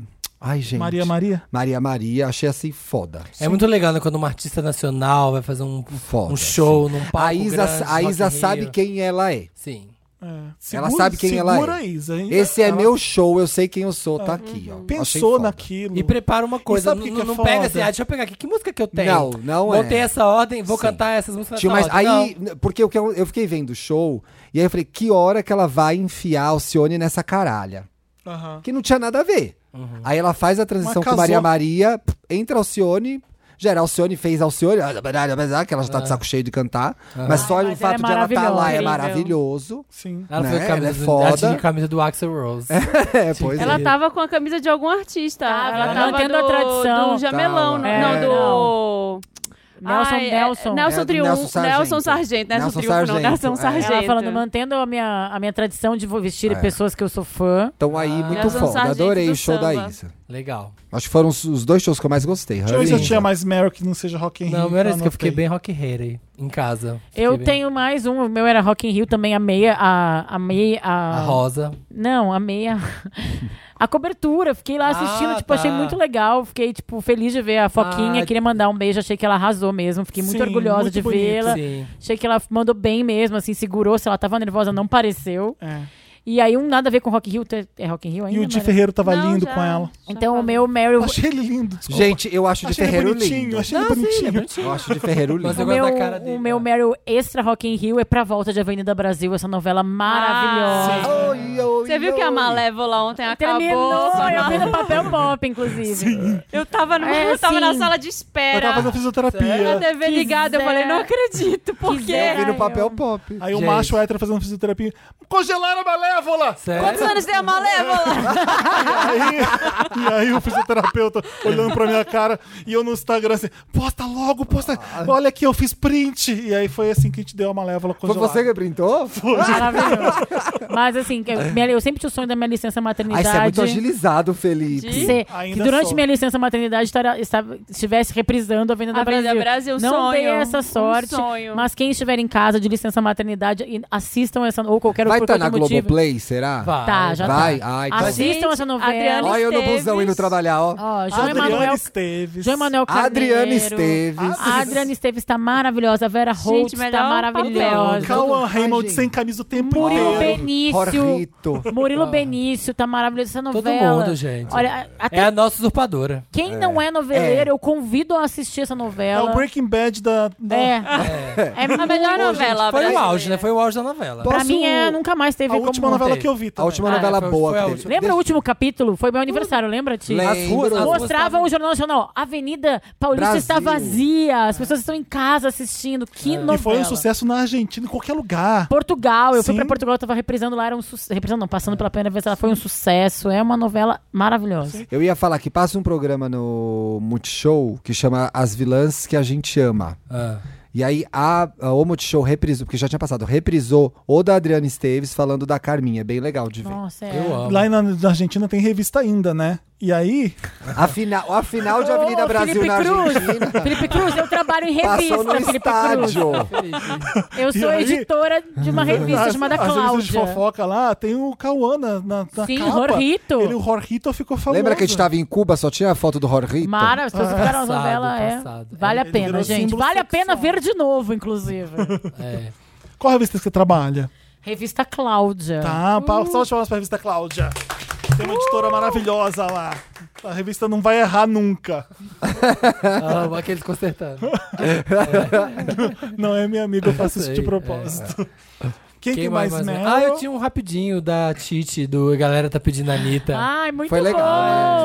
[SPEAKER 2] Ai, gente.
[SPEAKER 1] Maria Maria.
[SPEAKER 2] Maria Maria, achei assim foda.
[SPEAKER 4] É muito legal, né? Quando uma artista nacional vai fazer um,
[SPEAKER 2] Foda,
[SPEAKER 4] um show num palco.
[SPEAKER 2] A Isa,
[SPEAKER 4] grande,
[SPEAKER 2] a
[SPEAKER 4] Rock in
[SPEAKER 2] Isa
[SPEAKER 4] Rio.
[SPEAKER 2] sabe quem ela é.
[SPEAKER 4] Sim.
[SPEAKER 1] É.
[SPEAKER 2] Ela sabe quem ela é.
[SPEAKER 1] Segura Isa, hein?
[SPEAKER 2] Esse é
[SPEAKER 1] Ela
[SPEAKER 2] meu show, eu sei quem eu sou,
[SPEAKER 4] Uhum.
[SPEAKER 2] tá aqui, ó. Achei
[SPEAKER 1] Pensou
[SPEAKER 2] foda.
[SPEAKER 1] naquilo.
[SPEAKER 4] E prepara uma coisa.
[SPEAKER 1] sabe o que
[SPEAKER 4] não
[SPEAKER 1] que é
[SPEAKER 4] não pega
[SPEAKER 1] foda?
[SPEAKER 4] assim, ah, deixa eu pegar aqui. Que música que eu tenho?
[SPEAKER 2] Não, não é.
[SPEAKER 4] Botei essa ordem, vou
[SPEAKER 2] Sim.
[SPEAKER 4] cantar essas músicas
[SPEAKER 2] Tinha
[SPEAKER 4] nessa
[SPEAKER 2] mais,
[SPEAKER 4] ordem.
[SPEAKER 2] aí, porque eu, eu fiquei vendo o show, e aí eu falei, que hora que ela vai enfiar a Alcione nessa caralha?
[SPEAKER 1] Aham.
[SPEAKER 2] Que não tinha nada a ver. Aí ela faz a transição
[SPEAKER 1] Uhum. Mas
[SPEAKER 2] com
[SPEAKER 1] casou.
[SPEAKER 2] Maria Maria, pff, entra Alcione, já era Alcione, fez Alcione, ah, que ela já
[SPEAKER 1] É.
[SPEAKER 2] tá de saco cheio de cantar, mas só
[SPEAKER 5] Ai,
[SPEAKER 2] o
[SPEAKER 5] mas ela é
[SPEAKER 2] fato de ela estar tá lá é
[SPEAKER 5] maravilhosa.
[SPEAKER 2] maravilhoso.
[SPEAKER 1] Sim.
[SPEAKER 4] Ela foi
[SPEAKER 2] né?
[SPEAKER 4] a camisa,
[SPEAKER 2] Ela é
[SPEAKER 4] do-
[SPEAKER 2] foda.
[SPEAKER 4] ela tinha a camisa do Axel Rose.
[SPEAKER 2] É, pois
[SPEAKER 3] Ela
[SPEAKER 2] é.
[SPEAKER 3] tava com a camisa de algum artista.
[SPEAKER 5] Tava,
[SPEAKER 3] ela
[SPEAKER 5] ela
[SPEAKER 3] tava
[SPEAKER 5] mantendo
[SPEAKER 3] do,
[SPEAKER 5] a tradição.
[SPEAKER 1] É,
[SPEAKER 3] do Jamelão.
[SPEAKER 2] Tava.
[SPEAKER 3] não,
[SPEAKER 5] É,
[SPEAKER 3] do...
[SPEAKER 5] Nelson,
[SPEAKER 3] Ai, é-
[SPEAKER 5] Nelson.
[SPEAKER 3] Nelson
[SPEAKER 2] É,
[SPEAKER 3] Triunfo.
[SPEAKER 2] Nelson Sargento.
[SPEAKER 3] Nelson Sargento. Nelson,
[SPEAKER 2] Nelson
[SPEAKER 3] Triunfo, não.
[SPEAKER 2] Sargento,
[SPEAKER 3] Nelson
[SPEAKER 2] é.
[SPEAKER 3] Sargento.
[SPEAKER 5] Ela falando, mantendo a minha, a minha tradição de vestir
[SPEAKER 2] É.
[SPEAKER 5] pessoas que eu sou fã.
[SPEAKER 2] Então aí, muito
[SPEAKER 3] Nelson
[SPEAKER 2] foda.
[SPEAKER 3] Sargento
[SPEAKER 2] Adorei
[SPEAKER 3] do
[SPEAKER 2] o show da
[SPEAKER 3] samba.
[SPEAKER 2] Isa.
[SPEAKER 4] Legal.
[SPEAKER 2] Acho que foram os, os dois shows que eu mais gostei.
[SPEAKER 1] Deixa eu ver
[SPEAKER 2] Hurry
[SPEAKER 1] se eu
[SPEAKER 2] in.
[SPEAKER 1] tinha mais Meryl que não seja Rock in Rio.
[SPEAKER 4] Não, meu era
[SPEAKER 1] que
[SPEAKER 4] isso que eu fiquei
[SPEAKER 1] anotei.
[SPEAKER 4] bem rock aí em casa. Fiquei
[SPEAKER 5] Eu
[SPEAKER 4] bem-
[SPEAKER 5] tenho mais um, o meu era Rock in Rio, também amei a... Amei a...
[SPEAKER 4] A Rosa.
[SPEAKER 5] Não, amei a... a cobertura. Fiquei lá assistindo,
[SPEAKER 4] Ah,
[SPEAKER 5] tipo,
[SPEAKER 4] tá.
[SPEAKER 5] achei muito legal. Fiquei, tipo, feliz de ver a Foquinha.
[SPEAKER 4] Ah.
[SPEAKER 5] Queria mandar um beijo, achei que ela arrasou mesmo. Fiquei muito
[SPEAKER 1] Sim,
[SPEAKER 5] orgulhosa
[SPEAKER 1] muito
[SPEAKER 5] de
[SPEAKER 1] bonito.
[SPEAKER 5] vê-la.
[SPEAKER 4] Sim.
[SPEAKER 5] Achei que ela mandou bem mesmo, assim, segurou. Se ela tava nervosa, não pareceu.
[SPEAKER 1] É.
[SPEAKER 5] E aí, um nada a ver com Rock in Rio. te- É Rock in Rio ainda?
[SPEAKER 1] E o
[SPEAKER 5] Mara?
[SPEAKER 1] Di Ferreiro tava
[SPEAKER 3] Não,
[SPEAKER 1] lindo
[SPEAKER 3] já-
[SPEAKER 1] com ela.
[SPEAKER 3] já
[SPEAKER 5] Então, o
[SPEAKER 3] falei.
[SPEAKER 5] meu Meryl...
[SPEAKER 1] Eu achei ele lindo. desculpa.
[SPEAKER 2] Gente, eu acho o de
[SPEAKER 1] achei
[SPEAKER 2] Ferreiro
[SPEAKER 1] ele bonitinho.
[SPEAKER 2] lindo.
[SPEAKER 1] Achei ele bonitinho.
[SPEAKER 2] Eu acho o de Ferreiro lindo.
[SPEAKER 4] Mas
[SPEAKER 5] O
[SPEAKER 4] eu gosto
[SPEAKER 5] meu,
[SPEAKER 4] da cara dele,
[SPEAKER 5] o meu
[SPEAKER 4] né?
[SPEAKER 5] Meryl extra Rock in Rio é pra volta de Avenida Brasil, essa
[SPEAKER 4] Ah,
[SPEAKER 5] novela maravilhosa.
[SPEAKER 2] Oi, oi,
[SPEAKER 3] Você viu que a
[SPEAKER 2] oi.
[SPEAKER 3] Malévola ontem acabou?
[SPEAKER 5] Terminou, eu vi
[SPEAKER 3] eu,
[SPEAKER 5] no papel pop, inclusive.
[SPEAKER 3] tava, no,
[SPEAKER 5] É,
[SPEAKER 3] eu tava na
[SPEAKER 5] sim.
[SPEAKER 3] sala de
[SPEAKER 1] Eu
[SPEAKER 3] espera.
[SPEAKER 1] tava fazendo
[SPEAKER 3] a
[SPEAKER 1] fisioterapia.
[SPEAKER 3] TV ligada, eu
[SPEAKER 5] Quiser.
[SPEAKER 3] falei, não acredito, por
[SPEAKER 5] Quiser.
[SPEAKER 2] Eu
[SPEAKER 3] quê?
[SPEAKER 2] vi no
[SPEAKER 5] Ai,
[SPEAKER 2] papel
[SPEAKER 5] eu-
[SPEAKER 2] pop.
[SPEAKER 1] Aí o
[SPEAKER 4] Gente.
[SPEAKER 1] macho hétero fazendo fisioterapia. Congelaram a malévola!
[SPEAKER 3] Quantos
[SPEAKER 4] Sério?
[SPEAKER 3] anos tem a Malévola?
[SPEAKER 1] Aí, e aí o fisioterapeuta olhando pra minha cara e eu no Instagram assim, posta logo, posta.
[SPEAKER 2] Ah.
[SPEAKER 1] Olha aqui, eu fiz print. E aí foi assim que a gente deu a malévola
[SPEAKER 2] Foi
[SPEAKER 1] congelada.
[SPEAKER 2] você que printou?
[SPEAKER 5] Maravilhoso. Mas assim, que eu, minha- eu sempre tinha o sonho da minha licença
[SPEAKER 2] Ai,
[SPEAKER 5] maternidade.
[SPEAKER 2] você é muito agilizado, Felipe.
[SPEAKER 3] De-
[SPEAKER 5] ser- que
[SPEAKER 1] Ainda
[SPEAKER 5] durante
[SPEAKER 1] sou.
[SPEAKER 5] minha licença maternidade estará- estava- estivesse reprisando a Venda da
[SPEAKER 3] A Avenida Brasil,
[SPEAKER 5] Brasil.
[SPEAKER 3] um
[SPEAKER 5] Não
[SPEAKER 3] sonho,
[SPEAKER 5] dei essa
[SPEAKER 3] um
[SPEAKER 5] sorte.
[SPEAKER 3] sonho.
[SPEAKER 5] Mas quem estiver em casa de licença maternidade, e- assistam essa ou qualquer
[SPEAKER 2] Vai
[SPEAKER 5] por
[SPEAKER 2] estar
[SPEAKER 5] qualquer
[SPEAKER 2] na
[SPEAKER 5] motivo.
[SPEAKER 2] Globoplay, será?
[SPEAKER 4] Vai.
[SPEAKER 5] Tá, já
[SPEAKER 2] Vai?
[SPEAKER 5] tá.
[SPEAKER 2] Ai, então-
[SPEAKER 5] Assistam
[SPEAKER 3] Gente,
[SPEAKER 5] essa novela.
[SPEAKER 3] Adriana-
[SPEAKER 2] Olha eu no
[SPEAKER 3] Esteves.
[SPEAKER 2] busão indo trabalhar, ó.
[SPEAKER 5] Ó, João
[SPEAKER 1] Adriana
[SPEAKER 5] Emanuel,
[SPEAKER 1] Esteves.
[SPEAKER 5] João Emanuel Carneiro.
[SPEAKER 2] Adriana Esteves.
[SPEAKER 5] A Adriana Esteves está maravilhosa. A Vera Holt está
[SPEAKER 3] melhor
[SPEAKER 5] maravilhosa.
[SPEAKER 1] Cauan
[SPEAKER 2] Ai,
[SPEAKER 1] Raymond
[SPEAKER 2] gente.
[SPEAKER 1] sem camisa o tempo
[SPEAKER 5] Murilo
[SPEAKER 1] inteiro.
[SPEAKER 5] Benício.
[SPEAKER 2] Jorrito.
[SPEAKER 5] Murilo Benício tá maravilhoso essa
[SPEAKER 4] Todo
[SPEAKER 5] novela.
[SPEAKER 4] mundo, gente.
[SPEAKER 5] Olha, a- até
[SPEAKER 4] É a nossa usurpadora.
[SPEAKER 5] quem não é noveleiro, eu convido a assistir
[SPEAKER 1] É
[SPEAKER 5] essa
[SPEAKER 1] o
[SPEAKER 5] novela.
[SPEAKER 1] Breaking Bad da. da-
[SPEAKER 5] É.
[SPEAKER 4] É.
[SPEAKER 5] É
[SPEAKER 3] A melhor
[SPEAKER 5] muito-
[SPEAKER 3] novela
[SPEAKER 4] Foi o
[SPEAKER 3] brasileira.
[SPEAKER 4] auge, né? Foi o auge da novela.
[SPEAKER 5] Pra
[SPEAKER 2] Posso-
[SPEAKER 5] mim, é, nunca mais teve
[SPEAKER 1] A
[SPEAKER 5] como.
[SPEAKER 1] última novela
[SPEAKER 4] ontem.
[SPEAKER 1] que eu vi.
[SPEAKER 2] A
[SPEAKER 1] também.
[SPEAKER 2] última
[SPEAKER 4] É,
[SPEAKER 2] novela
[SPEAKER 4] foi-
[SPEAKER 2] boa
[SPEAKER 4] foi
[SPEAKER 2] que
[SPEAKER 4] a
[SPEAKER 2] teve.
[SPEAKER 4] última.
[SPEAKER 5] Lembra
[SPEAKER 2] Deixa-
[SPEAKER 5] o último capítulo? Foi meu aniversário, lembra, Ti?
[SPEAKER 2] Lembro.
[SPEAKER 4] As ruas, as ruas
[SPEAKER 5] Mostrava
[SPEAKER 4] estavam-
[SPEAKER 5] o Jornal Nacional. A Avenida Paulista
[SPEAKER 2] Brasil.
[SPEAKER 5] está vazia. As pessoas estão em casa assistindo. Que novela.
[SPEAKER 1] E foi um sucesso na Argentina, em qualquer lugar.
[SPEAKER 5] Portugal, eu fui
[SPEAKER 1] Sim.
[SPEAKER 5] pra Portugal, eu tava reprisando lá, era um sucesso. Reprisando não, passando pela primeira vez, ela foi um sucesso. É uma novela maravilhosa.
[SPEAKER 2] Eu ia falar que passa um programa no Multishow que chama As Vilãs que a gente ama.
[SPEAKER 4] Ah.
[SPEAKER 2] E aí a, a o Multishow reprisou, porque já tinha passado, reprisou o da Adriana Esteves falando da Carminha. É bem legal de ver.
[SPEAKER 5] Nossa, é.
[SPEAKER 4] Eu amo.
[SPEAKER 1] Lá na, na Argentina tem revista ainda, né? E aí,
[SPEAKER 2] A final, a final de
[SPEAKER 5] Ô,
[SPEAKER 2] Avenida Brasil
[SPEAKER 5] Felipe
[SPEAKER 2] na
[SPEAKER 5] Cruz.
[SPEAKER 2] Argentina
[SPEAKER 5] Felipe Cruz, eu trabalho em
[SPEAKER 2] passou no
[SPEAKER 5] revista, Felipe
[SPEAKER 2] estádio.
[SPEAKER 5] Tá Cruz. Eu sou
[SPEAKER 1] E aí-
[SPEAKER 5] editora de uma revista
[SPEAKER 1] as-
[SPEAKER 5] chamada
[SPEAKER 1] as revistas de
[SPEAKER 5] Cláudia.
[SPEAKER 1] fofoca lá, tem o Cauã na, na, na
[SPEAKER 5] Sim,
[SPEAKER 1] capa.
[SPEAKER 5] Jorrito.
[SPEAKER 1] Ele, o Jorrito ficou famoso.
[SPEAKER 2] Lembra que a gente tava em Cuba, só tinha a foto do Jorrito?
[SPEAKER 5] Mara, as pessoas ficaram na
[SPEAKER 4] Passado,
[SPEAKER 5] novela, é.
[SPEAKER 4] passado.
[SPEAKER 5] Vale a
[SPEAKER 1] Ele
[SPEAKER 5] pena,
[SPEAKER 1] virou
[SPEAKER 5] gente.
[SPEAKER 1] símbolo
[SPEAKER 5] Vale a pena
[SPEAKER 1] sexual.
[SPEAKER 5] ver de novo, inclusive.
[SPEAKER 4] É.
[SPEAKER 1] Qual revista que você trabalha?
[SPEAKER 5] Revista Cláudia.
[SPEAKER 1] Tá, pa- só chamar pra revista Cláudia. Tem uma editora maravilhosa lá. A revista não vai errar nunca.
[SPEAKER 4] Amo aqueles consertando.
[SPEAKER 1] Não é minha amiga, eu faço
[SPEAKER 4] Eu
[SPEAKER 1] isso de
[SPEAKER 4] sei,
[SPEAKER 1] propósito. Quem,
[SPEAKER 4] Quem
[SPEAKER 1] que mais, mais
[SPEAKER 4] Meryl? Ah, eu tinha um rapidinho da Titi, do A Galera Tá Pedindo a Anitta.
[SPEAKER 5] Ai, muito
[SPEAKER 2] Foi legal,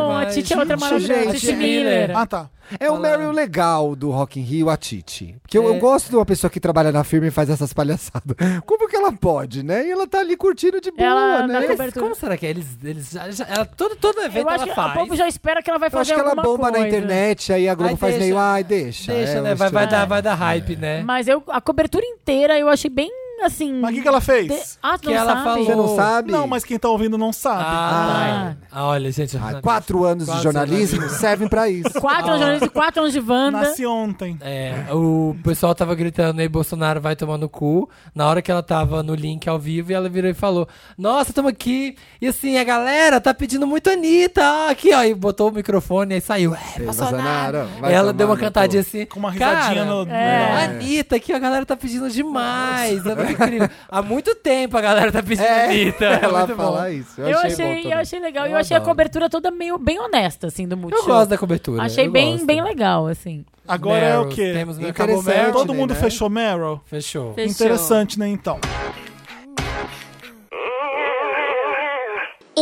[SPEAKER 5] bom.
[SPEAKER 4] né?
[SPEAKER 5] A Titi é
[SPEAKER 4] Demais.
[SPEAKER 5] outra
[SPEAKER 4] Gente,
[SPEAKER 5] maravilhosa.
[SPEAKER 2] gente,
[SPEAKER 5] Titi Miller.
[SPEAKER 1] Ah, tá.
[SPEAKER 2] É um
[SPEAKER 4] Falando.
[SPEAKER 2] Meryl legal do Rock in Rio, a Titi. Porque eu,
[SPEAKER 4] É.
[SPEAKER 2] eu gosto de uma pessoa que trabalha na firma e faz essas palhaçadas. Como que ela pode, né? E ela tá ali curtindo de boa, né?
[SPEAKER 5] Ela na
[SPEAKER 4] Eles-
[SPEAKER 5] cobertura.
[SPEAKER 4] como será que é? Eles, eles já, já- ela, todo, todo evento
[SPEAKER 5] Eu acho que
[SPEAKER 4] ela
[SPEAKER 5] o
[SPEAKER 4] faz.
[SPEAKER 5] povo já espera que ela vai
[SPEAKER 2] Eu
[SPEAKER 5] fazer
[SPEAKER 2] acho que ela
[SPEAKER 5] alguma
[SPEAKER 2] bomba na
[SPEAKER 5] coisa.
[SPEAKER 2] internet, aí a Globo
[SPEAKER 4] Aí
[SPEAKER 2] faz
[SPEAKER 4] deixa.
[SPEAKER 2] meio, ai, deixa.
[SPEAKER 4] Deixa,
[SPEAKER 2] É,
[SPEAKER 4] né?
[SPEAKER 2] eu
[SPEAKER 4] Vai,
[SPEAKER 2] acho
[SPEAKER 4] vai,
[SPEAKER 2] que-
[SPEAKER 4] dar, vai dar
[SPEAKER 5] É.
[SPEAKER 4] hype, né?
[SPEAKER 5] Mas eu, a cobertura inteira eu achei bem assim.
[SPEAKER 1] Mas o que, que ela fez?
[SPEAKER 5] de- Ah,
[SPEAKER 4] Que
[SPEAKER 5] tu não
[SPEAKER 4] ela
[SPEAKER 5] sabe?
[SPEAKER 4] falou-
[SPEAKER 2] Você não sabe?
[SPEAKER 1] Não, mas quem tá ouvindo não sabe.
[SPEAKER 4] Ah, tá. Ah, olha, gente.
[SPEAKER 2] Ah, quatro anos de
[SPEAKER 4] Quatro
[SPEAKER 2] jornalismo
[SPEAKER 4] anos.
[SPEAKER 2] servem pra isso.
[SPEAKER 5] Quatro anos de jornalismo, quatro anos de Wanda.
[SPEAKER 1] Nasce ontem.
[SPEAKER 4] É, o pessoal tava gritando aí, Bolsonaro vai tomar no cu. Na hora que ela tava no link ao vivo, ela virou e falou: Nossa, tamo aqui. E assim, a galera tá pedindo muito Anitta. Ah, Aqui, ó. E botou o microfone e aí saiu. É, Bolsonaro.
[SPEAKER 2] vai
[SPEAKER 4] ela
[SPEAKER 2] tomar
[SPEAKER 4] deu uma
[SPEAKER 2] no
[SPEAKER 4] cantadinha
[SPEAKER 2] cu.
[SPEAKER 4] assim.
[SPEAKER 1] Com uma risadinha
[SPEAKER 4] cara,
[SPEAKER 1] no.
[SPEAKER 5] é.
[SPEAKER 4] Anitta, aqui a galera tá pedindo demais. Olha que incrível. Há muito tempo a galera tá pedindo Anitta. É
[SPEAKER 2] Ela
[SPEAKER 4] muito bom.
[SPEAKER 2] fala isso. Eu,
[SPEAKER 5] Eu
[SPEAKER 2] achei, bom
[SPEAKER 5] achei, eu
[SPEAKER 2] também.
[SPEAKER 5] achei legal. Eu,
[SPEAKER 4] Eu
[SPEAKER 5] achei a
[SPEAKER 4] adoro.
[SPEAKER 5] cobertura toda meio bem honesta, assim, do
[SPEAKER 4] Eu
[SPEAKER 5] Multishow.
[SPEAKER 4] gosto da cobertura.
[SPEAKER 5] Achei
[SPEAKER 4] eu
[SPEAKER 5] bem,
[SPEAKER 4] gosto.
[SPEAKER 5] bem legal, assim.
[SPEAKER 1] Agora é o
[SPEAKER 4] Meryls,
[SPEAKER 1] quê?
[SPEAKER 4] Temos acabou
[SPEAKER 2] Interessante.
[SPEAKER 4] Meryl.
[SPEAKER 1] Todo mundo
[SPEAKER 2] né?
[SPEAKER 1] fechou Meryl?
[SPEAKER 4] Fechou.
[SPEAKER 3] Fechou.
[SPEAKER 1] Interessante, né, então?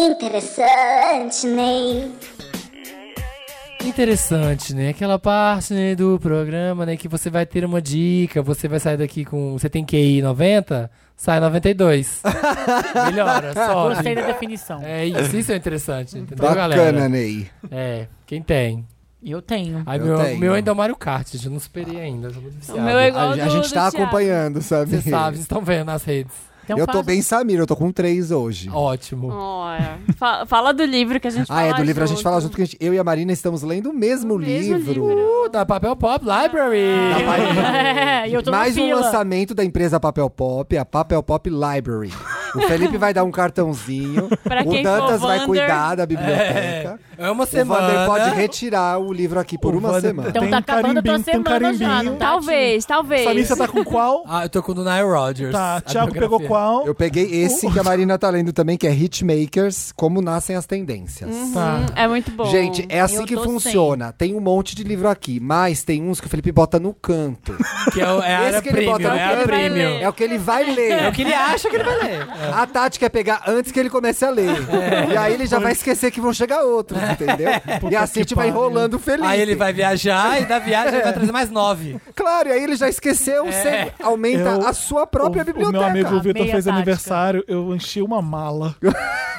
[SPEAKER 7] Interessante, Ney.
[SPEAKER 4] Interessante, né? Aquela parte né, do programa, né? Que você vai ter uma dica, você vai sair daqui com. Você tem QI 90? Sai 92. Melhora, sobe.
[SPEAKER 5] Gostei da definição.
[SPEAKER 4] É isso, isso é interessante, entendeu,
[SPEAKER 2] Bacana,
[SPEAKER 4] galera?
[SPEAKER 2] Ney.
[SPEAKER 4] É, quem tem.
[SPEAKER 5] Eu tenho.
[SPEAKER 4] Aí
[SPEAKER 2] Eu
[SPEAKER 4] meu,
[SPEAKER 2] tenho.
[SPEAKER 4] meu ainda é o Mario Kart, gente. Eu não superei ainda. eu sou muito
[SPEAKER 3] O
[SPEAKER 4] viciado.
[SPEAKER 3] meu é
[SPEAKER 2] A,
[SPEAKER 3] igual
[SPEAKER 2] a
[SPEAKER 3] do,
[SPEAKER 2] gente
[SPEAKER 3] do
[SPEAKER 2] tá
[SPEAKER 3] Thiago.
[SPEAKER 2] acompanhando, sabe?
[SPEAKER 4] Vocês sabem, vocês estão vendo nas redes.
[SPEAKER 5] Então
[SPEAKER 2] eu tô
[SPEAKER 5] faz-
[SPEAKER 2] bem Samir, eu tô com três hoje.
[SPEAKER 4] Ótimo.
[SPEAKER 3] Olha, fa- fala do livro que a gente
[SPEAKER 2] Ah, é do livro a gente fala
[SPEAKER 3] fala
[SPEAKER 2] junto que a gente, eu e a Marina estamos lendo o mesmo,
[SPEAKER 3] mesmo livro.
[SPEAKER 2] livro.
[SPEAKER 4] Uh, da Papel Pop Library.
[SPEAKER 5] É, e eu tô na
[SPEAKER 2] Mais um
[SPEAKER 5] fila.
[SPEAKER 2] lançamento da empresa Papel Pop, a Papel Pop Library. O Felipe vai dar um cartãozinho.
[SPEAKER 3] Pra
[SPEAKER 2] o
[SPEAKER 3] quem for
[SPEAKER 2] Dantas vai
[SPEAKER 3] Wander-
[SPEAKER 2] cuidar da biblioteca.
[SPEAKER 4] É uma
[SPEAKER 2] O Vander
[SPEAKER 4] semana.
[SPEAKER 2] pode retirar o livro aqui por
[SPEAKER 4] O
[SPEAKER 2] uma
[SPEAKER 4] Wander-
[SPEAKER 2] semana.
[SPEAKER 5] Então
[SPEAKER 1] Tem
[SPEAKER 5] tá
[SPEAKER 1] um
[SPEAKER 5] acabando a tua
[SPEAKER 1] carimbinho, tem um
[SPEAKER 5] semana já. Não
[SPEAKER 1] carimbinho.
[SPEAKER 5] tá,
[SPEAKER 3] Talvez, talvez.
[SPEAKER 1] Essa lista tá com qual?
[SPEAKER 4] Ah, eu tô com o do Nile Rodgers.
[SPEAKER 1] Tá,
[SPEAKER 4] a
[SPEAKER 1] Thiago
[SPEAKER 4] biografia.
[SPEAKER 1] pegou qual?
[SPEAKER 2] Eu peguei esse que a Marina tá lendo também, que é Hitmakers, Como Nascem as Tendências.
[SPEAKER 1] Tá.
[SPEAKER 3] É muito bom.
[SPEAKER 2] Gente, é assim
[SPEAKER 5] Eu
[SPEAKER 2] que
[SPEAKER 5] tô
[SPEAKER 2] funciona. Tem um monte de livro aqui, mas tem uns que o Felipe bota no canto.
[SPEAKER 4] Que é, o- é a
[SPEAKER 2] Esse
[SPEAKER 4] área
[SPEAKER 2] que ele
[SPEAKER 4] premium.
[SPEAKER 2] bota no
[SPEAKER 4] É a
[SPEAKER 3] canto.
[SPEAKER 4] premium.
[SPEAKER 2] É o que ele vai
[SPEAKER 4] É o
[SPEAKER 2] ler.
[SPEAKER 4] que ele acha que ele vai ler. É.
[SPEAKER 2] A tática é pegar antes que ele comece a ler. E aí ele já vai esquecer que vão chegar outros,
[SPEAKER 4] É.
[SPEAKER 2] entendeu? e assim a gente vai
[SPEAKER 1] pariu.
[SPEAKER 2] enrolando o Felipe.
[SPEAKER 4] Aí ele vai viajar e da viagem ele vai trazer mais nove.
[SPEAKER 2] Claro, e aí ele já esqueceu,
[SPEAKER 4] É.
[SPEAKER 2] você aumenta
[SPEAKER 1] Eu-
[SPEAKER 2] a sua própria
[SPEAKER 1] o,
[SPEAKER 2] biblioteca.
[SPEAKER 1] O meu amigo Vitor
[SPEAKER 5] Meia
[SPEAKER 1] fez
[SPEAKER 5] tática.
[SPEAKER 1] aniversário, eu enchi uma mala.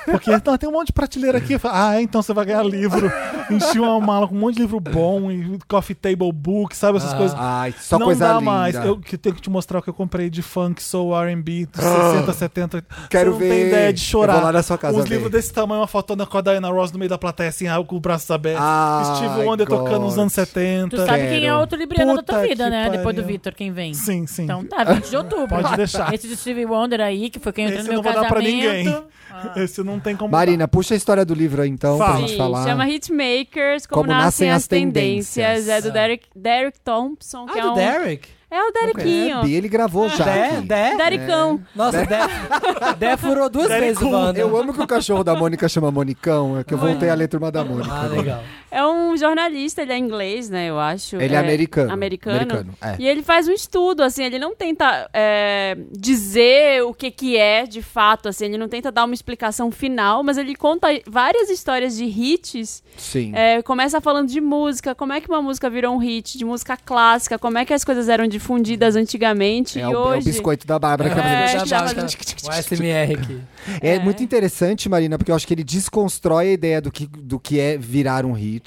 [SPEAKER 1] Porque não, tem um monte de prateleira aqui. Eu falei, Ah, então você vai ganhar livro. Enchi uma mala com um monte de livro bom, e coffee table book, sabe essas coisas.
[SPEAKER 2] Ai, Ah, só
[SPEAKER 1] não
[SPEAKER 2] coisa
[SPEAKER 1] dá
[SPEAKER 2] linda.
[SPEAKER 1] mais. Eu que tenho que te mostrar o que eu comprei de funk, soul, R&B, dos 60, 70. 80.
[SPEAKER 2] Ah,
[SPEAKER 1] Você
[SPEAKER 2] Quero
[SPEAKER 1] não
[SPEAKER 2] ver.
[SPEAKER 1] tem ideia de chorar.
[SPEAKER 2] Eu vou lá na sua casa
[SPEAKER 1] Uns
[SPEAKER 2] ver.
[SPEAKER 1] livros desse tamanho, uma fotona com a Diana Ross no meio da plateia, assim, ah, com o braço aberto.
[SPEAKER 2] Ah, Ai,
[SPEAKER 1] Steve Wonder
[SPEAKER 2] God.
[SPEAKER 1] tocando nos anos 70.
[SPEAKER 5] Tu sabe quem é
[SPEAKER 2] Quero.
[SPEAKER 5] outro libriano da tua
[SPEAKER 1] Puta
[SPEAKER 5] vida,
[SPEAKER 1] que
[SPEAKER 5] né? Depois do
[SPEAKER 1] pariu.
[SPEAKER 5] Vitor, quem vem.
[SPEAKER 1] Sim, sim.
[SPEAKER 5] Então tá, 20 de outubro.
[SPEAKER 1] Pode deixar.
[SPEAKER 5] Esse de Steve Wonder aí, que foi quem entrou
[SPEAKER 1] Esse
[SPEAKER 5] no
[SPEAKER 1] eu
[SPEAKER 5] meu
[SPEAKER 1] não vou dar pra ninguém.
[SPEAKER 5] casamento.
[SPEAKER 1] Esse não tem como.
[SPEAKER 2] Marina, puxa a história do livro aí, então,
[SPEAKER 1] Fala.
[SPEAKER 2] pra gente
[SPEAKER 3] Sim,
[SPEAKER 2] falar.
[SPEAKER 3] chama Hitmakers, Como, Nascem, as Tendências. É do Derek, Derek Thompson, que
[SPEAKER 4] Ah,
[SPEAKER 3] é um...
[SPEAKER 4] do Derek?
[SPEAKER 3] É o
[SPEAKER 2] É, Bi,
[SPEAKER 3] Derequinho.
[SPEAKER 2] ele gravou já.
[SPEAKER 4] Dé,
[SPEAKER 2] aqui.
[SPEAKER 4] Dé?
[SPEAKER 3] Dericão.
[SPEAKER 4] Nossa, Dé, Dé furou duas vezes o Wander.
[SPEAKER 2] Eu amo que o cachorro da Mônica chama Monicão, é que eu voltei a ler Turma da Mônica.
[SPEAKER 4] Ah, legal.
[SPEAKER 3] É um jornalista, ele é inglês, né, eu acho.
[SPEAKER 2] Ele é americano.
[SPEAKER 3] Americano.
[SPEAKER 2] Americano, é.
[SPEAKER 3] E ele faz um estudo, assim, ele não tenta é, dizer o que que é de fato, assim, ele não tenta dar uma explicação final, mas ele conta várias histórias de hits.
[SPEAKER 2] Sim.
[SPEAKER 3] É, começa falando de música, como é que uma música virou um hit, de música clássica, como é que as coisas eram difundidas antigamente
[SPEAKER 2] É
[SPEAKER 3] e
[SPEAKER 2] o, é o
[SPEAKER 3] hoje.
[SPEAKER 2] biscoito da Bárbara. que
[SPEAKER 3] É,
[SPEAKER 2] É,
[SPEAKER 4] Já
[SPEAKER 3] já
[SPEAKER 4] basta.
[SPEAKER 3] faz-
[SPEAKER 4] O SMR aqui.
[SPEAKER 2] é muito interessante, Marina, porque eu acho que ele desconstrói a ideia do que, do que é virar um hit.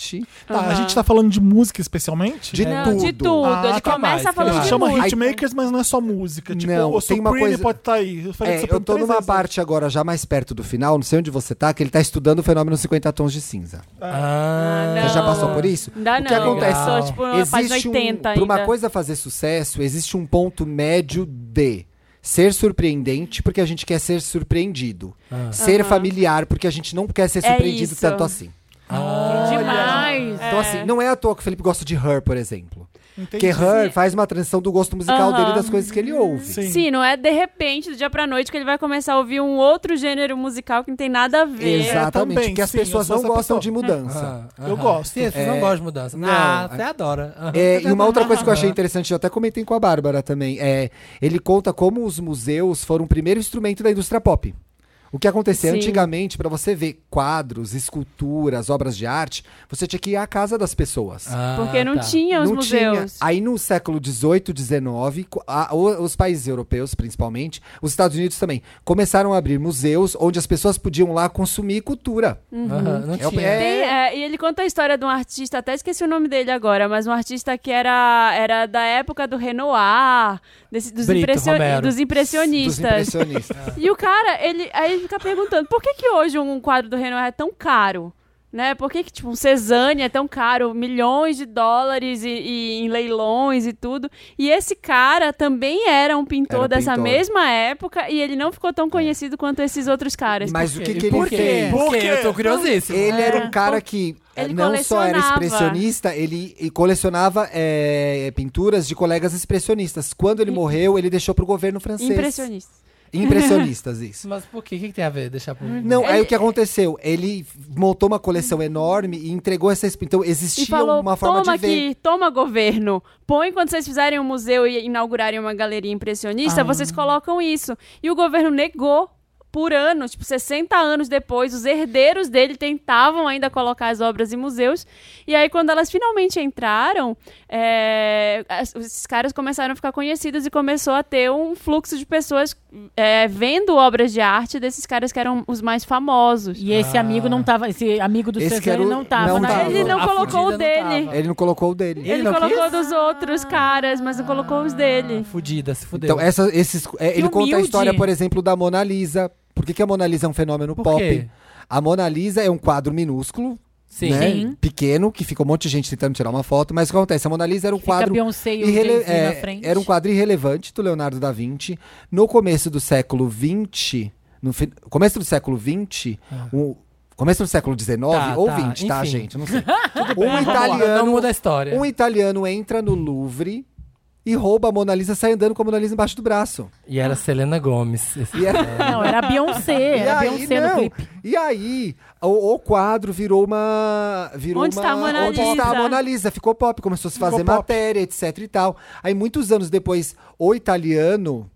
[SPEAKER 1] Tá, A
[SPEAKER 3] Aham.
[SPEAKER 1] gente tá falando de música especialmente?
[SPEAKER 2] De
[SPEAKER 3] Não,
[SPEAKER 2] tudo.
[SPEAKER 3] de É tudo.
[SPEAKER 1] Ah,
[SPEAKER 3] ele
[SPEAKER 1] tá
[SPEAKER 3] começa
[SPEAKER 4] mais,
[SPEAKER 1] Ele
[SPEAKER 3] falando
[SPEAKER 4] claro.
[SPEAKER 3] de
[SPEAKER 1] chama
[SPEAKER 3] música.
[SPEAKER 1] hitmakers, mas não é só música. Tipo,
[SPEAKER 2] Não,
[SPEAKER 1] o
[SPEAKER 2] tem uma
[SPEAKER 1] Supreme
[SPEAKER 2] coisa-
[SPEAKER 1] pode estar aí. Eu, falei do
[SPEAKER 2] É, eu
[SPEAKER 1] Supreme
[SPEAKER 2] tô
[SPEAKER 1] três
[SPEAKER 2] numa
[SPEAKER 1] vezes.
[SPEAKER 2] parte agora, já mais perto do final, não sei onde você tá, que ele tá estudando o fenômeno 50 tons de cinza.
[SPEAKER 4] Ah,
[SPEAKER 3] não.
[SPEAKER 2] Você já passou por isso?
[SPEAKER 3] Ainda
[SPEAKER 2] o que
[SPEAKER 3] não,
[SPEAKER 2] acontece?
[SPEAKER 3] eu sou, tipo, na página
[SPEAKER 2] um,
[SPEAKER 3] 80
[SPEAKER 2] pra uma
[SPEAKER 3] ainda.
[SPEAKER 2] coisa fazer sucesso, existe um ponto médio de ser surpreendente porque a gente quer ser surpreendido.
[SPEAKER 1] Ah.
[SPEAKER 2] Ser familiar porque a gente não quer ser
[SPEAKER 3] É
[SPEAKER 2] surpreendido
[SPEAKER 3] isso.
[SPEAKER 2] tanto assim.
[SPEAKER 4] Ah.
[SPEAKER 3] É
[SPEAKER 5] Demais.
[SPEAKER 2] Então assim, não é à toa que o Felipe gosta de Her, por exemplo. Porque
[SPEAKER 1] Entendi.
[SPEAKER 2] Her faz uma transição do gosto musical
[SPEAKER 3] Aham.
[SPEAKER 2] dele das coisas que ele ouve.
[SPEAKER 1] Sim.
[SPEAKER 3] Sim, não é de repente, do dia pra noite, que ele vai começar a ouvir um outro gênero musical que não tem nada a ver.
[SPEAKER 2] Exatamente,
[SPEAKER 1] também,
[SPEAKER 2] que as
[SPEAKER 1] sim, eu
[SPEAKER 2] pessoas
[SPEAKER 1] sou
[SPEAKER 2] não
[SPEAKER 1] essa pessoa.
[SPEAKER 2] gostam
[SPEAKER 1] Ah.
[SPEAKER 2] de mudança.
[SPEAKER 1] Eu gosto.
[SPEAKER 4] Ah. Sim, vocês É. não gostam de mudança.
[SPEAKER 2] Não.
[SPEAKER 4] Ah, até adora. Aham.
[SPEAKER 2] É, e uma outra coisa que eu achei interessante, eu até comentei com a Bárbara também, é ele conta como os museus foram o primeiro instrumento da indústria pop. O que acontecia
[SPEAKER 3] Sim.
[SPEAKER 2] antigamente, pra você ver quadros, esculturas, obras de arte, você tinha que ir à casa das pessoas.
[SPEAKER 4] Ah,
[SPEAKER 3] Porque não
[SPEAKER 4] tá.
[SPEAKER 3] tinha os
[SPEAKER 2] Não
[SPEAKER 3] museus.
[SPEAKER 2] Aí no século XVIII, XIX, co- a- o- os países europeus, principalmente, os Estados Unidos também, começaram a abrir museus onde as pessoas podiam lá consumir cultura.
[SPEAKER 4] Aham, não
[SPEAKER 2] É o-
[SPEAKER 4] tinha.
[SPEAKER 2] é-
[SPEAKER 3] Tem, é, e ele conta a história de um artista, até esqueci o nome dele agora, mas um artista que era, era da época do Renoir, desse- dos,
[SPEAKER 4] Brito, Romero.
[SPEAKER 3] dos
[SPEAKER 2] Dos
[SPEAKER 3] impressionistas.
[SPEAKER 2] impressionistas.
[SPEAKER 3] E o cara, ele aí ele fica perguntando, por que que hoje um quadro do Renoir é tão caro? Né? Por que, que tipo, um Cezanne é tão caro? Milhões de dólares e, e em leilões e tudo. E esse cara também era um pintor
[SPEAKER 2] Era um
[SPEAKER 3] dessa
[SPEAKER 2] pintor. É.
[SPEAKER 3] mesma época e ele não ficou tão conhecido quanto esses outros caras.
[SPEAKER 2] Mas o que,
[SPEAKER 4] E
[SPEAKER 2] que ele
[SPEAKER 4] por quê?
[SPEAKER 2] fez?
[SPEAKER 4] Por
[SPEAKER 1] Por
[SPEAKER 4] quê?
[SPEAKER 1] quê?
[SPEAKER 4] Eu tô curiosíssimo.
[SPEAKER 2] Ele era
[SPEAKER 5] É.
[SPEAKER 2] um cara que eh,
[SPEAKER 3] Ele
[SPEAKER 2] não só era
[SPEAKER 3] colecionava.
[SPEAKER 2] expressionista, ele e colecionava eh, pinturas de colegas expressionistas. Quando ele morreu, ele deixou pro governo francês.
[SPEAKER 3] Impressionista.
[SPEAKER 2] Impressionistas, isso.
[SPEAKER 4] Mas por quê? O que, que tem a ver? Deixar pro...
[SPEAKER 2] Não, aí o que aconteceu? Ele montou uma coleção enorme e entregou essas Então existia
[SPEAKER 3] E falou,
[SPEAKER 2] uma forma
[SPEAKER 3] toma
[SPEAKER 2] de ver.
[SPEAKER 3] aqui, toma governo. Põe quando vocês fizerem um
[SPEAKER 2] Ah.
[SPEAKER 3] museu e inaugurarem uma galeria impressionista, vocês colocam isso. E o governo negou por anos, tipo 60 anos depois, os herdeiros dele tentavam ainda colocar as obras em museus. E aí, quando elas finalmente entraram, é, as- esses caras começaram a ficar conhecidos e começou a ter um fluxo de pessoas é, vendo obras de arte desses caras que eram os mais famosos.
[SPEAKER 5] E
[SPEAKER 1] Ah.
[SPEAKER 5] esse amigo não tava, esse amigo do
[SPEAKER 2] Esse que era
[SPEAKER 5] Cezanne
[SPEAKER 2] o-
[SPEAKER 5] não tava
[SPEAKER 2] não
[SPEAKER 5] na
[SPEAKER 2] tava.
[SPEAKER 3] Ele não
[SPEAKER 4] A
[SPEAKER 3] colocou o
[SPEAKER 4] fudida não
[SPEAKER 3] dele.
[SPEAKER 4] tava.
[SPEAKER 2] Ele não colocou o dele.
[SPEAKER 4] Ele
[SPEAKER 3] Ele,
[SPEAKER 4] não
[SPEAKER 3] colocou
[SPEAKER 4] quis? Ah,
[SPEAKER 3] dos outros caras, mas não colocou os dele.
[SPEAKER 4] Fudida, se fudeu.
[SPEAKER 2] Então, essa, esses, é, ele conta a
[SPEAKER 5] humilde.
[SPEAKER 2] história, por exemplo, da Mona Lisa. Por que, que a Mona Lisa é um fenômeno
[SPEAKER 4] Por
[SPEAKER 2] pop?
[SPEAKER 4] quê?
[SPEAKER 2] A Mona Lisa é um quadro minúsculo,
[SPEAKER 4] Sim.
[SPEAKER 2] né?
[SPEAKER 5] Sim.
[SPEAKER 2] Pequeno, que fica um monte de gente tentando tirar uma foto. Mas o que acontece? A Mona Lisa era um
[SPEAKER 5] Fica
[SPEAKER 2] quadro.
[SPEAKER 5] Beyoncé e o
[SPEAKER 2] irrele-
[SPEAKER 5] Jay-Z
[SPEAKER 2] é,
[SPEAKER 5] na frente.
[SPEAKER 2] Era um quadro irrelevante do Leonardo da Vinci. No começo do século XX. No fi- começo do século XX. o- Começo do século XIX
[SPEAKER 4] Tá,
[SPEAKER 2] ou
[SPEAKER 4] tá,
[SPEAKER 2] XX, tá,
[SPEAKER 4] enfim.
[SPEAKER 2] gente? Não sei.
[SPEAKER 4] Vamos
[SPEAKER 2] um
[SPEAKER 4] lá, Não
[SPEAKER 2] italiano
[SPEAKER 4] muda a história.
[SPEAKER 2] um italiano entra no Louvre e rouba a Mona Lisa, sai andando com a Mona Lisa embaixo do braço.
[SPEAKER 4] E era Selena Gomes. Esse-
[SPEAKER 2] E, é era-
[SPEAKER 5] Não, era a Beyoncé, era a
[SPEAKER 2] E
[SPEAKER 5] Beyoncé no
[SPEAKER 2] não.
[SPEAKER 5] clipe.
[SPEAKER 2] E aí, o, o quadro virou uma. Virou
[SPEAKER 3] Onde
[SPEAKER 2] uma,
[SPEAKER 3] está a Mona
[SPEAKER 2] Onde está a
[SPEAKER 3] Lisa?
[SPEAKER 2] Mona Lisa? Ficou pop, começou a se fazer
[SPEAKER 1] pop.
[SPEAKER 2] matéria, etc e tal. Aí, muitos anos depois, o italiano,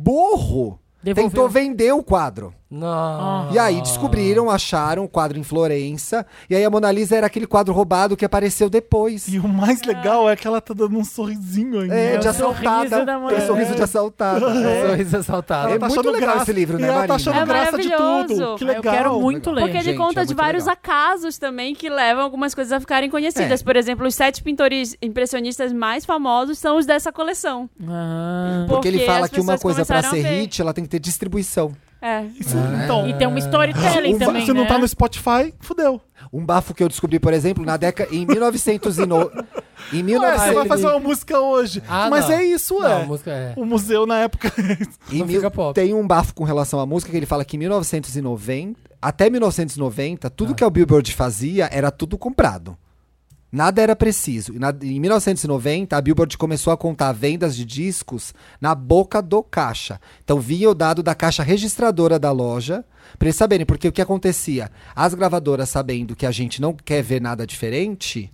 [SPEAKER 2] burro,
[SPEAKER 5] Devolveu.
[SPEAKER 2] tentou vender o quadro.
[SPEAKER 4] Não.
[SPEAKER 2] E aí descobriram, acharam o quadro em Florença. E aí a Mona Lisa era aquele quadro roubado que apareceu depois.
[SPEAKER 1] E o mais legal é que ela tá dando um sorrisinho né? ainda.
[SPEAKER 2] É, de
[SPEAKER 5] o sorriso
[SPEAKER 2] assaltada.
[SPEAKER 5] da
[SPEAKER 2] Tem
[SPEAKER 5] Mona
[SPEAKER 2] sorriso de
[SPEAKER 1] Lisa.
[SPEAKER 2] assaltada. É.
[SPEAKER 4] Sorriso assaltado.
[SPEAKER 2] É muito legal esse livro,
[SPEAKER 1] tá e
[SPEAKER 2] né,
[SPEAKER 1] ela tá
[SPEAKER 2] Marina?
[SPEAKER 1] achando
[SPEAKER 3] É
[SPEAKER 1] graça de tudo.
[SPEAKER 3] maravilhoso.
[SPEAKER 1] Que
[SPEAKER 5] Ah,
[SPEAKER 1] legal.
[SPEAKER 5] Eu quero muito ler.
[SPEAKER 3] Porque ele
[SPEAKER 2] Gente,
[SPEAKER 3] conta
[SPEAKER 2] é
[SPEAKER 3] de
[SPEAKER 2] muito
[SPEAKER 3] vários
[SPEAKER 2] legal.
[SPEAKER 3] acasos também que levam algumas coisas a ficarem conhecidas.
[SPEAKER 2] É.
[SPEAKER 3] Por exemplo, os sete pintores impressionistas mais famosos são os dessa coleção.
[SPEAKER 4] Uhum.
[SPEAKER 5] Ah.
[SPEAKER 2] Porque ele fala
[SPEAKER 3] as
[SPEAKER 2] que uma
[SPEAKER 3] pessoas
[SPEAKER 2] coisa pra ser
[SPEAKER 3] começaram a ver.
[SPEAKER 2] hit, ela tem que ter distribuição.
[SPEAKER 3] É.
[SPEAKER 1] Isso,
[SPEAKER 2] Ah,
[SPEAKER 1] então,
[SPEAKER 5] E tem uma storytelling
[SPEAKER 1] o-
[SPEAKER 5] também,
[SPEAKER 1] se não
[SPEAKER 5] né?
[SPEAKER 1] tá no Spotify, fudeu.
[SPEAKER 2] Um bafo que eu descobri, por exemplo, na década em 1900 e no... em
[SPEAKER 1] Ué, você
[SPEAKER 2] 1900
[SPEAKER 1] vai fazer uma música hoje.
[SPEAKER 4] Ah,
[SPEAKER 1] Mas
[SPEAKER 4] não.
[SPEAKER 1] é isso,
[SPEAKER 4] Não,
[SPEAKER 1] é.
[SPEAKER 4] a música é.
[SPEAKER 1] O museu na época.
[SPEAKER 2] em
[SPEAKER 4] não
[SPEAKER 2] mil-
[SPEAKER 4] fica pop.
[SPEAKER 2] Tem um bafo com relação à música que ele fala que em 1990 até 1990 tudo
[SPEAKER 1] Ah.
[SPEAKER 2] que a Billboard fazia era tudo comprado. Nada era preciso. E na- em 1990, a Billboard começou a contar vendas de discos na boca do caixa. Então vinha o dado da caixa registradora da loja, pra eles saberem, porque o que acontecia? As gravadoras sabendo que a gente não quer ver nada diferente,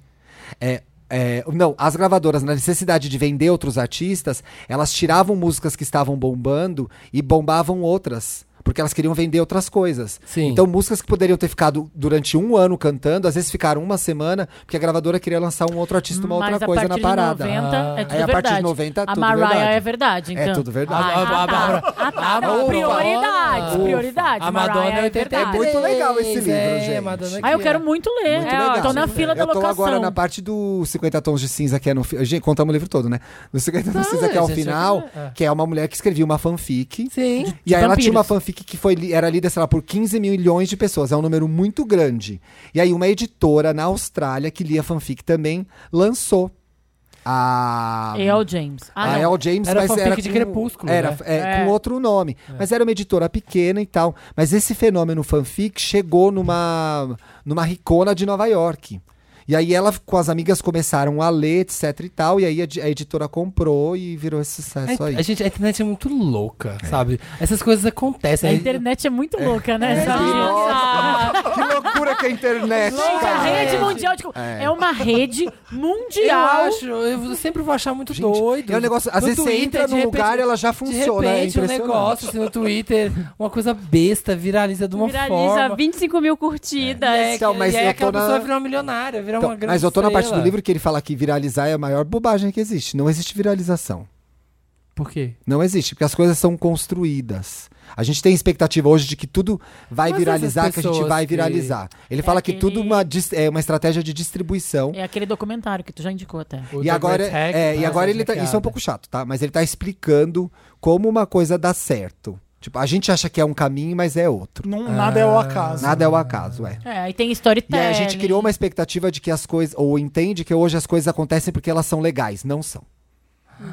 [SPEAKER 2] é, é, não, as gravadoras, na necessidade de vender outros artistas, elas tiravam músicas que estavam bombando e bombavam outras. Porque elas queriam vender outras coisas.
[SPEAKER 4] Sim.
[SPEAKER 2] Então, músicas que poderiam ter ficado durante um ano cantando, às vezes ficaram uma semana, porque a gravadora queria lançar um outro artista, uma
[SPEAKER 5] Mas
[SPEAKER 2] outra
[SPEAKER 5] a
[SPEAKER 2] coisa na
[SPEAKER 5] partir
[SPEAKER 2] parada. Ah,
[SPEAKER 5] De 90, é tudo
[SPEAKER 2] Aí, a
[SPEAKER 5] verdade.
[SPEAKER 2] partir de 90 é
[SPEAKER 5] A
[SPEAKER 2] tudo
[SPEAKER 5] Mariah
[SPEAKER 2] verdade.
[SPEAKER 5] é verdade, então.
[SPEAKER 2] É tudo verdade.
[SPEAKER 5] Ah, tá.
[SPEAKER 4] A
[SPEAKER 5] Não, prioridades,
[SPEAKER 4] Ufa.
[SPEAKER 5] prioridades.
[SPEAKER 4] A Madonna é
[SPEAKER 5] Mariah é
[SPEAKER 4] 83.
[SPEAKER 5] verdade.
[SPEAKER 2] É muito legal esse livro,
[SPEAKER 4] É,
[SPEAKER 2] gente.
[SPEAKER 4] Madonna
[SPEAKER 5] Ah, eu
[SPEAKER 4] que-
[SPEAKER 5] quero muito ler.
[SPEAKER 2] Muito
[SPEAKER 5] é, ó,
[SPEAKER 2] legal.
[SPEAKER 5] eu tô na fila da
[SPEAKER 2] Eu tô
[SPEAKER 5] locação.
[SPEAKER 2] agora na parte do 50 Tons de Cinza, que é no. fi- Gente, contamos o livro todo, né? Do 50 Tons de
[SPEAKER 5] Ah,
[SPEAKER 2] Cinza, que é o
[SPEAKER 4] gente,
[SPEAKER 2] final,
[SPEAKER 4] é.
[SPEAKER 2] que é uma mulher que escrevia uma fanfic.
[SPEAKER 4] Sim.
[SPEAKER 2] E aí ela tinha
[SPEAKER 5] vampiros.
[SPEAKER 2] uma fanfic que foi, li- era lida, sei lá, por 15 milhões de pessoas. É um número muito grande. E aí uma editora na Austrália que lia fanfic também lançou a...
[SPEAKER 5] El James. Ah,
[SPEAKER 2] a
[SPEAKER 5] não.
[SPEAKER 2] El James,
[SPEAKER 4] Era
[SPEAKER 2] mas
[SPEAKER 4] fanfic
[SPEAKER 2] era
[SPEAKER 4] de
[SPEAKER 2] com-
[SPEAKER 4] Crepúsculo,
[SPEAKER 2] Era,
[SPEAKER 4] né?
[SPEAKER 2] é,
[SPEAKER 5] É.
[SPEAKER 2] com outro nome. Mas era uma editora pequena e tal. Mas esse fenômeno fanfic chegou numa, numa ricona de Nova York. E aí ela, com as amigas, começaram a ler, etc e tal. E aí a, di- a editora comprou e virou esse sucesso aí.
[SPEAKER 4] A, gente, a internet é muito louca, sabe? Essas coisas acontecem.
[SPEAKER 5] A
[SPEAKER 4] Aí-
[SPEAKER 5] internet é muito louca, né? Essa-
[SPEAKER 2] que loucura que é a internet,
[SPEAKER 5] Gente, a
[SPEAKER 2] cara.
[SPEAKER 5] rede mundial de... é. uma rede
[SPEAKER 4] Eu
[SPEAKER 5] mundial.
[SPEAKER 4] acho, eu sempre vou achar muito
[SPEAKER 2] Gente,
[SPEAKER 4] doido.
[SPEAKER 2] é um negócio- às
[SPEAKER 4] No
[SPEAKER 2] vezes você entra
[SPEAKER 4] de
[SPEAKER 2] num lugar e ela já funciona,
[SPEAKER 4] De
[SPEAKER 2] é
[SPEAKER 4] repente, um
[SPEAKER 2] impressionante.
[SPEAKER 4] negócio assim, no Twitter, uma coisa besta, viraliza de uma
[SPEAKER 3] Viraliza
[SPEAKER 4] forma.
[SPEAKER 3] 25 mil
[SPEAKER 4] E
[SPEAKER 3] curtidas.
[SPEAKER 4] é,
[SPEAKER 2] Então, mas
[SPEAKER 4] e aí
[SPEAKER 2] eu
[SPEAKER 4] aquela
[SPEAKER 2] tô na-
[SPEAKER 4] pessoa virar uma milionária, virar
[SPEAKER 2] Então,
[SPEAKER 4] é uma grande
[SPEAKER 2] mas eu tô na parte do
[SPEAKER 4] estrela.
[SPEAKER 2] livro que ele fala que viralizar é a maior bobagem que existe. Não existe viralização.
[SPEAKER 4] Por quê?
[SPEAKER 2] Não existe, porque as coisas são construídas. A gente tem expectativa hoje de que tudo vai
[SPEAKER 4] Mas
[SPEAKER 2] viralizar,
[SPEAKER 4] essas
[SPEAKER 2] que a gente
[SPEAKER 4] pessoas
[SPEAKER 2] vai
[SPEAKER 4] que-
[SPEAKER 2] viralizar. Ele fala que
[SPEAKER 5] aquele-
[SPEAKER 2] tudo uma, dis- é uma estratégia de distribuição.
[SPEAKER 5] É aquele documentário que tu já indicou até.
[SPEAKER 4] O
[SPEAKER 2] E
[SPEAKER 4] da
[SPEAKER 2] agora,
[SPEAKER 4] Great
[SPEAKER 2] é,
[SPEAKER 4] Hack, né,
[SPEAKER 2] e agora
[SPEAKER 4] essa
[SPEAKER 2] ele tá, isso é um
[SPEAKER 4] hackeada.
[SPEAKER 2] pouco chato, tá? Mas ele tá explicando como uma coisa dá certo. Tipo, a gente acha que é um caminho, mas é outro.
[SPEAKER 1] Não, nada é o acaso.
[SPEAKER 2] Nada é o acaso, é.
[SPEAKER 5] É, aí tem
[SPEAKER 2] E
[SPEAKER 5] storytelling.
[SPEAKER 2] aí a gente criou uma expectativa de que as coisas, ou entende que hoje as coisas acontecem porque elas são legais, não são.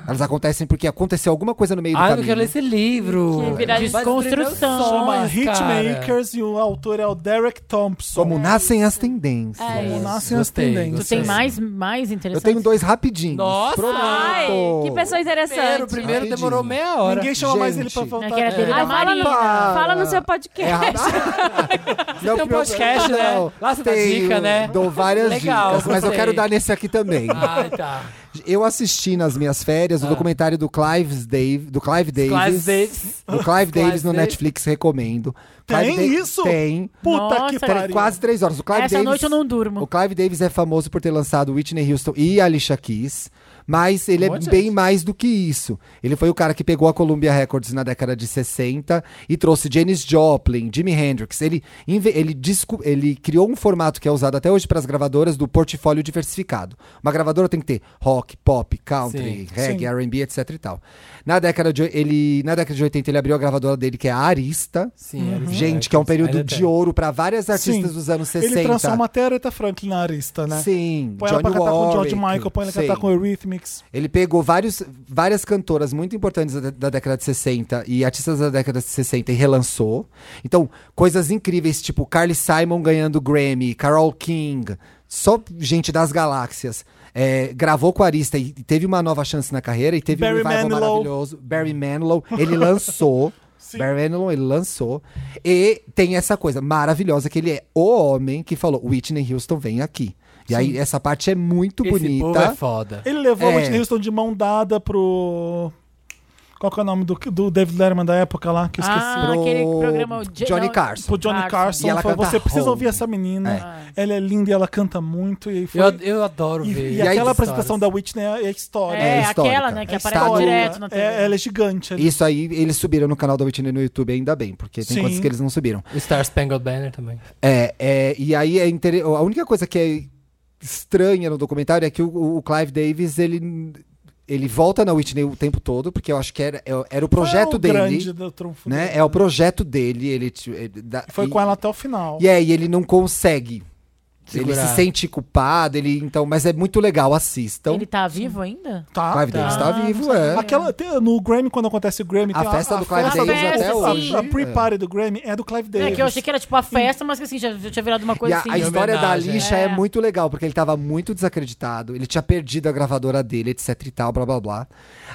[SPEAKER 2] Elas acontecem porque aconteceu alguma coisa no meio do
[SPEAKER 4] Ah, eu não
[SPEAKER 2] caminho.
[SPEAKER 4] quero ler esse livro.
[SPEAKER 3] Que viraliza-
[SPEAKER 4] Vai destruir meus
[SPEAKER 5] Desconstrução.
[SPEAKER 1] Chama
[SPEAKER 4] sonhos, cara.
[SPEAKER 1] Hitmakers e o autor é o Derek Thompson.
[SPEAKER 3] É.
[SPEAKER 2] Como nascem as tendências.
[SPEAKER 4] é
[SPEAKER 1] Como
[SPEAKER 3] isso.
[SPEAKER 1] nascem
[SPEAKER 4] Gostei,
[SPEAKER 1] as tendências.
[SPEAKER 5] Tu tem mais, mais
[SPEAKER 2] Eu
[SPEAKER 5] interessante?
[SPEAKER 2] tenho dois rapidinhos.
[SPEAKER 4] Nossa!
[SPEAKER 2] Prometo.
[SPEAKER 3] Ai, que pessoa
[SPEAKER 4] Primeiro,
[SPEAKER 3] interessante.
[SPEAKER 4] primeiro
[SPEAKER 2] Rapidinho.
[SPEAKER 4] demorou meia hora.
[SPEAKER 1] Ninguém chama mais ele
[SPEAKER 2] Gente.
[SPEAKER 1] pra voltar.
[SPEAKER 5] É que era dele
[SPEAKER 3] Ai,
[SPEAKER 5] da
[SPEAKER 3] fala, no,
[SPEAKER 5] Marina.
[SPEAKER 3] fala no seu
[SPEAKER 2] É
[SPEAKER 3] podcast.
[SPEAKER 2] rápido. Não,
[SPEAKER 4] tem um
[SPEAKER 2] pro-
[SPEAKER 4] podcast, né? Lá você dá
[SPEAKER 2] tenho,
[SPEAKER 4] dica, né?
[SPEAKER 2] Dou várias
[SPEAKER 4] Legal,
[SPEAKER 2] dicas, mas eu
[SPEAKER 4] gostei.
[SPEAKER 2] quero dar nesse aqui também.
[SPEAKER 4] Ai, tá.
[SPEAKER 2] Eu assisti nas minhas férias o documentário do Clive Davis. Do Clive Davis.
[SPEAKER 4] Ah. Clive Davis.
[SPEAKER 2] Do Clive Davis no
[SPEAKER 4] Davis.
[SPEAKER 2] Netflix, recomendo.
[SPEAKER 1] Tem
[SPEAKER 2] Clive Davis-
[SPEAKER 1] isso?
[SPEAKER 2] Tem.
[SPEAKER 1] Puta
[SPEAKER 5] Nossa,
[SPEAKER 1] que
[SPEAKER 5] cara.
[SPEAKER 1] pariu.
[SPEAKER 2] Quase três horas. O Clive
[SPEAKER 5] Essa
[SPEAKER 2] Davis,
[SPEAKER 5] noite eu não durmo.
[SPEAKER 2] O Clive Davis é famoso por ter lançado Whitney Houston e Alicia Keys. Mas ele é
[SPEAKER 4] Olha, gente.
[SPEAKER 2] bem mais do que isso. Ele foi o cara que pegou a Columbia Records na década de 60 e trouxe Janis Joplin, Jimi Hendrix. Ele, inve- ele, disco- ele criou um formato que é usado até hoje para as gravadoras do portfólio diversificado. Uma gravadora tem que ter rock, pop, country, reggae, R&B, etc e tal. Na década, de, ele, na década de 80 ele abriu a gravadora dele que é a Arista.
[SPEAKER 4] Sim, era isso.
[SPEAKER 2] Gente, que é um período
[SPEAKER 4] Ainda
[SPEAKER 2] de
[SPEAKER 4] tem.
[SPEAKER 2] ouro para várias artistas
[SPEAKER 1] Uhum. Sim.
[SPEAKER 2] dos anos 60.
[SPEAKER 1] Ele transforma até a Aretha Franklin na arista, né?
[SPEAKER 2] Sim,
[SPEAKER 1] Põe ela pra
[SPEAKER 2] Johnny
[SPEAKER 1] cantar com o George
[SPEAKER 2] Warwick,
[SPEAKER 1] Michael, põe ela pra
[SPEAKER 2] sim.
[SPEAKER 1] cantar com o Eurythmics.
[SPEAKER 2] Ele pegou vários, várias cantoras muito importantes da, da década de 60 e artistas da década de 60 e relançou. Então, coisas incríveis, tipo Carly Simon ganhando Grammy, Carole King, só gente das galáxias. É, gravou com a Arista e teve uma nova chance na carreira e teve
[SPEAKER 1] Barry
[SPEAKER 2] um revival
[SPEAKER 1] Manilow.
[SPEAKER 2] maravilhoso. Barry Manilow, ele lançou. Barry Manilow, ele lançou. E tem essa coisa maravilhosa que ele é o homem que falou, Whitney Houston vem aqui. E aí, essa parte é muito
[SPEAKER 4] Esse
[SPEAKER 2] bonita.
[SPEAKER 4] povo é foda.
[SPEAKER 1] Ele levou
[SPEAKER 2] É.
[SPEAKER 1] o Whitney Houston de mão dada pro. Qual que é o nome do, do David Letterman da época lá? Que eu esqueci.
[SPEAKER 5] Ah, aquele
[SPEAKER 2] Pro
[SPEAKER 5] programa... o J-
[SPEAKER 2] Johnny
[SPEAKER 5] não,
[SPEAKER 2] Carson.
[SPEAKER 1] Pro Johnny Carson.
[SPEAKER 2] E ela
[SPEAKER 1] falou,
[SPEAKER 2] canta
[SPEAKER 1] você precisa
[SPEAKER 2] Home.
[SPEAKER 1] ouvir essa menina. Ela é linda e ela canta muito. E, aí foi,
[SPEAKER 4] Eu, eu adoro
[SPEAKER 1] e,
[SPEAKER 4] ver.
[SPEAKER 1] e
[SPEAKER 2] aí
[SPEAKER 1] aquela
[SPEAKER 2] histórias.
[SPEAKER 1] apresentação da Whitney é a história.
[SPEAKER 5] É,
[SPEAKER 2] É histórica.
[SPEAKER 5] aquela, né? Que
[SPEAKER 1] É
[SPEAKER 5] aparece
[SPEAKER 1] história.
[SPEAKER 5] direto na TV.
[SPEAKER 1] É, ela é gigante. ali.
[SPEAKER 2] Isso aí, eles subiram no canal da Whitney no YouTube ainda bem, porque tem
[SPEAKER 1] Sim.
[SPEAKER 2] coisas que eles não subiram.
[SPEAKER 4] O Star Spangled Banner também.
[SPEAKER 2] É, é, e aí é inter... a única coisa que é estranha no documentário é que o, o Clive Davis, ele, ele volta na Whitney o tempo todo, porque eu acho que era, é, era o projeto
[SPEAKER 1] Foi o grande
[SPEAKER 2] dele,
[SPEAKER 1] do trunfo
[SPEAKER 2] né?
[SPEAKER 1] dele.
[SPEAKER 2] É o projeto dele, ele... t- ele dá-
[SPEAKER 1] Foi
[SPEAKER 2] e,
[SPEAKER 1] com ela até o final.
[SPEAKER 2] E é, e ele não consegue. Ele
[SPEAKER 4] Segurar.
[SPEAKER 2] se sente culpado, ele então, mas é muito legal, assistam.
[SPEAKER 5] Ele tá vivo ainda?
[SPEAKER 1] Tá,
[SPEAKER 2] Clive
[SPEAKER 1] tá.
[SPEAKER 2] Davis tá vivo, é.
[SPEAKER 1] Aquela, tem- no Grammy, quando acontece o Grammy,
[SPEAKER 2] A
[SPEAKER 1] tem
[SPEAKER 2] festa do Clive
[SPEAKER 1] festa
[SPEAKER 5] Davis até
[SPEAKER 1] a-
[SPEAKER 5] hoje.
[SPEAKER 1] A pre-party do Grammy é do Clive Davis.
[SPEAKER 5] É que eu achei que era tipo a festa, mas que assim, já, já tinha virado uma
[SPEAKER 2] E
[SPEAKER 5] coisa
[SPEAKER 2] a,
[SPEAKER 5] assim.
[SPEAKER 2] a história da
[SPEAKER 4] homenagem.
[SPEAKER 2] lixa é.
[SPEAKER 5] É.
[SPEAKER 2] muito legal, porque ele tava muito desacreditado, ele tinha perdido a gravadora dele, etc e tal, blá blá blá.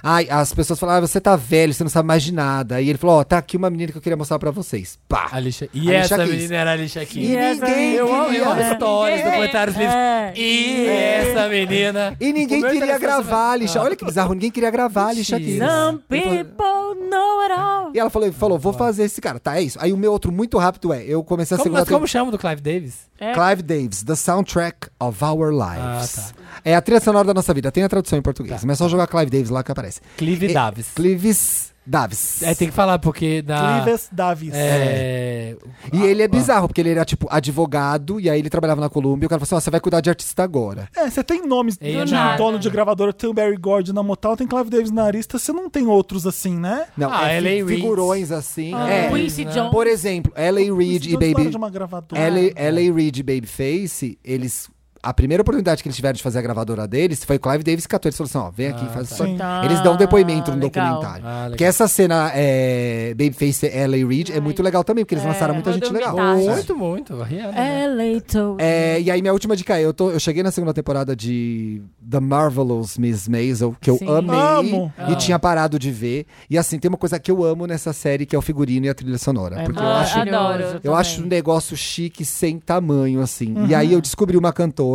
[SPEAKER 2] Ai, as pessoas falavam, ah, você tá velho, você não sabe mais de nada. E ele falou, ó, tá aqui uma menina que eu queria mostrar pra vocês. Pá!
[SPEAKER 4] Alicia. E
[SPEAKER 2] Alicia
[SPEAKER 4] essa
[SPEAKER 2] Keys.
[SPEAKER 4] menina era a Alicia Keys.
[SPEAKER 2] E é ninguém
[SPEAKER 4] Eu amo, eu amo
[SPEAKER 2] queria.
[SPEAKER 4] histórias, documentários, livros.
[SPEAKER 5] É.
[SPEAKER 4] E essa menina.
[SPEAKER 2] E ninguém
[SPEAKER 4] O meu é
[SPEAKER 2] queria
[SPEAKER 4] telefone-
[SPEAKER 2] gravar a lixa. Olha que bizarro, ninguém queria gravar a lixa aqui.
[SPEAKER 4] Mentira.
[SPEAKER 5] Some people know it all.
[SPEAKER 2] E ela falou, falou, vou fazer esse cara. Tá, é isso. Aí o meu outro muito rápido é, eu comecei a
[SPEAKER 4] Como,
[SPEAKER 2] segunda
[SPEAKER 4] mas como chama o do Clive Davis?
[SPEAKER 5] É.
[SPEAKER 2] Clive Davis, The Soundtrack of Our Lives.
[SPEAKER 4] Ah, Tá,
[SPEAKER 2] É a trilha sonora da nossa vida, tem a tradução em português, mas é só jogar Clive Davis lá que aparece.
[SPEAKER 4] Clive
[SPEAKER 2] É,
[SPEAKER 4] Davis.
[SPEAKER 2] Clives Davis.
[SPEAKER 4] É, tem que falar, porque
[SPEAKER 2] Ah.
[SPEAKER 4] na.
[SPEAKER 1] Clives Davis.
[SPEAKER 4] É.
[SPEAKER 2] E ele é bizarro, porque ele era, tipo, advogado, e aí ele trabalhava na Colômbia, e o cara falou assim, ó, você vai cuidar de artista agora.
[SPEAKER 1] É, você tem nomes
[SPEAKER 4] Ei,
[SPEAKER 1] de
[SPEAKER 4] nada.
[SPEAKER 1] dono de gravadora, tem o Barry Gordon na Motal, tem Clive Davis na Arista, você não tem outros assim, né?
[SPEAKER 2] Não,
[SPEAKER 4] Ah,
[SPEAKER 2] é fi-
[SPEAKER 4] L.A. Reid.
[SPEAKER 2] figurões assim.
[SPEAKER 5] Ah,
[SPEAKER 2] é.
[SPEAKER 5] Quincy Jones.
[SPEAKER 2] Por exemplo, L.A.
[SPEAKER 1] Os
[SPEAKER 2] Reid e
[SPEAKER 1] donos dono
[SPEAKER 2] Baby...
[SPEAKER 1] de uma gravadora.
[SPEAKER 2] L.A. Reid e Babyface, eles... A primeira oportunidade que eles tiveram de fazer a gravadora deles foi Clive Davis que catou. Eles falaram assim, ó, vem aqui, faz isso aqui.
[SPEAKER 5] Tá,
[SPEAKER 2] Eles dão depoimento no
[SPEAKER 5] legal.
[SPEAKER 2] documentário.
[SPEAKER 4] Ah,
[SPEAKER 2] Porque essa cena é, Babyface e L.A. Reid é muito legal também, porque eles lançaram muita
[SPEAKER 3] vou
[SPEAKER 2] gente
[SPEAKER 3] dormir
[SPEAKER 2] legal.
[SPEAKER 3] tarde.
[SPEAKER 2] Muito
[SPEAKER 4] Muito, muito. A Rihanna. né?
[SPEAKER 5] Tá. É leito.
[SPEAKER 2] É, e aí, minha última dica é: eu, tô, eu cheguei na segunda temporada de The Marvelous Miss Maisel, que eu
[SPEAKER 5] Sim.
[SPEAKER 2] amei
[SPEAKER 1] Amo. Ah.
[SPEAKER 2] e tinha parado de ver. E assim, tem uma coisa que eu amo nessa série, que é o figurino e a trilha sonora.
[SPEAKER 5] É
[SPEAKER 2] porque eu
[SPEAKER 3] ah,
[SPEAKER 2] acho.
[SPEAKER 3] adoro.
[SPEAKER 2] Eu
[SPEAKER 5] também.
[SPEAKER 2] acho um negócio chique sem tamanho, assim.
[SPEAKER 3] Uhum.
[SPEAKER 2] E aí eu descobri uma cantora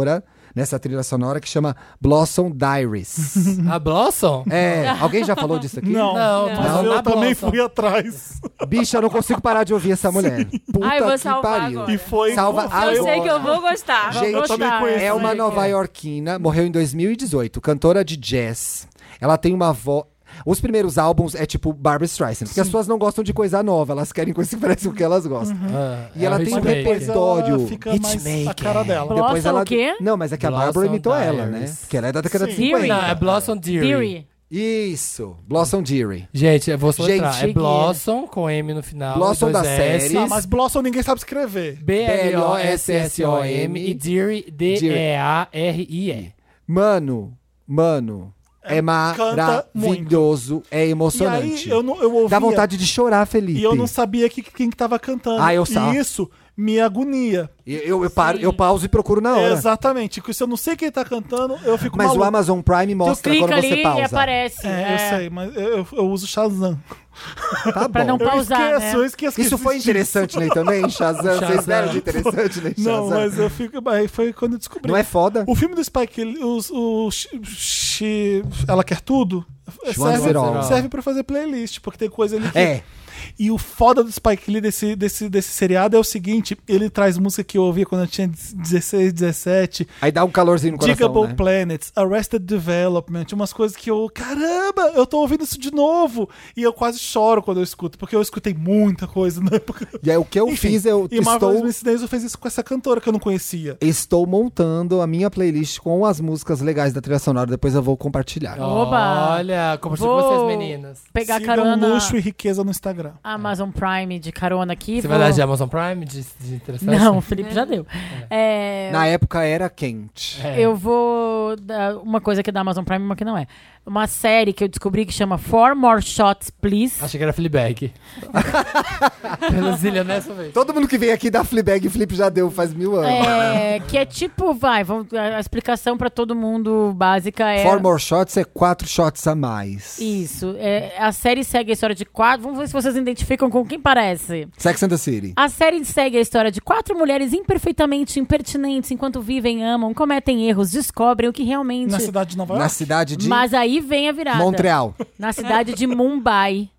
[SPEAKER 2] nessa trilha sonora que chama Blossom Diaries.
[SPEAKER 4] A Blossom?
[SPEAKER 2] é, alguém já falou disso aqui?
[SPEAKER 1] Não,
[SPEAKER 4] Não,
[SPEAKER 1] mas
[SPEAKER 4] não.
[SPEAKER 1] eu
[SPEAKER 4] Na
[SPEAKER 1] também
[SPEAKER 4] Blossom.
[SPEAKER 1] fui atrás.
[SPEAKER 2] Bicha, eu não consigo parar de ouvir essa mulher. Puta
[SPEAKER 3] Ai, eu vou
[SPEAKER 2] que
[SPEAKER 3] salvar
[SPEAKER 2] pariu.
[SPEAKER 3] agora.
[SPEAKER 1] E foi.
[SPEAKER 2] Salva
[SPEAKER 1] foi-
[SPEAKER 3] Eu sei que eu
[SPEAKER 2] agora.
[SPEAKER 3] vou
[SPEAKER 5] Ah,
[SPEAKER 3] gostar.
[SPEAKER 2] Gente,
[SPEAKER 1] eu também conheço.
[SPEAKER 2] É uma
[SPEAKER 5] Sim.
[SPEAKER 2] nova iorquina, morreu em 2018, cantora de jazz. Ela tem uma voz. Os primeiros álbuns é tipo Barbra Streisand, porque as pessoas não gostam de coisa nova, elas querem coisa que parece o que elas gostam.
[SPEAKER 4] Ah,
[SPEAKER 2] E ela
[SPEAKER 4] o
[SPEAKER 2] tem um
[SPEAKER 4] Hitmaker.
[SPEAKER 1] Depois
[SPEAKER 2] repertório. Repertório.
[SPEAKER 1] ela fica mais a
[SPEAKER 4] Hitmaker.
[SPEAKER 1] cara dela.
[SPEAKER 5] Blossom o quê?
[SPEAKER 2] Não, mas é que a
[SPEAKER 4] Blossom
[SPEAKER 2] Barbara imitou
[SPEAKER 4] Diaries.
[SPEAKER 2] ela, né? Porque ela é da década de
[SPEAKER 1] Sim.
[SPEAKER 2] 50.
[SPEAKER 4] Não, é Blossom Deary.
[SPEAKER 5] Theory.
[SPEAKER 2] Isso, Blossom Deary.
[SPEAKER 4] Gente, eu vou soltar. É
[SPEAKER 2] Gente,
[SPEAKER 4] Blossom com M no final.
[SPEAKER 2] Blossom
[SPEAKER 4] dois
[SPEAKER 2] da
[SPEAKER 4] S,
[SPEAKER 1] Ah,
[SPEAKER 2] série.
[SPEAKER 1] mas Blossom ninguém sabe escrever.
[SPEAKER 4] B-L-O-S-S-O-M e Deary, D-E-A-R-I-E.
[SPEAKER 2] Mano, mano, é,
[SPEAKER 1] canta
[SPEAKER 2] maravilhoso, é
[SPEAKER 1] E aí
[SPEAKER 2] emocionante.
[SPEAKER 1] eu, não, eu ouvia.
[SPEAKER 2] Dá vontade de chorar, Felipe.
[SPEAKER 1] E eu não sabia que, quem que tava cantando.
[SPEAKER 2] Ah, eu sa-
[SPEAKER 1] E isso me agonia.
[SPEAKER 2] Eu, eu, eu paro, eu pauso e procuro na hora.
[SPEAKER 1] Exatamente. Se eu não sei quem tá cantando, eu fico
[SPEAKER 2] Mas
[SPEAKER 1] maluco.
[SPEAKER 2] o Amazon Prime
[SPEAKER 5] Tu
[SPEAKER 2] mostra quando
[SPEAKER 5] clica
[SPEAKER 2] você
[SPEAKER 5] ali
[SPEAKER 2] pausa.
[SPEAKER 5] e aparece.
[SPEAKER 1] É, eu sei, mas eu, eu, eu uso Shazam.
[SPEAKER 2] Tá
[SPEAKER 5] Pra não
[SPEAKER 2] bom.
[SPEAKER 5] pausar,
[SPEAKER 1] eu
[SPEAKER 5] né?
[SPEAKER 1] esqueço, eu esqueço. que
[SPEAKER 2] Isso foi
[SPEAKER 1] existe.
[SPEAKER 2] interessante, Ney, também? Shazam, vocês
[SPEAKER 4] Shazam.
[SPEAKER 2] deram de interessante, Ney? Shazam.
[SPEAKER 1] Não, mas eu fico. Aí foi quando eu descobri.
[SPEAKER 2] Não é foda?
[SPEAKER 1] O filme do Spike, Lee- os, o Sh- Sh- gente. Ela quer tudo.
[SPEAKER 2] She wants it all.
[SPEAKER 1] Serve, serve pra fazer playlist, porque tem coisa ali que.
[SPEAKER 2] É.
[SPEAKER 1] E o foda do Spike Lee desse, desse, desse seriado é o seguinte: ele traz música que eu ouvia quando eu tinha 16, 17.
[SPEAKER 2] Aí dá um calorzinho no coração,
[SPEAKER 1] Digable
[SPEAKER 2] né?
[SPEAKER 1] Planets, Arrested Development, umas coisas que eu. Caramba, eu tô ouvindo isso de novo! E eu quase choro quando eu escuto, porque eu escutei muita coisa na época.
[SPEAKER 2] E aí o que eu
[SPEAKER 1] Enfim,
[SPEAKER 2] fiz, eu
[SPEAKER 1] E Marvelous
[SPEAKER 2] estou,
[SPEAKER 1] Miss Daisy fez isso com essa cantora que eu não conhecia.
[SPEAKER 2] estou montando a minha playlist com as músicas legais da trilha sonora. Depois eu vou compartilhar.
[SPEAKER 5] Oba!
[SPEAKER 4] Olha, conversei com
[SPEAKER 5] Vou
[SPEAKER 4] vocês, meninas.
[SPEAKER 5] pegar
[SPEAKER 1] Sigam
[SPEAKER 5] carona
[SPEAKER 1] luxo e riqueza no Instagram.
[SPEAKER 5] Amazon Prime de carona aqui.
[SPEAKER 4] Você
[SPEAKER 5] vou-
[SPEAKER 4] vai lá de Amazon Prime, de, de interessante?
[SPEAKER 5] Não, o Felipe já deu. É,
[SPEAKER 2] assim? Na época era quente.
[SPEAKER 4] É.
[SPEAKER 5] Eu vou dar uma coisa que é da Amazon Prime e uma que não é. Uma série que eu descobri que chama Four More Shots, Please.
[SPEAKER 4] Achei que era Fleabag. Pelo Zillion nessa
[SPEAKER 1] É.
[SPEAKER 4] vez.
[SPEAKER 2] Todo mundo que vem aqui da Fleabag, Flip já deu faz mil anos.
[SPEAKER 5] É, que é tipo, vai, vamos- a a explicação pra todo mundo básica é.
[SPEAKER 2] Four more shots é quatro shots a mais.
[SPEAKER 5] Isso. é, a série segue a história de quatro. Vamos ver se vocês identificam com quem parece.
[SPEAKER 2] Sex and the City.
[SPEAKER 5] A série segue a história de quatro mulheres imperfeitamente impertinentes enquanto vivem, amam, cometem erros, descobrem o que realmente.
[SPEAKER 1] Na cidade de Nova
[SPEAKER 2] Na
[SPEAKER 1] York.
[SPEAKER 2] cidade de
[SPEAKER 5] Mas aí vem a virada.
[SPEAKER 2] Montreal.
[SPEAKER 5] Na cidade de Mumbai.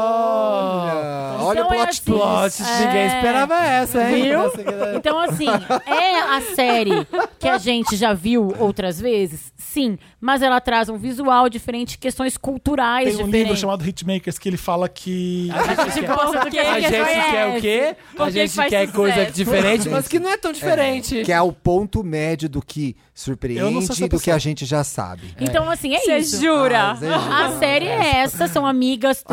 [SPEAKER 2] Ah,
[SPEAKER 5] Então
[SPEAKER 2] Olha o
[SPEAKER 5] é
[SPEAKER 2] plot
[SPEAKER 5] assim,
[SPEAKER 4] Plot,
[SPEAKER 5] É.
[SPEAKER 4] ninguém esperava essa, hein?
[SPEAKER 5] Viu?
[SPEAKER 4] Essa aqui da-
[SPEAKER 5] Então, assim, é a série que a gente já viu outras vezes? Sim. Mas ela traz um visual diferente, questões culturais
[SPEAKER 1] Tem um
[SPEAKER 5] diferentes.
[SPEAKER 1] livro chamado Hitmakers que ele fala que.
[SPEAKER 4] A gente quer-
[SPEAKER 3] Porque
[SPEAKER 4] a
[SPEAKER 3] que
[SPEAKER 4] gente
[SPEAKER 3] conhece.
[SPEAKER 4] quer o quê?
[SPEAKER 3] Por
[SPEAKER 4] A
[SPEAKER 3] que
[SPEAKER 4] gente
[SPEAKER 3] faz
[SPEAKER 4] quer coisa
[SPEAKER 3] sucesso?
[SPEAKER 4] diferente, mas que não é tão diferente.
[SPEAKER 2] Que é o ponto médio do
[SPEAKER 1] Eu
[SPEAKER 2] que
[SPEAKER 1] não sou
[SPEAKER 2] surpreende
[SPEAKER 1] essa
[SPEAKER 2] e do que
[SPEAKER 1] pessoa.
[SPEAKER 2] a gente já sabe.
[SPEAKER 5] Então, assim, é isso.
[SPEAKER 3] Você jura?
[SPEAKER 5] A série é essa, são amigas tu-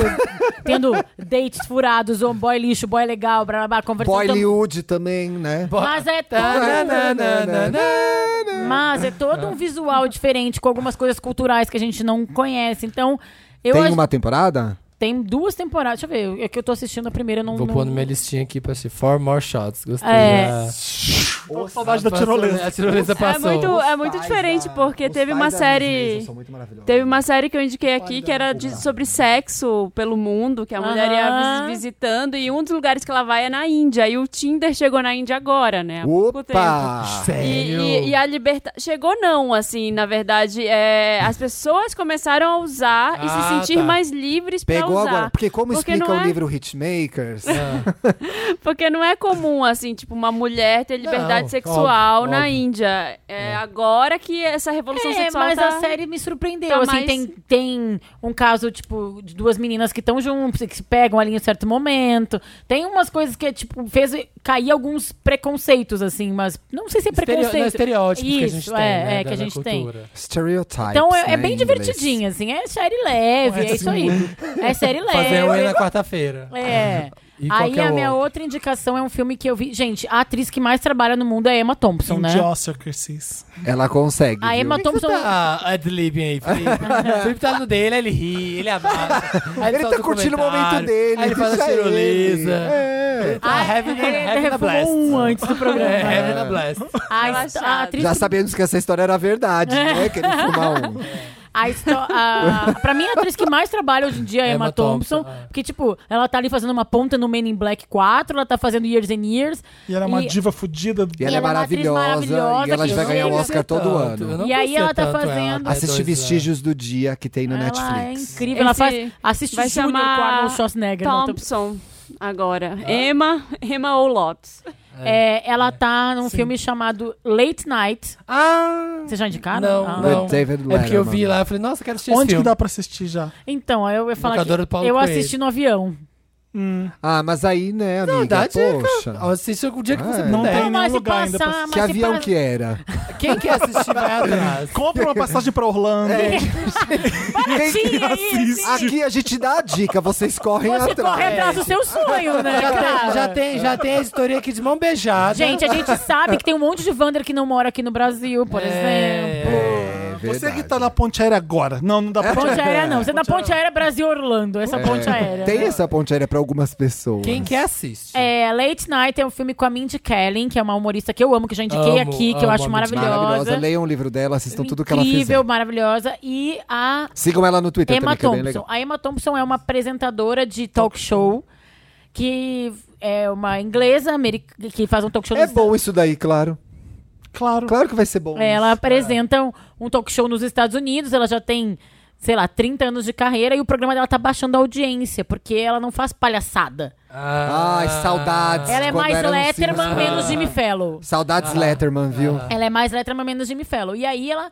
[SPEAKER 5] tendo dates furados, um boy lixo, boy legal, blá blá blá, conversando.
[SPEAKER 2] Bollywood também, né?
[SPEAKER 5] Mas é
[SPEAKER 4] né,
[SPEAKER 5] todo, mas é todo um visual diferente, com algumas coisas culturais que a gente não conhece. Então, eu
[SPEAKER 2] Tem
[SPEAKER 5] acho-
[SPEAKER 2] uma temporada?
[SPEAKER 5] tem duas temporadas. Deixa eu ver, é que eu tô assistindo a primeira, eu não.
[SPEAKER 4] Vou
[SPEAKER 5] não-
[SPEAKER 4] pôr na minha listinha aqui pra assistir. Four more shots. Gostei.
[SPEAKER 5] É.
[SPEAKER 4] Ah,
[SPEAKER 1] Tô com saudade da tirolesa.
[SPEAKER 4] A tirolesa
[SPEAKER 3] É
[SPEAKER 4] passou.
[SPEAKER 3] muito, é muito
[SPEAKER 2] Os pais
[SPEAKER 3] diferente,
[SPEAKER 2] da-
[SPEAKER 3] porque
[SPEAKER 2] os
[SPEAKER 3] teve
[SPEAKER 2] pais
[SPEAKER 3] uma
[SPEAKER 2] da
[SPEAKER 3] série.
[SPEAKER 2] Disney são muito maravilhosos.
[SPEAKER 3] Teve uma série que eu indiquei aqui que era de- sobre sexo pelo mundo, que a mulher ia
[SPEAKER 5] Aham.
[SPEAKER 3] vis- visitando, e um dos lugares que ela vai é na Índia. E o Tinder chegou na Índia agora, né? Há pouco tempo.
[SPEAKER 2] Opa!
[SPEAKER 3] E,
[SPEAKER 4] Sério?
[SPEAKER 3] e- e a liberdade. Chegou, não, assim, na verdade. é, as pessoas começaram a usar e se
[SPEAKER 4] Ah,
[SPEAKER 3] sentir
[SPEAKER 4] tá.
[SPEAKER 3] mais livres pra
[SPEAKER 2] Pegou
[SPEAKER 3] usar.
[SPEAKER 2] agora. Porque como
[SPEAKER 3] Porque
[SPEAKER 2] explica
[SPEAKER 3] não
[SPEAKER 2] o
[SPEAKER 3] é-
[SPEAKER 2] livro né? Hitmakers,
[SPEAKER 3] Porque não é comum, assim, tipo, uma mulher ter liberdade
[SPEAKER 4] Não,
[SPEAKER 3] sexual
[SPEAKER 4] óbvio,
[SPEAKER 3] na
[SPEAKER 4] óbvio.
[SPEAKER 3] Índia. É, agora que essa revolução
[SPEAKER 5] É,
[SPEAKER 3] sexual
[SPEAKER 5] mas
[SPEAKER 3] tá...
[SPEAKER 5] a série me surpreendeu.
[SPEAKER 3] tá
[SPEAKER 5] assim,
[SPEAKER 3] mais-
[SPEAKER 5] tem, tem um caso, tipo, de duas meninas que estão juntas, que se pegam ali em um certo momento. Tem umas coisas que, tipo, fez cair alguns preconceitos, assim, mas não sei se é
[SPEAKER 4] Estereo-
[SPEAKER 5] preconceito.
[SPEAKER 4] não, estereótipos que a
[SPEAKER 5] Isso,
[SPEAKER 4] gente tem,
[SPEAKER 5] é,
[SPEAKER 4] né,
[SPEAKER 5] é,
[SPEAKER 4] da-
[SPEAKER 5] que a
[SPEAKER 4] da
[SPEAKER 5] gente tem.
[SPEAKER 4] cultura.
[SPEAKER 2] Stereotypes.
[SPEAKER 5] Então é, é
[SPEAKER 2] né, em
[SPEAKER 5] bem
[SPEAKER 2] inglês.
[SPEAKER 5] divertidinha, assim, é série leve, é isso aí. É série leve.
[SPEAKER 4] Fazer um na quarta-feira.
[SPEAKER 5] É.
[SPEAKER 4] E
[SPEAKER 5] Aí
[SPEAKER 4] qualquer
[SPEAKER 5] a minha
[SPEAKER 4] outro.
[SPEAKER 5] outra indicação é um filme que eu vi. Gente, a atriz que mais trabalha no mundo é a Emma Thompson, né?
[SPEAKER 1] Idiocracies.
[SPEAKER 2] Ela consegue.
[SPEAKER 5] A
[SPEAKER 2] viu?
[SPEAKER 5] Emma Thompson.
[SPEAKER 4] Ah, adlib aí, Felipe. O Felipe tá no dele, aí ele ri, ele abaixa. aí
[SPEAKER 2] Ele
[SPEAKER 4] solta
[SPEAKER 2] tá
[SPEAKER 4] um
[SPEAKER 2] curtindo o
[SPEAKER 4] comentário,
[SPEAKER 2] momento dele.
[SPEAKER 4] Aí ele faz a
[SPEAKER 2] deixa ele.
[SPEAKER 4] tirolesa.
[SPEAKER 2] É.
[SPEAKER 4] Ah, heaven, heaven a
[SPEAKER 5] refumou
[SPEAKER 4] blast.
[SPEAKER 5] um antes do programa.
[SPEAKER 4] É, heaven a blast.
[SPEAKER 5] A, histó-
[SPEAKER 3] Relaxado.
[SPEAKER 5] a atriz
[SPEAKER 2] Já
[SPEAKER 5] que-
[SPEAKER 2] sabemos que essa história era verdade,
[SPEAKER 5] É.
[SPEAKER 2] né? Que ele fumar um.
[SPEAKER 5] a histó- a- Pra mim, a atriz que mais trabalha hoje em dia é a Emma
[SPEAKER 4] Emma
[SPEAKER 5] Thompson.
[SPEAKER 4] Thompson, é.
[SPEAKER 5] Porque, tipo, ela tá ali fazendo uma ponta no Men in Black 4, ela tá fazendo Years and Years.
[SPEAKER 1] E ela é uma
[SPEAKER 5] E-
[SPEAKER 1] diva fodida.
[SPEAKER 2] E ela, é
[SPEAKER 5] ela é uma atriz
[SPEAKER 2] maravilhosa,
[SPEAKER 5] maravilhosa
[SPEAKER 2] e ela
[SPEAKER 5] que
[SPEAKER 2] vai ganhar o
[SPEAKER 5] chega-
[SPEAKER 2] Oscar todo
[SPEAKER 4] Tanto, eu
[SPEAKER 2] ano.
[SPEAKER 4] não
[SPEAKER 5] E aí ela tá
[SPEAKER 4] conhecia tanto é
[SPEAKER 5] fazendo-
[SPEAKER 4] até
[SPEAKER 2] Assiste
[SPEAKER 4] dois anos.
[SPEAKER 2] Vestígios do Dia que tem na
[SPEAKER 5] ela é
[SPEAKER 2] Netflix.
[SPEAKER 5] incrível. Ela
[SPEAKER 3] Esse
[SPEAKER 5] faz, assiste
[SPEAKER 3] vai
[SPEAKER 5] o Júnior com
[SPEAKER 3] chamar
[SPEAKER 5] Arnold Schwarzenegger.
[SPEAKER 4] tá-
[SPEAKER 5] não, tô-
[SPEAKER 3] Thompson agora.
[SPEAKER 4] Ah.
[SPEAKER 3] Emma, Emma ou Lopes.
[SPEAKER 5] É, ela tá num filme chamado Late Night.
[SPEAKER 4] Ah!
[SPEAKER 5] Vocês já indicaram?
[SPEAKER 4] Não,
[SPEAKER 5] Ah.
[SPEAKER 4] não.
[SPEAKER 2] Do David
[SPEAKER 4] É porque eu vi
[SPEAKER 2] Letterman.
[SPEAKER 4] lá, eu falei, nossa, eu quero assistir esse
[SPEAKER 1] Onde que
[SPEAKER 4] filme.
[SPEAKER 1] dá pra assistir já?
[SPEAKER 5] Então, aí eu ia falar que
[SPEAKER 4] Locadora do Paulo
[SPEAKER 5] eu
[SPEAKER 4] Coelho.
[SPEAKER 5] assisti no avião.
[SPEAKER 2] Ah, mas aí, né, amiga?
[SPEAKER 4] verdade,
[SPEAKER 2] poxa.
[SPEAKER 4] Assiste o dia que você
[SPEAKER 2] É.
[SPEAKER 4] puder.
[SPEAKER 1] Não tem
[SPEAKER 5] Não,
[SPEAKER 1] nenhum
[SPEAKER 5] Então, mas se
[SPEAKER 1] lugar ainda pra
[SPEAKER 5] passar...
[SPEAKER 1] assistir.
[SPEAKER 5] mas
[SPEAKER 2] Que
[SPEAKER 5] se
[SPEAKER 2] avião
[SPEAKER 5] pa-
[SPEAKER 2] que é? era?
[SPEAKER 4] Quem quer assistir vai atrás.
[SPEAKER 1] Compra uma passagem pra Orlando.
[SPEAKER 5] Sim, aí, sim.
[SPEAKER 2] Aqui a gente dá a dica, vocês correm
[SPEAKER 5] Você
[SPEAKER 2] atrás.
[SPEAKER 5] corre atrás do seu sonho, né,
[SPEAKER 4] Já
[SPEAKER 5] cara?
[SPEAKER 4] tem, já, tem, já tem a editoria aqui de mão beijada.
[SPEAKER 5] Gente, a gente sabe que tem um monte de Wander que não mora aqui no Brasil, por exemplo.
[SPEAKER 2] É
[SPEAKER 1] Você que
[SPEAKER 2] verdade.
[SPEAKER 1] tá na ponte aéria agora. Não, não dá pra
[SPEAKER 5] Ponte aérea não. Você é da ponte aérea Brasil-Orlando, essa ponte aérea.
[SPEAKER 2] É.
[SPEAKER 5] né?
[SPEAKER 2] Tem essa ponte aérea pra algumas pessoas.
[SPEAKER 4] Quem quer assiste.
[SPEAKER 5] É, Late Night é um filme com a Mindy Kaling, que é uma humorista que eu amo, que eu já indiquei
[SPEAKER 4] Amo,
[SPEAKER 5] aqui, que
[SPEAKER 4] amo
[SPEAKER 5] eu acho
[SPEAKER 4] a Mindy
[SPEAKER 5] maravilhosa.
[SPEAKER 2] Maravilhosa. Leiam o livro dela, assistam tudo que ela fez.
[SPEAKER 5] Incrível, maravilhosa. E a
[SPEAKER 2] Sigam ela no Twitter
[SPEAKER 5] Emma
[SPEAKER 2] também, que é bem
[SPEAKER 5] Thompson.
[SPEAKER 2] legal.
[SPEAKER 5] A Emma Thompson é uma apresentadora de talk show que é uma inglesa americ- que faz um talk show
[SPEAKER 2] É
[SPEAKER 5] nos Estados-
[SPEAKER 2] bom isso daí, claro.
[SPEAKER 1] Claro.
[SPEAKER 2] Claro que vai ser bom.
[SPEAKER 5] É, ela
[SPEAKER 2] isso.
[SPEAKER 5] apresenta um, um talk show nos Estados Unidos, ela já tem, sei lá, 30 anos de carreira e o programa dela tá baixando a audiência, porque ela não faz palhaçada.
[SPEAKER 4] Ah,
[SPEAKER 2] Ai, saudades.
[SPEAKER 5] ela é
[SPEAKER 2] quando
[SPEAKER 5] mais
[SPEAKER 2] era um
[SPEAKER 5] Letterman,
[SPEAKER 2] Simpsons.
[SPEAKER 5] menos Jimmy Fellow.
[SPEAKER 2] Saudades Letterman, viu?
[SPEAKER 5] Ela é mais Letterman, menos Jimmy Fellow. E aí ela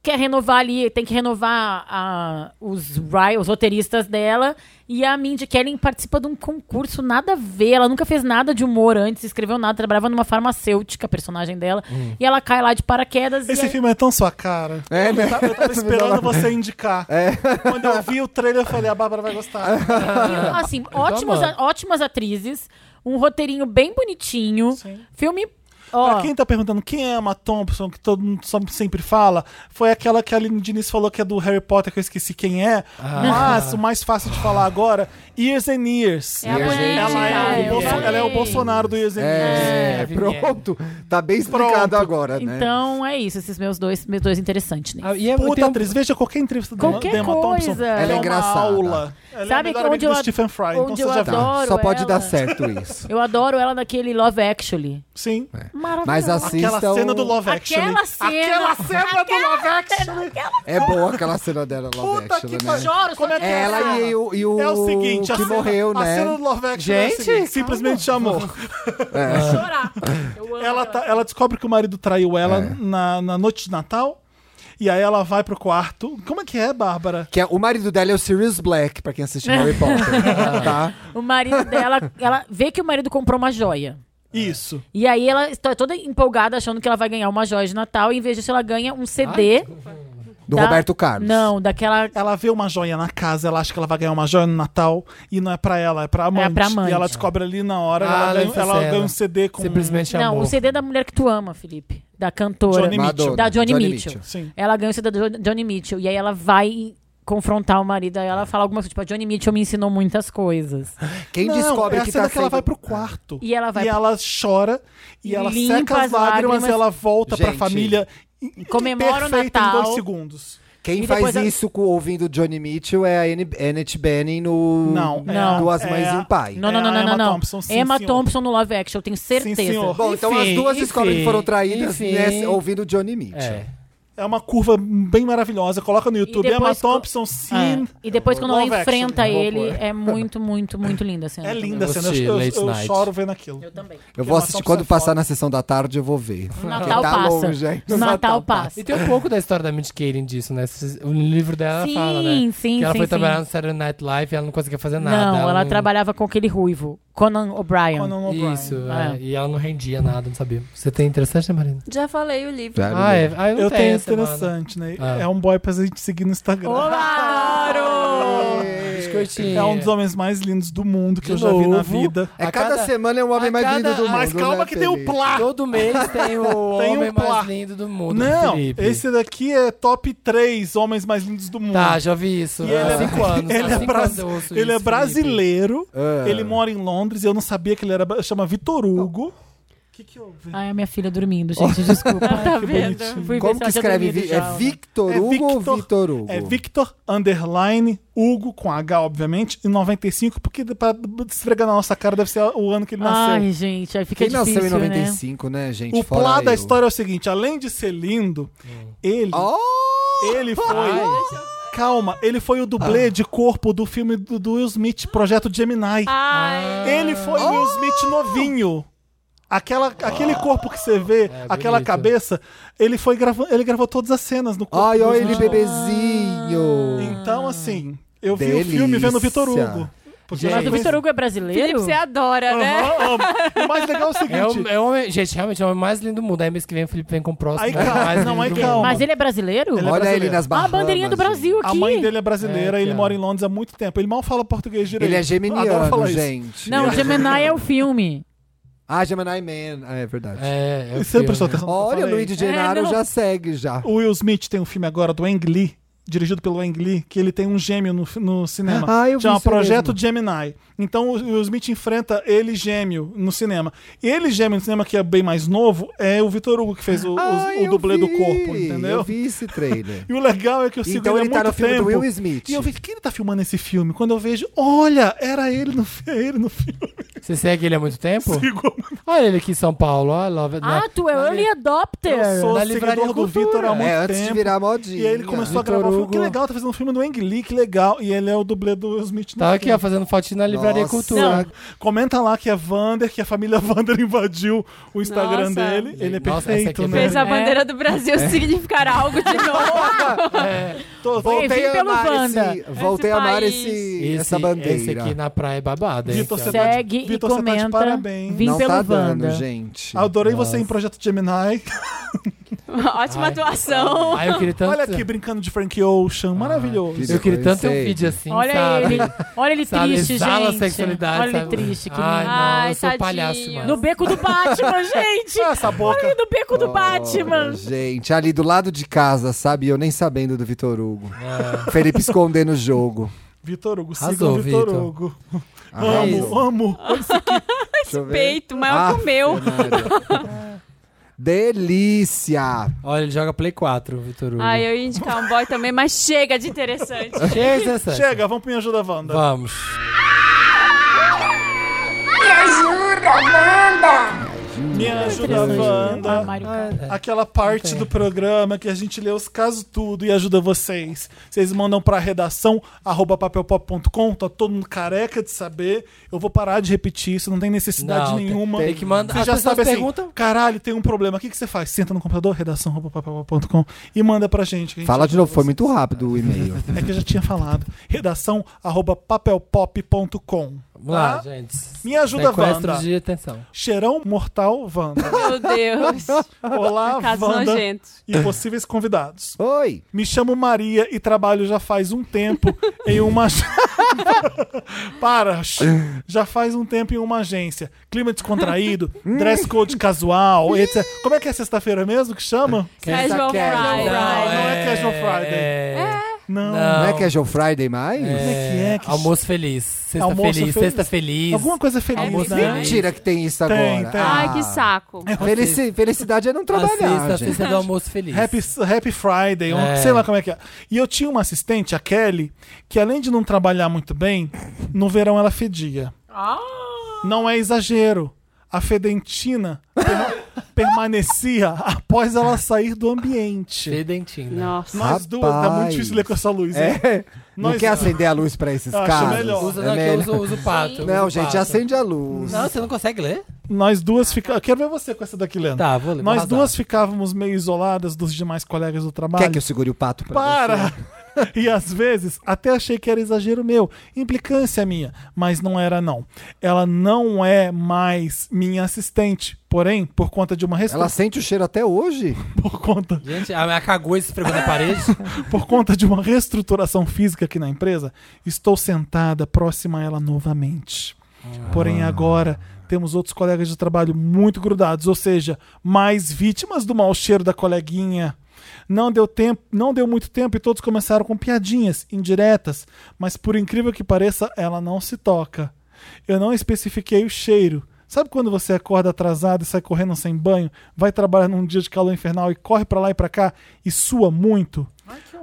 [SPEAKER 5] quer renovar ali, tem que renovar a- os, ri- os roteiristas dela. E a Mindy Kelly participa de um concurso, nada a ver. Ela nunca fez nada de humor antes, escreveu nada, trabalhava numa farmacêutica, a personagem dela.
[SPEAKER 2] Hum.
[SPEAKER 5] E ela cai lá de paraquedas. e
[SPEAKER 1] Esse
[SPEAKER 5] aí-
[SPEAKER 1] filme é tão sua cara.
[SPEAKER 2] É, né?
[SPEAKER 1] Eu tava, eu tava esperando você indicar.
[SPEAKER 2] É.
[SPEAKER 1] Quando eu vi o trailer, eu falei, a Bárbara vai gostar.
[SPEAKER 5] E, assim, ótimos,
[SPEAKER 4] amando.
[SPEAKER 5] ótimas atrizes, um roteirinho bem bonitinho.
[SPEAKER 1] Sim.
[SPEAKER 5] Filme. Ó,
[SPEAKER 1] Pra quem tá perguntando quem é a Emma Thompson, que todo mundo só- sempre fala, foi aquela que a Aline Diniz falou que é do Harry Potter, que eu esqueci quem é.
[SPEAKER 2] Ah.
[SPEAKER 1] Mas o mais fácil de falar agora, Years and Years.
[SPEAKER 5] É a
[SPEAKER 2] Years and
[SPEAKER 5] Bonnie,
[SPEAKER 1] Ela é,
[SPEAKER 5] eu
[SPEAKER 1] o Bolso-
[SPEAKER 5] falei.
[SPEAKER 1] ela é o Bolsonaro do Years and Years.
[SPEAKER 2] É, pronto. Tá bem explicado
[SPEAKER 1] Pronto.
[SPEAKER 2] agora, né?
[SPEAKER 5] Então é isso, esses meus dois, meus dois interessantes. Né?
[SPEAKER 4] Ah, e é, eu
[SPEAKER 1] Puta
[SPEAKER 4] tenho-
[SPEAKER 1] atriz, veja qualquer entrevista da
[SPEAKER 5] Qualquer
[SPEAKER 1] Emma Thompson.
[SPEAKER 5] coisa.
[SPEAKER 1] que
[SPEAKER 5] Ela é
[SPEAKER 1] uma
[SPEAKER 2] engraçada.
[SPEAKER 1] Aula. Ela é a
[SPEAKER 5] Sabe
[SPEAKER 1] melhor
[SPEAKER 5] onde
[SPEAKER 1] amiga
[SPEAKER 5] eu
[SPEAKER 1] do
[SPEAKER 5] ad-
[SPEAKER 1] Stephen Fry, então
[SPEAKER 5] onde
[SPEAKER 1] você
[SPEAKER 5] eu
[SPEAKER 1] já viu.
[SPEAKER 5] adoro-
[SPEAKER 2] Tá, só pode
[SPEAKER 5] ela.
[SPEAKER 2] dar certo isso.
[SPEAKER 5] Eu adoro ela naquele Love Actually.
[SPEAKER 1] Sim.
[SPEAKER 5] Maravilhoso.
[SPEAKER 2] Mas assistam.
[SPEAKER 1] Aquela cena do Love Actually.
[SPEAKER 5] Aquela cena.
[SPEAKER 1] Aquela cena do Love Actually.
[SPEAKER 2] É boa aquela cena dela, Love
[SPEAKER 1] Puta
[SPEAKER 2] Actually,
[SPEAKER 1] que
[SPEAKER 2] né?
[SPEAKER 1] pariu.
[SPEAKER 5] Choro,
[SPEAKER 1] Como é
[SPEAKER 5] sou
[SPEAKER 1] que
[SPEAKER 5] dessa.
[SPEAKER 2] Ela e o, e o
[SPEAKER 1] É o seguinte, a
[SPEAKER 2] que
[SPEAKER 1] cena,
[SPEAKER 2] morreu,
[SPEAKER 1] a
[SPEAKER 2] né?
[SPEAKER 1] cena do Love Action é a
[SPEAKER 4] Gente,
[SPEAKER 1] seguinte, simplesmente chamou.
[SPEAKER 5] chorar. Eu amo
[SPEAKER 1] Ela, tá- ela descobre que o marido traiu ela
[SPEAKER 4] É.
[SPEAKER 1] na, na noite de Natal. E aí ela vai pro quarto. Como é que é, Bárbara?
[SPEAKER 2] Que é- o marido dela é o Sirius Black, pra quem assiste Harry Potter. tá?
[SPEAKER 5] O marido dela, ela vê que o marido comprou uma joia.
[SPEAKER 1] Isso.
[SPEAKER 5] E aí ela está toda empolgada achando que ela vai ganhar uma joia de Natal, e em vez disso ela ganha um CD
[SPEAKER 2] Do
[SPEAKER 5] da-
[SPEAKER 2] Roberto Carlos.
[SPEAKER 5] Tá. Não, daquela
[SPEAKER 1] Ela vê uma joia na casa, ela acha que ela vai ganhar uma joia no Natal. E não é pra ela, é pra amante.
[SPEAKER 5] pra amante.
[SPEAKER 1] E ela descobre ali na hora.
[SPEAKER 4] Ah,
[SPEAKER 1] ela ganha,
[SPEAKER 4] essa
[SPEAKER 1] ela
[SPEAKER 4] cena.
[SPEAKER 1] ganha um CD com...
[SPEAKER 4] Simplesmente
[SPEAKER 5] Não,
[SPEAKER 4] amor.
[SPEAKER 5] o CD da mulher que tu ama, Felipe. Da cantora.
[SPEAKER 1] Johnny Mitchell.
[SPEAKER 2] Madonna.
[SPEAKER 5] Da Johnny,
[SPEAKER 2] Johnny
[SPEAKER 5] Mitchell.
[SPEAKER 2] Mitchell.
[SPEAKER 1] Sim.
[SPEAKER 5] Ela ganha o CD da Jo- Johnny Mitchell. E aí ela vai confrontar o marido. Aí ela fala alguma coisa, tipo, a Johnny Mitchell me ensinou muitas coisas.
[SPEAKER 2] Quem
[SPEAKER 1] Não,
[SPEAKER 2] descobre
[SPEAKER 1] é a
[SPEAKER 2] que
[SPEAKER 1] cena
[SPEAKER 2] tá
[SPEAKER 1] que ela
[SPEAKER 2] sendo-
[SPEAKER 1] vai pro quarto.
[SPEAKER 5] E ela vai pro-
[SPEAKER 1] ela chora. E,
[SPEAKER 5] E
[SPEAKER 1] ela
[SPEAKER 5] limpa
[SPEAKER 1] seca
[SPEAKER 5] as
[SPEAKER 1] as lágrimas.
[SPEAKER 5] lágrimas.
[SPEAKER 1] E ela volta pra
[SPEAKER 2] Gente.
[SPEAKER 1] família. e-
[SPEAKER 5] Comemora o
[SPEAKER 1] perfeita
[SPEAKER 5] Natal.
[SPEAKER 1] em dois segundos.
[SPEAKER 2] Quem
[SPEAKER 5] E
[SPEAKER 2] faz
[SPEAKER 5] depois a-
[SPEAKER 2] isso com, ouvindo Johnny Mitchell é a Ann- Annette Bening no
[SPEAKER 1] Não, é a-
[SPEAKER 2] Duas
[SPEAKER 1] é
[SPEAKER 2] Mães e
[SPEAKER 1] a-
[SPEAKER 2] um Pai.
[SPEAKER 5] Não, não,
[SPEAKER 1] É
[SPEAKER 5] não,
[SPEAKER 1] a
[SPEAKER 5] não, não.
[SPEAKER 1] Emma
[SPEAKER 5] não.
[SPEAKER 1] Thompson, sim,
[SPEAKER 5] Emma
[SPEAKER 1] senhor.
[SPEAKER 5] Thompson no Live Action, eu tenho certeza. Ah.
[SPEAKER 1] senhor.
[SPEAKER 2] Bom, então as
[SPEAKER 4] Enfim,
[SPEAKER 2] duas
[SPEAKER 4] enfim,
[SPEAKER 2] descobrem que foram traídas
[SPEAKER 4] enfim.
[SPEAKER 2] nessa- ouvindo Johnny Mitchell.
[SPEAKER 4] É.
[SPEAKER 1] É uma curva bem maravilhosa. Coloca no YouTube. Emma
[SPEAKER 5] depois co-
[SPEAKER 1] Thompson, sim.
[SPEAKER 5] É. E depois, quando ela
[SPEAKER 1] Love Action.
[SPEAKER 5] enfrenta
[SPEAKER 1] Vou
[SPEAKER 5] ele,
[SPEAKER 1] pôr.
[SPEAKER 5] é muito, muito, muito linda a cena.
[SPEAKER 1] É linda a
[SPEAKER 4] vou
[SPEAKER 1] cena. Eu,
[SPEAKER 4] assistir
[SPEAKER 1] eu-
[SPEAKER 4] Late
[SPEAKER 1] eu
[SPEAKER 4] Night.
[SPEAKER 1] choro vendo aquilo.
[SPEAKER 5] Eu também.
[SPEAKER 2] Eu vou
[SPEAKER 1] Emma
[SPEAKER 2] assistir
[SPEAKER 1] Thompson
[SPEAKER 2] quando
[SPEAKER 1] é
[SPEAKER 2] passar
[SPEAKER 1] foda.
[SPEAKER 2] na sessão da tarde, eu vou ver.
[SPEAKER 5] O
[SPEAKER 2] Porque
[SPEAKER 5] Natal
[SPEAKER 2] tá
[SPEAKER 5] passa.
[SPEAKER 2] longe, hein?
[SPEAKER 5] O
[SPEAKER 1] tá.
[SPEAKER 5] Natal
[SPEAKER 4] E
[SPEAKER 5] passa.
[SPEAKER 4] tem um pouco da história da Mitch Kaling disso, né? O livro dela
[SPEAKER 5] Sim,
[SPEAKER 4] fala, né?
[SPEAKER 5] sim,
[SPEAKER 4] que ela
[SPEAKER 5] sim,
[SPEAKER 4] foi
[SPEAKER 5] sim.
[SPEAKER 4] trabalhar no Saturday Night Live e ela não conseguia fazer nada. um-
[SPEAKER 5] não, ela, trabalhava com aquele ruivo, Conan O'Brien.
[SPEAKER 1] Conan O'Brien.
[SPEAKER 4] Isso,
[SPEAKER 5] O'Brien.
[SPEAKER 4] é,
[SPEAKER 5] É.
[SPEAKER 4] e ela não rendia nada, não sabia. Você tem interessante, né, Marina?
[SPEAKER 3] Já falei o livro.
[SPEAKER 2] Sério,
[SPEAKER 4] Ah, é,
[SPEAKER 2] né?
[SPEAKER 4] ah, eu, não
[SPEAKER 1] Eu tenho
[SPEAKER 4] essa, mano.
[SPEAKER 1] interessante, né?
[SPEAKER 4] Ah.
[SPEAKER 1] É um boy pra gente seguir no Instagram.
[SPEAKER 5] Claro!
[SPEAKER 4] Biscoitinho.
[SPEAKER 1] É um dos homens mais lindos do mundo que
[SPEAKER 4] De
[SPEAKER 1] eu já vi na
[SPEAKER 4] novo.
[SPEAKER 1] vida.
[SPEAKER 2] É
[SPEAKER 4] A
[SPEAKER 2] cada,
[SPEAKER 4] cada-
[SPEAKER 2] semana é um homem
[SPEAKER 4] a
[SPEAKER 2] mais lindo
[SPEAKER 4] cada-
[SPEAKER 2] do mundo.
[SPEAKER 1] Mas calma
[SPEAKER 2] né,
[SPEAKER 1] que tem o
[SPEAKER 2] Felipe?
[SPEAKER 1] plá.
[SPEAKER 4] Todo mês tem o
[SPEAKER 1] Tem um
[SPEAKER 4] homem
[SPEAKER 1] plá.
[SPEAKER 4] mais lindo do mundo.
[SPEAKER 1] Não,
[SPEAKER 4] Felipe.
[SPEAKER 1] esse daqui é top 3 homens mais lindos do mundo.
[SPEAKER 4] Tá, já vi isso.
[SPEAKER 1] E ele
[SPEAKER 4] há
[SPEAKER 1] é-
[SPEAKER 4] cinco anos.
[SPEAKER 1] ele
[SPEAKER 4] há
[SPEAKER 1] é
[SPEAKER 4] cinco
[SPEAKER 1] bras-
[SPEAKER 4] anos eu ouço
[SPEAKER 1] Ele é
[SPEAKER 4] isso, Felipe.
[SPEAKER 1] brasileiro,
[SPEAKER 2] Ah.
[SPEAKER 1] É. ele mora em Londres, eu não sabia que ele era. Chama Vitor Hugo. O que, que houve?
[SPEAKER 5] Ai, a minha filha dormindo, gente, desculpa.
[SPEAKER 3] Tá
[SPEAKER 1] que
[SPEAKER 3] vendo?
[SPEAKER 1] bonitinho.
[SPEAKER 5] Fui ver
[SPEAKER 2] Como
[SPEAKER 5] se
[SPEAKER 2] que
[SPEAKER 5] ela tinha
[SPEAKER 2] escreve?
[SPEAKER 5] dormido
[SPEAKER 2] Vi-
[SPEAKER 5] já,
[SPEAKER 2] É Victor
[SPEAKER 1] É
[SPEAKER 2] Hugo ou
[SPEAKER 1] Victor-
[SPEAKER 2] Vitor Hugo?
[SPEAKER 1] É Victor Underline Hugo com H, obviamente, e 95, porque pra esfregar na nossa cara deve ser o ano que ele
[SPEAKER 5] ou não.
[SPEAKER 1] nasceu.
[SPEAKER 5] Ai, gente, aí fica
[SPEAKER 2] Quem nasceu em
[SPEAKER 5] difícil, né?
[SPEAKER 2] 95, né, gente?
[SPEAKER 1] o
[SPEAKER 2] Fora
[SPEAKER 1] plá da
[SPEAKER 2] eu. Hum.
[SPEAKER 1] história é o seguinte: além de ser lindo, ele,
[SPEAKER 2] Oh!
[SPEAKER 1] ele
[SPEAKER 4] Ah,
[SPEAKER 1] foi.
[SPEAKER 4] é.
[SPEAKER 1] Calma, ele foi o dublê de corpo do filme do, do Will Smith, Projeto Gemini.
[SPEAKER 3] Ai,
[SPEAKER 1] Ele foi o Will
[SPEAKER 5] Oh!
[SPEAKER 1] Smith novinho. Aquela, aquele
[SPEAKER 2] Ah.
[SPEAKER 1] corpo que você vê,
[SPEAKER 2] É,
[SPEAKER 1] aquela
[SPEAKER 4] bonito.
[SPEAKER 1] cabeça, ele foi gravando, ele gravou todas as cenas no corpo.
[SPEAKER 2] Ai,
[SPEAKER 1] do
[SPEAKER 2] olha
[SPEAKER 1] Will
[SPEAKER 2] ele
[SPEAKER 1] Smith.
[SPEAKER 2] bebezinho.
[SPEAKER 1] Então, assim, eu vi o
[SPEAKER 2] Delícia.
[SPEAKER 1] filme vendo o Vitor Hugo. Porque
[SPEAKER 4] Gente.
[SPEAKER 1] eu
[SPEAKER 5] Mas o
[SPEAKER 1] conheci-
[SPEAKER 5] Vitor Hugo é brasileiro?
[SPEAKER 3] Felipe, você adora, né?
[SPEAKER 1] Aham, amo. E o mais
[SPEAKER 5] um
[SPEAKER 1] legal é o
[SPEAKER 4] É
[SPEAKER 1] seguinte.
[SPEAKER 4] o, é o homem, gente, realmente é o homem mais lindo do mundo. Aí mês que vem o Felipe vem com o próximo.
[SPEAKER 1] Aí
[SPEAKER 4] homem
[SPEAKER 1] calma,
[SPEAKER 4] mais
[SPEAKER 1] não,
[SPEAKER 4] lindo
[SPEAKER 1] aí
[SPEAKER 4] do
[SPEAKER 1] calma.
[SPEAKER 4] mundo.
[SPEAKER 5] Mas ele é brasileiro?
[SPEAKER 1] Ele é
[SPEAKER 2] Olha
[SPEAKER 1] brasileiro.
[SPEAKER 2] ele nas
[SPEAKER 5] Ah,
[SPEAKER 2] barras.
[SPEAKER 5] a bandeirinha do Brasil
[SPEAKER 1] A
[SPEAKER 5] aqui.
[SPEAKER 1] mãe dele é brasileira
[SPEAKER 4] É,
[SPEAKER 1] e ele
[SPEAKER 4] cara.
[SPEAKER 1] mora em Londres há muito tempo. Ele mal fala português direito.
[SPEAKER 2] Ele é
[SPEAKER 1] Adoro
[SPEAKER 2] geminiano,
[SPEAKER 1] falar isso.
[SPEAKER 2] gente.
[SPEAKER 5] Não,
[SPEAKER 2] Ele é
[SPEAKER 5] Gemini é o filme.
[SPEAKER 2] Ah, Gemini Man. Ah, é verdade.
[SPEAKER 4] É, é o
[SPEAKER 1] Você não
[SPEAKER 4] filme.
[SPEAKER 1] prestou atenção no que eu
[SPEAKER 2] Olha, o
[SPEAKER 1] falei?
[SPEAKER 2] Luigi Gennaro
[SPEAKER 5] É, não.
[SPEAKER 2] já segue já.
[SPEAKER 1] O Will Smith tem um filme agora do Ang Lee, dirigido pelo Ang Lee, que ele tem um gêmeo no, no cinema.
[SPEAKER 2] Ah, eu vi
[SPEAKER 1] chama
[SPEAKER 2] isso
[SPEAKER 1] Projeto
[SPEAKER 2] mesmo.
[SPEAKER 1] Gemini. Então o Will Smith enfrenta ele gêmeo no cinema. E ele gêmeo no cinema, que é bem mais novo, é o Vitor Hugo que fez o, o-
[SPEAKER 2] Ai,
[SPEAKER 1] o
[SPEAKER 2] Ah, eu
[SPEAKER 1] dublê do
[SPEAKER 2] vi,
[SPEAKER 1] corpo, entendeu?
[SPEAKER 2] Eu vi esse trailer.
[SPEAKER 1] E o legal é que eu sigo
[SPEAKER 2] Então
[SPEAKER 1] ele
[SPEAKER 2] ele
[SPEAKER 1] há
[SPEAKER 2] tá
[SPEAKER 1] muito
[SPEAKER 2] no filme do
[SPEAKER 1] tempo.
[SPEAKER 2] Will Smith.
[SPEAKER 1] E eu vejo, quem ele tá filmando esse filme? Quando eu vejo, olha, era ele no, fi- é ele no filme.
[SPEAKER 4] Você segue ele há muito tempo?
[SPEAKER 1] Sigo-
[SPEAKER 4] Olha ele é aqui em São Paulo. ó, lá- na-
[SPEAKER 5] Ah, tu é early adopter.
[SPEAKER 1] Eu sou
[SPEAKER 4] Da Livraria
[SPEAKER 1] seguidor do
[SPEAKER 4] Cultura.
[SPEAKER 1] Vitor há muito
[SPEAKER 2] é, antes
[SPEAKER 1] tempo.
[SPEAKER 2] de virar modinha.
[SPEAKER 1] E aí ele começou a
[SPEAKER 4] Vitor
[SPEAKER 1] gravar, falou,
[SPEAKER 4] Hugo.
[SPEAKER 1] que legal, tá fazendo um filme do Ang Lee, que legal. E ele é o dublê do Will Smith no
[SPEAKER 4] Tava Tá aqui,
[SPEAKER 1] filme.
[SPEAKER 4] ó, fazendo fotinho na Livraria
[SPEAKER 2] Nossa.
[SPEAKER 4] Cultura.
[SPEAKER 2] Não.
[SPEAKER 1] Comenta lá que é Vander, que a família Vander invadiu o Instagram
[SPEAKER 3] Nossa.
[SPEAKER 1] dele. Ele é
[SPEAKER 4] Nossa, essa
[SPEAKER 1] perfeito,
[SPEAKER 4] aqui é
[SPEAKER 1] né?
[SPEAKER 3] Fez a
[SPEAKER 4] É.
[SPEAKER 3] bandeira do Brasil significar algo de novo.
[SPEAKER 1] Tô-
[SPEAKER 5] Vem,
[SPEAKER 2] Voltei
[SPEAKER 5] vem
[SPEAKER 2] a
[SPEAKER 5] pelo
[SPEAKER 2] amar
[SPEAKER 5] Wanda.
[SPEAKER 2] esse... Voltei a amar
[SPEAKER 3] país.
[SPEAKER 2] esse,
[SPEAKER 4] Esse,
[SPEAKER 2] essa bandeira.
[SPEAKER 4] esse aqui na praia é babado, hein?
[SPEAKER 1] Vitor,
[SPEAKER 4] cara?
[SPEAKER 1] você tá-
[SPEAKER 5] Segue
[SPEAKER 1] Vitor,
[SPEAKER 5] e
[SPEAKER 1] você tá de
[SPEAKER 5] comenta.
[SPEAKER 1] parabéns.
[SPEAKER 5] Vim
[SPEAKER 2] Não
[SPEAKER 5] pelo
[SPEAKER 2] tá
[SPEAKER 5] Wanda.
[SPEAKER 2] dando, gente.
[SPEAKER 1] Adorei você em Projeto Gemini.
[SPEAKER 3] Ótima
[SPEAKER 4] Ai.
[SPEAKER 3] atuação.
[SPEAKER 4] Ah, eu queria tanto... Ah,
[SPEAKER 1] Olha aqui, brincando de Frank Ocean, maravilhoso.
[SPEAKER 2] que
[SPEAKER 4] Eu queria tanto ter um
[SPEAKER 2] Sei.
[SPEAKER 4] vídeo assim,
[SPEAKER 5] Olha
[SPEAKER 4] sabe?
[SPEAKER 5] ele. Olha ele
[SPEAKER 4] Sabe,
[SPEAKER 5] triste,
[SPEAKER 4] exala a
[SPEAKER 5] gente.
[SPEAKER 4] sexualidade,
[SPEAKER 5] Olha ele
[SPEAKER 4] sabe?
[SPEAKER 5] triste, que
[SPEAKER 4] Ai,
[SPEAKER 5] lindo.
[SPEAKER 4] não,
[SPEAKER 3] Ai,
[SPEAKER 4] eu sou
[SPEAKER 3] tadinho.
[SPEAKER 4] um palhaço, mano.
[SPEAKER 5] No beco do Batman, gente.
[SPEAKER 1] Essa boca.
[SPEAKER 5] Olha ele no beco do Batman.
[SPEAKER 2] Oh, gente, ali do lado de casa, sabe? Eu nem sabendo do Vitor Hugo.
[SPEAKER 4] É.
[SPEAKER 2] Felipe escondendo o jogo.
[SPEAKER 1] Vitor Hugo, sigam
[SPEAKER 4] Arrasou,
[SPEAKER 1] o Vitor
[SPEAKER 4] Vitor. Ah, é
[SPEAKER 1] Hugo.
[SPEAKER 2] Arrasou.
[SPEAKER 1] Amo, amo.
[SPEAKER 2] Deixa eu ver.
[SPEAKER 3] Peito maior que o meu.
[SPEAKER 2] Fernanda. Delícia!
[SPEAKER 4] Olha, ele joga Play 4, Vitor Hugo.
[SPEAKER 3] Ai, eu ia indicar um boy também, mas chega de interessante.
[SPEAKER 4] Chega, essa.
[SPEAKER 1] Chega, vamos pro Me Ajuda Wanda.
[SPEAKER 4] Vamos.
[SPEAKER 7] Me ajuda, Wanda!
[SPEAKER 1] Me Ajuda
[SPEAKER 5] Ah,
[SPEAKER 1] Wanda.
[SPEAKER 5] Mario Kart.
[SPEAKER 1] Aquela parte do programa que a gente lê os casos tudo e ajuda vocês. Vocês mandam pra redação arroba papelpop.com, tá todo mundo careca de saber. Eu vou parar de repetir isso, não tem necessidade
[SPEAKER 4] Não, tem-
[SPEAKER 1] nenhuma.
[SPEAKER 4] tem que mandar.
[SPEAKER 1] Você
[SPEAKER 4] As
[SPEAKER 1] já
[SPEAKER 4] pessoas
[SPEAKER 1] sabe assim,
[SPEAKER 4] perguntam.
[SPEAKER 1] caralho, tem um problema. O que, que você faz? Senta no computador, redação arroba papelpop.com e manda pra gente. que a gente
[SPEAKER 2] Fala de
[SPEAKER 1] ajuda
[SPEAKER 2] novo, foi
[SPEAKER 1] vocês.
[SPEAKER 2] muito rápido o e-mail.
[SPEAKER 1] É que eu já tinha falado. Redação arroba papelpop.com.
[SPEAKER 4] Vamos lá,
[SPEAKER 1] Tá?
[SPEAKER 4] gente.
[SPEAKER 1] Me ajuda,
[SPEAKER 4] Sequestro
[SPEAKER 1] Wanda.
[SPEAKER 4] de atenção.
[SPEAKER 1] Cheirão mortal Wanda.
[SPEAKER 3] Meu Deus.
[SPEAKER 1] Olá,
[SPEAKER 3] Casos
[SPEAKER 1] Wanda
[SPEAKER 3] nojentos.
[SPEAKER 1] e possíveis convidados.
[SPEAKER 2] Oi!
[SPEAKER 1] Me chamo Maria e trabalho já faz um tempo em uma. Para! Já faz um tempo em uma agência. Clima descontraído, dress code casual, etc. Como é que é sexta-feira mesmo que chama?
[SPEAKER 3] Casual
[SPEAKER 2] Casual
[SPEAKER 3] Friday.
[SPEAKER 4] né?
[SPEAKER 1] Friday. é Casual Friday.
[SPEAKER 4] É.
[SPEAKER 1] Não.
[SPEAKER 2] Não
[SPEAKER 4] Não.
[SPEAKER 2] é Casual Friday mais?
[SPEAKER 1] é que é que-
[SPEAKER 4] Almoço feliz. Sexta
[SPEAKER 1] Almoço
[SPEAKER 4] feliz.
[SPEAKER 1] feliz.
[SPEAKER 4] Sexta feliz.
[SPEAKER 1] Alguma coisa feliz,
[SPEAKER 2] É
[SPEAKER 4] Almoço
[SPEAKER 1] né?
[SPEAKER 4] feliz.
[SPEAKER 2] Mentira que tem isso agora. Ah,
[SPEAKER 1] Tem, tem.
[SPEAKER 4] Ah.
[SPEAKER 3] Ai, que saco.
[SPEAKER 2] Felici- Felicidade é não trabalhar,
[SPEAKER 4] Assista a
[SPEAKER 2] gente.
[SPEAKER 4] sexta do almoço feliz.
[SPEAKER 1] Happy, Happy Friday, um-
[SPEAKER 4] É.
[SPEAKER 1] sei lá como é que é. E eu tinha uma assistente, a Kelly, que além de não trabalhar muito bem, no verão ela fedia. Não é exagero. A fedentina per- permanecia após ela sair do ambiente.
[SPEAKER 4] Fedentina.
[SPEAKER 3] Nossa.
[SPEAKER 1] Nós duas, tá muito
[SPEAKER 2] Rapaz.
[SPEAKER 1] difícil ler com essa luz. hein?
[SPEAKER 2] É. Não
[SPEAKER 1] Nós-
[SPEAKER 2] quer acender a luz pra esses
[SPEAKER 1] Acho
[SPEAKER 2] casos?
[SPEAKER 1] melhor.
[SPEAKER 4] Usa,
[SPEAKER 2] É
[SPEAKER 4] não, que eu
[SPEAKER 2] melhor.
[SPEAKER 4] uso, uso o pato. eu uso
[SPEAKER 2] Não,
[SPEAKER 4] o
[SPEAKER 2] gente,
[SPEAKER 4] pato.
[SPEAKER 2] acende a luz.
[SPEAKER 4] Não, você não consegue ler?
[SPEAKER 1] Nós duas ficávamos. Quero ver você com essa daqui lendo.
[SPEAKER 4] Tá, vou ler, vou
[SPEAKER 1] Nós
[SPEAKER 4] arrasar.
[SPEAKER 1] duas ficávamos meio isoladas dos demais colegas do trabalho.
[SPEAKER 2] Quer que eu segure o pato pra
[SPEAKER 1] Para!
[SPEAKER 2] você?
[SPEAKER 1] E às vezes até achei que era exagero meu, implicância minha, mas não era não. Ela não é mais minha assistente, porém, por conta de uma
[SPEAKER 2] Ela
[SPEAKER 1] responsa-
[SPEAKER 2] sente o cheiro até hoje?
[SPEAKER 1] por conta
[SPEAKER 4] Gente, a minha cagou e se esfregou na parede.
[SPEAKER 1] por conta de uma reestruturação física aqui na empresa, estou sentada próxima a ela novamente. Porém agora temos outros colegas de trabalho muito grudados, ou seja, mais vítimas do mau cheiro da coleguinha. Não deu tempo, não deu muito tempo e todos começaram com piadinhas indiretas, mas por incrível que pareça, ela não se toca. Eu não especifiquei o cheiro. Sabe quando você acorda atrasado e sai correndo sem banho, vai trabalhar num dia de calor infernal e corre pra lá e pra cá e sua muito?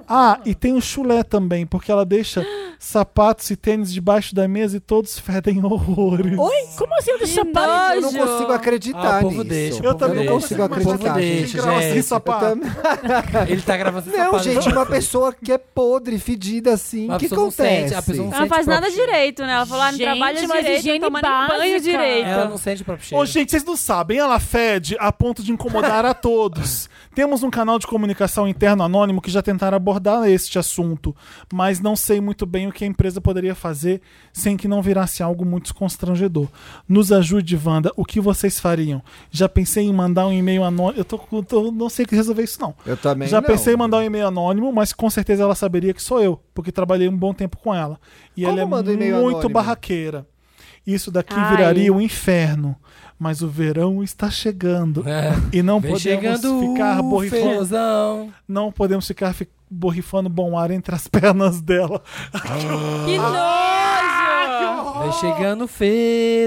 [SPEAKER 1] Ah, e tem o chulé também, porque ela deixa sapatos e tênis debaixo da mesa e todos fedem horrores.
[SPEAKER 5] Oi? Como assim? Deixa eu parar.
[SPEAKER 2] Eu não consigo acreditar
[SPEAKER 4] Ah, o povo
[SPEAKER 2] nisso.
[SPEAKER 4] deixa, o
[SPEAKER 1] Eu
[SPEAKER 4] povo
[SPEAKER 1] também
[SPEAKER 2] não
[SPEAKER 1] não
[SPEAKER 2] consigo
[SPEAKER 1] consigo imaginar
[SPEAKER 2] acreditar.
[SPEAKER 4] que
[SPEAKER 2] gente. é
[SPEAKER 4] deixa,
[SPEAKER 1] Grau
[SPEAKER 4] gente.
[SPEAKER 1] sem
[SPEAKER 2] Eu
[SPEAKER 1] sapato.
[SPEAKER 2] também-
[SPEAKER 4] Ele tá gravando essa
[SPEAKER 2] Não,
[SPEAKER 4] parada.
[SPEAKER 2] gente, uma pessoa que é podre, fedida assim, o
[SPEAKER 4] Mas a
[SPEAKER 2] que
[SPEAKER 4] pessoa não
[SPEAKER 2] acontece?
[SPEAKER 4] sente, a pessoa não
[SPEAKER 3] Ela não faz nada direito, né? Ela falou, ah, não
[SPEAKER 5] Gente,
[SPEAKER 3] trabalha
[SPEAKER 5] mas
[SPEAKER 3] direito, não
[SPEAKER 5] higiene
[SPEAKER 3] toma nem um banho
[SPEAKER 5] básica.
[SPEAKER 3] direito.
[SPEAKER 4] Ela não sente o próprio cheiro.
[SPEAKER 1] Ô, gente, vocês não sabem, ela fede a ponto de incomodar a todos. Temos um canal de comunicação interno anônimo que já tentaram abordar este assunto, mas não sei muito bem o que a empresa poderia fazer sem que não virasse algo muito constrangedor. Nos ajude, Wanda, o que vocês fariam? Já pensei em mandar um e-mail anônimo. Eu tô, com- tô- não sei o que resolver isso, não.
[SPEAKER 2] Eu também
[SPEAKER 1] Já
[SPEAKER 2] não.
[SPEAKER 1] pensei em mandar um e-mail anônimo, mas com certeza ela saberia que sou eu, porque trabalhei um bom tempo com ela. E
[SPEAKER 2] Como
[SPEAKER 1] ela
[SPEAKER 2] manda um
[SPEAKER 1] é
[SPEAKER 2] e-mail
[SPEAKER 1] muito
[SPEAKER 2] anônimo?
[SPEAKER 1] barraqueira. Isso daqui
[SPEAKER 3] Ai.
[SPEAKER 1] viraria um inferno. Mas o verão está chegando.
[SPEAKER 4] É.
[SPEAKER 1] E não
[SPEAKER 4] Vem
[SPEAKER 1] podemos
[SPEAKER 4] chegando
[SPEAKER 1] ficar
[SPEAKER 4] o
[SPEAKER 1] borrifando.
[SPEAKER 4] ferozão.
[SPEAKER 1] Não podemos ficar fi- borrifando bom ar entre as pernas dela.
[SPEAKER 3] Que nojo!
[SPEAKER 4] Vem Vem chegando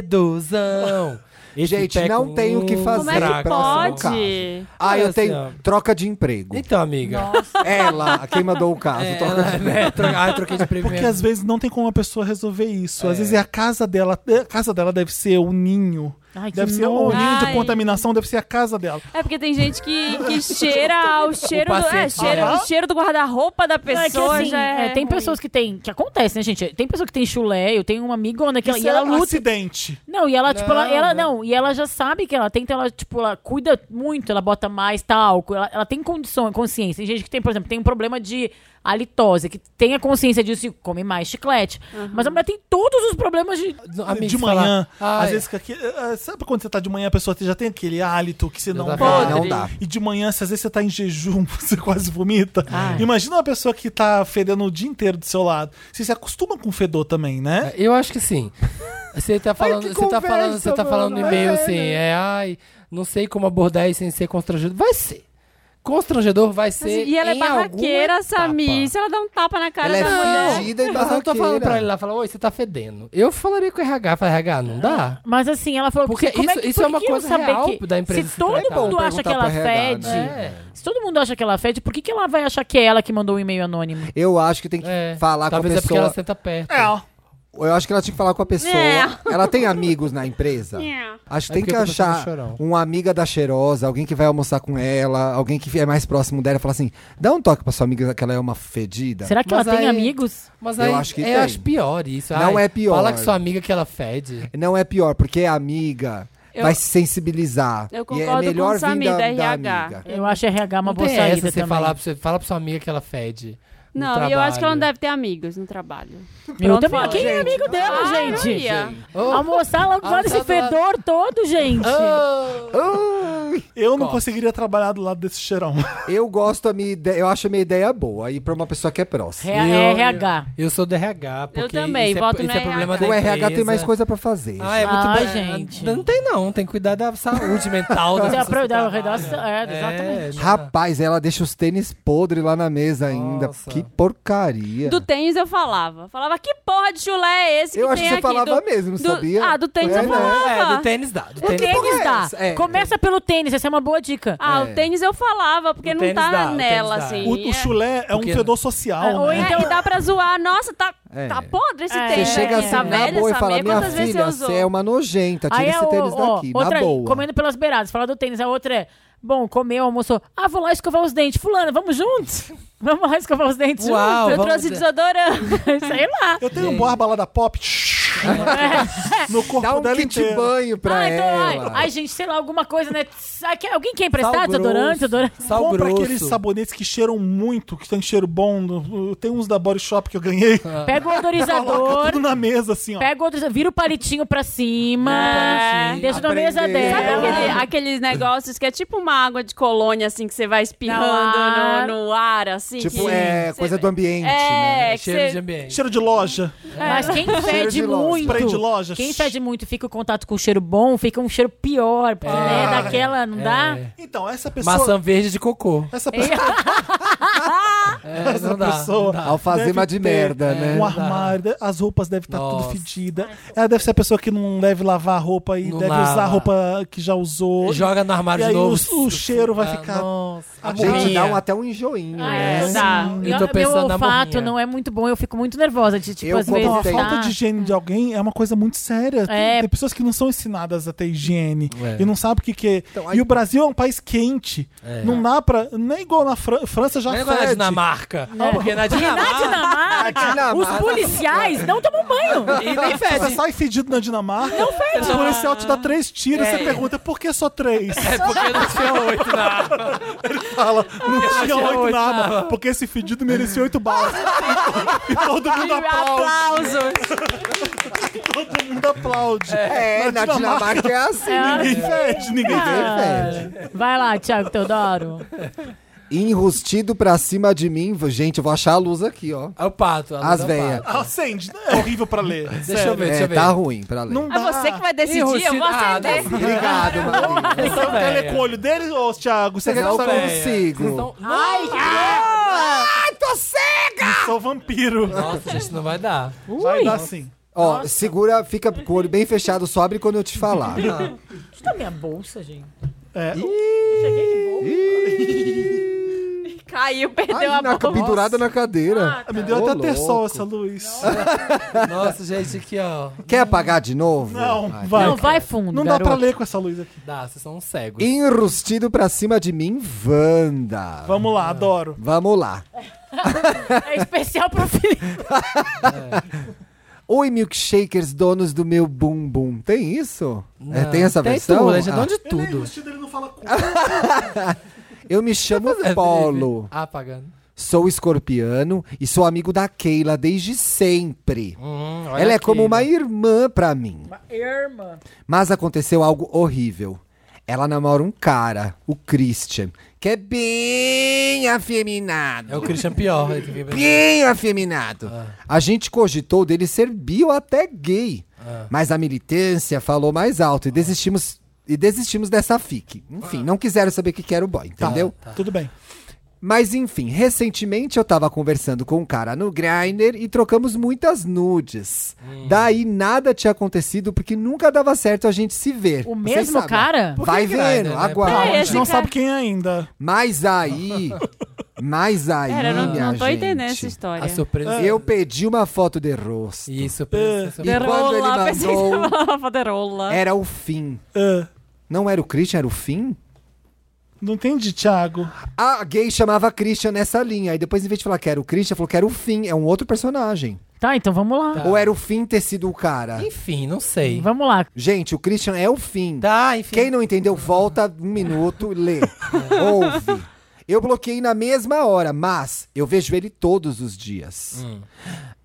[SPEAKER 4] fedozão. Esse
[SPEAKER 2] Gente,
[SPEAKER 4] pé
[SPEAKER 2] não
[SPEAKER 4] com
[SPEAKER 2] tem o que
[SPEAKER 4] um
[SPEAKER 2] fazer
[SPEAKER 3] Como é que
[SPEAKER 2] pra essa
[SPEAKER 4] dragão.
[SPEAKER 2] boca.
[SPEAKER 3] pode?
[SPEAKER 2] Ah, eu
[SPEAKER 4] Assim, ó.
[SPEAKER 2] tenho troca de emprego.
[SPEAKER 4] Então, amiga.
[SPEAKER 2] Ela, quem mandou o caso,
[SPEAKER 4] É,
[SPEAKER 2] Ah, troca de
[SPEAKER 4] ela- né, tro- ah, eu troquei de primeiro.
[SPEAKER 1] Porque às vezes não tem como a pessoa resolver isso. Às vezes é a casa dela. A casa dela deve ser o ninho.
[SPEAKER 5] Ai, que
[SPEAKER 1] deve ser o
[SPEAKER 5] nojo.
[SPEAKER 1] ninho de
[SPEAKER 3] Ai.
[SPEAKER 1] contaminação, deve ser a casa dela.
[SPEAKER 3] É porque tem gente que, que cheira o cheiro do. É,
[SPEAKER 4] paciente.
[SPEAKER 3] cheiro,
[SPEAKER 1] Aham.
[SPEAKER 3] o cheiro do guarda-roupa da
[SPEAKER 5] Não,
[SPEAKER 3] pessoa
[SPEAKER 5] é que assim,
[SPEAKER 3] já é.
[SPEAKER 5] é, tem
[SPEAKER 3] ruim.
[SPEAKER 5] pessoas que tem. Que acontece, né, gente? Tem pessoa que tem chulé, eu tenho uma amigona que ela,
[SPEAKER 1] Isso
[SPEAKER 5] e ela
[SPEAKER 1] é um
[SPEAKER 5] luta.
[SPEAKER 1] acidente.
[SPEAKER 5] Não, e ela, tipo, ela,
[SPEAKER 4] Não,
[SPEAKER 5] ela- não, e ela já sabe que ela tem, então ela, tipo, ela cuida muito, ela bota mais talco, ela, ela tem condição, consciência. Tem gente que tem, por exemplo, tem um problema de halitose, que tem a consciência disso e come mais chiclete. Mas a mulher tem todos os problemas de.
[SPEAKER 4] Amiga,
[SPEAKER 1] de
[SPEAKER 4] você fala,
[SPEAKER 1] manhã.
[SPEAKER 2] Ah,
[SPEAKER 4] "Ai,
[SPEAKER 2] é.
[SPEAKER 1] Às vezes, fica aqui, eh, eh, sabe quando você tá de manhã, a pessoa já tem aquele hálito que você não
[SPEAKER 4] dá
[SPEAKER 1] pode.
[SPEAKER 2] Ah,
[SPEAKER 3] Podre.
[SPEAKER 2] não dá.
[SPEAKER 1] E de manhã, se às vezes você tá em jejum, você quase vomita.
[SPEAKER 2] Ah, é.
[SPEAKER 1] Imagina uma pessoa que tá fedendo o dia inteiro do seu lado. Você se acostuma com fedor também, né?
[SPEAKER 4] É, Eu acho que sim. Você tá falando,
[SPEAKER 2] que
[SPEAKER 4] você tá
[SPEAKER 2] conversa,
[SPEAKER 4] falando, você tá
[SPEAKER 2] mano.
[SPEAKER 4] falando no e-mail
[SPEAKER 2] É,
[SPEAKER 4] assim, é, ai, não sei como abordar isso sem ser constrangedor. Vai ser. Constrangedor vai
[SPEAKER 3] Mas,
[SPEAKER 4] ser.
[SPEAKER 3] E ela é
[SPEAKER 4] em alguma
[SPEAKER 3] barraqueira, Sami.
[SPEAKER 4] etapa.
[SPEAKER 3] Se ela dá um tapa na cara
[SPEAKER 2] Ela
[SPEAKER 3] da mulher.
[SPEAKER 2] é fedida e
[SPEAKER 4] Mas eu não tô falando pra ele
[SPEAKER 2] barraqueira. É.
[SPEAKER 4] lá, falar, oi, você tá fedendo. Eu falaria com o RH, falar, RH, não dá?
[SPEAKER 5] Mas assim, ela falou
[SPEAKER 4] Porque
[SPEAKER 5] como
[SPEAKER 4] isso-
[SPEAKER 5] que,
[SPEAKER 4] isso
[SPEAKER 5] por
[SPEAKER 4] é uma
[SPEAKER 5] que eu
[SPEAKER 4] coisa
[SPEAKER 5] saber
[SPEAKER 4] real
[SPEAKER 5] que,
[SPEAKER 4] da empresa
[SPEAKER 5] Se
[SPEAKER 4] se
[SPEAKER 5] todo
[SPEAKER 4] tratar. né?
[SPEAKER 5] mundo
[SPEAKER 2] Bom
[SPEAKER 5] acha que ela
[SPEAKER 2] perguntar pro RH,
[SPEAKER 5] fede,
[SPEAKER 2] né?
[SPEAKER 4] É,
[SPEAKER 5] se todo mundo acha que ela fede, por que, que ela vai achar que é ela que mandou o e-mail anônimo?
[SPEAKER 2] Eu acho que tem que
[SPEAKER 4] É.
[SPEAKER 2] falar
[SPEAKER 4] Talvez
[SPEAKER 2] com a
[SPEAKER 4] é porque
[SPEAKER 2] pessoa.
[SPEAKER 4] ela senta perto.
[SPEAKER 1] É, ó.
[SPEAKER 2] Eu acho que ela tinha que falar com a pessoa.
[SPEAKER 3] É.
[SPEAKER 2] Ela tem amigos na empresa?
[SPEAKER 3] É.
[SPEAKER 2] Acho que
[SPEAKER 4] É
[SPEAKER 2] tem que
[SPEAKER 4] porque eu tô pensando
[SPEAKER 2] achar
[SPEAKER 4] no chorão.
[SPEAKER 2] uma amiga da cheirosa, alguém que vai almoçar com ela, alguém que é mais próximo dela e falar assim: dá um toque pra sua amiga que ela é uma fedida.
[SPEAKER 5] Será que
[SPEAKER 4] Mas
[SPEAKER 5] ela tem
[SPEAKER 4] aí-
[SPEAKER 5] amigos?
[SPEAKER 4] Mas
[SPEAKER 2] Eu
[SPEAKER 4] aí
[SPEAKER 2] acho que
[SPEAKER 4] é,
[SPEAKER 2] tem.
[SPEAKER 4] acho pior isso.
[SPEAKER 2] Não
[SPEAKER 4] Ai,
[SPEAKER 2] é pior.
[SPEAKER 4] Fala com sua amiga que ela fede.
[SPEAKER 2] Não é pior, porque a amiga
[SPEAKER 3] Eu-
[SPEAKER 2] vai se sensibilizar.
[SPEAKER 3] Eu
[SPEAKER 2] e é
[SPEAKER 3] concordo
[SPEAKER 2] melhor
[SPEAKER 3] com o Samir,
[SPEAKER 2] vir da,
[SPEAKER 3] da
[SPEAKER 2] da
[SPEAKER 3] RH.
[SPEAKER 2] amiga.
[SPEAKER 5] Eu acho é RH uma
[SPEAKER 4] não
[SPEAKER 5] boa
[SPEAKER 4] tem
[SPEAKER 5] saída
[SPEAKER 4] essa, você
[SPEAKER 5] também.
[SPEAKER 4] falar pra, você, fala pra sua amiga que ela fede. no
[SPEAKER 3] Não, e eu acho que ela não
[SPEAKER 4] um trabalho.
[SPEAKER 3] deve ter amigos no trabalho.
[SPEAKER 5] Eu
[SPEAKER 3] Pronto,
[SPEAKER 5] também.
[SPEAKER 3] falei.
[SPEAKER 5] Quem é amigo dela,
[SPEAKER 3] Ah, eu
[SPEAKER 5] gente?
[SPEAKER 3] ia.
[SPEAKER 4] Oh.
[SPEAKER 5] Almoçar logo fora desse
[SPEAKER 4] Almoçar do
[SPEAKER 5] fedor todo, gente.
[SPEAKER 4] Ah,
[SPEAKER 2] É,
[SPEAKER 1] Eu não
[SPEAKER 4] Gosto.
[SPEAKER 1] conseguiria trabalhar do lado desse cheirão.
[SPEAKER 2] Eu gosto, a minha ideia, eu acho a minha ideia boa. E pra uma pessoa que é próxima.
[SPEAKER 5] Re-
[SPEAKER 4] Eu-
[SPEAKER 5] RH.
[SPEAKER 4] Eu sou do RH, porque
[SPEAKER 3] também,
[SPEAKER 4] isso é,
[SPEAKER 3] voto
[SPEAKER 4] isso
[SPEAKER 3] no
[SPEAKER 4] é problema
[SPEAKER 3] RH.
[SPEAKER 4] da
[SPEAKER 2] O RH tem
[SPEAKER 4] empresa.
[SPEAKER 2] mais coisa pra fazer.
[SPEAKER 4] Ah, é
[SPEAKER 5] Ah,
[SPEAKER 4] muito bem.
[SPEAKER 5] gente.
[SPEAKER 4] Não tem não, tem que cuidar da saúde mental. das
[SPEAKER 5] Você
[SPEAKER 4] pessoas que
[SPEAKER 5] aprendeu
[SPEAKER 4] trabalham.
[SPEAKER 5] a redação? É, exatamente.
[SPEAKER 4] não dá.
[SPEAKER 2] Rapaz, ela deixa os tênis podres lá na mesa ainda.
[SPEAKER 4] Nossa.
[SPEAKER 2] Que porcaria.
[SPEAKER 3] Do tênis eu falava. Falava, que porra de chulé é esse que
[SPEAKER 2] Eu
[SPEAKER 3] tem
[SPEAKER 2] acho que você
[SPEAKER 3] aqui?
[SPEAKER 2] falava
[SPEAKER 3] Do-
[SPEAKER 2] mesmo,
[SPEAKER 3] do-
[SPEAKER 2] sabia?
[SPEAKER 3] Ah, do tênis
[SPEAKER 2] É,
[SPEAKER 3] eu
[SPEAKER 2] né?
[SPEAKER 3] falava.
[SPEAKER 4] É, do tênis dá. Do tênis,
[SPEAKER 5] Tênis
[SPEAKER 2] é
[SPEAKER 5] dá.
[SPEAKER 2] essa? É.
[SPEAKER 5] Começa pelo tênis, essa é uma boa dica.
[SPEAKER 3] Ah,
[SPEAKER 2] É.
[SPEAKER 3] o tênis eu falava, porque
[SPEAKER 4] O
[SPEAKER 3] não
[SPEAKER 4] tênis
[SPEAKER 3] tá
[SPEAKER 4] dá, o
[SPEAKER 3] nela,
[SPEAKER 4] tênis dá.
[SPEAKER 3] assim.
[SPEAKER 1] O,
[SPEAKER 3] é.
[SPEAKER 1] o chulé é um
[SPEAKER 4] Porque-
[SPEAKER 1] fedor
[SPEAKER 2] Ah,
[SPEAKER 1] social,
[SPEAKER 5] Ou
[SPEAKER 1] né?
[SPEAKER 5] então-
[SPEAKER 3] É, e dá pra zoar. Nossa, tá,
[SPEAKER 2] É.
[SPEAKER 3] tá podre esse
[SPEAKER 5] É.
[SPEAKER 2] Você
[SPEAKER 3] tênis.
[SPEAKER 5] É.
[SPEAKER 2] chega
[SPEAKER 3] aqui.
[SPEAKER 2] assim
[SPEAKER 3] tá
[SPEAKER 2] na
[SPEAKER 3] velho
[SPEAKER 2] boa e
[SPEAKER 3] essa
[SPEAKER 2] fala,
[SPEAKER 3] meia?
[SPEAKER 2] minha
[SPEAKER 3] Quantas vezes
[SPEAKER 2] filha,
[SPEAKER 3] você usou?
[SPEAKER 2] é uma nojenta, tira
[SPEAKER 5] Aí
[SPEAKER 2] esse
[SPEAKER 5] é
[SPEAKER 2] tênis
[SPEAKER 5] o- ó,
[SPEAKER 2] daqui,
[SPEAKER 5] outra,
[SPEAKER 2] na boa.
[SPEAKER 5] comendo pelas beiradas, fala do tênis. A outra é, bom, comeu, almoçou. Ah, vou lá escovar os dentes. Fulana, vamos juntos? Vamos lá escovar os dentes
[SPEAKER 4] Uau.
[SPEAKER 3] Eu
[SPEAKER 4] Vamos
[SPEAKER 3] trouxe
[SPEAKER 4] ver.
[SPEAKER 3] desodorante.
[SPEAKER 5] juntos? Sei lá.
[SPEAKER 1] Eu
[SPEAKER 2] É.
[SPEAKER 1] tenho um barba lá da Pop no corpo
[SPEAKER 2] Dá um
[SPEAKER 1] dela
[SPEAKER 2] kit
[SPEAKER 1] inteiro.
[SPEAKER 2] banho pra
[SPEAKER 5] ah, então, ai,
[SPEAKER 2] ela.
[SPEAKER 5] ai, gente, sei lá, alguma coisa, né? Ai, que- Alguém quer emprestar
[SPEAKER 4] Sal
[SPEAKER 5] desodorante?
[SPEAKER 4] grosso.
[SPEAKER 5] desodorante?
[SPEAKER 4] Sal
[SPEAKER 1] Compra
[SPEAKER 4] grosso.
[SPEAKER 1] aqueles sabonetes que cheiram muito, que tem cheiro bom. no- Tem uns da Body Shop que eu ganhei.
[SPEAKER 2] Ah.
[SPEAKER 5] Pega um o
[SPEAKER 1] Coloca
[SPEAKER 5] odorizador.
[SPEAKER 1] tudo na mesa, assim, ó.
[SPEAKER 5] Pega outro, vira o palitinho pra cima,
[SPEAKER 4] palitinho.
[SPEAKER 5] deixa na
[SPEAKER 2] Aprendeu.
[SPEAKER 5] mesa
[SPEAKER 3] Sabe
[SPEAKER 5] dela.
[SPEAKER 3] aquele- aqueles negócios que é tipo uma água de colônia, assim, que você vai espirrando
[SPEAKER 5] No ar.
[SPEAKER 3] no, no ar, assim?
[SPEAKER 2] Tipo,
[SPEAKER 3] que-
[SPEAKER 2] é
[SPEAKER 3] você-
[SPEAKER 2] coisa do ambiente, né?
[SPEAKER 3] É,
[SPEAKER 4] É,
[SPEAKER 3] que
[SPEAKER 4] cheiro de
[SPEAKER 3] você...
[SPEAKER 4] ambiente.
[SPEAKER 1] Cheiro de loja.
[SPEAKER 5] É. Mas quem
[SPEAKER 2] Cheiro de
[SPEAKER 5] fede
[SPEAKER 2] loja.
[SPEAKER 5] muito,
[SPEAKER 1] Spray de loja.
[SPEAKER 5] quem
[SPEAKER 4] tá
[SPEAKER 5] fede muito e fica em contato com o cheiro bom, fica um cheiro pior, porque né, daquela não dá.
[SPEAKER 4] É.
[SPEAKER 1] Então, essa pessoa.
[SPEAKER 4] Maçã verde de cocô.
[SPEAKER 1] Essa pessoa,
[SPEAKER 4] É,
[SPEAKER 1] essa
[SPEAKER 4] não dá. É,
[SPEAKER 1] pessoa
[SPEAKER 2] Alfazema
[SPEAKER 1] deve
[SPEAKER 2] de
[SPEAKER 1] ter
[SPEAKER 2] merda, né?
[SPEAKER 1] Um armário, de- as roupas devem estar tudo
[SPEAKER 4] Nossa.
[SPEAKER 1] fedidas. Ela deve ser a pessoa que não deve lavar a roupa e
[SPEAKER 4] Não
[SPEAKER 1] deve
[SPEAKER 4] lava.
[SPEAKER 1] usar a roupa que já usou.
[SPEAKER 4] Joga no armário
[SPEAKER 1] E
[SPEAKER 4] de
[SPEAKER 1] aí
[SPEAKER 4] novo.
[SPEAKER 1] o- o cheiro vai
[SPEAKER 4] Ah,
[SPEAKER 1] ficar-
[SPEAKER 4] Nossa.
[SPEAKER 1] A
[SPEAKER 4] A
[SPEAKER 1] gente
[SPEAKER 2] Gente,
[SPEAKER 4] morrinha.
[SPEAKER 2] dá um, até um enjoinho,
[SPEAKER 5] Ah,
[SPEAKER 2] né?
[SPEAKER 5] é,
[SPEAKER 3] Sim.
[SPEAKER 5] dá.
[SPEAKER 4] Eu tô
[SPEAKER 5] Eu-
[SPEAKER 4] pensando
[SPEAKER 5] meu
[SPEAKER 4] na
[SPEAKER 5] olfato
[SPEAKER 4] morrinha.
[SPEAKER 5] não é muito bom, eu fico muito nervosa de tipo
[SPEAKER 2] Eu
[SPEAKER 5] às
[SPEAKER 2] como
[SPEAKER 5] vezes
[SPEAKER 1] Então, a
[SPEAKER 2] tem-
[SPEAKER 1] falta
[SPEAKER 5] tá-
[SPEAKER 1] de higiene de alguém é uma coisa muito séria. Tem,
[SPEAKER 5] É.
[SPEAKER 1] tem pessoas que não são ensinadas a ter higiene
[SPEAKER 4] É.
[SPEAKER 1] e não sabem o que, que é.
[SPEAKER 2] Então, aí-
[SPEAKER 1] E o Brasil é um país quente. Não dá pra. Nem igual na Fran- França já
[SPEAKER 4] Não é igual na
[SPEAKER 1] fede.
[SPEAKER 4] Dinamarca. É, Porque na Dinamarca.
[SPEAKER 5] Dinamarca,
[SPEAKER 2] Dinamarca.
[SPEAKER 5] os policiais não tomam banho.
[SPEAKER 4] E nem
[SPEAKER 1] Você
[SPEAKER 4] fede.
[SPEAKER 1] sai fedido na Dinamarca,
[SPEAKER 3] Ah.
[SPEAKER 1] o policial assim, te dá três tiros e
[SPEAKER 4] É.
[SPEAKER 1] você pergunta por que só três?
[SPEAKER 4] É porque não tinha oito né? na arma.
[SPEAKER 1] Fala, não tinha
[SPEAKER 4] tinha
[SPEAKER 1] oito
[SPEAKER 4] oito
[SPEAKER 1] na
[SPEAKER 4] na
[SPEAKER 3] Ah.
[SPEAKER 1] arma, porque esse fedido merecia oito balas. e todo mundo aplaude.
[SPEAKER 3] Aplausos.
[SPEAKER 1] Todo mundo aplaude.
[SPEAKER 2] É, na Dinamarca é assim.
[SPEAKER 1] Ninguém fede, ninguém fede.
[SPEAKER 3] Ah.
[SPEAKER 2] Ninguém fede.
[SPEAKER 5] Ah. Vai lá, Thiago Teodoro.
[SPEAKER 2] Enrustido pra cima de mim. Gente, eu vou achar a luz aqui, ó.
[SPEAKER 4] É o pato. a luz
[SPEAKER 2] As
[SPEAKER 4] é o
[SPEAKER 2] velhas.
[SPEAKER 4] pato.
[SPEAKER 1] Acende, é horrível pra ler.
[SPEAKER 4] Deixa eu
[SPEAKER 1] sério.
[SPEAKER 4] ver, deixa
[SPEAKER 2] É,
[SPEAKER 4] eu ver.
[SPEAKER 2] tá ruim pra ler.
[SPEAKER 1] Não
[SPEAKER 3] É
[SPEAKER 1] dá.
[SPEAKER 3] você que vai decidir, eu
[SPEAKER 4] Enrustido.
[SPEAKER 3] vou
[SPEAKER 4] Ah,
[SPEAKER 3] acender.
[SPEAKER 4] não.
[SPEAKER 2] Obrigado, Maria.
[SPEAKER 1] Você quer o
[SPEAKER 4] velha.
[SPEAKER 1] telecolho dele, ô Thiago? Você quer que
[SPEAKER 2] Não
[SPEAKER 1] eu saiba-
[SPEAKER 2] velha. consigo.
[SPEAKER 4] Vocês estão-
[SPEAKER 2] Ai, tô cega!
[SPEAKER 1] Eu sou vampiro.
[SPEAKER 4] Nossa, gente, não vai dar.
[SPEAKER 1] Vai dar sim.
[SPEAKER 2] Ó,
[SPEAKER 5] Nossa.
[SPEAKER 2] segura, fica com o olho bem fechado, só abre quando eu te falar.
[SPEAKER 4] Ah.
[SPEAKER 5] Isso tá minha bolsa, gente.
[SPEAKER 1] É,
[SPEAKER 5] Eu cheguei de bolsa.
[SPEAKER 3] Caiu,
[SPEAKER 2] Ai,
[SPEAKER 3] perdeu a
[SPEAKER 2] na,
[SPEAKER 3] bola.
[SPEAKER 2] pendurada na
[SPEAKER 5] Ah.
[SPEAKER 2] cadeira.
[SPEAKER 1] me deu
[SPEAKER 2] Ô,
[SPEAKER 1] até ter sol
[SPEAKER 2] louco.
[SPEAKER 1] essa luz.
[SPEAKER 4] Nossa, gente, aqui, ó.
[SPEAKER 2] Quer apagar de novo?
[SPEAKER 1] Não,
[SPEAKER 2] Ai,
[SPEAKER 1] vai.
[SPEAKER 5] Não, vai fundo,
[SPEAKER 1] Não dá
[SPEAKER 5] garoto.
[SPEAKER 1] pra ler com essa luz aqui.
[SPEAKER 4] Dá, vocês são cegos.
[SPEAKER 2] Enrustido pra cima de mim, Wanda.
[SPEAKER 1] Vamos lá, adoro.
[SPEAKER 2] Vamos lá.
[SPEAKER 5] É especial pro Felipe.
[SPEAKER 2] Oi, milkshakers, donos do meu bumbum. Tem isso? É,
[SPEAKER 4] Não,
[SPEAKER 2] tem essa versão?
[SPEAKER 4] Tudo, é de
[SPEAKER 2] Ah,
[SPEAKER 4] dono de tudo.
[SPEAKER 1] enrustido, ele não fala cu.
[SPEAKER 2] eu me chamo
[SPEAKER 4] É, Felipe.
[SPEAKER 2] Polo,
[SPEAKER 4] Ah, pagando.
[SPEAKER 2] sou escorpiano e sou amigo da Keila desde sempre.
[SPEAKER 4] Hum,
[SPEAKER 2] Ela é como uma irmã pra mim.
[SPEAKER 5] Irmã.
[SPEAKER 2] Mas aconteceu algo horrível. Ela namora um cara, o Christian, que é bem afeminado.
[SPEAKER 4] É o Christian pior. ele que vibra.
[SPEAKER 2] Bem afeminado.
[SPEAKER 4] Ah.
[SPEAKER 2] A gente cogitou dele ser bi ou até gay.
[SPEAKER 4] Ah.
[SPEAKER 2] Mas a militância falou mais alto e desistimos e desistimos dessa fic.
[SPEAKER 4] Ah.
[SPEAKER 2] Enfim, não quiseram saber o que que era o boy,
[SPEAKER 4] Tá.
[SPEAKER 2] entendeu?
[SPEAKER 1] Tudo bem.
[SPEAKER 2] Mas enfim, recentemente eu tava conversando com um cara no Grindr e trocamos muitas nudes.
[SPEAKER 4] Hum.
[SPEAKER 2] Daí nada tinha acontecido porque nunca dava certo a gente se ver.
[SPEAKER 5] O
[SPEAKER 2] Vocês
[SPEAKER 5] mesmo
[SPEAKER 2] sabem.
[SPEAKER 5] cara?
[SPEAKER 2] Vai
[SPEAKER 4] que Grindr,
[SPEAKER 2] vendo,
[SPEAKER 4] né?
[SPEAKER 2] aguarda.
[SPEAKER 1] Calma, Ah, a
[SPEAKER 3] esse
[SPEAKER 1] gente não
[SPEAKER 3] cara-
[SPEAKER 1] sabe quem é ainda.
[SPEAKER 2] Mas aí. Mas aí.
[SPEAKER 3] Pera, eu não,
[SPEAKER 2] minha
[SPEAKER 3] não tô entendendo essa
[SPEAKER 2] gente,
[SPEAKER 3] história.
[SPEAKER 4] A surpresa.
[SPEAKER 2] Eu pedi uma foto de rosto.
[SPEAKER 4] Isso, surpresa.
[SPEAKER 2] E
[SPEAKER 4] surpresa.
[SPEAKER 2] quando ele
[SPEAKER 3] Derola, pensei que
[SPEAKER 2] mandou,
[SPEAKER 3] você falava Poderola.
[SPEAKER 2] era o fim.
[SPEAKER 1] Ah,
[SPEAKER 2] Não era o Christian, era o fim?
[SPEAKER 1] não entendi, Thiago.
[SPEAKER 2] A gay chamava Christian nessa linha. Aí depois, em vez de falar que era o Christian, falou que era o fim. É um outro personagem.
[SPEAKER 5] Tá, então vamos lá.
[SPEAKER 2] Ou era o fim ter sido o cara?
[SPEAKER 4] Enfim, não sei.
[SPEAKER 5] Vamos lá.
[SPEAKER 2] Gente, o Christian é o fim.
[SPEAKER 4] Tá, enfim.
[SPEAKER 2] Quem não entendeu, volta um minuto, lê. Ouve. Eu bloqueei na mesma hora, mas eu vejo ele todos os dias.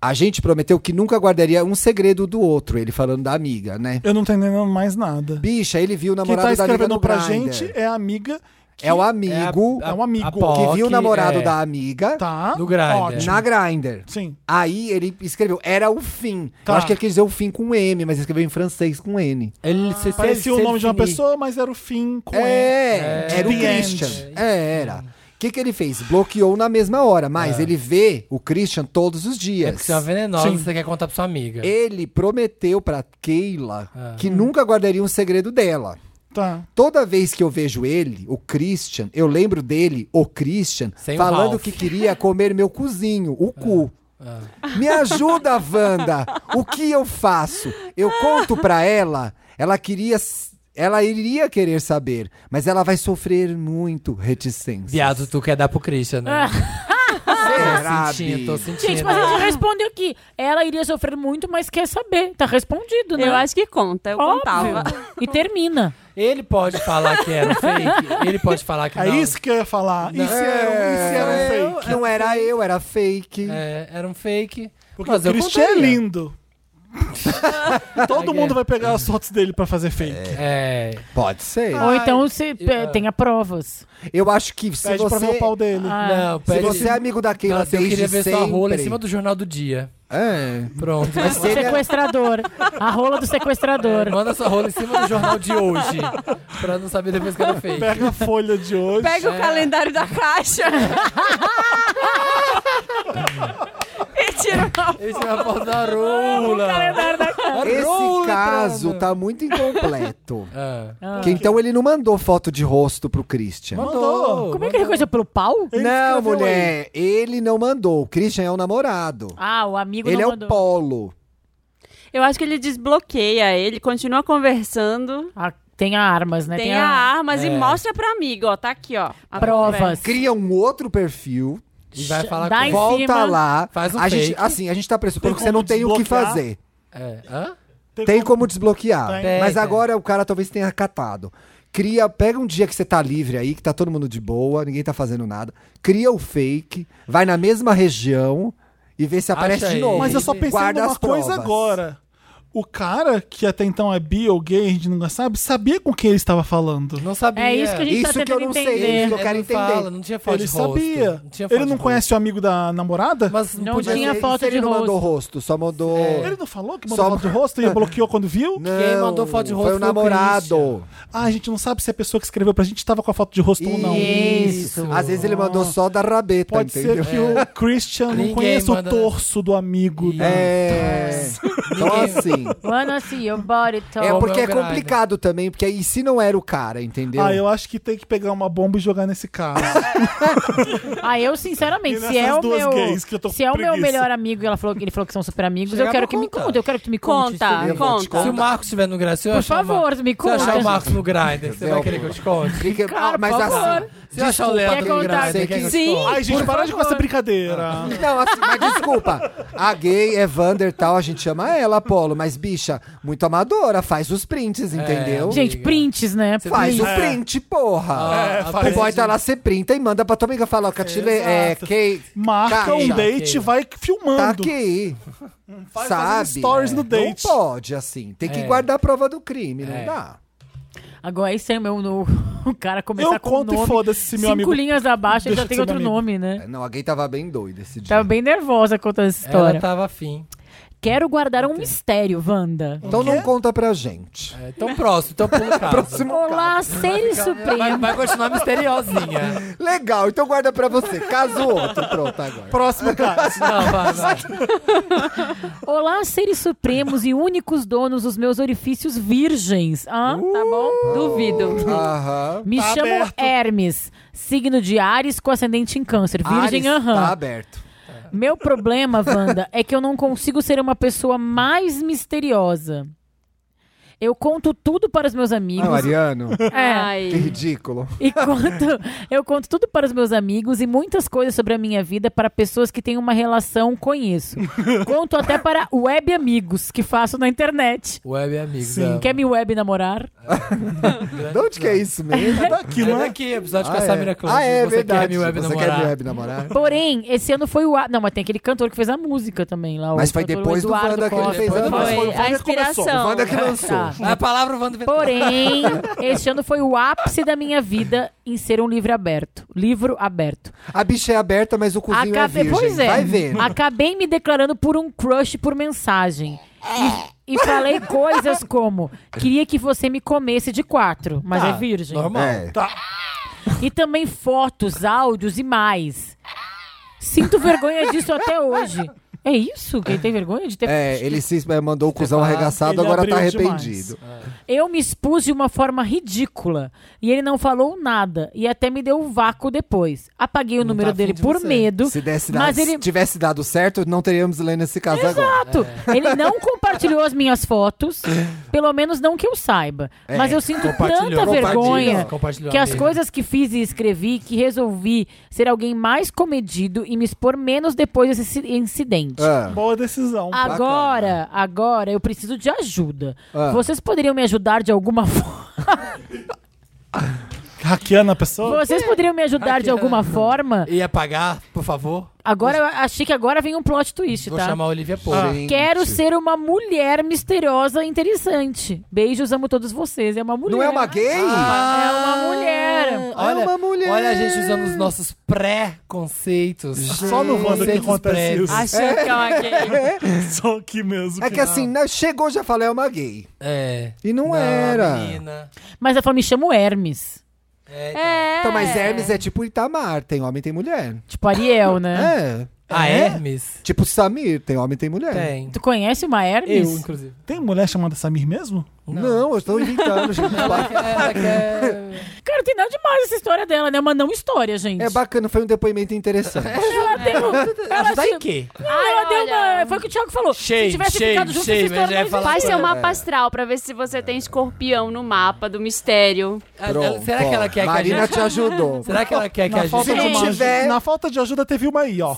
[SPEAKER 2] A gente prometeu que nunca guardaria um segredo do outro, ele falando da amiga, né?
[SPEAKER 1] Eu não tô entendendo mais nada.
[SPEAKER 2] Bicha, ele viu o
[SPEAKER 1] Quem tá
[SPEAKER 2] namorado da amiga
[SPEAKER 1] escrevendo
[SPEAKER 2] no
[SPEAKER 1] pra
[SPEAKER 2] Grindr.
[SPEAKER 1] gente é a amiga que
[SPEAKER 2] É o amigo
[SPEAKER 1] É um amigo.
[SPEAKER 4] Pó
[SPEAKER 2] que viu o namorado
[SPEAKER 4] é.
[SPEAKER 2] da amiga
[SPEAKER 1] tá
[SPEAKER 4] do Grindr.
[SPEAKER 1] ótimo.
[SPEAKER 2] na Grindr.
[SPEAKER 1] Sim.
[SPEAKER 2] Aí ele escreveu, era o fim.
[SPEAKER 1] Tá.
[SPEAKER 2] Eu acho que ele quis dizer o fim com M, mas ele escreveu em francês com N.
[SPEAKER 4] Ele se, se- se
[SPEAKER 1] Ah, Parecia o
[SPEAKER 4] ele
[SPEAKER 1] nome de uma
[SPEAKER 4] finir.
[SPEAKER 1] pessoa, mas era o fim com ele.
[SPEAKER 2] É, era o
[SPEAKER 1] The end.
[SPEAKER 2] Christian. É, era. O que, que ele fez? Bloqueou na mesma hora,
[SPEAKER 1] É.
[SPEAKER 2] mas ele vê o Christian todos os
[SPEAKER 4] É
[SPEAKER 2] dias.
[SPEAKER 4] porque você
[SPEAKER 1] tá
[SPEAKER 4] é uma venenosa
[SPEAKER 1] Sim.
[SPEAKER 4] você quer contar pra sua amiga.
[SPEAKER 2] ele prometeu pra Keila
[SPEAKER 1] É.
[SPEAKER 2] que nunca guardaria um segredo dela.
[SPEAKER 1] Tá.
[SPEAKER 2] Toda vez que eu vejo ele, o Christian, eu lembro dele, o Christian,
[SPEAKER 4] Sem o
[SPEAKER 2] falando
[SPEAKER 4] Ralph. Ah,
[SPEAKER 2] que queria comer meu cozinho, o cu. Me ajuda, Wanda! O que eu faço? Eu conto pra ela, ela queria. s- Ela iria querer saber, mas ela vai sofrer muito reticência.
[SPEAKER 4] Viado, tu quer dar pro Christian, né?
[SPEAKER 2] Será,
[SPEAKER 4] tô sentindo, tô
[SPEAKER 2] Bi?
[SPEAKER 4] sentindo.
[SPEAKER 5] Ah, Gente, mas a gente respondeu aqui. Ela iria sofrer muito, mas quer saber. Tá respondido, né?
[SPEAKER 3] Eu acho que conta, eu
[SPEAKER 5] Óbvio.
[SPEAKER 3] contava.
[SPEAKER 5] E termina.
[SPEAKER 4] Ele pode falar que era um fake. Ele pode falar que
[SPEAKER 1] É
[SPEAKER 4] não.
[SPEAKER 1] isso que eu ia falar. E se era, um- e se era
[SPEAKER 2] É,
[SPEAKER 1] um fake?
[SPEAKER 2] Não era eu, era fake.
[SPEAKER 4] É, era um fake.
[SPEAKER 1] Porque
[SPEAKER 4] mas
[SPEAKER 1] o
[SPEAKER 4] eu
[SPEAKER 1] Christian é
[SPEAKER 4] contaria.
[SPEAKER 1] lindo. Todo mundo vai pegar as fotos dele pra fazer fake.
[SPEAKER 4] É.
[SPEAKER 2] Pode ser.
[SPEAKER 1] Ah.
[SPEAKER 5] Ou então se eh, tenha provas.
[SPEAKER 2] Eu acho que se
[SPEAKER 1] Pede pra ver
[SPEAKER 2] você.
[SPEAKER 1] o pau dele.
[SPEAKER 5] Ah.
[SPEAKER 4] Não,
[SPEAKER 2] Se
[SPEAKER 4] pede...
[SPEAKER 2] você é amigo da Keila
[SPEAKER 4] Nossa, eu
[SPEAKER 2] desde
[SPEAKER 4] queria ver
[SPEAKER 2] sempre.
[SPEAKER 4] sua rola em cima do Jornal do Dia.
[SPEAKER 2] É.
[SPEAKER 4] Pronto.
[SPEAKER 2] Você é-
[SPEAKER 5] Sequestrador. A rola do sequestrador.
[SPEAKER 4] Manda sua rola em cima do Jornal de hoje. Pra não saber depois que era fake.
[SPEAKER 1] Pega a folha de hoje.
[SPEAKER 3] Pega
[SPEAKER 2] é.
[SPEAKER 3] o calendário da caixa. e tira uma...
[SPEAKER 4] Esse é a foto da rola. A
[SPEAKER 2] Esse
[SPEAKER 4] rola,
[SPEAKER 2] caso
[SPEAKER 4] Brana.
[SPEAKER 2] tá muito incompleto.
[SPEAKER 4] Ah.
[SPEAKER 2] Que então ele não mandou foto de rosto pro Christian.
[SPEAKER 1] Mandou.
[SPEAKER 5] Como é que ele coisa pelo pau?
[SPEAKER 1] Ele
[SPEAKER 2] não,
[SPEAKER 1] escreveu
[SPEAKER 2] mulher, ele não mandou. O Christian é o namorado.
[SPEAKER 5] Ah, o amigo
[SPEAKER 2] ele
[SPEAKER 5] não
[SPEAKER 2] é
[SPEAKER 5] mandou.
[SPEAKER 2] o Polo.
[SPEAKER 3] Eu acho que ele desbloqueia ele, continua conversando.
[SPEAKER 5] Ah, tem a armas, né?
[SPEAKER 3] tem a armas
[SPEAKER 4] É.
[SPEAKER 3] e mostra pra amigo, ó. Tá aqui, ó. A
[SPEAKER 5] provas.
[SPEAKER 2] Cria um outro perfil,
[SPEAKER 4] E vai falar
[SPEAKER 5] Dá em
[SPEAKER 4] com...
[SPEAKER 2] volta
[SPEAKER 5] cima,
[SPEAKER 2] lá.
[SPEAKER 4] faz um
[SPEAKER 2] a gente,
[SPEAKER 4] fake.
[SPEAKER 2] assim, a gente tá pressupondo
[SPEAKER 1] Tem
[SPEAKER 2] que você
[SPEAKER 1] como
[SPEAKER 2] não tem o que
[SPEAKER 1] desbloquear?
[SPEAKER 2] fazer.
[SPEAKER 4] É. Hã?
[SPEAKER 1] Tem
[SPEAKER 2] Tem
[SPEAKER 1] como-
[SPEAKER 2] como desbloquear.
[SPEAKER 1] Tem.
[SPEAKER 2] Mas
[SPEAKER 4] Tem,
[SPEAKER 2] agora o cara talvez tenha catado. Cria, pega um dia que você tá livre aí, que tá todo mundo de boa, ninguém tá fazendo nada. Cria o fake, vai na mesma região e vê se aparece
[SPEAKER 4] Acha
[SPEAKER 2] de novo.
[SPEAKER 1] Mas eu só
[SPEAKER 4] Ele
[SPEAKER 1] pensei
[SPEAKER 2] Guarda
[SPEAKER 1] numa
[SPEAKER 2] as
[SPEAKER 1] coisa
[SPEAKER 2] provas.
[SPEAKER 1] agora. O cara, que até então é bi ou gay, a gente nunca sabe, sabia com quem ele estava falando.
[SPEAKER 4] Não sabia.
[SPEAKER 5] É isso que a gente
[SPEAKER 2] Isso
[SPEAKER 5] tá
[SPEAKER 2] que eu
[SPEAKER 5] tentando
[SPEAKER 2] não sei, é
[SPEAKER 5] entender.
[SPEAKER 2] isso que eu
[SPEAKER 4] Ele
[SPEAKER 2] quero
[SPEAKER 4] não
[SPEAKER 2] entender.
[SPEAKER 4] Fala, não tinha foto
[SPEAKER 1] ele
[SPEAKER 4] de rosto.
[SPEAKER 1] sabia.
[SPEAKER 4] Não tinha foto
[SPEAKER 1] ele não
[SPEAKER 4] de
[SPEAKER 1] conhece o amigo da namorada?
[SPEAKER 4] rosto. Mas
[SPEAKER 5] Não
[SPEAKER 4] podia-
[SPEAKER 5] tinha
[SPEAKER 2] ele-
[SPEAKER 5] foto
[SPEAKER 2] se ele
[SPEAKER 5] de
[SPEAKER 2] não mandou
[SPEAKER 5] rosto.
[SPEAKER 2] rosto, só mandou.
[SPEAKER 1] Ele não falou que
[SPEAKER 2] Só-
[SPEAKER 1] É. mandou foto de rosto e bloqueou quando viu?
[SPEAKER 2] Não,
[SPEAKER 4] Quem mandou foto de rosto
[SPEAKER 2] foi
[SPEAKER 4] foi
[SPEAKER 2] o
[SPEAKER 4] o
[SPEAKER 2] namorado.
[SPEAKER 1] Ah, a gente não sabe se a pessoa que escreveu pra gente tava com a foto de rosto ou não.
[SPEAKER 2] Isso. Às vezes ele mandou só da rabeta,
[SPEAKER 1] Pode
[SPEAKER 2] entendeu? É.
[SPEAKER 1] ser que o Christian
[SPEAKER 4] Ninguém
[SPEAKER 1] não conheça
[SPEAKER 4] manda-
[SPEAKER 1] o torso do amigo.
[SPEAKER 4] Isso.
[SPEAKER 1] né?
[SPEAKER 2] É. Então, assim.
[SPEAKER 5] Wanna see your body talk.
[SPEAKER 2] É
[SPEAKER 4] Como
[SPEAKER 2] porque
[SPEAKER 4] é
[SPEAKER 2] é
[SPEAKER 4] o grade.
[SPEAKER 2] complicado também, porque aí se não era o cara, entendeu?
[SPEAKER 1] Ah, eu acho que tem que pegar uma bomba e jogar nesse cara.
[SPEAKER 5] Ah, eu
[SPEAKER 1] E
[SPEAKER 5] sinceramente, se
[SPEAKER 1] nessas
[SPEAKER 5] é o
[SPEAKER 1] duas
[SPEAKER 5] meu,
[SPEAKER 1] gays que eu tô com
[SPEAKER 5] se é o meu
[SPEAKER 1] preguiça.
[SPEAKER 5] melhor amigo e ela falou, ele falou que são super amigos, eu
[SPEAKER 4] Chegava
[SPEAKER 5] quero que me
[SPEAKER 4] conta.
[SPEAKER 5] conte, eu quero que tu me conte.
[SPEAKER 3] Conta,
[SPEAKER 5] isso.
[SPEAKER 2] Eu vou te
[SPEAKER 3] conta.
[SPEAKER 4] Se o Marcos estiver no Grindr, se eu
[SPEAKER 5] Por
[SPEAKER 4] achar o
[SPEAKER 5] favor,
[SPEAKER 4] Marcos-
[SPEAKER 5] me
[SPEAKER 4] Se eu achar
[SPEAKER 5] conta.
[SPEAKER 4] o Marcos no Grindr, você vai
[SPEAKER 2] Deus.
[SPEAKER 4] querer que eu te conte?
[SPEAKER 2] Fica-
[SPEAKER 5] Cara,
[SPEAKER 2] ah, mas
[SPEAKER 5] por
[SPEAKER 2] assim.
[SPEAKER 5] favor.
[SPEAKER 4] Se eu achar o
[SPEAKER 5] Quer
[SPEAKER 4] Léo no Grindr,
[SPEAKER 5] contar?
[SPEAKER 4] quer que eu te
[SPEAKER 3] Sim.
[SPEAKER 4] conte?
[SPEAKER 1] Ai, gente,
[SPEAKER 5] Por
[SPEAKER 1] para de com essa
[SPEAKER 5] favor.
[SPEAKER 4] Ah.
[SPEAKER 1] brincadeira.
[SPEAKER 2] Não, assim, mas desculpa. A gay, Evander e tal, a gente chama ela, Apolo. Mas, bicha, muito amadora, faz os prints, entendeu?
[SPEAKER 5] Gente, prints, né?
[SPEAKER 2] Faz o
[SPEAKER 1] É.
[SPEAKER 2] print, porra.
[SPEAKER 4] Ah,
[SPEAKER 1] É,
[SPEAKER 4] a
[SPEAKER 1] faz
[SPEAKER 2] O boy
[SPEAKER 4] presença-
[SPEAKER 2] tá lá, você printa e manda pra tua amiga falar, ó, Catile, é,
[SPEAKER 1] Exato.
[SPEAKER 2] que...
[SPEAKER 1] Marca
[SPEAKER 2] Caixa.
[SPEAKER 1] um date e vai filmando.
[SPEAKER 2] Tá aqui.
[SPEAKER 1] Faz fazendo
[SPEAKER 2] sabe? é.
[SPEAKER 1] stories no
[SPEAKER 2] Não
[SPEAKER 1] date.
[SPEAKER 2] pode, assim. Tem que
[SPEAKER 4] É.
[SPEAKER 2] guardar a prova do crime, não
[SPEAKER 4] É.
[SPEAKER 2] dá.
[SPEAKER 5] Agora esse é meu novo. O cara começar
[SPEAKER 1] Eu
[SPEAKER 5] com
[SPEAKER 1] conto
[SPEAKER 5] o
[SPEAKER 1] e
[SPEAKER 5] nome.
[SPEAKER 1] foda-se se meu
[SPEAKER 5] cinco
[SPEAKER 1] amigo-
[SPEAKER 5] linhas abaixo, ele
[SPEAKER 1] Deixa
[SPEAKER 5] já
[SPEAKER 1] de
[SPEAKER 5] tem
[SPEAKER 1] ser
[SPEAKER 5] outro
[SPEAKER 1] meu amigo.
[SPEAKER 5] nome, né?
[SPEAKER 2] É, Não, a gay tava bem doida esse dia.
[SPEAKER 5] Tava bem nervosa contando essa história.
[SPEAKER 4] Ela tá tava afim.
[SPEAKER 5] Quero guardar um mistério, Wanda.
[SPEAKER 2] Então
[SPEAKER 1] O quê?
[SPEAKER 2] não conta pra gente.
[SPEAKER 4] É, então próximo, então pulo caso.
[SPEAKER 2] Próximo
[SPEAKER 5] Olá,
[SPEAKER 2] caso.
[SPEAKER 5] ser
[SPEAKER 4] Vai,
[SPEAKER 5] supremo.
[SPEAKER 4] vai continuar misteriosinha.
[SPEAKER 2] Legal, então guarda pra você. Caso outro, pronto agora.
[SPEAKER 1] Próximo caso.
[SPEAKER 4] Não, vai, vai.
[SPEAKER 5] Olá, seres supremos e únicos donos dos meus orifícios virgens. Ah,
[SPEAKER 3] Tá bom?
[SPEAKER 1] Uh!
[SPEAKER 3] Duvido.
[SPEAKER 2] Aham.
[SPEAKER 5] Me
[SPEAKER 1] Tá
[SPEAKER 5] chamo
[SPEAKER 1] aberto.
[SPEAKER 5] Hermes, signo de Ares com ascendente em câncer. Virgem,
[SPEAKER 2] Ares,
[SPEAKER 5] aham.
[SPEAKER 2] Tá aberto.
[SPEAKER 5] Meu problema, Wanda, é que eu não consigo ser uma pessoa mais misteriosa. Eu conto tudo para os meus amigos.
[SPEAKER 2] Ah, Mariano,
[SPEAKER 5] é,
[SPEAKER 3] Ai.
[SPEAKER 2] que ridículo.
[SPEAKER 5] e conto, eu conto tudo para os meus amigos e muitas coisas sobre a minha vida para pessoas que têm uma relação conheço. Conto até para web amigos que faço na internet.
[SPEAKER 4] Web amigos.
[SPEAKER 1] Sim,
[SPEAKER 4] é.
[SPEAKER 5] Quer me web namorar?
[SPEAKER 2] De onde que é isso mesmo?
[SPEAKER 1] É daquilo,
[SPEAKER 4] É
[SPEAKER 1] né?
[SPEAKER 4] daqui, episódio com
[SPEAKER 2] Ah,
[SPEAKER 4] a Samira
[SPEAKER 2] é.
[SPEAKER 4] Cláudio.
[SPEAKER 2] Ah, é
[SPEAKER 4] Você
[SPEAKER 2] verdade.
[SPEAKER 4] quer me web
[SPEAKER 2] Você
[SPEAKER 4] namorar?
[SPEAKER 2] quer me web namorar?
[SPEAKER 5] Porém, esse ano foi o. A- Não, mas tem aquele cantor que fez a música também lá. o
[SPEAKER 2] Mas foi
[SPEAKER 5] cantor
[SPEAKER 2] depois do
[SPEAKER 5] Eduardo
[SPEAKER 2] Wanda que ele
[SPEAKER 5] Costa.
[SPEAKER 2] fez a
[SPEAKER 4] Foi.
[SPEAKER 1] Foi
[SPEAKER 2] música.
[SPEAKER 3] Foi
[SPEAKER 1] o Wanda
[SPEAKER 3] a
[SPEAKER 1] que começou.
[SPEAKER 3] inspiração.
[SPEAKER 2] Wanda que lançou.
[SPEAKER 5] Tá.
[SPEAKER 4] A palavra Wanda Ventura.
[SPEAKER 5] Porém, este ano foi o ápice da minha vida em ser um livro aberto. Livro aberto.
[SPEAKER 2] A bicha é aberta, mas o cozinho é virgem.
[SPEAKER 5] Pois é.
[SPEAKER 2] Vai ver.
[SPEAKER 5] Acabei me declarando por um crush por mensagem. E, e falei coisas como: queria que você me comesse de quatro, mas
[SPEAKER 2] Tá.
[SPEAKER 4] Ah,
[SPEAKER 5] é virgem.
[SPEAKER 4] Normal.
[SPEAKER 2] É.
[SPEAKER 5] E também fotos, áudios e mais. Sinto vergonha disso até hoje. É isso? Quem tem vergonha de ter
[SPEAKER 2] É, ele se é, mandou o cuzão
[SPEAKER 4] Ele
[SPEAKER 2] arregaçado,
[SPEAKER 1] abriu
[SPEAKER 2] agora tá
[SPEAKER 1] demais.
[SPEAKER 2] arrependido.
[SPEAKER 5] Eu me expus de uma forma ridícula e ele não falou nada e até me deu um vácuo depois. Apaguei o número
[SPEAKER 4] tá afim
[SPEAKER 5] dele
[SPEAKER 4] de
[SPEAKER 5] por
[SPEAKER 4] você.
[SPEAKER 5] medo.
[SPEAKER 2] Se, desse
[SPEAKER 5] mas
[SPEAKER 2] dado-
[SPEAKER 5] ele
[SPEAKER 2] se tivesse dado certo, não teríamos lendo esse caso agora.
[SPEAKER 5] Exato. Ele não compartilhou as minhas fotos, pelo menos não que eu saiba. Mas eu sinto tanta
[SPEAKER 2] Compartilhou.
[SPEAKER 5] vergonha
[SPEAKER 4] Compartilhou,
[SPEAKER 5] que as
[SPEAKER 4] amigo.
[SPEAKER 5] coisas que fiz e escrevi que resolvi ser alguém mais comedido e me expor menos depois desse inci- incidente.
[SPEAKER 2] Ah,
[SPEAKER 1] Boa decisão.
[SPEAKER 5] Agora, agora eu preciso de ajuda.
[SPEAKER 2] Ah.
[SPEAKER 5] Vocês poderiam me ajudar de alguma forma?
[SPEAKER 1] Hackeando a pessoa?
[SPEAKER 5] Vocês poderiam me ajudar
[SPEAKER 4] Aqui,
[SPEAKER 5] de alguma
[SPEAKER 4] ah.
[SPEAKER 5] forma?
[SPEAKER 4] E apagar, por favor.
[SPEAKER 5] Agora eu achei que agora vem um plot twist,
[SPEAKER 4] Vou
[SPEAKER 5] tá?
[SPEAKER 4] chamar a Olivia Pou.
[SPEAKER 2] gente.
[SPEAKER 5] Quero ser uma mulher misteriosa e interessante. Beijos, amo todos vocês. É uma mulher.
[SPEAKER 2] Não é uma gay?
[SPEAKER 5] É uma mulher.
[SPEAKER 4] Ah, Olha,
[SPEAKER 2] Ah, é uma mulher.
[SPEAKER 4] Olha a gente usando os nossos preconceitos.
[SPEAKER 1] Só no Wanda que
[SPEAKER 4] Conceitos
[SPEAKER 1] acontece
[SPEAKER 4] prévios.
[SPEAKER 1] isso.
[SPEAKER 3] Achei que é uma gay.
[SPEAKER 1] Só aqui mesmo.
[SPEAKER 2] É que assim, né, chegou já falei, é uma gay.
[SPEAKER 4] É.
[SPEAKER 2] E não,
[SPEAKER 4] Não,
[SPEAKER 2] era.
[SPEAKER 4] menina.
[SPEAKER 5] Mas ela falou, me chamo Hermes.
[SPEAKER 4] É, então.
[SPEAKER 3] É.
[SPEAKER 2] Então, mas Hermes é tipo Itamar, tem homem, tem mulher.
[SPEAKER 5] Tipo Ariel, né?
[SPEAKER 2] É.
[SPEAKER 4] A
[SPEAKER 2] É?
[SPEAKER 4] Hermes?
[SPEAKER 2] Tipo Samir, tem homem, tem mulher.
[SPEAKER 4] Tem.
[SPEAKER 5] Tu conhece uma
[SPEAKER 4] Eu,
[SPEAKER 5] Hermes?
[SPEAKER 4] inclusive.
[SPEAKER 1] Tem mulher chamada Samir mesmo?
[SPEAKER 2] Não, eu estou inventando, gente. É
[SPEAKER 4] Ela é quer...
[SPEAKER 5] Cara, tem nada demais essa história dela, né? Uma não história, gente.
[SPEAKER 2] É bacana, foi um depoimento interessante.
[SPEAKER 5] Ela deu. Ela,
[SPEAKER 4] Ajudar em
[SPEAKER 5] deu-
[SPEAKER 4] quê?
[SPEAKER 5] ah, ela deu
[SPEAKER 3] olha.
[SPEAKER 5] uma. Foi o que o Thiago falou.
[SPEAKER 4] Shame,
[SPEAKER 5] Se tivesse
[SPEAKER 4] shame,
[SPEAKER 5] ficado junto,
[SPEAKER 4] shame,
[SPEAKER 5] essa história
[SPEAKER 4] já
[SPEAKER 5] não
[SPEAKER 4] ia falar.
[SPEAKER 5] existia.
[SPEAKER 3] Faz seu mapa astral pra ver se você tem escorpião no mapa do mistério.
[SPEAKER 2] Pronto,
[SPEAKER 4] Será que ela
[SPEAKER 2] ó.
[SPEAKER 4] quer que a
[SPEAKER 2] Marina
[SPEAKER 4] gente...
[SPEAKER 2] te ajudou.
[SPEAKER 4] Será que ela
[SPEAKER 2] É
[SPEAKER 4] quer que a
[SPEAKER 1] Na
[SPEAKER 4] gente...
[SPEAKER 1] falta, de
[SPEAKER 2] Se
[SPEAKER 1] uma
[SPEAKER 2] não tiver-
[SPEAKER 1] aj- na falta de ajuda, teve uma aí, ó.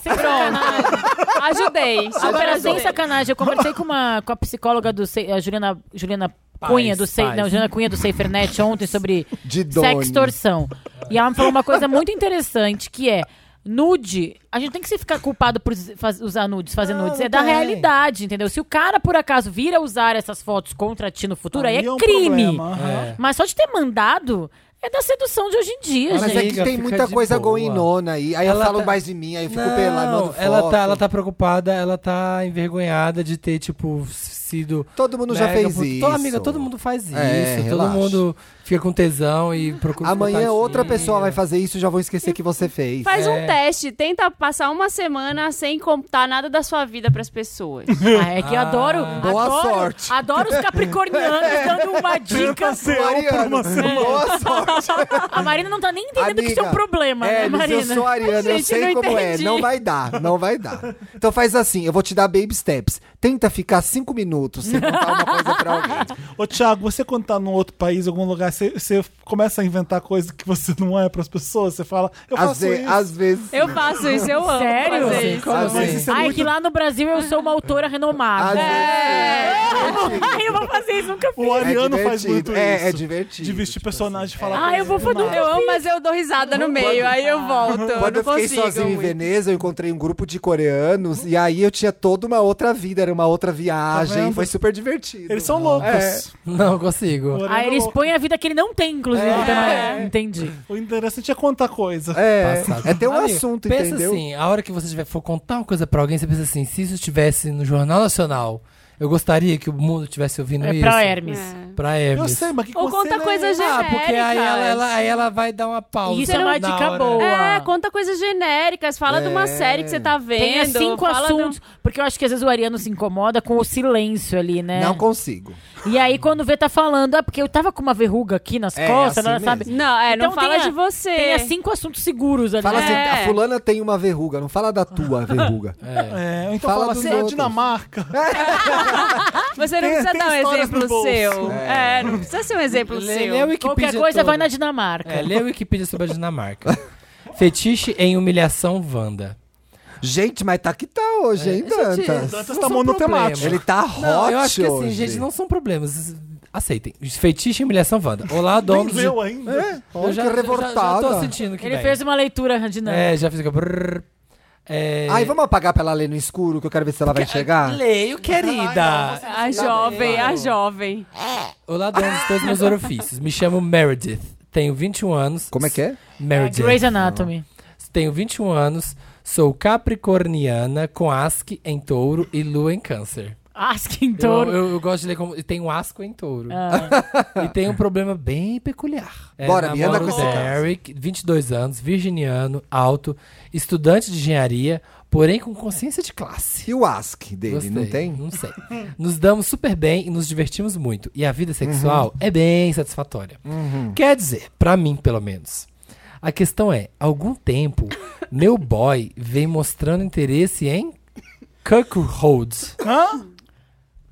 [SPEAKER 3] Pronto. Ajudei. Super
[SPEAKER 5] Super sem
[SPEAKER 3] ajudei.
[SPEAKER 5] sacanagem. Eu conversei com, uma, com a psicóloga do Sei- a Juliana, Juliana
[SPEAKER 4] Paz,
[SPEAKER 5] Cunha do Sei,
[SPEAKER 4] paz.
[SPEAKER 5] não, Juliana Cunha do Seifernet ontem sobre
[SPEAKER 2] De Doni.
[SPEAKER 5] sextorção. E ela me falou uma coisa muito interessante que é nude, a gente tem que se ficar culpado por faz- usar nudes, fazer
[SPEAKER 4] Não,
[SPEAKER 5] nudes.
[SPEAKER 4] não
[SPEAKER 5] é da
[SPEAKER 4] tem.
[SPEAKER 5] realidade, entendeu? Se o cara, por acaso, vir a usar essas fotos contra ti no futuro, aí,
[SPEAKER 1] Aí
[SPEAKER 5] é,
[SPEAKER 1] um
[SPEAKER 5] crime.
[SPEAKER 1] problema, aham.
[SPEAKER 4] É.
[SPEAKER 5] Mas só de ter mandado é da sedução de hoje em dia,
[SPEAKER 4] Mas
[SPEAKER 5] gente.
[SPEAKER 2] Mas é que
[SPEAKER 4] Amiga,
[SPEAKER 2] tem
[SPEAKER 4] fica
[SPEAKER 2] muita
[SPEAKER 4] de
[SPEAKER 2] coisa
[SPEAKER 4] boa.
[SPEAKER 2] goinona aí. Aí
[SPEAKER 4] Ela
[SPEAKER 2] eu falo
[SPEAKER 4] tá-
[SPEAKER 2] mais de mim, aí eu fico
[SPEAKER 4] Não,
[SPEAKER 2] pelando.
[SPEAKER 4] tá ela tá, ela tá preocupada, ela tá envergonhada de tá ter, tipo, s- sido.
[SPEAKER 2] Todo mundo já
[SPEAKER 4] mega
[SPEAKER 2] fez
[SPEAKER 4] puto.
[SPEAKER 2] isso.
[SPEAKER 4] Todo- Amiga, todo mundo faz
[SPEAKER 2] É,
[SPEAKER 4] isso.
[SPEAKER 2] relaxa.
[SPEAKER 4] Todo mundo fica com tesão e procura. assim.
[SPEAKER 2] Amanhã
[SPEAKER 4] escutar
[SPEAKER 2] outra
[SPEAKER 4] gíria.
[SPEAKER 2] pessoa vai fazer isso e já vão esquecer que você fez.
[SPEAKER 3] Faz
[SPEAKER 4] É.
[SPEAKER 3] um teste, tenta passar uma semana sem contar nada da sua vida pras pessoas.
[SPEAKER 5] Ah, é que eu
[SPEAKER 4] Ah.
[SPEAKER 5] adoro.
[SPEAKER 2] Boa
[SPEAKER 5] adoro,
[SPEAKER 2] sorte. tá
[SPEAKER 5] Adoro os capricornianos dando uma dica.
[SPEAKER 1] Tenta ser eu por uma semana.
[SPEAKER 2] boa sorte.
[SPEAKER 5] A Marina não tá nem entendendo que isso é um
[SPEAKER 2] Amiga,
[SPEAKER 5] problema,
[SPEAKER 2] é,
[SPEAKER 5] né,
[SPEAKER 2] mas
[SPEAKER 5] Marina?
[SPEAKER 2] eu sou a Ariana, eu
[SPEAKER 3] Gente,
[SPEAKER 2] sei
[SPEAKER 3] não
[SPEAKER 2] como é.
[SPEAKER 3] entendi.
[SPEAKER 2] Não vai dar, não vai dar. Então faz assim, eu vou te dar baby steps. Tenta ficar cinco minutos sem contar uma coisa pra alguém.
[SPEAKER 1] Ô, Thiago, você quando tá num outro país, algum lugar, você, você começa a inventar coisa que você não é pras pessoas? Você fala, eu
[SPEAKER 2] Às,
[SPEAKER 1] faço
[SPEAKER 2] ve-
[SPEAKER 1] isso.
[SPEAKER 2] às vezes.
[SPEAKER 3] Eu faço isso, eu amo
[SPEAKER 5] Sério?
[SPEAKER 3] fazer
[SPEAKER 5] Sim,
[SPEAKER 3] isso.
[SPEAKER 2] Às
[SPEAKER 1] Mas
[SPEAKER 2] vezes.
[SPEAKER 1] isso é
[SPEAKER 5] Ai,
[SPEAKER 1] muito...
[SPEAKER 5] que lá no Brasil eu sou uma autora
[SPEAKER 2] Às é,
[SPEAKER 5] renomada. É.
[SPEAKER 2] vezes.
[SPEAKER 5] Ai, eu vou fazer isso, nunca fiz.
[SPEAKER 1] O Ariano faz muito
[SPEAKER 2] divertido, é,
[SPEAKER 1] isso.
[SPEAKER 2] é divertido,
[SPEAKER 1] De vestir
[SPEAKER 2] tipo
[SPEAKER 1] personagem e falar.
[SPEAKER 5] Ah, eu vou fazer
[SPEAKER 3] Eu amo, mas eu dou risada no meio, aí eu volto.
[SPEAKER 2] Quando
[SPEAKER 3] É, eu
[SPEAKER 2] eu fiquei
[SPEAKER 3] não consigo.
[SPEAKER 2] sozinho em
[SPEAKER 3] muito.
[SPEAKER 2] Veneza, eu encontrei um grupo de coreanos e aí eu tinha toda uma outra vida, era uma outra viagem,
[SPEAKER 1] vendo?
[SPEAKER 2] foi super divertido.
[SPEAKER 1] Eles são loucos.
[SPEAKER 2] É.
[SPEAKER 4] Não consigo.
[SPEAKER 1] O Ariano
[SPEAKER 5] Ah, ele
[SPEAKER 1] é louco.
[SPEAKER 5] expõe a vida que ele não tem, inclusive.
[SPEAKER 2] É.
[SPEAKER 5] também. Entendi.
[SPEAKER 1] O interessante é contar coisa.
[SPEAKER 2] É,
[SPEAKER 4] Passado.
[SPEAKER 2] é ter um
[SPEAKER 4] Amigo,
[SPEAKER 2] assunto,
[SPEAKER 4] pensa
[SPEAKER 2] entendeu?
[SPEAKER 4] assim, a hora que você tiver, for contar uma coisa pra alguém, você pensa assim, se isso estivesse no Jornal Nacional, eu gostaria que o mundo estivesse ouvindo
[SPEAKER 5] É
[SPEAKER 4] isso. É.
[SPEAKER 5] pra Hermes.
[SPEAKER 4] Pra
[SPEAKER 1] Eu
[SPEAKER 4] Hermes.
[SPEAKER 1] sei, mas que
[SPEAKER 3] Ou
[SPEAKER 1] você
[SPEAKER 2] é
[SPEAKER 3] conta
[SPEAKER 1] lê?
[SPEAKER 3] coisa
[SPEAKER 4] Ah,
[SPEAKER 3] genérica.
[SPEAKER 4] porque aí ela, ela- aí ela vai dar uma pausa.
[SPEAKER 5] Isso é uma
[SPEAKER 4] na
[SPEAKER 5] dica
[SPEAKER 4] hora.
[SPEAKER 5] boa.
[SPEAKER 3] É, conta coisas genéricas, fala de uma série que você tá vendo.
[SPEAKER 5] Tenha cinco
[SPEAKER 3] fala de um-
[SPEAKER 5] assuntos. Porque eu acho que às vezes o Ariano se incomoda com o silêncio ali, né?
[SPEAKER 2] Não consigo.
[SPEAKER 5] E aí, quando vê, tá falando, ah, porque eu tava com uma verruga aqui nas
[SPEAKER 2] É,
[SPEAKER 5] costas,
[SPEAKER 2] assim
[SPEAKER 5] né, sabe?
[SPEAKER 2] mesmo.
[SPEAKER 3] Não, é, não
[SPEAKER 5] Então
[SPEAKER 3] fala
[SPEAKER 5] tenha-
[SPEAKER 3] de você.
[SPEAKER 5] Tenha cinco assuntos seguros ali.
[SPEAKER 2] Fala assim,
[SPEAKER 5] né?
[SPEAKER 2] a fulana tem uma verruga, não fala da tua verruga.
[SPEAKER 1] É, ou então
[SPEAKER 2] Fala
[SPEAKER 1] fala,
[SPEAKER 2] dos
[SPEAKER 1] assim, é
[SPEAKER 2] outros. É
[SPEAKER 1] Dinamarca. Tem-
[SPEAKER 3] Você não precisa
[SPEAKER 1] tem
[SPEAKER 3] dar um
[SPEAKER 1] histórias
[SPEAKER 3] exemplo
[SPEAKER 1] no bolso.
[SPEAKER 3] seu. É. não precisa ser um exemplo
[SPEAKER 4] Lê,
[SPEAKER 3] seu.
[SPEAKER 4] lê "É o Wikipedia
[SPEAKER 5] Qualquer coisa
[SPEAKER 4] todo.
[SPEAKER 5] vai na Dinamarca.
[SPEAKER 4] É, lê o Wikipedia sobre a Dinamarca. Fetiche em humilhação Wanda.
[SPEAKER 2] Gente, mas tá que tá hoje,
[SPEAKER 4] É,
[SPEAKER 2] hein, Dantas?
[SPEAKER 1] Dantas
[SPEAKER 4] Não
[SPEAKER 1] tá
[SPEAKER 4] são
[SPEAKER 1] monotemático.
[SPEAKER 4] problemas.
[SPEAKER 2] Ele tá
[SPEAKER 4] Não,
[SPEAKER 2] hot
[SPEAKER 4] eu acho que assim,
[SPEAKER 2] hoje.
[SPEAKER 4] gente, não são problemas. Aceitem. Fetiche em humilhação Wanda. Olá,
[SPEAKER 1] Nem
[SPEAKER 4] donos. de-
[SPEAKER 1] leu ainda.
[SPEAKER 2] Olha
[SPEAKER 4] já,
[SPEAKER 2] que
[SPEAKER 4] Já, já
[SPEAKER 2] revoltada.
[SPEAKER 4] tô sentindo que
[SPEAKER 5] Ele
[SPEAKER 4] vem.
[SPEAKER 5] fez uma leitura dinâmica.
[SPEAKER 4] É, já fiz. brrr. É...
[SPEAKER 2] Ai, vamos apagar pra ela ler no escuro, que eu quero ver se ela vai chegar?
[SPEAKER 4] Leio, querida.
[SPEAKER 3] A jovem, a jovem.
[SPEAKER 4] Olá, donos de todos os meus orifícios. Me chamo Meredith. Tenho 21 anos.
[SPEAKER 2] Como é que é?
[SPEAKER 4] Meredith.
[SPEAKER 5] Grey's Anatomy.
[SPEAKER 4] Tenho 21 anos. Sou capricorniana com asque em touro e lua em câncer.
[SPEAKER 5] Ask em
[SPEAKER 4] Eu,
[SPEAKER 5] touro.
[SPEAKER 4] eu- eu gosto de ler como... e Tenho asco em touro.
[SPEAKER 5] Ah,
[SPEAKER 4] E tem um problema bem peculiar. É,
[SPEAKER 2] Bora, me anda
[SPEAKER 4] namoro
[SPEAKER 2] com esse caso.
[SPEAKER 4] Derek, 22 anos, virginiano, alto, estudante de engenharia, porém com consciência de classe.
[SPEAKER 2] E o ask dele, não
[SPEAKER 4] Gostei.
[SPEAKER 2] tem?
[SPEAKER 4] Não sei. Nos damos super bem e nos divertimos muito. E a vida
[SPEAKER 2] Uhum.
[SPEAKER 4] sexual é bem satisfatória. Quer dizer, pra mim, pelo menos. A questão é, há algum tempo, meu boy vem mostrando interesse em cuckolds.
[SPEAKER 1] Hã?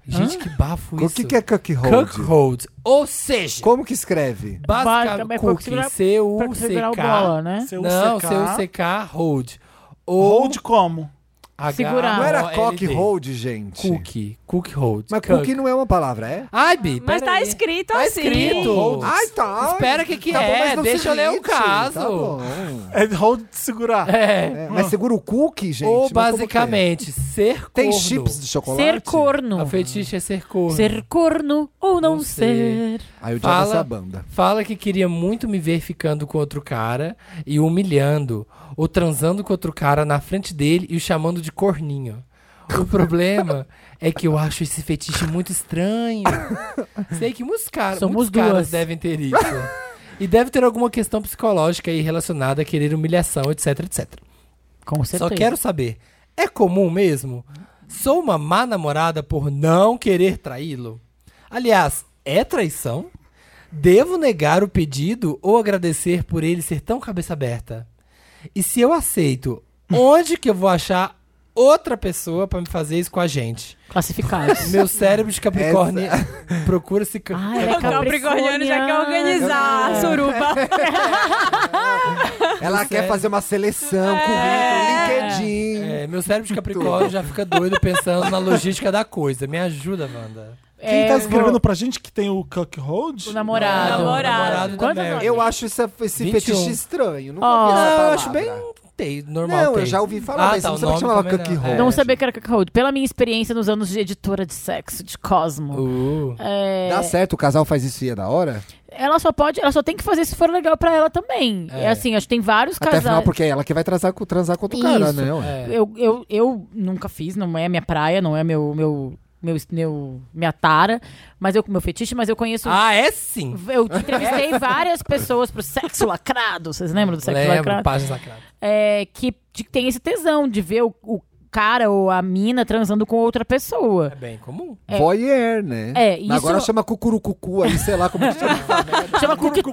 [SPEAKER 4] Gente, que bafo
[SPEAKER 2] O
[SPEAKER 4] isso.
[SPEAKER 2] que, que é cookie hold?
[SPEAKER 4] cuckolds? Ou seja,
[SPEAKER 2] Como que escreve?
[SPEAKER 5] Basicamente,
[SPEAKER 4] basicamente,
[SPEAKER 5] pra
[SPEAKER 4] cookie,
[SPEAKER 5] segurar- pra segurar o bola,
[SPEAKER 4] C-U-C-K.
[SPEAKER 2] É?
[SPEAKER 5] né?
[SPEAKER 1] Seu
[SPEAKER 4] Não,
[SPEAKER 1] CK.
[SPEAKER 4] C-U-C-K, hold. Ou
[SPEAKER 1] Hold como?
[SPEAKER 4] H-
[SPEAKER 5] Segurar.
[SPEAKER 2] Não era cock
[SPEAKER 4] O-L-D.
[SPEAKER 2] hold, gente.
[SPEAKER 4] Cookie, cookie hold.
[SPEAKER 2] Mas
[SPEAKER 4] Cuck.
[SPEAKER 2] cookie não é uma palavra, é?
[SPEAKER 4] Ai, Bi,
[SPEAKER 3] Mas
[SPEAKER 4] pera
[SPEAKER 3] tá
[SPEAKER 4] aí.
[SPEAKER 3] escrito
[SPEAKER 4] Tá
[SPEAKER 3] assim.
[SPEAKER 4] escrito. Hold.
[SPEAKER 2] Ai, tá.
[SPEAKER 4] Espera que que
[SPEAKER 2] Tá bom,
[SPEAKER 4] é,
[SPEAKER 2] mas não se
[SPEAKER 4] deixa eu ler o
[SPEAKER 2] irrite,
[SPEAKER 4] caso.
[SPEAKER 2] Tá bom.
[SPEAKER 1] É hold de segurar.
[SPEAKER 4] É.
[SPEAKER 2] É, mas segura o cookie, gente.
[SPEAKER 4] Ou
[SPEAKER 2] mas como que é?
[SPEAKER 4] basicamente, ser corno.
[SPEAKER 2] Tem chips de chocolate?
[SPEAKER 5] Ser
[SPEAKER 4] A
[SPEAKER 5] corno.
[SPEAKER 4] fetiche é ser Tá corno.
[SPEAKER 5] Ser corno ou não,
[SPEAKER 4] Não
[SPEAKER 5] ser.
[SPEAKER 4] sei.
[SPEAKER 2] Aí eu já
[SPEAKER 4] Fala.
[SPEAKER 2] essa banda.
[SPEAKER 4] Fala que queria muito me ver ficando com outro cara e o humilhando. Ou transando com outro cara na frente dele e o chamando de corninho. O problema é que eu acho esse fetiche muito estranho. Sei que muitos, caras,
[SPEAKER 5] Somos
[SPEAKER 4] muitos caras
[SPEAKER 5] duas.
[SPEAKER 4] devem ter isso. E deve ter alguma questão psicológica aí relacionada a querer humilhação, etc, etc.
[SPEAKER 5] Com certeza.
[SPEAKER 4] Só quero saber, é comum mesmo? Sou uma má namorada por não querer traí-lo? Aliás, é traição? Devo negar o pedido ou agradecer por ele ser tão cabeça aberta? E se eu aceito, onde que eu vou achar outra pessoa pra me fazer isso com a gente?
[SPEAKER 5] Classificados.
[SPEAKER 4] Meu cérebro de Capricórnio procura se.
[SPEAKER 5] Ah, ela é
[SPEAKER 3] O Capricorniano já quer
[SPEAKER 5] capricorniana.
[SPEAKER 3] organizar a suruba.
[SPEAKER 2] Ela quer
[SPEAKER 4] sério.
[SPEAKER 2] fazer uma seleção,
[SPEAKER 3] É.
[SPEAKER 2] currículo, LinkedIn.
[SPEAKER 4] É, meu cérebro de Capricórnio já fica doido pensando na logística da coisa. Me ajuda, Wanda.
[SPEAKER 1] Quem
[SPEAKER 5] É,
[SPEAKER 1] tá
[SPEAKER 5] vou-
[SPEAKER 1] escrevendo pra gente que tem o cuck hold?
[SPEAKER 5] O namorado.
[SPEAKER 4] Não, o
[SPEAKER 3] namorado
[SPEAKER 5] Quantos
[SPEAKER 4] também.
[SPEAKER 5] namorados?
[SPEAKER 2] Eu acho esse, esse
[SPEAKER 4] 21.
[SPEAKER 2] fetiche estranho. Nunca
[SPEAKER 5] Ah.
[SPEAKER 2] ouvi essa
[SPEAKER 4] Não, eu
[SPEAKER 2] palavra.
[SPEAKER 4] acho bem tei- normal.
[SPEAKER 2] Não, eu
[SPEAKER 4] tei.
[SPEAKER 2] já ouvi falar, mas
[SPEAKER 4] tá,
[SPEAKER 2] não
[SPEAKER 4] o
[SPEAKER 2] sabia que
[SPEAKER 4] nome
[SPEAKER 2] chamava
[SPEAKER 4] também
[SPEAKER 2] cookie hold.
[SPEAKER 5] Não
[SPEAKER 2] É.
[SPEAKER 5] saber que era cacau. Pela minha experiência nos anos de editora de sexo, de Cosmo.
[SPEAKER 4] Uh.
[SPEAKER 5] É,
[SPEAKER 2] Dá certo, o casal faz isso e é da hora?
[SPEAKER 5] ela só pode, ela só tem que fazer se for legal pra ela também. É,
[SPEAKER 4] É.
[SPEAKER 5] assim, acho que tem vários
[SPEAKER 2] Até afinal,
[SPEAKER 5] casais.
[SPEAKER 2] porque é ela que vai transar, com- transar com outro cara,
[SPEAKER 5] Isso.
[SPEAKER 2] né? ué?
[SPEAKER 4] É.
[SPEAKER 5] Eu, eu, eu nunca fiz, não é minha praia, não é meu, meu meu, meu, minha tara, mas eu, meu fetiche, mas eu conheço.
[SPEAKER 4] Ah, é sim.
[SPEAKER 5] Eu entrevistei várias pessoas pro sexo lacrado. Vocês lembram do sexo
[SPEAKER 4] Lembro,
[SPEAKER 5] é lacrado?
[SPEAKER 4] páginas lacradas.
[SPEAKER 5] É, que de- tem esse tesão de ver o, o cara ou a mina transando com outra pessoa.
[SPEAKER 4] É bem comum.
[SPEAKER 2] Voyeur, né?
[SPEAKER 5] É, isso-
[SPEAKER 2] Agora chama cucurucucu aí, sei lá como é que chama.
[SPEAKER 5] Chama cooktop. É, Chama
[SPEAKER 2] Cucurucucu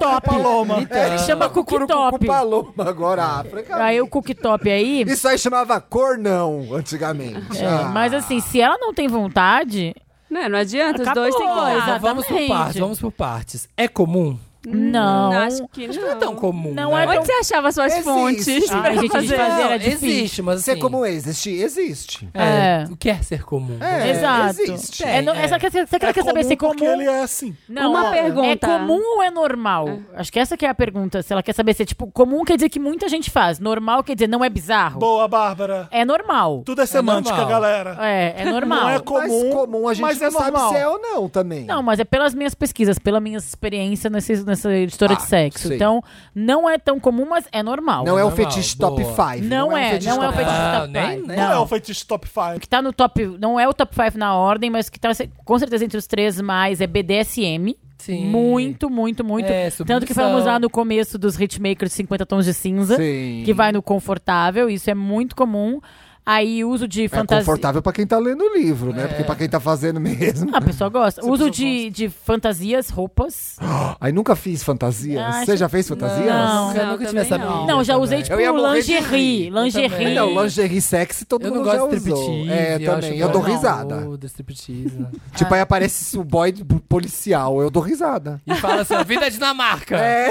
[SPEAKER 5] cooktop.
[SPEAKER 2] paloma agora, África.
[SPEAKER 5] Aí o cooktop é aí.
[SPEAKER 2] Isso aí chamava cornão, antigamente.
[SPEAKER 5] é,
[SPEAKER 2] Ah.
[SPEAKER 5] mas assim, se ela não tem vontade,
[SPEAKER 3] Né, Não adianta,
[SPEAKER 5] Acabou.
[SPEAKER 3] os dois têm que
[SPEAKER 5] Ah,
[SPEAKER 3] dar.
[SPEAKER 5] Exatamente.
[SPEAKER 4] vamos por partes, vamos por partes. É comum?
[SPEAKER 5] não.
[SPEAKER 3] Acho que não.
[SPEAKER 4] Não é tão comum.
[SPEAKER 5] Não
[SPEAKER 4] né?
[SPEAKER 5] é
[SPEAKER 3] Onde
[SPEAKER 5] tão-
[SPEAKER 3] você achava suas
[SPEAKER 2] Existe.
[SPEAKER 3] fontes?
[SPEAKER 5] Ai,
[SPEAKER 3] pra
[SPEAKER 5] gente,
[SPEAKER 3] fazer?
[SPEAKER 5] fazer era
[SPEAKER 4] Não,
[SPEAKER 5] difícil.
[SPEAKER 4] Existe, mas assim...
[SPEAKER 2] Ser comum existe? Existe.
[SPEAKER 4] É,
[SPEAKER 5] É.
[SPEAKER 4] O que é ser comum?
[SPEAKER 2] É,
[SPEAKER 5] Exato.
[SPEAKER 2] existe.
[SPEAKER 5] É, no-
[SPEAKER 4] É.
[SPEAKER 5] Essa, essa, você quer saber se é
[SPEAKER 1] porque
[SPEAKER 5] comum?
[SPEAKER 1] ele é assim.
[SPEAKER 5] Não,
[SPEAKER 3] Uma pergunta. Ah.
[SPEAKER 5] É comum ou é normal? Acho que essa que é a pergunta. Se ela quer saber se é tipo, comum quer dizer que muita gente faz. Normal quer dizer não é bizarro.
[SPEAKER 1] Boa, Bárbara.
[SPEAKER 5] É normal.
[SPEAKER 1] Tudo é semântica,
[SPEAKER 4] normal.
[SPEAKER 1] galera.
[SPEAKER 5] É, é normal.
[SPEAKER 1] Não é
[SPEAKER 2] Comum,
[SPEAKER 1] comum,
[SPEAKER 2] mas comum a
[SPEAKER 1] mas
[SPEAKER 2] gente não
[SPEAKER 1] é normal.
[SPEAKER 2] sabe se é ou não também.
[SPEAKER 5] Não, mas é pelas minhas pesquisas, pela minha experiência nesse, nessa editora
[SPEAKER 2] Ah,
[SPEAKER 5] de sexo.
[SPEAKER 2] sei.
[SPEAKER 5] Então, não é tão comum, mas é normal.
[SPEAKER 2] Não é o
[SPEAKER 4] normal,
[SPEAKER 2] fetiche top
[SPEAKER 4] boa.
[SPEAKER 2] 5.
[SPEAKER 5] Não é, não é o fetiche
[SPEAKER 4] Não,
[SPEAKER 5] top
[SPEAKER 4] nem-
[SPEAKER 5] five.
[SPEAKER 4] nem-
[SPEAKER 1] Não é
[SPEAKER 5] Não.
[SPEAKER 1] o feitiço top 5.
[SPEAKER 5] que tá no top, não é o top 5 na ordem, mas que tá se- com certeza entre os três mais é BDSM.
[SPEAKER 4] Sim.
[SPEAKER 5] Muito, muito, muito.
[SPEAKER 4] É,
[SPEAKER 5] Tanto que
[SPEAKER 4] submissão.
[SPEAKER 5] falamos lá no começo dos hitmakers 50 tons de cinza,
[SPEAKER 2] Sim.
[SPEAKER 5] que vai no confortável, isso é muito comum. Aí uso de
[SPEAKER 2] É
[SPEAKER 5] fantasia. É.
[SPEAKER 2] confortável pra quem tá lendo o livro, né? Porque pra quem tá fazendo mesmo.
[SPEAKER 5] Ah, A pessoa gosta. uso de, de fantasias, roupas.
[SPEAKER 2] Aí nunca fiz fantasia.
[SPEAKER 5] Acho-
[SPEAKER 2] Você já fez fantasia?
[SPEAKER 5] Ah, Não.
[SPEAKER 4] Nossa, eu
[SPEAKER 3] Não,
[SPEAKER 4] nunca tive
[SPEAKER 3] também
[SPEAKER 4] essa né?
[SPEAKER 3] não.
[SPEAKER 4] brilha
[SPEAKER 5] Não, já
[SPEAKER 4] também.
[SPEAKER 5] usei, tipo,
[SPEAKER 2] Eu ia morrer de
[SPEAKER 5] lingerie.
[SPEAKER 2] rir.
[SPEAKER 5] Lingerie.
[SPEAKER 4] também.
[SPEAKER 2] Não, lingerie sexy todo
[SPEAKER 4] Eu não
[SPEAKER 2] mundo
[SPEAKER 4] gosto
[SPEAKER 2] já
[SPEAKER 4] de
[SPEAKER 2] usou.
[SPEAKER 4] striptease.
[SPEAKER 2] É, também. Eu, dou
[SPEAKER 5] bom.
[SPEAKER 2] risada.
[SPEAKER 4] Do um striptease. né?
[SPEAKER 5] Ah.
[SPEAKER 2] Tipo, aí aparece o boy do- policial. Eu dou risada.
[SPEAKER 4] E fala assim, a vida é Dinamarca. É.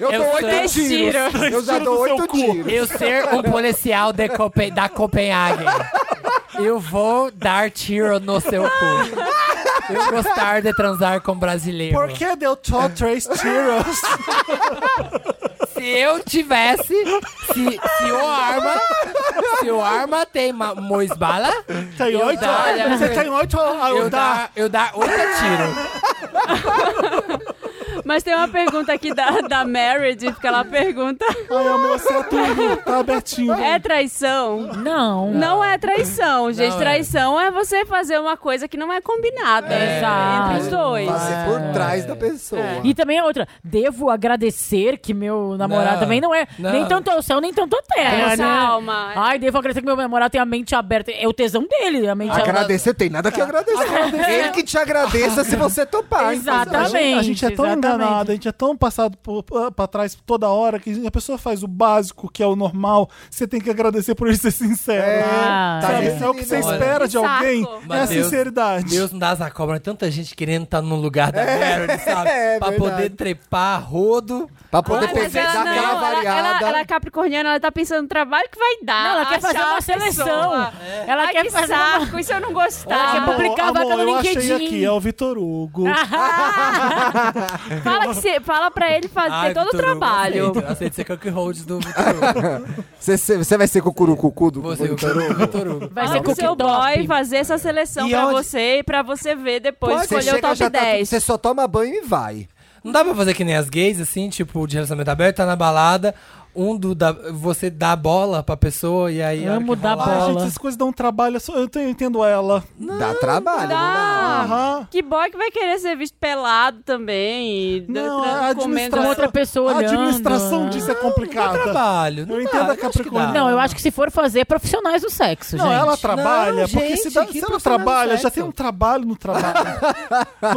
[SPEAKER 2] Eu dou oito
[SPEAKER 4] ser,
[SPEAKER 2] tiros. Eu já
[SPEAKER 1] tiros no
[SPEAKER 2] dou
[SPEAKER 1] seu
[SPEAKER 2] oito
[SPEAKER 1] cu.
[SPEAKER 2] tiros.
[SPEAKER 4] eu ser um policial de Copen- da Copenhague. Eu vou dar tiro no seu cu. Eu gostar de transar com brasileiro.
[SPEAKER 1] Por que deu só três tiros?
[SPEAKER 4] Se eu tivesse, se, se o arma, se o arma tem ma- mois bala,
[SPEAKER 1] Tem
[SPEAKER 4] Eu
[SPEAKER 1] oito?
[SPEAKER 4] dá, olha,
[SPEAKER 1] Você
[SPEAKER 4] eu-
[SPEAKER 1] tem oito? Ah,
[SPEAKER 4] eu,
[SPEAKER 1] Eu dá.
[SPEAKER 4] dar, eu dar oito tiros.
[SPEAKER 3] Mas tem uma pergunta aqui da, da Meredith, que ela pergunta:
[SPEAKER 1] Ai, amor, você é tudo. Tá abertinho.
[SPEAKER 3] é traição?
[SPEAKER 5] Não.
[SPEAKER 3] Não é traição, gente.
[SPEAKER 4] Não é.
[SPEAKER 3] traição é. você fazer uma coisa que não é combinada entre os
[SPEAKER 5] Exato.
[SPEAKER 3] dois.
[SPEAKER 2] Fazer por trás da pessoa.
[SPEAKER 5] É. E também a outra, devo agradecer que meu namorado
[SPEAKER 4] Não,
[SPEAKER 5] também não é
[SPEAKER 4] não.
[SPEAKER 5] nem tanto ao céu, nem tanto à terra.
[SPEAKER 3] Essa
[SPEAKER 5] né?
[SPEAKER 3] alma.
[SPEAKER 5] Ai, devo agradecer que meu namorado tem a mente aberta. É o tesão dele, a mente aberta.
[SPEAKER 2] Agradecer tem nada
[SPEAKER 5] Tá.
[SPEAKER 2] que agradecer. Ele que te agradeça se você topar. hein?
[SPEAKER 1] A
[SPEAKER 5] Exatamente.
[SPEAKER 1] gente, a gente é tão
[SPEAKER 5] exatamente.
[SPEAKER 1] enganado, a gente é tão passado por- pra pra trás toda hora que a pessoa faz o básico, que é o normal. Você tem que agradecer por ele ser sincero.
[SPEAKER 2] É,
[SPEAKER 5] Ah,
[SPEAKER 2] tá
[SPEAKER 1] Sabe?
[SPEAKER 2] nesse
[SPEAKER 1] É o que você
[SPEAKER 2] nível.
[SPEAKER 1] espera de
[SPEAKER 3] Saco.
[SPEAKER 1] alguém, é a
[SPEAKER 4] Mas Deus-
[SPEAKER 1] sinceridade.
[SPEAKER 4] Deus não dá asa cobra, tanta gente querendo estar no lugar da Meredith, sabe?
[SPEAKER 2] é
[SPEAKER 4] pra
[SPEAKER 2] verdade.
[SPEAKER 4] poder trepar rodo.
[SPEAKER 2] Pra poder
[SPEAKER 3] Ah, mas
[SPEAKER 2] perder, dar
[SPEAKER 3] ela não,
[SPEAKER 2] aquela
[SPEAKER 3] ela-
[SPEAKER 2] variada.
[SPEAKER 3] Ela, ela é capricorniana, ela tá pensando no trabalho que vai dar.
[SPEAKER 5] Não, ela quer
[SPEAKER 3] achar
[SPEAKER 5] fazer uma
[SPEAKER 3] a
[SPEAKER 5] seleção.
[SPEAKER 3] pessoa. É.
[SPEAKER 5] Ela
[SPEAKER 3] Ai,
[SPEAKER 5] quer
[SPEAKER 3] que
[SPEAKER 5] fazer uma-
[SPEAKER 3] saco, isso eu não
[SPEAKER 5] Ela
[SPEAKER 3] gostava.
[SPEAKER 5] quer publicar a
[SPEAKER 1] amor,
[SPEAKER 5] vaga é no
[SPEAKER 1] eu achei
[SPEAKER 5] LinkedIn. Ah,
[SPEAKER 1] aqui, é o Vitor Hugo.
[SPEAKER 3] fala, que você, fala pra ele fazer
[SPEAKER 4] Ai,
[SPEAKER 3] todo
[SPEAKER 4] Vitor
[SPEAKER 3] o
[SPEAKER 4] Hugo,
[SPEAKER 3] trabalho.
[SPEAKER 4] Aceito, aceito ser cock hold do Vitor Hugo.
[SPEAKER 2] Você, você- você vai ser cucurucucu do
[SPEAKER 4] Você, o
[SPEAKER 2] Vitor Hugo?
[SPEAKER 4] Vitor Hugo.
[SPEAKER 5] Vai
[SPEAKER 3] Fala
[SPEAKER 5] ser
[SPEAKER 3] pro seu
[SPEAKER 5] cookie
[SPEAKER 3] boy
[SPEAKER 5] top.
[SPEAKER 3] fazer essa seleção
[SPEAKER 4] E
[SPEAKER 3] pra
[SPEAKER 4] onde-
[SPEAKER 3] você e pra você ver depois
[SPEAKER 2] Você
[SPEAKER 3] escolher o
[SPEAKER 2] chega,
[SPEAKER 3] top
[SPEAKER 2] já tá tudo-
[SPEAKER 3] 10.
[SPEAKER 2] Você só toma banho e vai.
[SPEAKER 4] Não dá pra fazer que nem as gays, assim, tipo, de relacionamento aberto, tá na balada, um do da, você dá a bola pra pessoa e aí. a hora
[SPEAKER 5] Amo
[SPEAKER 4] que
[SPEAKER 5] dar
[SPEAKER 4] rolar-
[SPEAKER 1] Ai,
[SPEAKER 5] bola.
[SPEAKER 1] gente, essas coisas dão trabalho. eu sou- Eu tenho- eu entendo ela. tá?
[SPEAKER 2] dá trabalho, não dá.
[SPEAKER 3] Dá.
[SPEAKER 1] Aham.
[SPEAKER 3] Que boy que vai querer ser visto pelado também? e d-
[SPEAKER 1] Não,
[SPEAKER 3] tra-
[SPEAKER 1] a
[SPEAKER 3] comendo-
[SPEAKER 1] administração,
[SPEAKER 5] outra pessoa
[SPEAKER 1] a administração
[SPEAKER 5] olhando.
[SPEAKER 1] disso é
[SPEAKER 4] Dá
[SPEAKER 1] complicada.
[SPEAKER 4] trabalho. Não
[SPEAKER 1] Eu
[SPEAKER 4] dá,
[SPEAKER 1] entendo a
[SPEAKER 4] acho que
[SPEAKER 1] Capricórnio.
[SPEAKER 4] dá.
[SPEAKER 5] Não, eu acho que se for fazer, é profissionais do sexo,
[SPEAKER 1] Não,
[SPEAKER 5] gente.
[SPEAKER 1] ela trabalha,
[SPEAKER 4] Não,
[SPEAKER 1] porque se,
[SPEAKER 4] gente,
[SPEAKER 1] dá,
[SPEAKER 4] que
[SPEAKER 1] se ela
[SPEAKER 4] profissional
[SPEAKER 1] trabalha,
[SPEAKER 4] do
[SPEAKER 1] já
[SPEAKER 4] sexo.
[SPEAKER 1] tem um trabalho no trabalho.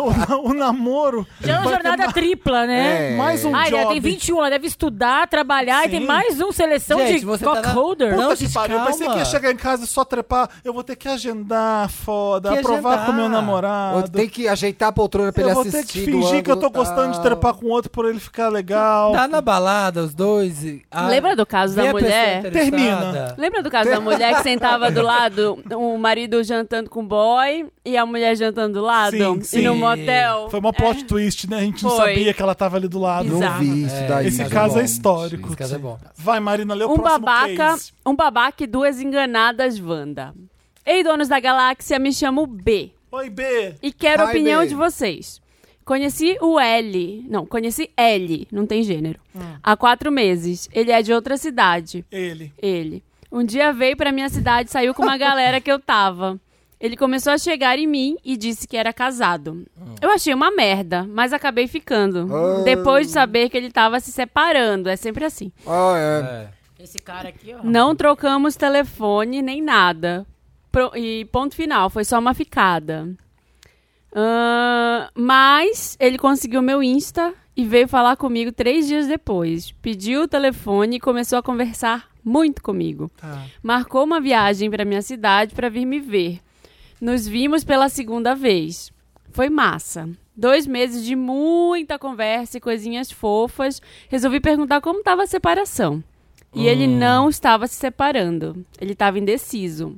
[SPEAKER 1] o, na- o namoro.
[SPEAKER 5] Já é uma
[SPEAKER 1] vai ter
[SPEAKER 5] jornada
[SPEAKER 1] ma-
[SPEAKER 5] tripla, né?
[SPEAKER 2] É.
[SPEAKER 1] Mais um
[SPEAKER 5] Ai, ela
[SPEAKER 1] job.
[SPEAKER 5] tem 21, ela deve estudar, trabalhar e tem
[SPEAKER 1] Sim.
[SPEAKER 5] mais um seleção
[SPEAKER 4] Gente,
[SPEAKER 5] de
[SPEAKER 4] você tá na-
[SPEAKER 5] cockholder.
[SPEAKER 4] Não,
[SPEAKER 1] Puta que
[SPEAKER 4] gente,
[SPEAKER 1] pariu, Eu pensei que
[SPEAKER 4] calma.
[SPEAKER 1] ia chegar em casa e só trepar. Eu vou ter que agendar, foda.
[SPEAKER 4] Que
[SPEAKER 1] aprovar
[SPEAKER 4] agendar.
[SPEAKER 1] com meu
[SPEAKER 2] Ou
[SPEAKER 1] namorado.
[SPEAKER 2] Tem que ajeitar a poltrona pra
[SPEAKER 1] eu
[SPEAKER 2] ele
[SPEAKER 1] vou
[SPEAKER 2] assistir.
[SPEAKER 1] ter que
[SPEAKER 2] do
[SPEAKER 1] fingir que eu tô
[SPEAKER 2] ângulo
[SPEAKER 1] gostando de
[SPEAKER 2] tal.
[SPEAKER 1] trepar com outro por ele ficar legal.
[SPEAKER 4] Dá Tá na balada, os dois. e- ah,
[SPEAKER 3] Lembra do caso
[SPEAKER 4] vê
[SPEAKER 3] da
[SPEAKER 4] a pessoa
[SPEAKER 3] mulher?
[SPEAKER 4] interessada.
[SPEAKER 1] Termina.
[SPEAKER 3] Lembra do caso da mulher que sentava do lado, o marido jantando com o boy e a mulher jantando do lado?
[SPEAKER 1] Sim,
[SPEAKER 3] E
[SPEAKER 1] sim.
[SPEAKER 3] no motel?
[SPEAKER 1] Foi uma plot twist, né? A gente não
[SPEAKER 3] Foi.
[SPEAKER 1] sabia que ela tava ali do lado.
[SPEAKER 3] Exato.
[SPEAKER 2] Não vi isso daí.
[SPEAKER 1] Esse
[SPEAKER 2] tá
[SPEAKER 1] caso
[SPEAKER 2] bom.
[SPEAKER 1] é histórico.
[SPEAKER 4] Esse caso é bom.
[SPEAKER 1] Vai, Marina, lê o
[SPEAKER 3] um
[SPEAKER 1] próximo
[SPEAKER 3] babaca,
[SPEAKER 1] case.
[SPEAKER 3] um babaca e duas enganadas Wanda. Ei, donos da galáxia, me chamo B
[SPEAKER 1] Oi, B.
[SPEAKER 3] e quero a
[SPEAKER 2] Hi,
[SPEAKER 3] opinião
[SPEAKER 2] B.
[SPEAKER 3] de vocês. Conheci o L, não, conheci L, não tem gênero,
[SPEAKER 1] Hum.
[SPEAKER 3] há quatro meses. Ele é de outra cidade.
[SPEAKER 1] Ele.
[SPEAKER 3] Ele. Um dia veio pra minha cidade, saiu com uma galera que eu tava. Ele começou a chegar em mim e disse que era casado. Eu achei uma merda, mas acabei ficando.
[SPEAKER 2] Ah.
[SPEAKER 3] Depois de saber que ele tava se separando, é sempre assim.
[SPEAKER 2] Ah, é.
[SPEAKER 4] É.
[SPEAKER 5] Esse cara aqui, ó.
[SPEAKER 3] Não trocamos telefone nem nada. Pro- e ponto final, foi só uma ficada. Ahn, mas ele conseguiu meu Insta e veio falar comigo três dias depois. Pediu o telefone e começou a conversar muito comigo. Marcou uma viagem para minha cidade para vir me ver. Nos vimos pela segunda vez. Foi massa. Dois meses de muita conversa e coisinhas fofas. Resolvi perguntar como estava a separação. E ele não estava se separando. Ele estava indeciso.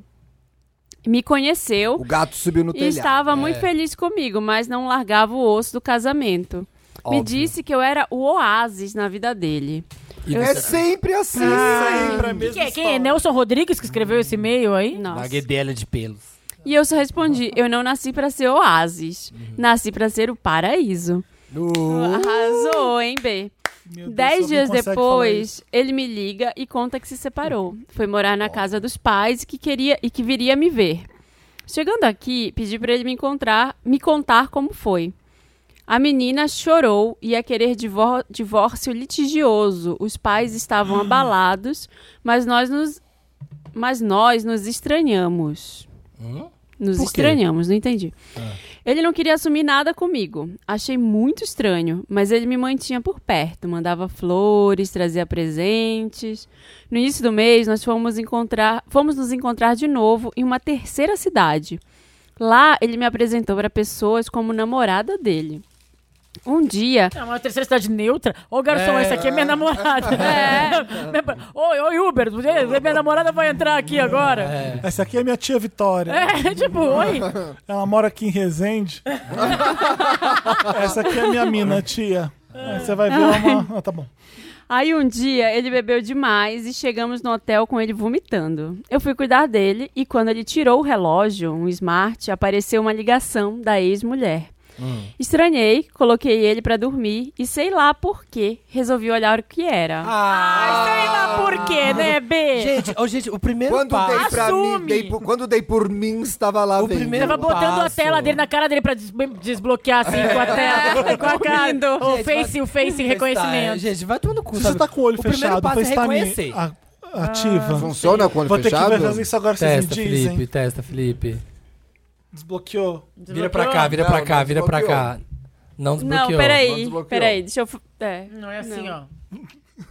[SPEAKER 3] Me conheceu
[SPEAKER 2] O gato subiu no
[SPEAKER 3] e
[SPEAKER 2] telhado.
[SPEAKER 3] estava
[SPEAKER 4] é.
[SPEAKER 3] muito feliz comigo, mas não largava o osso do casamento. Me
[SPEAKER 2] Óbvio.
[SPEAKER 3] disse que eu era o oásis na vida dele.
[SPEAKER 4] E
[SPEAKER 2] É sempre assim.
[SPEAKER 1] Sempre a mesma
[SPEAKER 5] Quem é? Quem é?
[SPEAKER 1] história.
[SPEAKER 5] Nelson Rodrigues que escreveu esse e-mail aí?
[SPEAKER 3] Nossa.
[SPEAKER 4] Baguedela de pelos.
[SPEAKER 3] E eu só respondi: eu não nasci para ser oásis,
[SPEAKER 2] Uhum.
[SPEAKER 3] nasci para ser o paraíso. Arrasou, hein, B?
[SPEAKER 1] Meu Deus,
[SPEAKER 3] Dez
[SPEAKER 1] alguém
[SPEAKER 3] dias
[SPEAKER 1] consegue falar isso?
[SPEAKER 3] depois, ele me liga e conta que se separou. Foi morar na casa dos pais e que queria e que viria me ver. Chegando aqui, pedi para ele me encontrar, me contar como foi. A menina chorou e ia querer divor- divórcio litigioso. Os pais estavam abalados, mas nós nos mas nós nos estranhamos. Nos
[SPEAKER 4] Por quê?
[SPEAKER 3] estranhamos, não entendi. Ele não queria assumir nada comigo. Achei muito estranho, mas ele me mantinha por perto, mandava flores, trazia presentes. No início do mês, nós fomos encontrar, fomos nos encontrar de novo em uma terceira cidade. Lá, ele me apresentou para pessoas como namorada dele. Um dia,
[SPEAKER 5] É uma terceira cidade neutra. Ô, garçom, essa aqui é minha namorada. É. Oi, oi, Uber, minha namorada vai entrar aqui agora.
[SPEAKER 1] Essa aqui é minha tia Vitória.
[SPEAKER 5] É, tipo, oi.
[SPEAKER 1] Ela mora aqui em Resende. Essa aqui é minha mina, tia. Aí você vai ver uma. Ah, tá bom.
[SPEAKER 3] Aí um dia ele bebeu demais e chegamos no hotel com ele vomitando. Eu fui cuidar dele e quando ele tirou o relógio, um smart, apareceu uma ligação da ex-mulher. Estranhei, coloquei ele pra dormir e sei lá por quê, resolvi olhar o que era.
[SPEAKER 4] Ah,
[SPEAKER 5] Sei lá por quê, né, B?
[SPEAKER 4] gente, oh, gente, o primeiro
[SPEAKER 2] Quando
[SPEAKER 4] passo.
[SPEAKER 2] dei pra mim,
[SPEAKER 5] Assume.
[SPEAKER 2] dei por- quando dei por mim, estava lá
[SPEAKER 4] O
[SPEAKER 2] vendo.
[SPEAKER 4] primeiro-
[SPEAKER 5] Tava botando a
[SPEAKER 4] Passo.
[SPEAKER 5] tela dele na cara dele pra des- desbloquear, assim, com a tela, com a cara. O
[SPEAKER 4] Gente,
[SPEAKER 5] face,
[SPEAKER 4] vai-
[SPEAKER 5] o face
[SPEAKER 4] Tá,
[SPEAKER 5] reconhecimento.
[SPEAKER 4] Gente, vai tomar no cu.
[SPEAKER 1] Se
[SPEAKER 4] sabe?
[SPEAKER 1] você tá com o olho
[SPEAKER 4] o
[SPEAKER 1] fechado,
[SPEAKER 4] primeiro passo
[SPEAKER 1] o
[SPEAKER 4] é
[SPEAKER 1] FaceTime
[SPEAKER 4] reconhecer. Ah.
[SPEAKER 1] a- ativa.
[SPEAKER 2] Funciona com o
[SPEAKER 1] Vou
[SPEAKER 2] olho
[SPEAKER 1] ter que
[SPEAKER 2] fechado?
[SPEAKER 1] ver fazer isso agora, vocês
[SPEAKER 4] Testa,
[SPEAKER 1] me dizem.
[SPEAKER 4] Felipe, testa, Felipe.
[SPEAKER 1] Desbloqueou.
[SPEAKER 4] Vira pra cá, vira
[SPEAKER 2] Não,
[SPEAKER 4] pra cá,
[SPEAKER 2] não
[SPEAKER 4] vira pra cá.
[SPEAKER 3] Não,
[SPEAKER 4] Não desbloqueou.
[SPEAKER 2] não
[SPEAKER 3] peraí,
[SPEAKER 2] desbloqueou.
[SPEAKER 3] peraí, deixa eu. f- É.
[SPEAKER 5] Não é assim, ó.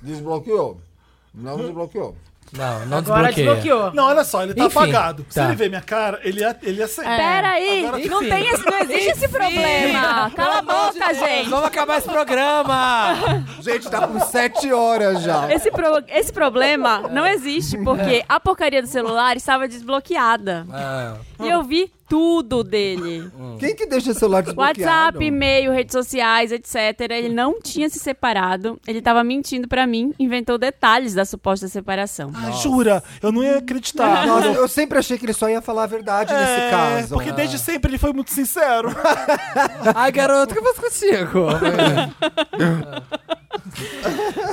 [SPEAKER 2] Desbloqueou. Não desbloqueou.
[SPEAKER 4] Não, não
[SPEAKER 5] Agora
[SPEAKER 4] desbloqueia.
[SPEAKER 5] desbloqueou.
[SPEAKER 1] Não, olha só, ele tá
[SPEAKER 4] Enfim,
[SPEAKER 1] apagado. Se
[SPEAKER 4] tá.
[SPEAKER 1] ele vê minha cara, ele, a- ele
[SPEAKER 3] É.
[SPEAKER 1] aceita.
[SPEAKER 3] Peraí,
[SPEAKER 1] É, Agora-
[SPEAKER 3] não,
[SPEAKER 4] Enfim.
[SPEAKER 3] tem esse, não existe esse problema. Cala a boca, gente.
[SPEAKER 4] Vamos acabar esse programa!
[SPEAKER 2] Gente, tá com sete horas já.
[SPEAKER 3] Esse, pro- esse problema não existe, porque a porcaria do celular estava desbloqueada.
[SPEAKER 4] Ah,
[SPEAKER 3] E eu vi tudo dele.
[SPEAKER 2] Quem que deixa o celular desbloqueado?
[SPEAKER 3] WhatsApp, e-mail, redes sociais, etc. Ele não tinha se separado. Ele tava mentindo pra mim, inventou detalhes da suposta separação.
[SPEAKER 1] Ah, jura? Eu não ia acreditar.
[SPEAKER 2] Ah, Nossa, eu sempre achei que ele só ia falar a verdade nesse
[SPEAKER 1] É,
[SPEAKER 2] caso. Ah.
[SPEAKER 4] né?
[SPEAKER 1] Porque desde sempre ele foi muito sincero.
[SPEAKER 4] Ai, garoto, o que eu faço contigo?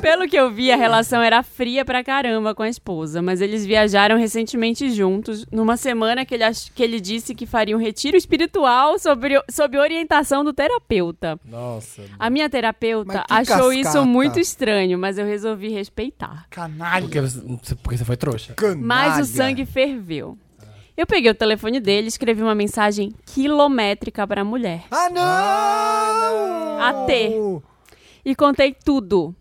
[SPEAKER 3] Pelo que eu vi, a relação era fria pra caramba com a esposa, mas eles viajaram recentemente juntos, numa semana que ele, ach- que ele disse que faria um retiro espiritual sobre- sob orientação do terapeuta.
[SPEAKER 4] Nossa.
[SPEAKER 3] A minha terapeuta
[SPEAKER 2] Mas que
[SPEAKER 3] achou
[SPEAKER 2] cascata.
[SPEAKER 3] isso muito estranho, mas eu resolvi respeitar.
[SPEAKER 1] Canalha.
[SPEAKER 4] Porque você, porque você foi trouxa.
[SPEAKER 2] Canalha.
[SPEAKER 3] Mas o sangue ferveu. Eu peguei o telefone dele e escrevi uma mensagem quilométrica pra mulher.
[SPEAKER 2] Ah, não!
[SPEAKER 3] A T. E contei tudo.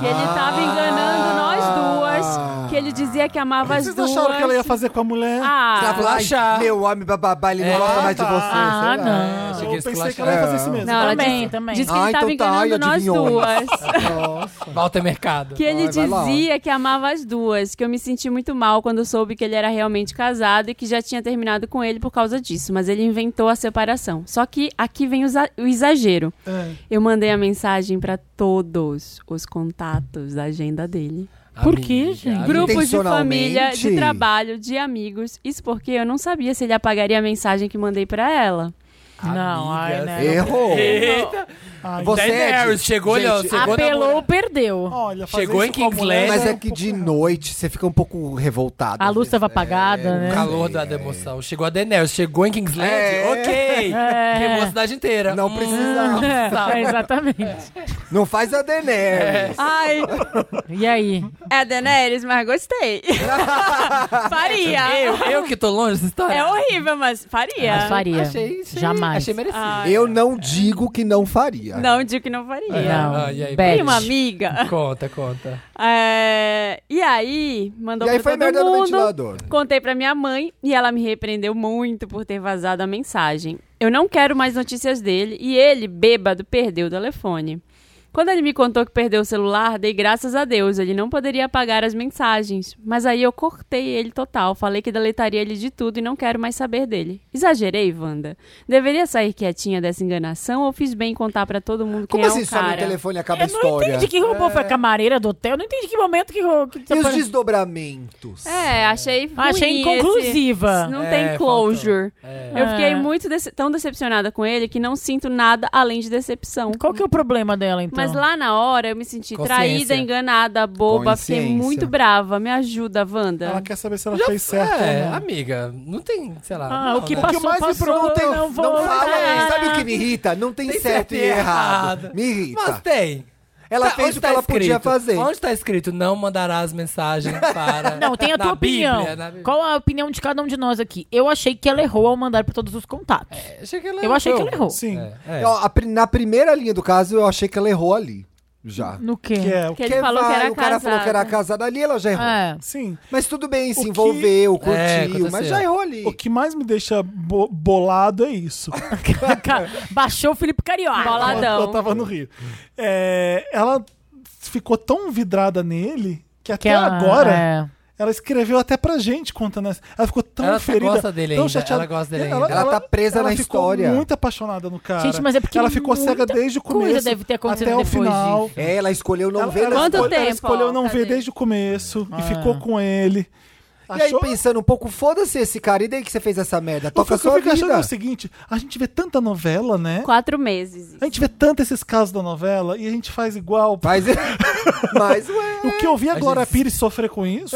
[SPEAKER 3] Que ele
[SPEAKER 2] Ah.
[SPEAKER 3] tava enganando nós duas. Que ele dizia que amava as
[SPEAKER 1] Vocês
[SPEAKER 3] duas.
[SPEAKER 1] acharam que ela ia fazer com a mulher?
[SPEAKER 2] Ela
[SPEAKER 3] Ah,
[SPEAKER 2] falou, ai,
[SPEAKER 4] Relaxa.
[SPEAKER 2] Meu homem bababá, ele não
[SPEAKER 4] É.
[SPEAKER 2] gosta mais de você.
[SPEAKER 5] Ah,
[SPEAKER 2] sei lá.
[SPEAKER 5] não.
[SPEAKER 1] eu
[SPEAKER 4] Achei que eles
[SPEAKER 1] pensei que
[SPEAKER 4] falaram-
[SPEAKER 1] ela ia fazer isso mesmo.
[SPEAKER 3] não, ela
[SPEAKER 5] Também,
[SPEAKER 3] disse,
[SPEAKER 5] também.
[SPEAKER 3] disse que
[SPEAKER 2] Ah,
[SPEAKER 3] ele tava
[SPEAKER 2] então tá, ai,
[SPEAKER 3] enganando nós
[SPEAKER 2] adivinhou.
[SPEAKER 3] duas.
[SPEAKER 4] Volta mercado.
[SPEAKER 3] Que ele
[SPEAKER 2] Ai, vai lá.
[SPEAKER 3] dizia que amava as duas, que eu me senti muito mal quando soube que ele era realmente casado e que já tinha terminado com ele por causa disso, mas ele inventou a separação. Só que aqui vem o exa- o exagero.
[SPEAKER 1] É.
[SPEAKER 3] Eu mandei a mensagem pra todos os contatos da agenda dele.
[SPEAKER 5] Por quê, gente?
[SPEAKER 3] Grupos de
[SPEAKER 2] Ah,
[SPEAKER 3] família,
[SPEAKER 2] Intencionalmente?
[SPEAKER 3] de trabalho, de amigos. Isso porque eu não sabia se ele apagaria a mensagem que mandei pra ela.
[SPEAKER 5] Não, ai, né?
[SPEAKER 2] Errou.
[SPEAKER 4] Eita!
[SPEAKER 1] Ai,
[SPEAKER 2] Você
[SPEAKER 4] É. Daenerys
[SPEAKER 2] é de-
[SPEAKER 4] chegou,
[SPEAKER 2] Gente,
[SPEAKER 4] olhou, chegou
[SPEAKER 5] Apelou,
[SPEAKER 4] namorando.
[SPEAKER 5] perdeu.
[SPEAKER 1] Olha, fazer
[SPEAKER 4] Chegou
[SPEAKER 1] isso
[SPEAKER 4] em
[SPEAKER 1] com a mulher
[SPEAKER 4] Kingslayer.
[SPEAKER 2] Mas é
[SPEAKER 1] um
[SPEAKER 2] que de
[SPEAKER 1] pouco-
[SPEAKER 2] noite você fica um pouco revoltado. às
[SPEAKER 5] A luz
[SPEAKER 2] vezes.
[SPEAKER 5] estava apagada,
[SPEAKER 2] É,
[SPEAKER 5] né?
[SPEAKER 2] não
[SPEAKER 4] Calor
[SPEAKER 2] sei,
[SPEAKER 4] da
[SPEAKER 2] é.
[SPEAKER 4] emoção. Chegou a Daenerys, chegou em Kingsland,
[SPEAKER 2] É.
[SPEAKER 4] ok. Queimou a cidade inteira.
[SPEAKER 2] Não precisava.
[SPEAKER 5] É, exatamente.
[SPEAKER 2] Não faz a Daenerys.
[SPEAKER 3] Ai,
[SPEAKER 5] E aí?
[SPEAKER 3] é Daenerys, mas gostei. faria.
[SPEAKER 4] Eu, eu que tô longe dessa história.
[SPEAKER 3] É horrível, mas faria.
[SPEAKER 5] Mas faria.
[SPEAKER 4] Achei, achei-
[SPEAKER 5] Jamais.
[SPEAKER 4] Achei merecido.
[SPEAKER 3] Ai,
[SPEAKER 2] Eu não digo que não faria.
[SPEAKER 3] Não digo que não faria.
[SPEAKER 4] É.
[SPEAKER 5] Não.
[SPEAKER 4] Ah, e aí,
[SPEAKER 5] Beth.
[SPEAKER 3] Tem uma amiga.
[SPEAKER 4] Conta, conta.
[SPEAKER 3] É, E aí, mandou
[SPEAKER 2] E aí
[SPEAKER 3] pra
[SPEAKER 2] foi
[SPEAKER 3] todo
[SPEAKER 2] merda no
[SPEAKER 3] mundo.
[SPEAKER 2] ventilador.
[SPEAKER 3] Contei pra minha mãe e ela me repreendeu muito por ter vazado a mensagem. Eu não quero mais notícias dele e ele, bêbado, perdeu o telefone. Quando ele me contou que perdeu o celular, dei graças a Deus, ele não poderia apagar as mensagens. Mas aí eu cortei ele total, falei que deletaria ele de tudo e não quero mais saber dele. Exagerei, Wanda. Deveria sair quietinha dessa enganação ou fiz bem em contar pra todo mundo quem
[SPEAKER 2] Como
[SPEAKER 3] é
[SPEAKER 2] assim
[SPEAKER 3] o
[SPEAKER 2] só no
[SPEAKER 3] cara? É
[SPEAKER 2] telefone acaba a
[SPEAKER 5] Eu não
[SPEAKER 2] história?
[SPEAKER 5] entendi que roubou foi a camareira do hotel. Eu não entendi que momento que roubou.
[SPEAKER 2] E os desdobramentos?
[SPEAKER 3] É, achei ruim
[SPEAKER 5] Achei
[SPEAKER 3] esse-
[SPEAKER 5] inconclusiva.
[SPEAKER 3] Não
[SPEAKER 4] É,
[SPEAKER 3] tem closure. Eu
[SPEAKER 5] É.
[SPEAKER 3] fiquei muito dece- tão decepcionada com ele que não sinto nada além de decepção.
[SPEAKER 5] Qual que é o problema dela, então?
[SPEAKER 3] Mas lá na hora eu me senti
[SPEAKER 4] Consciência.
[SPEAKER 3] traída, enganada, boba, fiquei
[SPEAKER 2] Consciência.
[SPEAKER 3] muito brava. Me ajuda, Wanda.
[SPEAKER 5] Então,
[SPEAKER 1] Ela quer saber se ela fez certo
[SPEAKER 4] É,
[SPEAKER 1] ou não.
[SPEAKER 4] amiga, não tem, sei lá.
[SPEAKER 5] Ah,
[SPEAKER 4] não,
[SPEAKER 5] o que
[SPEAKER 4] né?
[SPEAKER 1] pa-
[SPEAKER 5] passou,
[SPEAKER 1] mais me
[SPEAKER 5] passou.
[SPEAKER 1] preocupa
[SPEAKER 2] Tem-
[SPEAKER 1] é-
[SPEAKER 5] não vou
[SPEAKER 2] fala,
[SPEAKER 5] olhar.
[SPEAKER 2] sabe o que me irrita? Não tem, certo, e errado. Me irrita.
[SPEAKER 4] né? Mas tem.
[SPEAKER 2] Ela
[SPEAKER 4] Tá,
[SPEAKER 2] fez
[SPEAKER 4] onde
[SPEAKER 2] o que
[SPEAKER 4] tá
[SPEAKER 2] ela
[SPEAKER 4] escrito?
[SPEAKER 2] podia fazer.
[SPEAKER 4] Onde tá escrito não mandarás mensagem para.
[SPEAKER 5] Não, tem a
[SPEAKER 4] na
[SPEAKER 5] tua
[SPEAKER 4] Bíblia,
[SPEAKER 5] opinião.
[SPEAKER 4] na Bíblia.
[SPEAKER 5] Qual a opinião de cada um de nós aqui? Eu achei que ela errou ao mandar para todos os contatos.
[SPEAKER 4] Achei que ela
[SPEAKER 5] eu achei que
[SPEAKER 4] errou.
[SPEAKER 5] ela errou.
[SPEAKER 1] Sim.
[SPEAKER 4] É, é.
[SPEAKER 2] Ó, a pri- na primeira linha do caso, eu achei que ela errou ali. Já.
[SPEAKER 5] No quê?
[SPEAKER 1] Que é, o-
[SPEAKER 3] Que ele falou que
[SPEAKER 2] vai,
[SPEAKER 3] era
[SPEAKER 2] O cara falou que era
[SPEAKER 3] casada.
[SPEAKER 2] casada ali, ela já errou.
[SPEAKER 5] É.
[SPEAKER 1] sim.
[SPEAKER 2] Mas tudo bem, se
[SPEAKER 1] que-
[SPEAKER 2] envolveu, curtiu,
[SPEAKER 4] aconteceu.
[SPEAKER 2] mas já errou ali.
[SPEAKER 1] O que mais me deixa bo- bolado é isso.
[SPEAKER 5] Ca- Baixou o Felipe Carioca.
[SPEAKER 3] Boladão.
[SPEAKER 1] Eu, eu tava no Rio. É, ela ficou tão vidrada nele que até
[SPEAKER 5] Que ela-
[SPEAKER 1] agora
[SPEAKER 5] é.
[SPEAKER 1] ela escreveu até pra gente contando essa. Ela ficou tão
[SPEAKER 4] Ela tá-
[SPEAKER 1] ferida.
[SPEAKER 4] gosta dele
[SPEAKER 1] tão
[SPEAKER 4] ainda,
[SPEAKER 1] chateada. É,
[SPEAKER 4] ela gosta dele ainda.
[SPEAKER 2] Ela tá presa
[SPEAKER 1] ela
[SPEAKER 2] na
[SPEAKER 1] ficou
[SPEAKER 2] história.
[SPEAKER 1] muito apaixonada no cara.
[SPEAKER 5] Gente, mas é porque
[SPEAKER 1] ela ficou
[SPEAKER 5] muita
[SPEAKER 1] cega desde o
[SPEAKER 5] coisa
[SPEAKER 1] começo.
[SPEAKER 5] deve ter acontecido
[SPEAKER 1] até
[SPEAKER 5] depois
[SPEAKER 1] o final.
[SPEAKER 2] É, ela escolheu não
[SPEAKER 1] Ela-
[SPEAKER 2] ver.
[SPEAKER 1] ela
[SPEAKER 2] ela
[SPEAKER 3] Quanto
[SPEAKER 1] escolheu-
[SPEAKER 3] tempo,
[SPEAKER 1] Ela escolheu não
[SPEAKER 3] ó,
[SPEAKER 1] ver
[SPEAKER 3] cadê?
[SPEAKER 1] desde o começo
[SPEAKER 5] Ah.
[SPEAKER 1] e ficou com ele.
[SPEAKER 2] E aí, pensando um pouco, foda-se esse cara, e daí que você fez essa merda?
[SPEAKER 1] o que
[SPEAKER 2] Toca
[SPEAKER 1] eu
[SPEAKER 2] a sua
[SPEAKER 1] fico achando é
[SPEAKER 2] vida.
[SPEAKER 1] o seguinte: a gente vê tanta novela, né?
[SPEAKER 3] Quatro meses.
[SPEAKER 1] A gente vê tanto esses casos da novela e a gente faz igual.
[SPEAKER 2] Mas, é- mas ué,
[SPEAKER 1] O que eu vi
[SPEAKER 4] A
[SPEAKER 1] agora a
[SPEAKER 4] gente-
[SPEAKER 1] Pires sofrer com isso,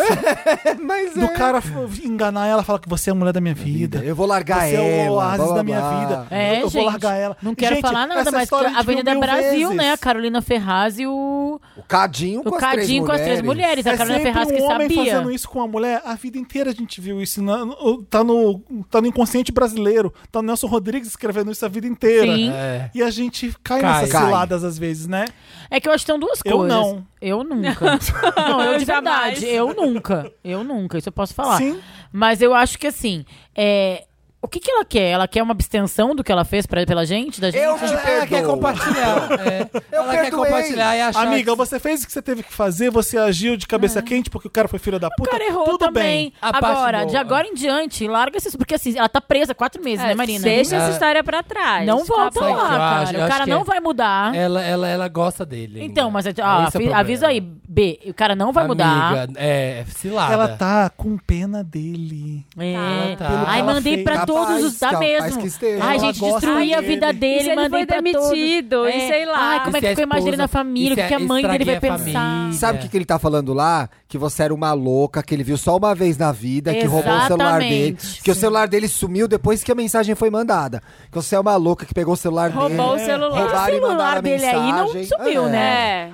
[SPEAKER 2] mas
[SPEAKER 1] do
[SPEAKER 2] é.
[SPEAKER 1] cara f- enganar ela, falar que você é a mulher da minha vida.
[SPEAKER 2] Eu vou largar
[SPEAKER 1] Você
[SPEAKER 2] ela.
[SPEAKER 1] é o oásis
[SPEAKER 2] blá, blá,
[SPEAKER 1] da minha
[SPEAKER 2] blá.
[SPEAKER 1] vida.
[SPEAKER 5] É,
[SPEAKER 1] eu vou
[SPEAKER 5] gente,
[SPEAKER 1] largar ela.
[SPEAKER 5] Não quero
[SPEAKER 1] Gente,
[SPEAKER 5] falar nada,
[SPEAKER 1] essa
[SPEAKER 5] mas que
[SPEAKER 1] história
[SPEAKER 5] a
[SPEAKER 1] gente viu
[SPEAKER 5] Avenida
[SPEAKER 1] mil
[SPEAKER 5] Brasil,
[SPEAKER 1] vezes.
[SPEAKER 5] né? A Carolina Ferraz e o,
[SPEAKER 2] O cadinho
[SPEAKER 5] o
[SPEAKER 2] com, as, três
[SPEAKER 5] Cadinho com as três mulheres. A
[SPEAKER 1] É
[SPEAKER 5] Carolina
[SPEAKER 1] sempre
[SPEAKER 5] Ferraz que
[SPEAKER 1] um homem
[SPEAKER 5] sabia.
[SPEAKER 1] fazendo isso com uma mulher. A vida inteira a gente viu isso. na- no- tá, no, tá no inconsciente brasileiro. Tá o Nelson Rodrigues escrevendo isso a vida inteira.
[SPEAKER 5] Sim.
[SPEAKER 4] É.
[SPEAKER 1] E a gente cai,
[SPEAKER 4] Cai.
[SPEAKER 1] nessas
[SPEAKER 2] Cai.
[SPEAKER 1] ciladas às vezes, né?
[SPEAKER 5] É que eu acho que tem duas
[SPEAKER 1] Eu
[SPEAKER 5] coisas.
[SPEAKER 1] não.
[SPEAKER 5] Eu nunca. não, eu de
[SPEAKER 3] Jamais.
[SPEAKER 5] verdade. Eu nunca. Eu nunca. Isso eu posso falar.
[SPEAKER 1] Sim.
[SPEAKER 5] Mas eu acho que assim. É... O que, que ela quer? Ela quer uma abstenção do que ela fez pra, pela gente? Da gente?
[SPEAKER 2] Eu
[SPEAKER 4] Ela,
[SPEAKER 2] te
[SPEAKER 4] quer
[SPEAKER 2] perdoo.
[SPEAKER 4] compartilhar. é. Ela quer
[SPEAKER 2] perdoei.
[SPEAKER 4] compartilhar e achar.
[SPEAKER 1] Amiga,
[SPEAKER 4] que-
[SPEAKER 1] você fez o que você teve que fazer, você agiu de cabeça quente porque o cara foi filho da
[SPEAKER 5] Ah. O
[SPEAKER 1] puta.
[SPEAKER 5] cara errou
[SPEAKER 1] Tudo
[SPEAKER 5] também.
[SPEAKER 1] bem.
[SPEAKER 4] A parte
[SPEAKER 5] agora, de
[SPEAKER 4] boa.
[SPEAKER 5] agora em diante, larga esses. Porque assim, ela tá presa quatro
[SPEAKER 3] É,
[SPEAKER 5] meses, né, Marina?
[SPEAKER 3] Deixa
[SPEAKER 2] É.
[SPEAKER 4] Ah.
[SPEAKER 3] essa história pra trás.
[SPEAKER 5] Não
[SPEAKER 4] Sabe
[SPEAKER 5] volta
[SPEAKER 4] o que
[SPEAKER 5] lá,
[SPEAKER 4] eu
[SPEAKER 1] Ah,
[SPEAKER 4] acho?
[SPEAKER 5] cara.
[SPEAKER 4] Eu
[SPEAKER 5] O
[SPEAKER 4] acho
[SPEAKER 5] cara
[SPEAKER 4] que
[SPEAKER 5] não
[SPEAKER 4] é-
[SPEAKER 5] vai mudar.
[SPEAKER 4] Ela, ela, ela gosta dele.
[SPEAKER 5] Então,
[SPEAKER 4] ainda.
[SPEAKER 5] mas ó,
[SPEAKER 4] Esse é o
[SPEAKER 5] avi-
[SPEAKER 4] problema.
[SPEAKER 5] avisa aí, B, o cara não vai mudar.
[SPEAKER 4] Amiga, é, cilada.
[SPEAKER 1] Ela tá com pena dele.
[SPEAKER 5] É.
[SPEAKER 4] Tá, tá.
[SPEAKER 5] Ai,
[SPEAKER 1] Pelo que
[SPEAKER 5] mandei
[SPEAKER 1] ela
[SPEAKER 5] pra
[SPEAKER 2] fez.
[SPEAKER 5] todos os. Dá
[SPEAKER 2] Capaz,
[SPEAKER 5] mesmo.
[SPEAKER 2] capaz que esteja.
[SPEAKER 5] Ai,
[SPEAKER 1] Ela
[SPEAKER 5] gente,
[SPEAKER 1] gosta
[SPEAKER 5] destruí a
[SPEAKER 1] dele.
[SPEAKER 5] vida dele,
[SPEAKER 3] E se ele
[SPEAKER 5] mandei
[SPEAKER 3] foi
[SPEAKER 5] pra todos.
[SPEAKER 3] demitido, e sei lá.
[SPEAKER 5] Ai, como é
[SPEAKER 4] E se
[SPEAKER 5] que ficou
[SPEAKER 4] esposa-
[SPEAKER 5] imaginando a família?
[SPEAKER 4] e
[SPEAKER 5] O
[SPEAKER 4] se
[SPEAKER 5] que, que a mãe dele vai
[SPEAKER 4] estraguei a
[SPEAKER 5] pensar?
[SPEAKER 4] família.
[SPEAKER 2] Sabe o que, que ele tá falando lá? Que você era uma louca, que ele viu só uma vez na vida, que roubou o celular dele.
[SPEAKER 5] Exatamente.
[SPEAKER 2] Que o celular dele sumiu depois que a mensagem foi mandada. Que você é uma louca que pegou o celular dele.
[SPEAKER 3] Roubou o
[SPEAKER 1] É,
[SPEAKER 2] Roubar-
[SPEAKER 3] celular.
[SPEAKER 5] O
[SPEAKER 2] Roubaram e mandaram
[SPEAKER 5] celular
[SPEAKER 2] a
[SPEAKER 5] dele aí não
[SPEAKER 2] mensagem.
[SPEAKER 5] sumiu,
[SPEAKER 2] É.
[SPEAKER 5] né?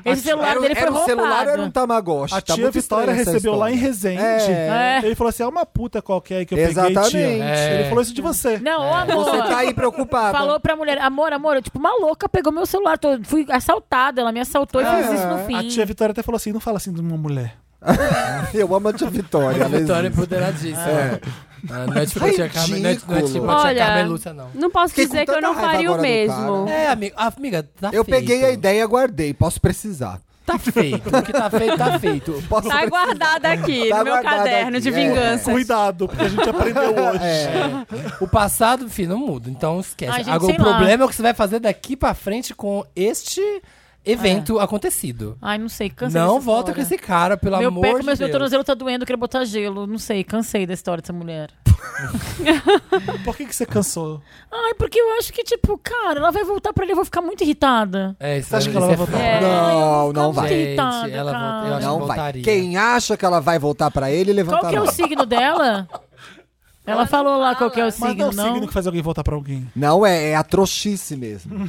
[SPEAKER 3] É.
[SPEAKER 5] Esse celular
[SPEAKER 2] Era um-
[SPEAKER 5] dele foi
[SPEAKER 2] era um
[SPEAKER 5] roubado.
[SPEAKER 2] celular era um Tamagotchi.
[SPEAKER 1] A
[SPEAKER 2] Tá
[SPEAKER 1] tia
[SPEAKER 2] muito estranha
[SPEAKER 1] Vitória
[SPEAKER 2] essa
[SPEAKER 1] recebeu lá em
[SPEAKER 2] história.
[SPEAKER 1] Resende.
[SPEAKER 2] É.
[SPEAKER 1] Ele falou assim: é uma puta qualquer aí que eu
[SPEAKER 2] Exatamente.
[SPEAKER 1] peguei, tia.
[SPEAKER 4] É.
[SPEAKER 1] Ele falou isso de um- você.
[SPEAKER 5] Não, ô, amor.
[SPEAKER 2] Você tá aí preocupada.
[SPEAKER 5] É. Falou pra mulher, amor, amor, eu, tipo, uma louca pegou meu celular. tô- fui assaltada, ela me assaltou e fez isso no fim.
[SPEAKER 1] A tia Vitória até falou assim: não fala assim de uma mulher.
[SPEAKER 2] Eu amo a tia Vitória. ela
[SPEAKER 4] Vitória é
[SPEAKER 2] existe.
[SPEAKER 4] empoderadíssima. Ah, Não é tipo a tia Carmen, não é- não é tipo a tia
[SPEAKER 3] Olha,
[SPEAKER 4] Carmen Lúcia, não.
[SPEAKER 3] Não posso
[SPEAKER 2] Fiquei
[SPEAKER 3] dizer
[SPEAKER 2] com
[SPEAKER 3] que eu
[SPEAKER 2] tanta
[SPEAKER 3] não
[SPEAKER 2] raiva
[SPEAKER 3] faria o
[SPEAKER 2] agora do
[SPEAKER 3] mesmo.
[SPEAKER 2] cara.
[SPEAKER 4] É, amiga, amiga tá
[SPEAKER 2] Eu
[SPEAKER 4] feito.
[SPEAKER 2] peguei a ideia e guardei. Posso precisar.
[SPEAKER 4] Tá feito. O que tá feito, tá feito.
[SPEAKER 2] Posso
[SPEAKER 3] Tá
[SPEAKER 2] precisar.
[SPEAKER 3] guardada aqui,
[SPEAKER 2] Tá
[SPEAKER 3] no meu
[SPEAKER 2] guardada
[SPEAKER 3] caderno
[SPEAKER 2] aqui,
[SPEAKER 3] de
[SPEAKER 2] é.
[SPEAKER 3] vingança.
[SPEAKER 1] Cuidado, porque a gente aprendeu hoje.
[SPEAKER 4] É. O passado, enfim, não muda. Então esquece.
[SPEAKER 5] Ai, gente,
[SPEAKER 4] Agora, o
[SPEAKER 5] sei lá.
[SPEAKER 4] problema é o que você vai fazer daqui pra frente com este evento acontecido.
[SPEAKER 5] Ai, não sei, É. cansei
[SPEAKER 4] Não
[SPEAKER 5] dessa
[SPEAKER 4] volta
[SPEAKER 5] história.
[SPEAKER 4] com esse cara, pelo
[SPEAKER 5] Meu
[SPEAKER 4] amor
[SPEAKER 5] pé
[SPEAKER 4] de
[SPEAKER 5] começou,
[SPEAKER 4] Deus.
[SPEAKER 5] meu tornozelo tá doendo, eu queria botar gelo. Não sei, cansei da história dessa mulher.
[SPEAKER 1] Por que, que você cansou?
[SPEAKER 5] Ai, porque eu acho que, tipo, cara, ela vai voltar pra ele, eu vou ficar muito irritada.
[SPEAKER 4] É, isso,
[SPEAKER 1] Você acha
[SPEAKER 4] é-
[SPEAKER 1] que ela
[SPEAKER 4] isso
[SPEAKER 1] vai
[SPEAKER 4] é
[SPEAKER 1] voltar?
[SPEAKER 3] É.
[SPEAKER 2] Não, não
[SPEAKER 5] Tá
[SPEAKER 4] foda.
[SPEAKER 5] muito
[SPEAKER 2] vai.
[SPEAKER 5] irritada,
[SPEAKER 4] Gente, ela volta, eu
[SPEAKER 5] cara.
[SPEAKER 4] acho que
[SPEAKER 2] Não vai.
[SPEAKER 4] voltaria.
[SPEAKER 2] Quem acha que ela vai voltar pra ele, levanta
[SPEAKER 5] Qual que é
[SPEAKER 2] a
[SPEAKER 5] o
[SPEAKER 2] mão.
[SPEAKER 5] signo dela? Ela falou lá qual que é o
[SPEAKER 1] Mas não é
[SPEAKER 5] signo,
[SPEAKER 1] o signo
[SPEAKER 5] não?
[SPEAKER 1] que faz alguém voltar pra alguém.
[SPEAKER 2] Não, é, é a trouxice mesmo.
[SPEAKER 4] Hum.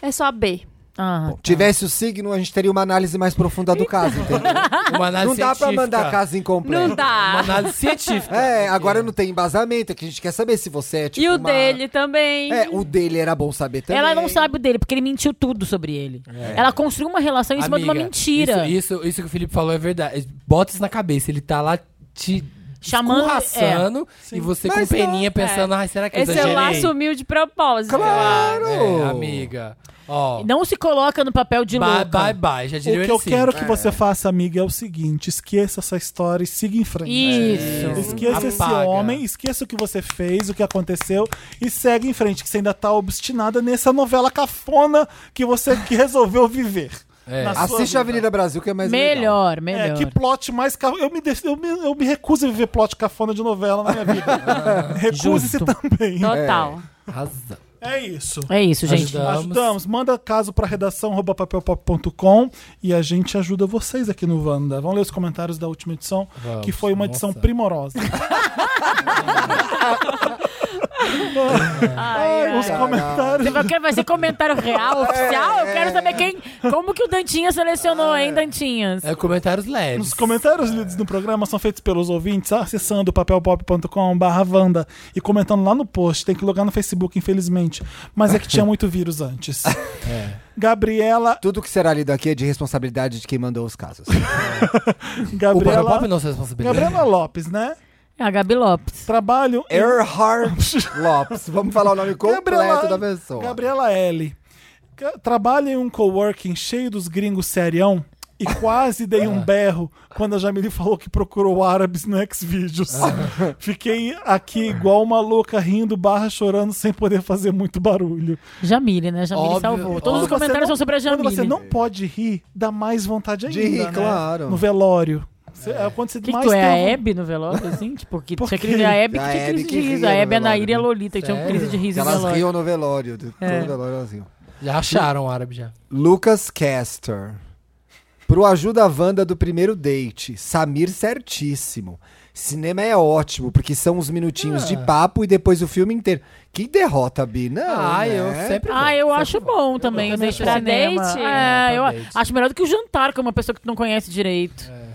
[SPEAKER 5] É.
[SPEAKER 3] É só B.
[SPEAKER 5] Ah,
[SPEAKER 2] Tivesse o signo, a gente teria uma análise mais profunda do caso,
[SPEAKER 5] Então.
[SPEAKER 2] entendeu?
[SPEAKER 5] É.
[SPEAKER 4] Uma análise
[SPEAKER 2] Não dá pra
[SPEAKER 4] científica.
[SPEAKER 2] mandar a casa
[SPEAKER 3] Não
[SPEAKER 2] incompleta.
[SPEAKER 5] Tá.
[SPEAKER 4] Uma
[SPEAKER 3] dá.
[SPEAKER 4] análise científica.
[SPEAKER 2] É, agora não tem embasamento, é que a gente quer saber se você é tipo.
[SPEAKER 3] e o
[SPEAKER 2] uma-
[SPEAKER 3] dele também.
[SPEAKER 2] É, o dele era bom saber também.
[SPEAKER 5] Ela não sabe o dele, porque ele mentiu tudo sobre ele. Ela construiu uma relação em cima
[SPEAKER 4] Amiga,
[SPEAKER 5] de uma mentira.
[SPEAKER 4] Isso, isso, isso que o Felipe falou é verdade. Bota isso na cabeça. Ele tá lá te
[SPEAKER 5] Chamando- é.
[SPEAKER 4] escorraçando e você
[SPEAKER 2] Mas
[SPEAKER 4] com
[SPEAKER 2] não-
[SPEAKER 4] peninha pensando, ai, será que eu
[SPEAKER 3] Esse é celular
[SPEAKER 4] exagerei?"
[SPEAKER 3] sumiu de propósito.
[SPEAKER 2] Claro!
[SPEAKER 4] É, amiga. Ó,
[SPEAKER 5] Não se coloca no papel de
[SPEAKER 4] bye,
[SPEAKER 5] louca.
[SPEAKER 4] bye, bye. Já
[SPEAKER 1] O
[SPEAKER 4] diria
[SPEAKER 1] que
[SPEAKER 4] ele
[SPEAKER 2] é
[SPEAKER 1] eu
[SPEAKER 4] sim.
[SPEAKER 1] quero que você faça, amiga, é o seguinte: esqueça essa história e siga em frente.
[SPEAKER 5] Isso.
[SPEAKER 1] Esqueça
[SPEAKER 4] Apaga.
[SPEAKER 1] esse homem, esqueça o que você fez, o que aconteceu e segue em frente, que você ainda tá obstinada nessa novela cafona que você que resolveu viver.
[SPEAKER 4] É.
[SPEAKER 1] Na sua
[SPEAKER 2] Assiste
[SPEAKER 1] vida.
[SPEAKER 2] a Avenida Brasil, que é mais legal.
[SPEAKER 5] Melhor,
[SPEAKER 1] É,
[SPEAKER 5] melhor.
[SPEAKER 1] que plot mais ca- eu me, des- eu, me, eu me recuso a viver plot cafona de novela na minha vida. Recuse-se
[SPEAKER 5] Justo. Tá.
[SPEAKER 1] também.
[SPEAKER 3] É, Total.
[SPEAKER 4] Arrasou.
[SPEAKER 1] É isso.
[SPEAKER 5] É isso, gente.
[SPEAKER 4] Ajudar. Vamos.
[SPEAKER 1] Ajudamos. Manda caso para redação arroba papelpop.com e a gente ajuda vocês aqui no Wanda. Vamos ler os comentários da última edição,
[SPEAKER 4] Vamos.
[SPEAKER 1] que foi uma edição
[SPEAKER 4] Nossa.
[SPEAKER 1] primorosa.
[SPEAKER 3] Ai,
[SPEAKER 1] Os comentários.
[SPEAKER 5] Eu quero- Vai ser comentário real, oficial? Eu quero saber quem. Como que o Dantinha selecionou, hein, Dantinhas?
[SPEAKER 4] É, comentários leves.
[SPEAKER 1] Os
[SPEAKER 4] é.
[SPEAKER 1] comentários lidos no programa são feitos pelos ouvintes acessando papelpop.com/vanda e comentando lá no post. Tem que logar no Facebook, infelizmente. Mas é que tinha muito vírus antes.
[SPEAKER 4] É.
[SPEAKER 1] Gabriela,
[SPEAKER 2] Tudo que será lido aqui é de responsabilidade de quem mandou os casos.
[SPEAKER 4] O papel
[SPEAKER 1] Gabriela,
[SPEAKER 4] pop não é sua responsabilidade.
[SPEAKER 1] Gabriela Lopes, né?
[SPEAKER 5] É a Gabi Lopes.
[SPEAKER 1] Trabalho em-
[SPEAKER 2] Earhart Lopes. Vamos falar o nome completo
[SPEAKER 1] Gabriela-
[SPEAKER 2] da pessoa.
[SPEAKER 1] Gabriela L. Ca- Trabalha em um coworking cheio dos gringos serião e quase dei
[SPEAKER 2] Ah.
[SPEAKER 1] um berro quando a Jamile falou que procurou árabes no Xvideos.
[SPEAKER 2] Ah.
[SPEAKER 1] Fiquei aqui igual uma louca rindo barra chorando sem poder fazer muito barulho.
[SPEAKER 5] Jamile, né? Jamile
[SPEAKER 4] Óbvio,
[SPEAKER 5] salvou.
[SPEAKER 4] óbvio.
[SPEAKER 5] Todos os
[SPEAKER 1] Quando você
[SPEAKER 5] comentários
[SPEAKER 1] não-
[SPEAKER 5] são sobre a Jamile.
[SPEAKER 1] Quando você não pode rir, dá mais vontade ainda.
[SPEAKER 2] De rir,
[SPEAKER 1] né?
[SPEAKER 2] claro.
[SPEAKER 1] No velório. Cê- é quando você
[SPEAKER 5] O que, que
[SPEAKER 1] mais
[SPEAKER 5] tu é?
[SPEAKER 1] tem
[SPEAKER 5] A
[SPEAKER 1] vo-
[SPEAKER 5] Hebe no velório, assim? Tipo, que
[SPEAKER 1] Por
[SPEAKER 5] tinha
[SPEAKER 1] quê?
[SPEAKER 5] crise, a Hebe
[SPEAKER 2] A
[SPEAKER 5] que tinha
[SPEAKER 2] Hebe
[SPEAKER 5] crise
[SPEAKER 2] que
[SPEAKER 5] de riso.
[SPEAKER 2] ria
[SPEAKER 5] A
[SPEAKER 2] no
[SPEAKER 5] Hebe, é a
[SPEAKER 2] velório,
[SPEAKER 5] Nair e a
[SPEAKER 2] né?
[SPEAKER 5] Lolita que tinham
[SPEAKER 4] Sério?
[SPEAKER 5] crise de riso no
[SPEAKER 2] Elas
[SPEAKER 5] velório.
[SPEAKER 2] riam no velório. de-
[SPEAKER 4] É.
[SPEAKER 2] Todo velório elas riam.
[SPEAKER 4] Já acharam o árabe já.
[SPEAKER 2] Lucas Castor. Pro Ajuda a Wanda do primeiro date. Samir certíssimo. Cinema é ótimo, porque são uns minutinhos de papo e depois o filme inteiro. Que derrota, Bi. Não,
[SPEAKER 4] ah,
[SPEAKER 2] né?
[SPEAKER 4] eu sempre. vou,
[SPEAKER 5] Ah, eu
[SPEAKER 4] sempre
[SPEAKER 5] acho
[SPEAKER 4] vou.
[SPEAKER 5] bom também. Eu
[SPEAKER 1] também
[SPEAKER 5] deixo o
[SPEAKER 3] acho.
[SPEAKER 5] cinema.
[SPEAKER 3] Pra date?
[SPEAKER 5] É,
[SPEAKER 4] É,
[SPEAKER 5] eu
[SPEAKER 4] pra date.
[SPEAKER 5] acho melhor do que o jantar com uma pessoa que tu não conhece direito.
[SPEAKER 1] É.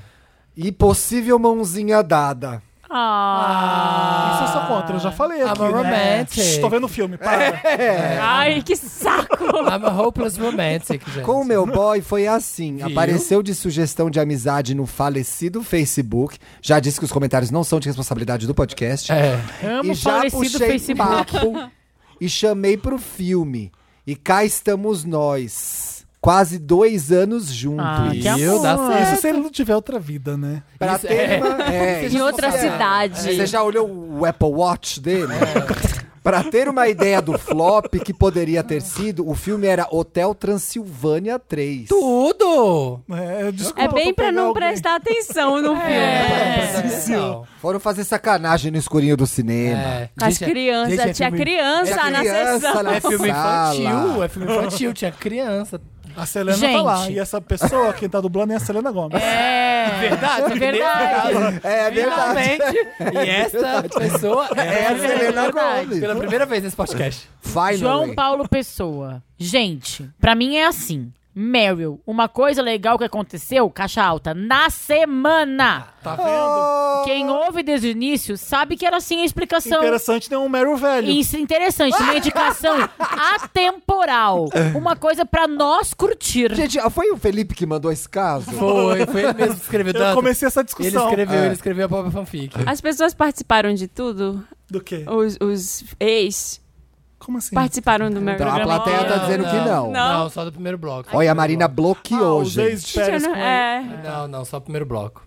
[SPEAKER 2] E possível mãozinha dada.
[SPEAKER 5] Ah.
[SPEAKER 1] Isso eu sou contra, eu já falei
[SPEAKER 4] I'm
[SPEAKER 1] aqui.
[SPEAKER 4] a
[SPEAKER 1] né?
[SPEAKER 4] romantic.
[SPEAKER 1] Estou vendo o filme,
[SPEAKER 2] É.
[SPEAKER 1] para.
[SPEAKER 3] Ai, que saco!
[SPEAKER 4] I'm a hopeless romantic, gente.
[SPEAKER 2] Com o meu boy foi assim.
[SPEAKER 4] É. Viu?
[SPEAKER 2] Apareceu de sugestão de amizade no falecido Facebook. Já disse que os comentários não são de responsabilidade do podcast.
[SPEAKER 4] É.
[SPEAKER 5] Amo
[SPEAKER 2] e
[SPEAKER 5] o
[SPEAKER 2] já
[SPEAKER 5] falecido
[SPEAKER 2] puxei
[SPEAKER 5] Facebook.
[SPEAKER 2] papo e chamei pro filme. E cá estamos nós. Quase dois anos juntos.
[SPEAKER 5] Ah, que amor.
[SPEAKER 4] Viu? Dá certo.
[SPEAKER 1] Isso se ele não tiver outra vida, né?
[SPEAKER 2] Pra
[SPEAKER 4] Isso,
[SPEAKER 2] ter
[SPEAKER 4] é.
[SPEAKER 2] uma. É,
[SPEAKER 3] Em outra cidade.
[SPEAKER 2] Você já olhou o Apple Watch dele? Pra ter uma ideia do flop que poderia ter sido, o filme era Hotel Transilvânia 3.
[SPEAKER 4] Tudo!
[SPEAKER 1] É, desculpa,
[SPEAKER 3] É bem
[SPEAKER 1] eu tô
[SPEAKER 3] pra não
[SPEAKER 1] pegando alguém.
[SPEAKER 3] prestar atenção no filme.
[SPEAKER 4] É.
[SPEAKER 2] Foram fazer sacanagem no escurinho do cinema.
[SPEAKER 4] É.
[SPEAKER 3] Com as
[SPEAKER 4] Gente, é-
[SPEAKER 3] crianças.
[SPEAKER 4] gente, é
[SPEAKER 3] tinha
[SPEAKER 4] filme-
[SPEAKER 3] criança,
[SPEAKER 2] Tinha
[SPEAKER 3] na
[SPEAKER 2] criança
[SPEAKER 3] sessão.
[SPEAKER 2] na
[SPEAKER 4] É filme
[SPEAKER 2] sala.
[SPEAKER 4] infantil, é filme infantil, tinha criança.
[SPEAKER 1] A Selena
[SPEAKER 5] Gente.
[SPEAKER 1] tá lá. E essa pessoa, quem tá dublando, é a Selena Gomes.
[SPEAKER 5] É.
[SPEAKER 4] Verdade,
[SPEAKER 5] Verdade.
[SPEAKER 2] É verdade.
[SPEAKER 4] Finalmente, e esta pessoa
[SPEAKER 2] É a
[SPEAKER 4] é
[SPEAKER 2] Selena
[SPEAKER 5] verdade.
[SPEAKER 2] Gomez.
[SPEAKER 4] pela primeira vez nesse podcast.
[SPEAKER 2] Finally.
[SPEAKER 5] João Paulo Pessoa. Gente, pra mim é assim. Meryl, uma coisa legal que aconteceu, caixa alta, na semana.
[SPEAKER 1] Tá vendo?
[SPEAKER 5] Quem ouve desde o início sabe que era assim a explicação.
[SPEAKER 1] Interessante tem um Meryl velho.
[SPEAKER 5] Isso é interessante, uma indicação atemporal. Uma coisa pra nós curtir.
[SPEAKER 2] Gente, ah, foi o Felipe que mandou esse caso?
[SPEAKER 4] Foi, foi ele mesmo que escreveu
[SPEAKER 1] Eu
[SPEAKER 4] tanto.
[SPEAKER 1] comecei essa
[SPEAKER 4] Ele
[SPEAKER 1] discussão.
[SPEAKER 4] escreveu,
[SPEAKER 2] É.
[SPEAKER 4] ele escreveu a própria fanfic.
[SPEAKER 3] As pessoas participaram de tudo?
[SPEAKER 1] Do quê?
[SPEAKER 3] Os, os ex
[SPEAKER 1] Como assim?
[SPEAKER 3] participaram do meu
[SPEAKER 2] Então a
[SPEAKER 3] programa?
[SPEAKER 2] plateia tá dizendo que não.
[SPEAKER 4] Não, só do primeiro bloco.
[SPEAKER 2] Olha, a Marina bloqueou,
[SPEAKER 1] Ah, os
[SPEAKER 2] gente.
[SPEAKER 3] Gente, eu é.
[SPEAKER 1] ex-Pérez
[SPEAKER 3] não-
[SPEAKER 1] com ele.
[SPEAKER 3] é.
[SPEAKER 4] Não, não, só o primeiro bloco.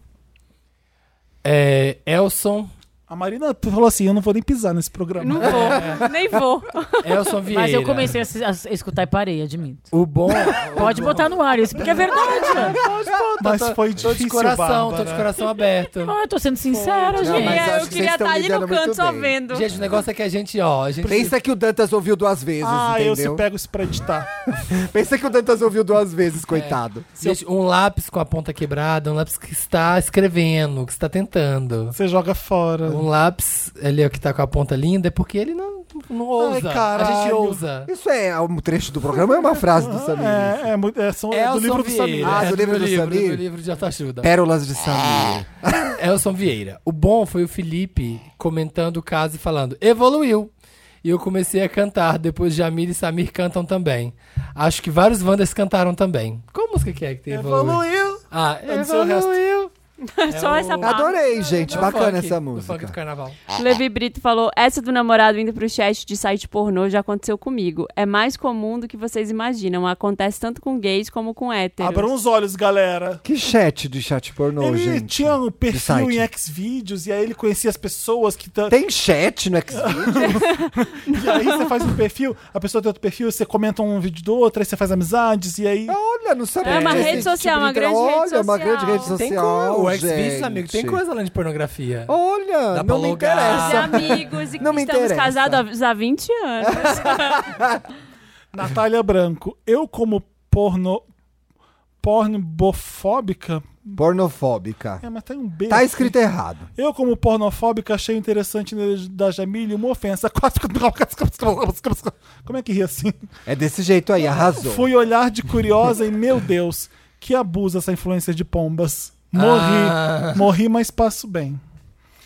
[SPEAKER 4] É, Elson
[SPEAKER 1] A Marina falou assim: eu não vou nem pisar nesse programa.
[SPEAKER 3] Não vou, nem vou.
[SPEAKER 4] Elson Vieira.
[SPEAKER 5] Mas eu comecei a, se- a se- escutar e parei, admito.
[SPEAKER 4] O bom.
[SPEAKER 5] Pode botar no ar isso, porque é verdade.
[SPEAKER 1] Mas foi
[SPEAKER 4] tá, Tô de
[SPEAKER 1] difícil.
[SPEAKER 4] coração, tô
[SPEAKER 1] Bárbara.
[SPEAKER 4] de coração aberto.
[SPEAKER 5] Ah, eu tô sendo sincera,
[SPEAKER 2] Não,
[SPEAKER 3] Eu
[SPEAKER 5] gente.
[SPEAKER 2] mas é
[SPEAKER 3] queria-
[SPEAKER 2] acho
[SPEAKER 3] eu
[SPEAKER 2] que
[SPEAKER 3] queria
[SPEAKER 2] vocês tão
[SPEAKER 3] estar ali no
[SPEAKER 2] lidando muito
[SPEAKER 3] canto só
[SPEAKER 2] bem.
[SPEAKER 3] vendo.
[SPEAKER 4] Gente, o negócio é que a gente, ó. A gente
[SPEAKER 2] Pensa que o Dantas ouviu duas vezes,
[SPEAKER 1] Ah, eu se
[SPEAKER 2] entendeu?
[SPEAKER 1] pego isso pra editar.
[SPEAKER 2] Pensa que o Dantas ouviu duas vezes,
[SPEAKER 4] É.
[SPEAKER 2] coitado.
[SPEAKER 4] Gente, um lápis com a ponta quebrada, um lápis que está escrevendo, que está tentando.
[SPEAKER 1] Você joga fora.
[SPEAKER 4] Um lápis ali ó, que tá com a ponta linda é porque ele não, não ousa. a gente
[SPEAKER 1] caralho.
[SPEAKER 4] ousa.
[SPEAKER 2] Isso é um trecho do programa ou é uma frase
[SPEAKER 4] Ah,
[SPEAKER 2] do Samir?
[SPEAKER 1] É, é, muito- é, são, é do
[SPEAKER 4] Elson
[SPEAKER 1] livro do Samir.
[SPEAKER 4] Vieira.
[SPEAKER 2] Ah, do livro do
[SPEAKER 4] livro,
[SPEAKER 2] Samir?
[SPEAKER 4] do livro de autoajuda.
[SPEAKER 2] Pérolas de
[SPEAKER 4] É.
[SPEAKER 2] Samir.
[SPEAKER 4] Elson Vieira. O bom foi o Felipe comentando o caso e falando: evoluiu. E eu comecei a cantar. Depois Jamil e Samir cantam também. Acho que vários Wanders cantaram também. Qual música que é que tem evoluiu?
[SPEAKER 1] Evoluiu.
[SPEAKER 4] Ah,
[SPEAKER 1] Eu não sei o resto.
[SPEAKER 4] evoluiu.
[SPEAKER 3] Só
[SPEAKER 4] É
[SPEAKER 3] essa
[SPEAKER 4] o-
[SPEAKER 3] parte.
[SPEAKER 2] Adorei, gente.
[SPEAKER 4] É o
[SPEAKER 2] Bacana
[SPEAKER 4] funk,
[SPEAKER 2] essa
[SPEAKER 4] Do funk do
[SPEAKER 2] música.
[SPEAKER 4] carnaval.
[SPEAKER 3] Levi Brito falou: essa do namorado indo pro chat de site pornô já aconteceu comigo. É mais comum do que vocês imaginam. Acontece tanto com gays como com héteros.
[SPEAKER 1] Abram os olhos, galera.
[SPEAKER 2] Que chat de chat pornô,
[SPEAKER 1] ele
[SPEAKER 2] gente.
[SPEAKER 1] tinha um perfil
[SPEAKER 2] site.
[SPEAKER 1] em Xvideos e aí ele conhecia as pessoas que. tá-
[SPEAKER 2] Tem chat no Xvideos?
[SPEAKER 1] E aí você faz um perfil, a pessoa tem outro perfil, você comenta um vídeo do outro, aí você faz amizades e aí.
[SPEAKER 2] Olha, não sabia.
[SPEAKER 3] É uma
[SPEAKER 2] que tinha
[SPEAKER 3] rede
[SPEAKER 2] esse tipo
[SPEAKER 3] social,
[SPEAKER 2] de
[SPEAKER 3] uma
[SPEAKER 2] intera-
[SPEAKER 3] grande rede
[SPEAKER 2] Olha, uma
[SPEAKER 3] social.
[SPEAKER 2] grande rede social.
[SPEAKER 4] Tem coisa. O
[SPEAKER 2] gente.
[SPEAKER 4] Xvideos, amigo, tem coisa além de pornografia.
[SPEAKER 1] Oh,
[SPEAKER 2] Olha,
[SPEAKER 4] Dá
[SPEAKER 2] não
[SPEAKER 4] pra
[SPEAKER 2] me
[SPEAKER 4] alugar.
[SPEAKER 3] De
[SPEAKER 2] interessa.
[SPEAKER 3] amigos e
[SPEAKER 2] Não me
[SPEAKER 3] estamos
[SPEAKER 2] interessa.
[SPEAKER 3] casados há 20 anos.
[SPEAKER 1] Natália Branco, eu como porno. pornobofóbica.
[SPEAKER 2] Pornofóbica.
[SPEAKER 1] É, mas tem um B.
[SPEAKER 2] Tá
[SPEAKER 1] aqui.
[SPEAKER 2] escrito errado.
[SPEAKER 1] Eu, como pornofóbica, achei interessante ne- da Jamile uma ofensa. Como é que ri assim?
[SPEAKER 2] É desse jeito aí, arrasou.
[SPEAKER 1] Fui olhar de curiosa e, meu Deus, que abuso essa influência de pombas. Morri.
[SPEAKER 4] Ah.
[SPEAKER 1] Morri, mas passo bem.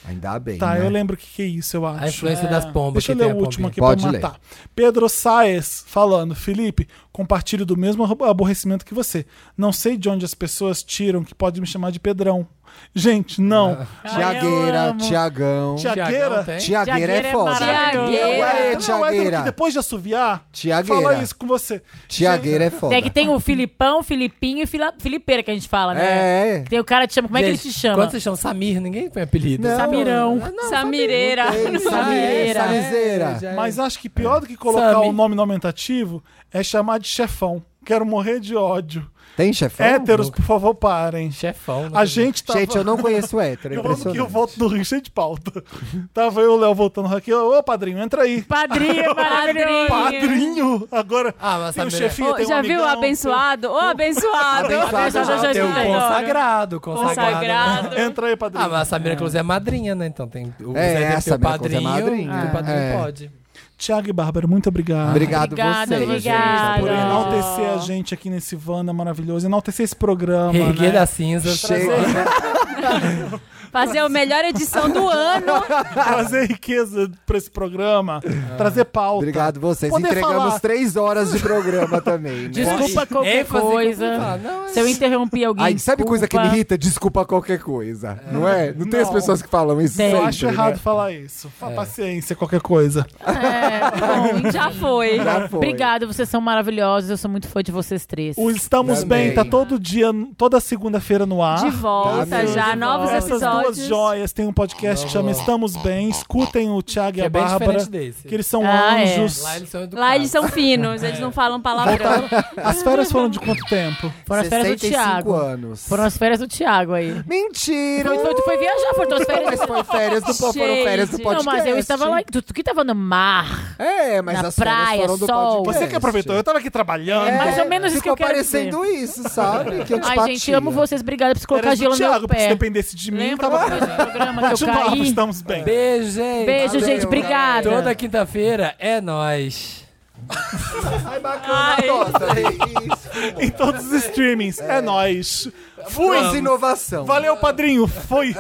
[SPEAKER 2] Ainda bem.
[SPEAKER 1] Tá,
[SPEAKER 2] né?
[SPEAKER 1] eu lembro o que, que é isso, eu acho.
[SPEAKER 4] A influência das pombas.
[SPEAKER 1] Deixa eu
[SPEAKER 4] que
[SPEAKER 1] ler
[SPEAKER 4] tem
[SPEAKER 1] o
[SPEAKER 4] a
[SPEAKER 1] último
[SPEAKER 4] pombinha.
[SPEAKER 1] aqui pra
[SPEAKER 2] Pode
[SPEAKER 1] matar. Pedro Saes falando, Felipe, compartilho do mesmo arro- aborrecimento que você. Não sei de onde as pessoas tiram que pode me chamar de Pedrão. Gente, não.
[SPEAKER 2] Tiagueira, Tiagão.
[SPEAKER 1] Tiagueira?
[SPEAKER 4] Tiagão tem?
[SPEAKER 2] Tiagueira é foda.
[SPEAKER 3] Tiagueira.
[SPEAKER 2] Ué,
[SPEAKER 1] Não, hétero que
[SPEAKER 2] Tiagueira.
[SPEAKER 1] depois de assoviar,
[SPEAKER 2] Tiagueira.
[SPEAKER 1] fala isso com você.
[SPEAKER 2] Tiagueira é foda.
[SPEAKER 5] É que tem o Filipão, Filipinho e Fila- Filipeira que a gente fala, né?
[SPEAKER 2] É.
[SPEAKER 5] Tem o cara que te chama. Como é que
[SPEAKER 4] Gente,
[SPEAKER 5] ele te chama?
[SPEAKER 4] Quando você chama Samir, ninguém põe apelido.
[SPEAKER 2] Não.
[SPEAKER 5] Samirão.
[SPEAKER 3] Samireira.
[SPEAKER 5] Samireira.
[SPEAKER 1] é,
[SPEAKER 4] é
[SPEAKER 2] Samizeira.
[SPEAKER 1] Mas acho que pior do que colocar
[SPEAKER 4] Sami.
[SPEAKER 1] o nome no aumentativo é chamar de chefão. Quero morrer de ódio.
[SPEAKER 2] Tem chefão?
[SPEAKER 1] Héteros, por favor, parem.
[SPEAKER 4] Chefão. né?
[SPEAKER 1] A gente tava...
[SPEAKER 2] Gente, eu não conheço hétero. é
[SPEAKER 1] Eu amo que eu
[SPEAKER 2] impressionante.
[SPEAKER 1] volto do Rio cheio de pauta. Tava eu e o Léo voltando aqui. Ô, ô, padrinho, entra aí.
[SPEAKER 5] Padrinho, padrinho.
[SPEAKER 1] Padrinho! Agora
[SPEAKER 4] Ah, mas
[SPEAKER 1] tem o
[SPEAKER 4] sabe-
[SPEAKER 1] chefinho,
[SPEAKER 3] Ô,
[SPEAKER 1] tem um
[SPEAKER 3] já viu o
[SPEAKER 1] amigão.
[SPEAKER 3] abençoado? Ô, abençoado!
[SPEAKER 2] Abençoado,
[SPEAKER 5] já, já,
[SPEAKER 4] Tem o
[SPEAKER 5] já.
[SPEAKER 4] consagrado, consagrado.
[SPEAKER 3] Consagrado.
[SPEAKER 1] Entra aí, padrinho.
[SPEAKER 4] Ah, mas a Samira Cruz é madrinha, né? Então tem o
[SPEAKER 2] É, a
[SPEAKER 4] Zé tem que ter o
[SPEAKER 2] Samira Cruz é
[SPEAKER 4] padrinho.
[SPEAKER 2] madrinha.
[SPEAKER 4] O padrinho
[SPEAKER 2] É.
[SPEAKER 4] pode.
[SPEAKER 1] Tiago e Bárbara, muito obrigado.
[SPEAKER 2] Obrigado
[SPEAKER 5] Obrigada,
[SPEAKER 2] vocês.
[SPEAKER 5] obrigada.
[SPEAKER 1] Por
[SPEAKER 3] Obrigado.
[SPEAKER 1] enaltecer a gente aqui nesse Vanda maravilhoso, enaltecer esse programa.
[SPEAKER 4] Reerguer
[SPEAKER 1] né?
[SPEAKER 4] das cinzas.
[SPEAKER 2] Chega.
[SPEAKER 3] Fazer a melhor edição do ano.
[SPEAKER 1] trazer riqueza pra esse programa,
[SPEAKER 4] É.
[SPEAKER 1] trazer pauta.
[SPEAKER 2] Obrigado vocês.
[SPEAKER 1] Poder
[SPEAKER 2] Entregamos
[SPEAKER 1] falar.
[SPEAKER 2] três horas de programa também. Né?
[SPEAKER 5] Desculpa qualquer
[SPEAKER 4] ênfase
[SPEAKER 5] coisa.
[SPEAKER 4] completar. Não, é-
[SPEAKER 5] Se eu interrompi alguém.
[SPEAKER 2] Aí, sabe coisa que me
[SPEAKER 5] desculpa.
[SPEAKER 2] irrita? Desculpa qualquer coisa. Não é? Não, tem as
[SPEAKER 1] Não.
[SPEAKER 2] pessoas que falam isso.
[SPEAKER 5] Tem.
[SPEAKER 2] sempre,
[SPEAKER 1] Eu acho errado
[SPEAKER 2] né?
[SPEAKER 1] falar isso.
[SPEAKER 4] É.
[SPEAKER 1] Fa- Paciência, qualquer coisa.
[SPEAKER 5] É, bom,
[SPEAKER 3] Já foi.
[SPEAKER 2] Já foi.
[SPEAKER 5] Obrigada, vocês são maravilhosos. Eu sou muito fã de vocês três.
[SPEAKER 1] O Estamos
[SPEAKER 2] Também.
[SPEAKER 1] Bem tá todo dia, toda segunda-feira no ar.
[SPEAKER 3] De volta
[SPEAKER 2] Tá mesmo.
[SPEAKER 3] já, novos
[SPEAKER 1] Essas duas
[SPEAKER 3] episódios.
[SPEAKER 1] joias tem um podcast que chama Estamos Bem. Escutem o Thiago e
[SPEAKER 4] Que
[SPEAKER 1] a
[SPEAKER 4] é bem
[SPEAKER 1] Bárbara,
[SPEAKER 4] diferente desse.
[SPEAKER 1] que eles são
[SPEAKER 5] Ah, é.
[SPEAKER 1] anjos.
[SPEAKER 4] Lá eles são educados.
[SPEAKER 3] Lá eles são finos, eles não falam palavrão.
[SPEAKER 5] Ah,
[SPEAKER 1] As férias foram de quanto tempo?
[SPEAKER 5] Foram as férias do
[SPEAKER 2] 65
[SPEAKER 5] Thiago.
[SPEAKER 2] anos.
[SPEAKER 5] Foram as férias do Thiago aí.
[SPEAKER 2] Mentira!
[SPEAKER 5] Foi, foi, tu foi viajar, foram tuas férias.
[SPEAKER 2] Mas foi férias do, foram
[SPEAKER 3] Gente.
[SPEAKER 2] férias do
[SPEAKER 5] Não,
[SPEAKER 2] podcast.
[SPEAKER 5] mas eu estava lá. Tu, tu que estava no mar.
[SPEAKER 2] É, mas
[SPEAKER 5] na
[SPEAKER 2] as
[SPEAKER 5] praia,
[SPEAKER 2] férias foram do
[SPEAKER 5] sol.
[SPEAKER 2] podcast.
[SPEAKER 1] Você que aproveitou, né? eu tava aqui trabalhando.
[SPEAKER 2] É,
[SPEAKER 5] mais ou menos isso que eu
[SPEAKER 2] ficou
[SPEAKER 5] quero
[SPEAKER 2] parecendo isso, sabe? Que eu te
[SPEAKER 5] Ai, gente,
[SPEAKER 2] patia.
[SPEAKER 5] amo vocês. Obrigada por colocar
[SPEAKER 1] Férias do
[SPEAKER 5] gelo no
[SPEAKER 1] Thiago,
[SPEAKER 5] meu
[SPEAKER 1] porque se
[SPEAKER 5] pé.
[SPEAKER 1] dependesse de mim,
[SPEAKER 5] Lembra
[SPEAKER 1] tava
[SPEAKER 5] depois do programa que
[SPEAKER 1] bate
[SPEAKER 5] eu
[SPEAKER 1] um papo,
[SPEAKER 5] caí?
[SPEAKER 1] estamos bem.
[SPEAKER 4] Beijo, gente.
[SPEAKER 5] Beijo,
[SPEAKER 2] Valeu,
[SPEAKER 5] gente. Obrigada.
[SPEAKER 4] Toda quinta-feira é nóis.
[SPEAKER 2] Ai, bacana, nossa. Isso.
[SPEAKER 1] Em todos os streamings. É nóis.
[SPEAKER 2] Fui inovação.
[SPEAKER 1] Valeu, padrinho. Foi.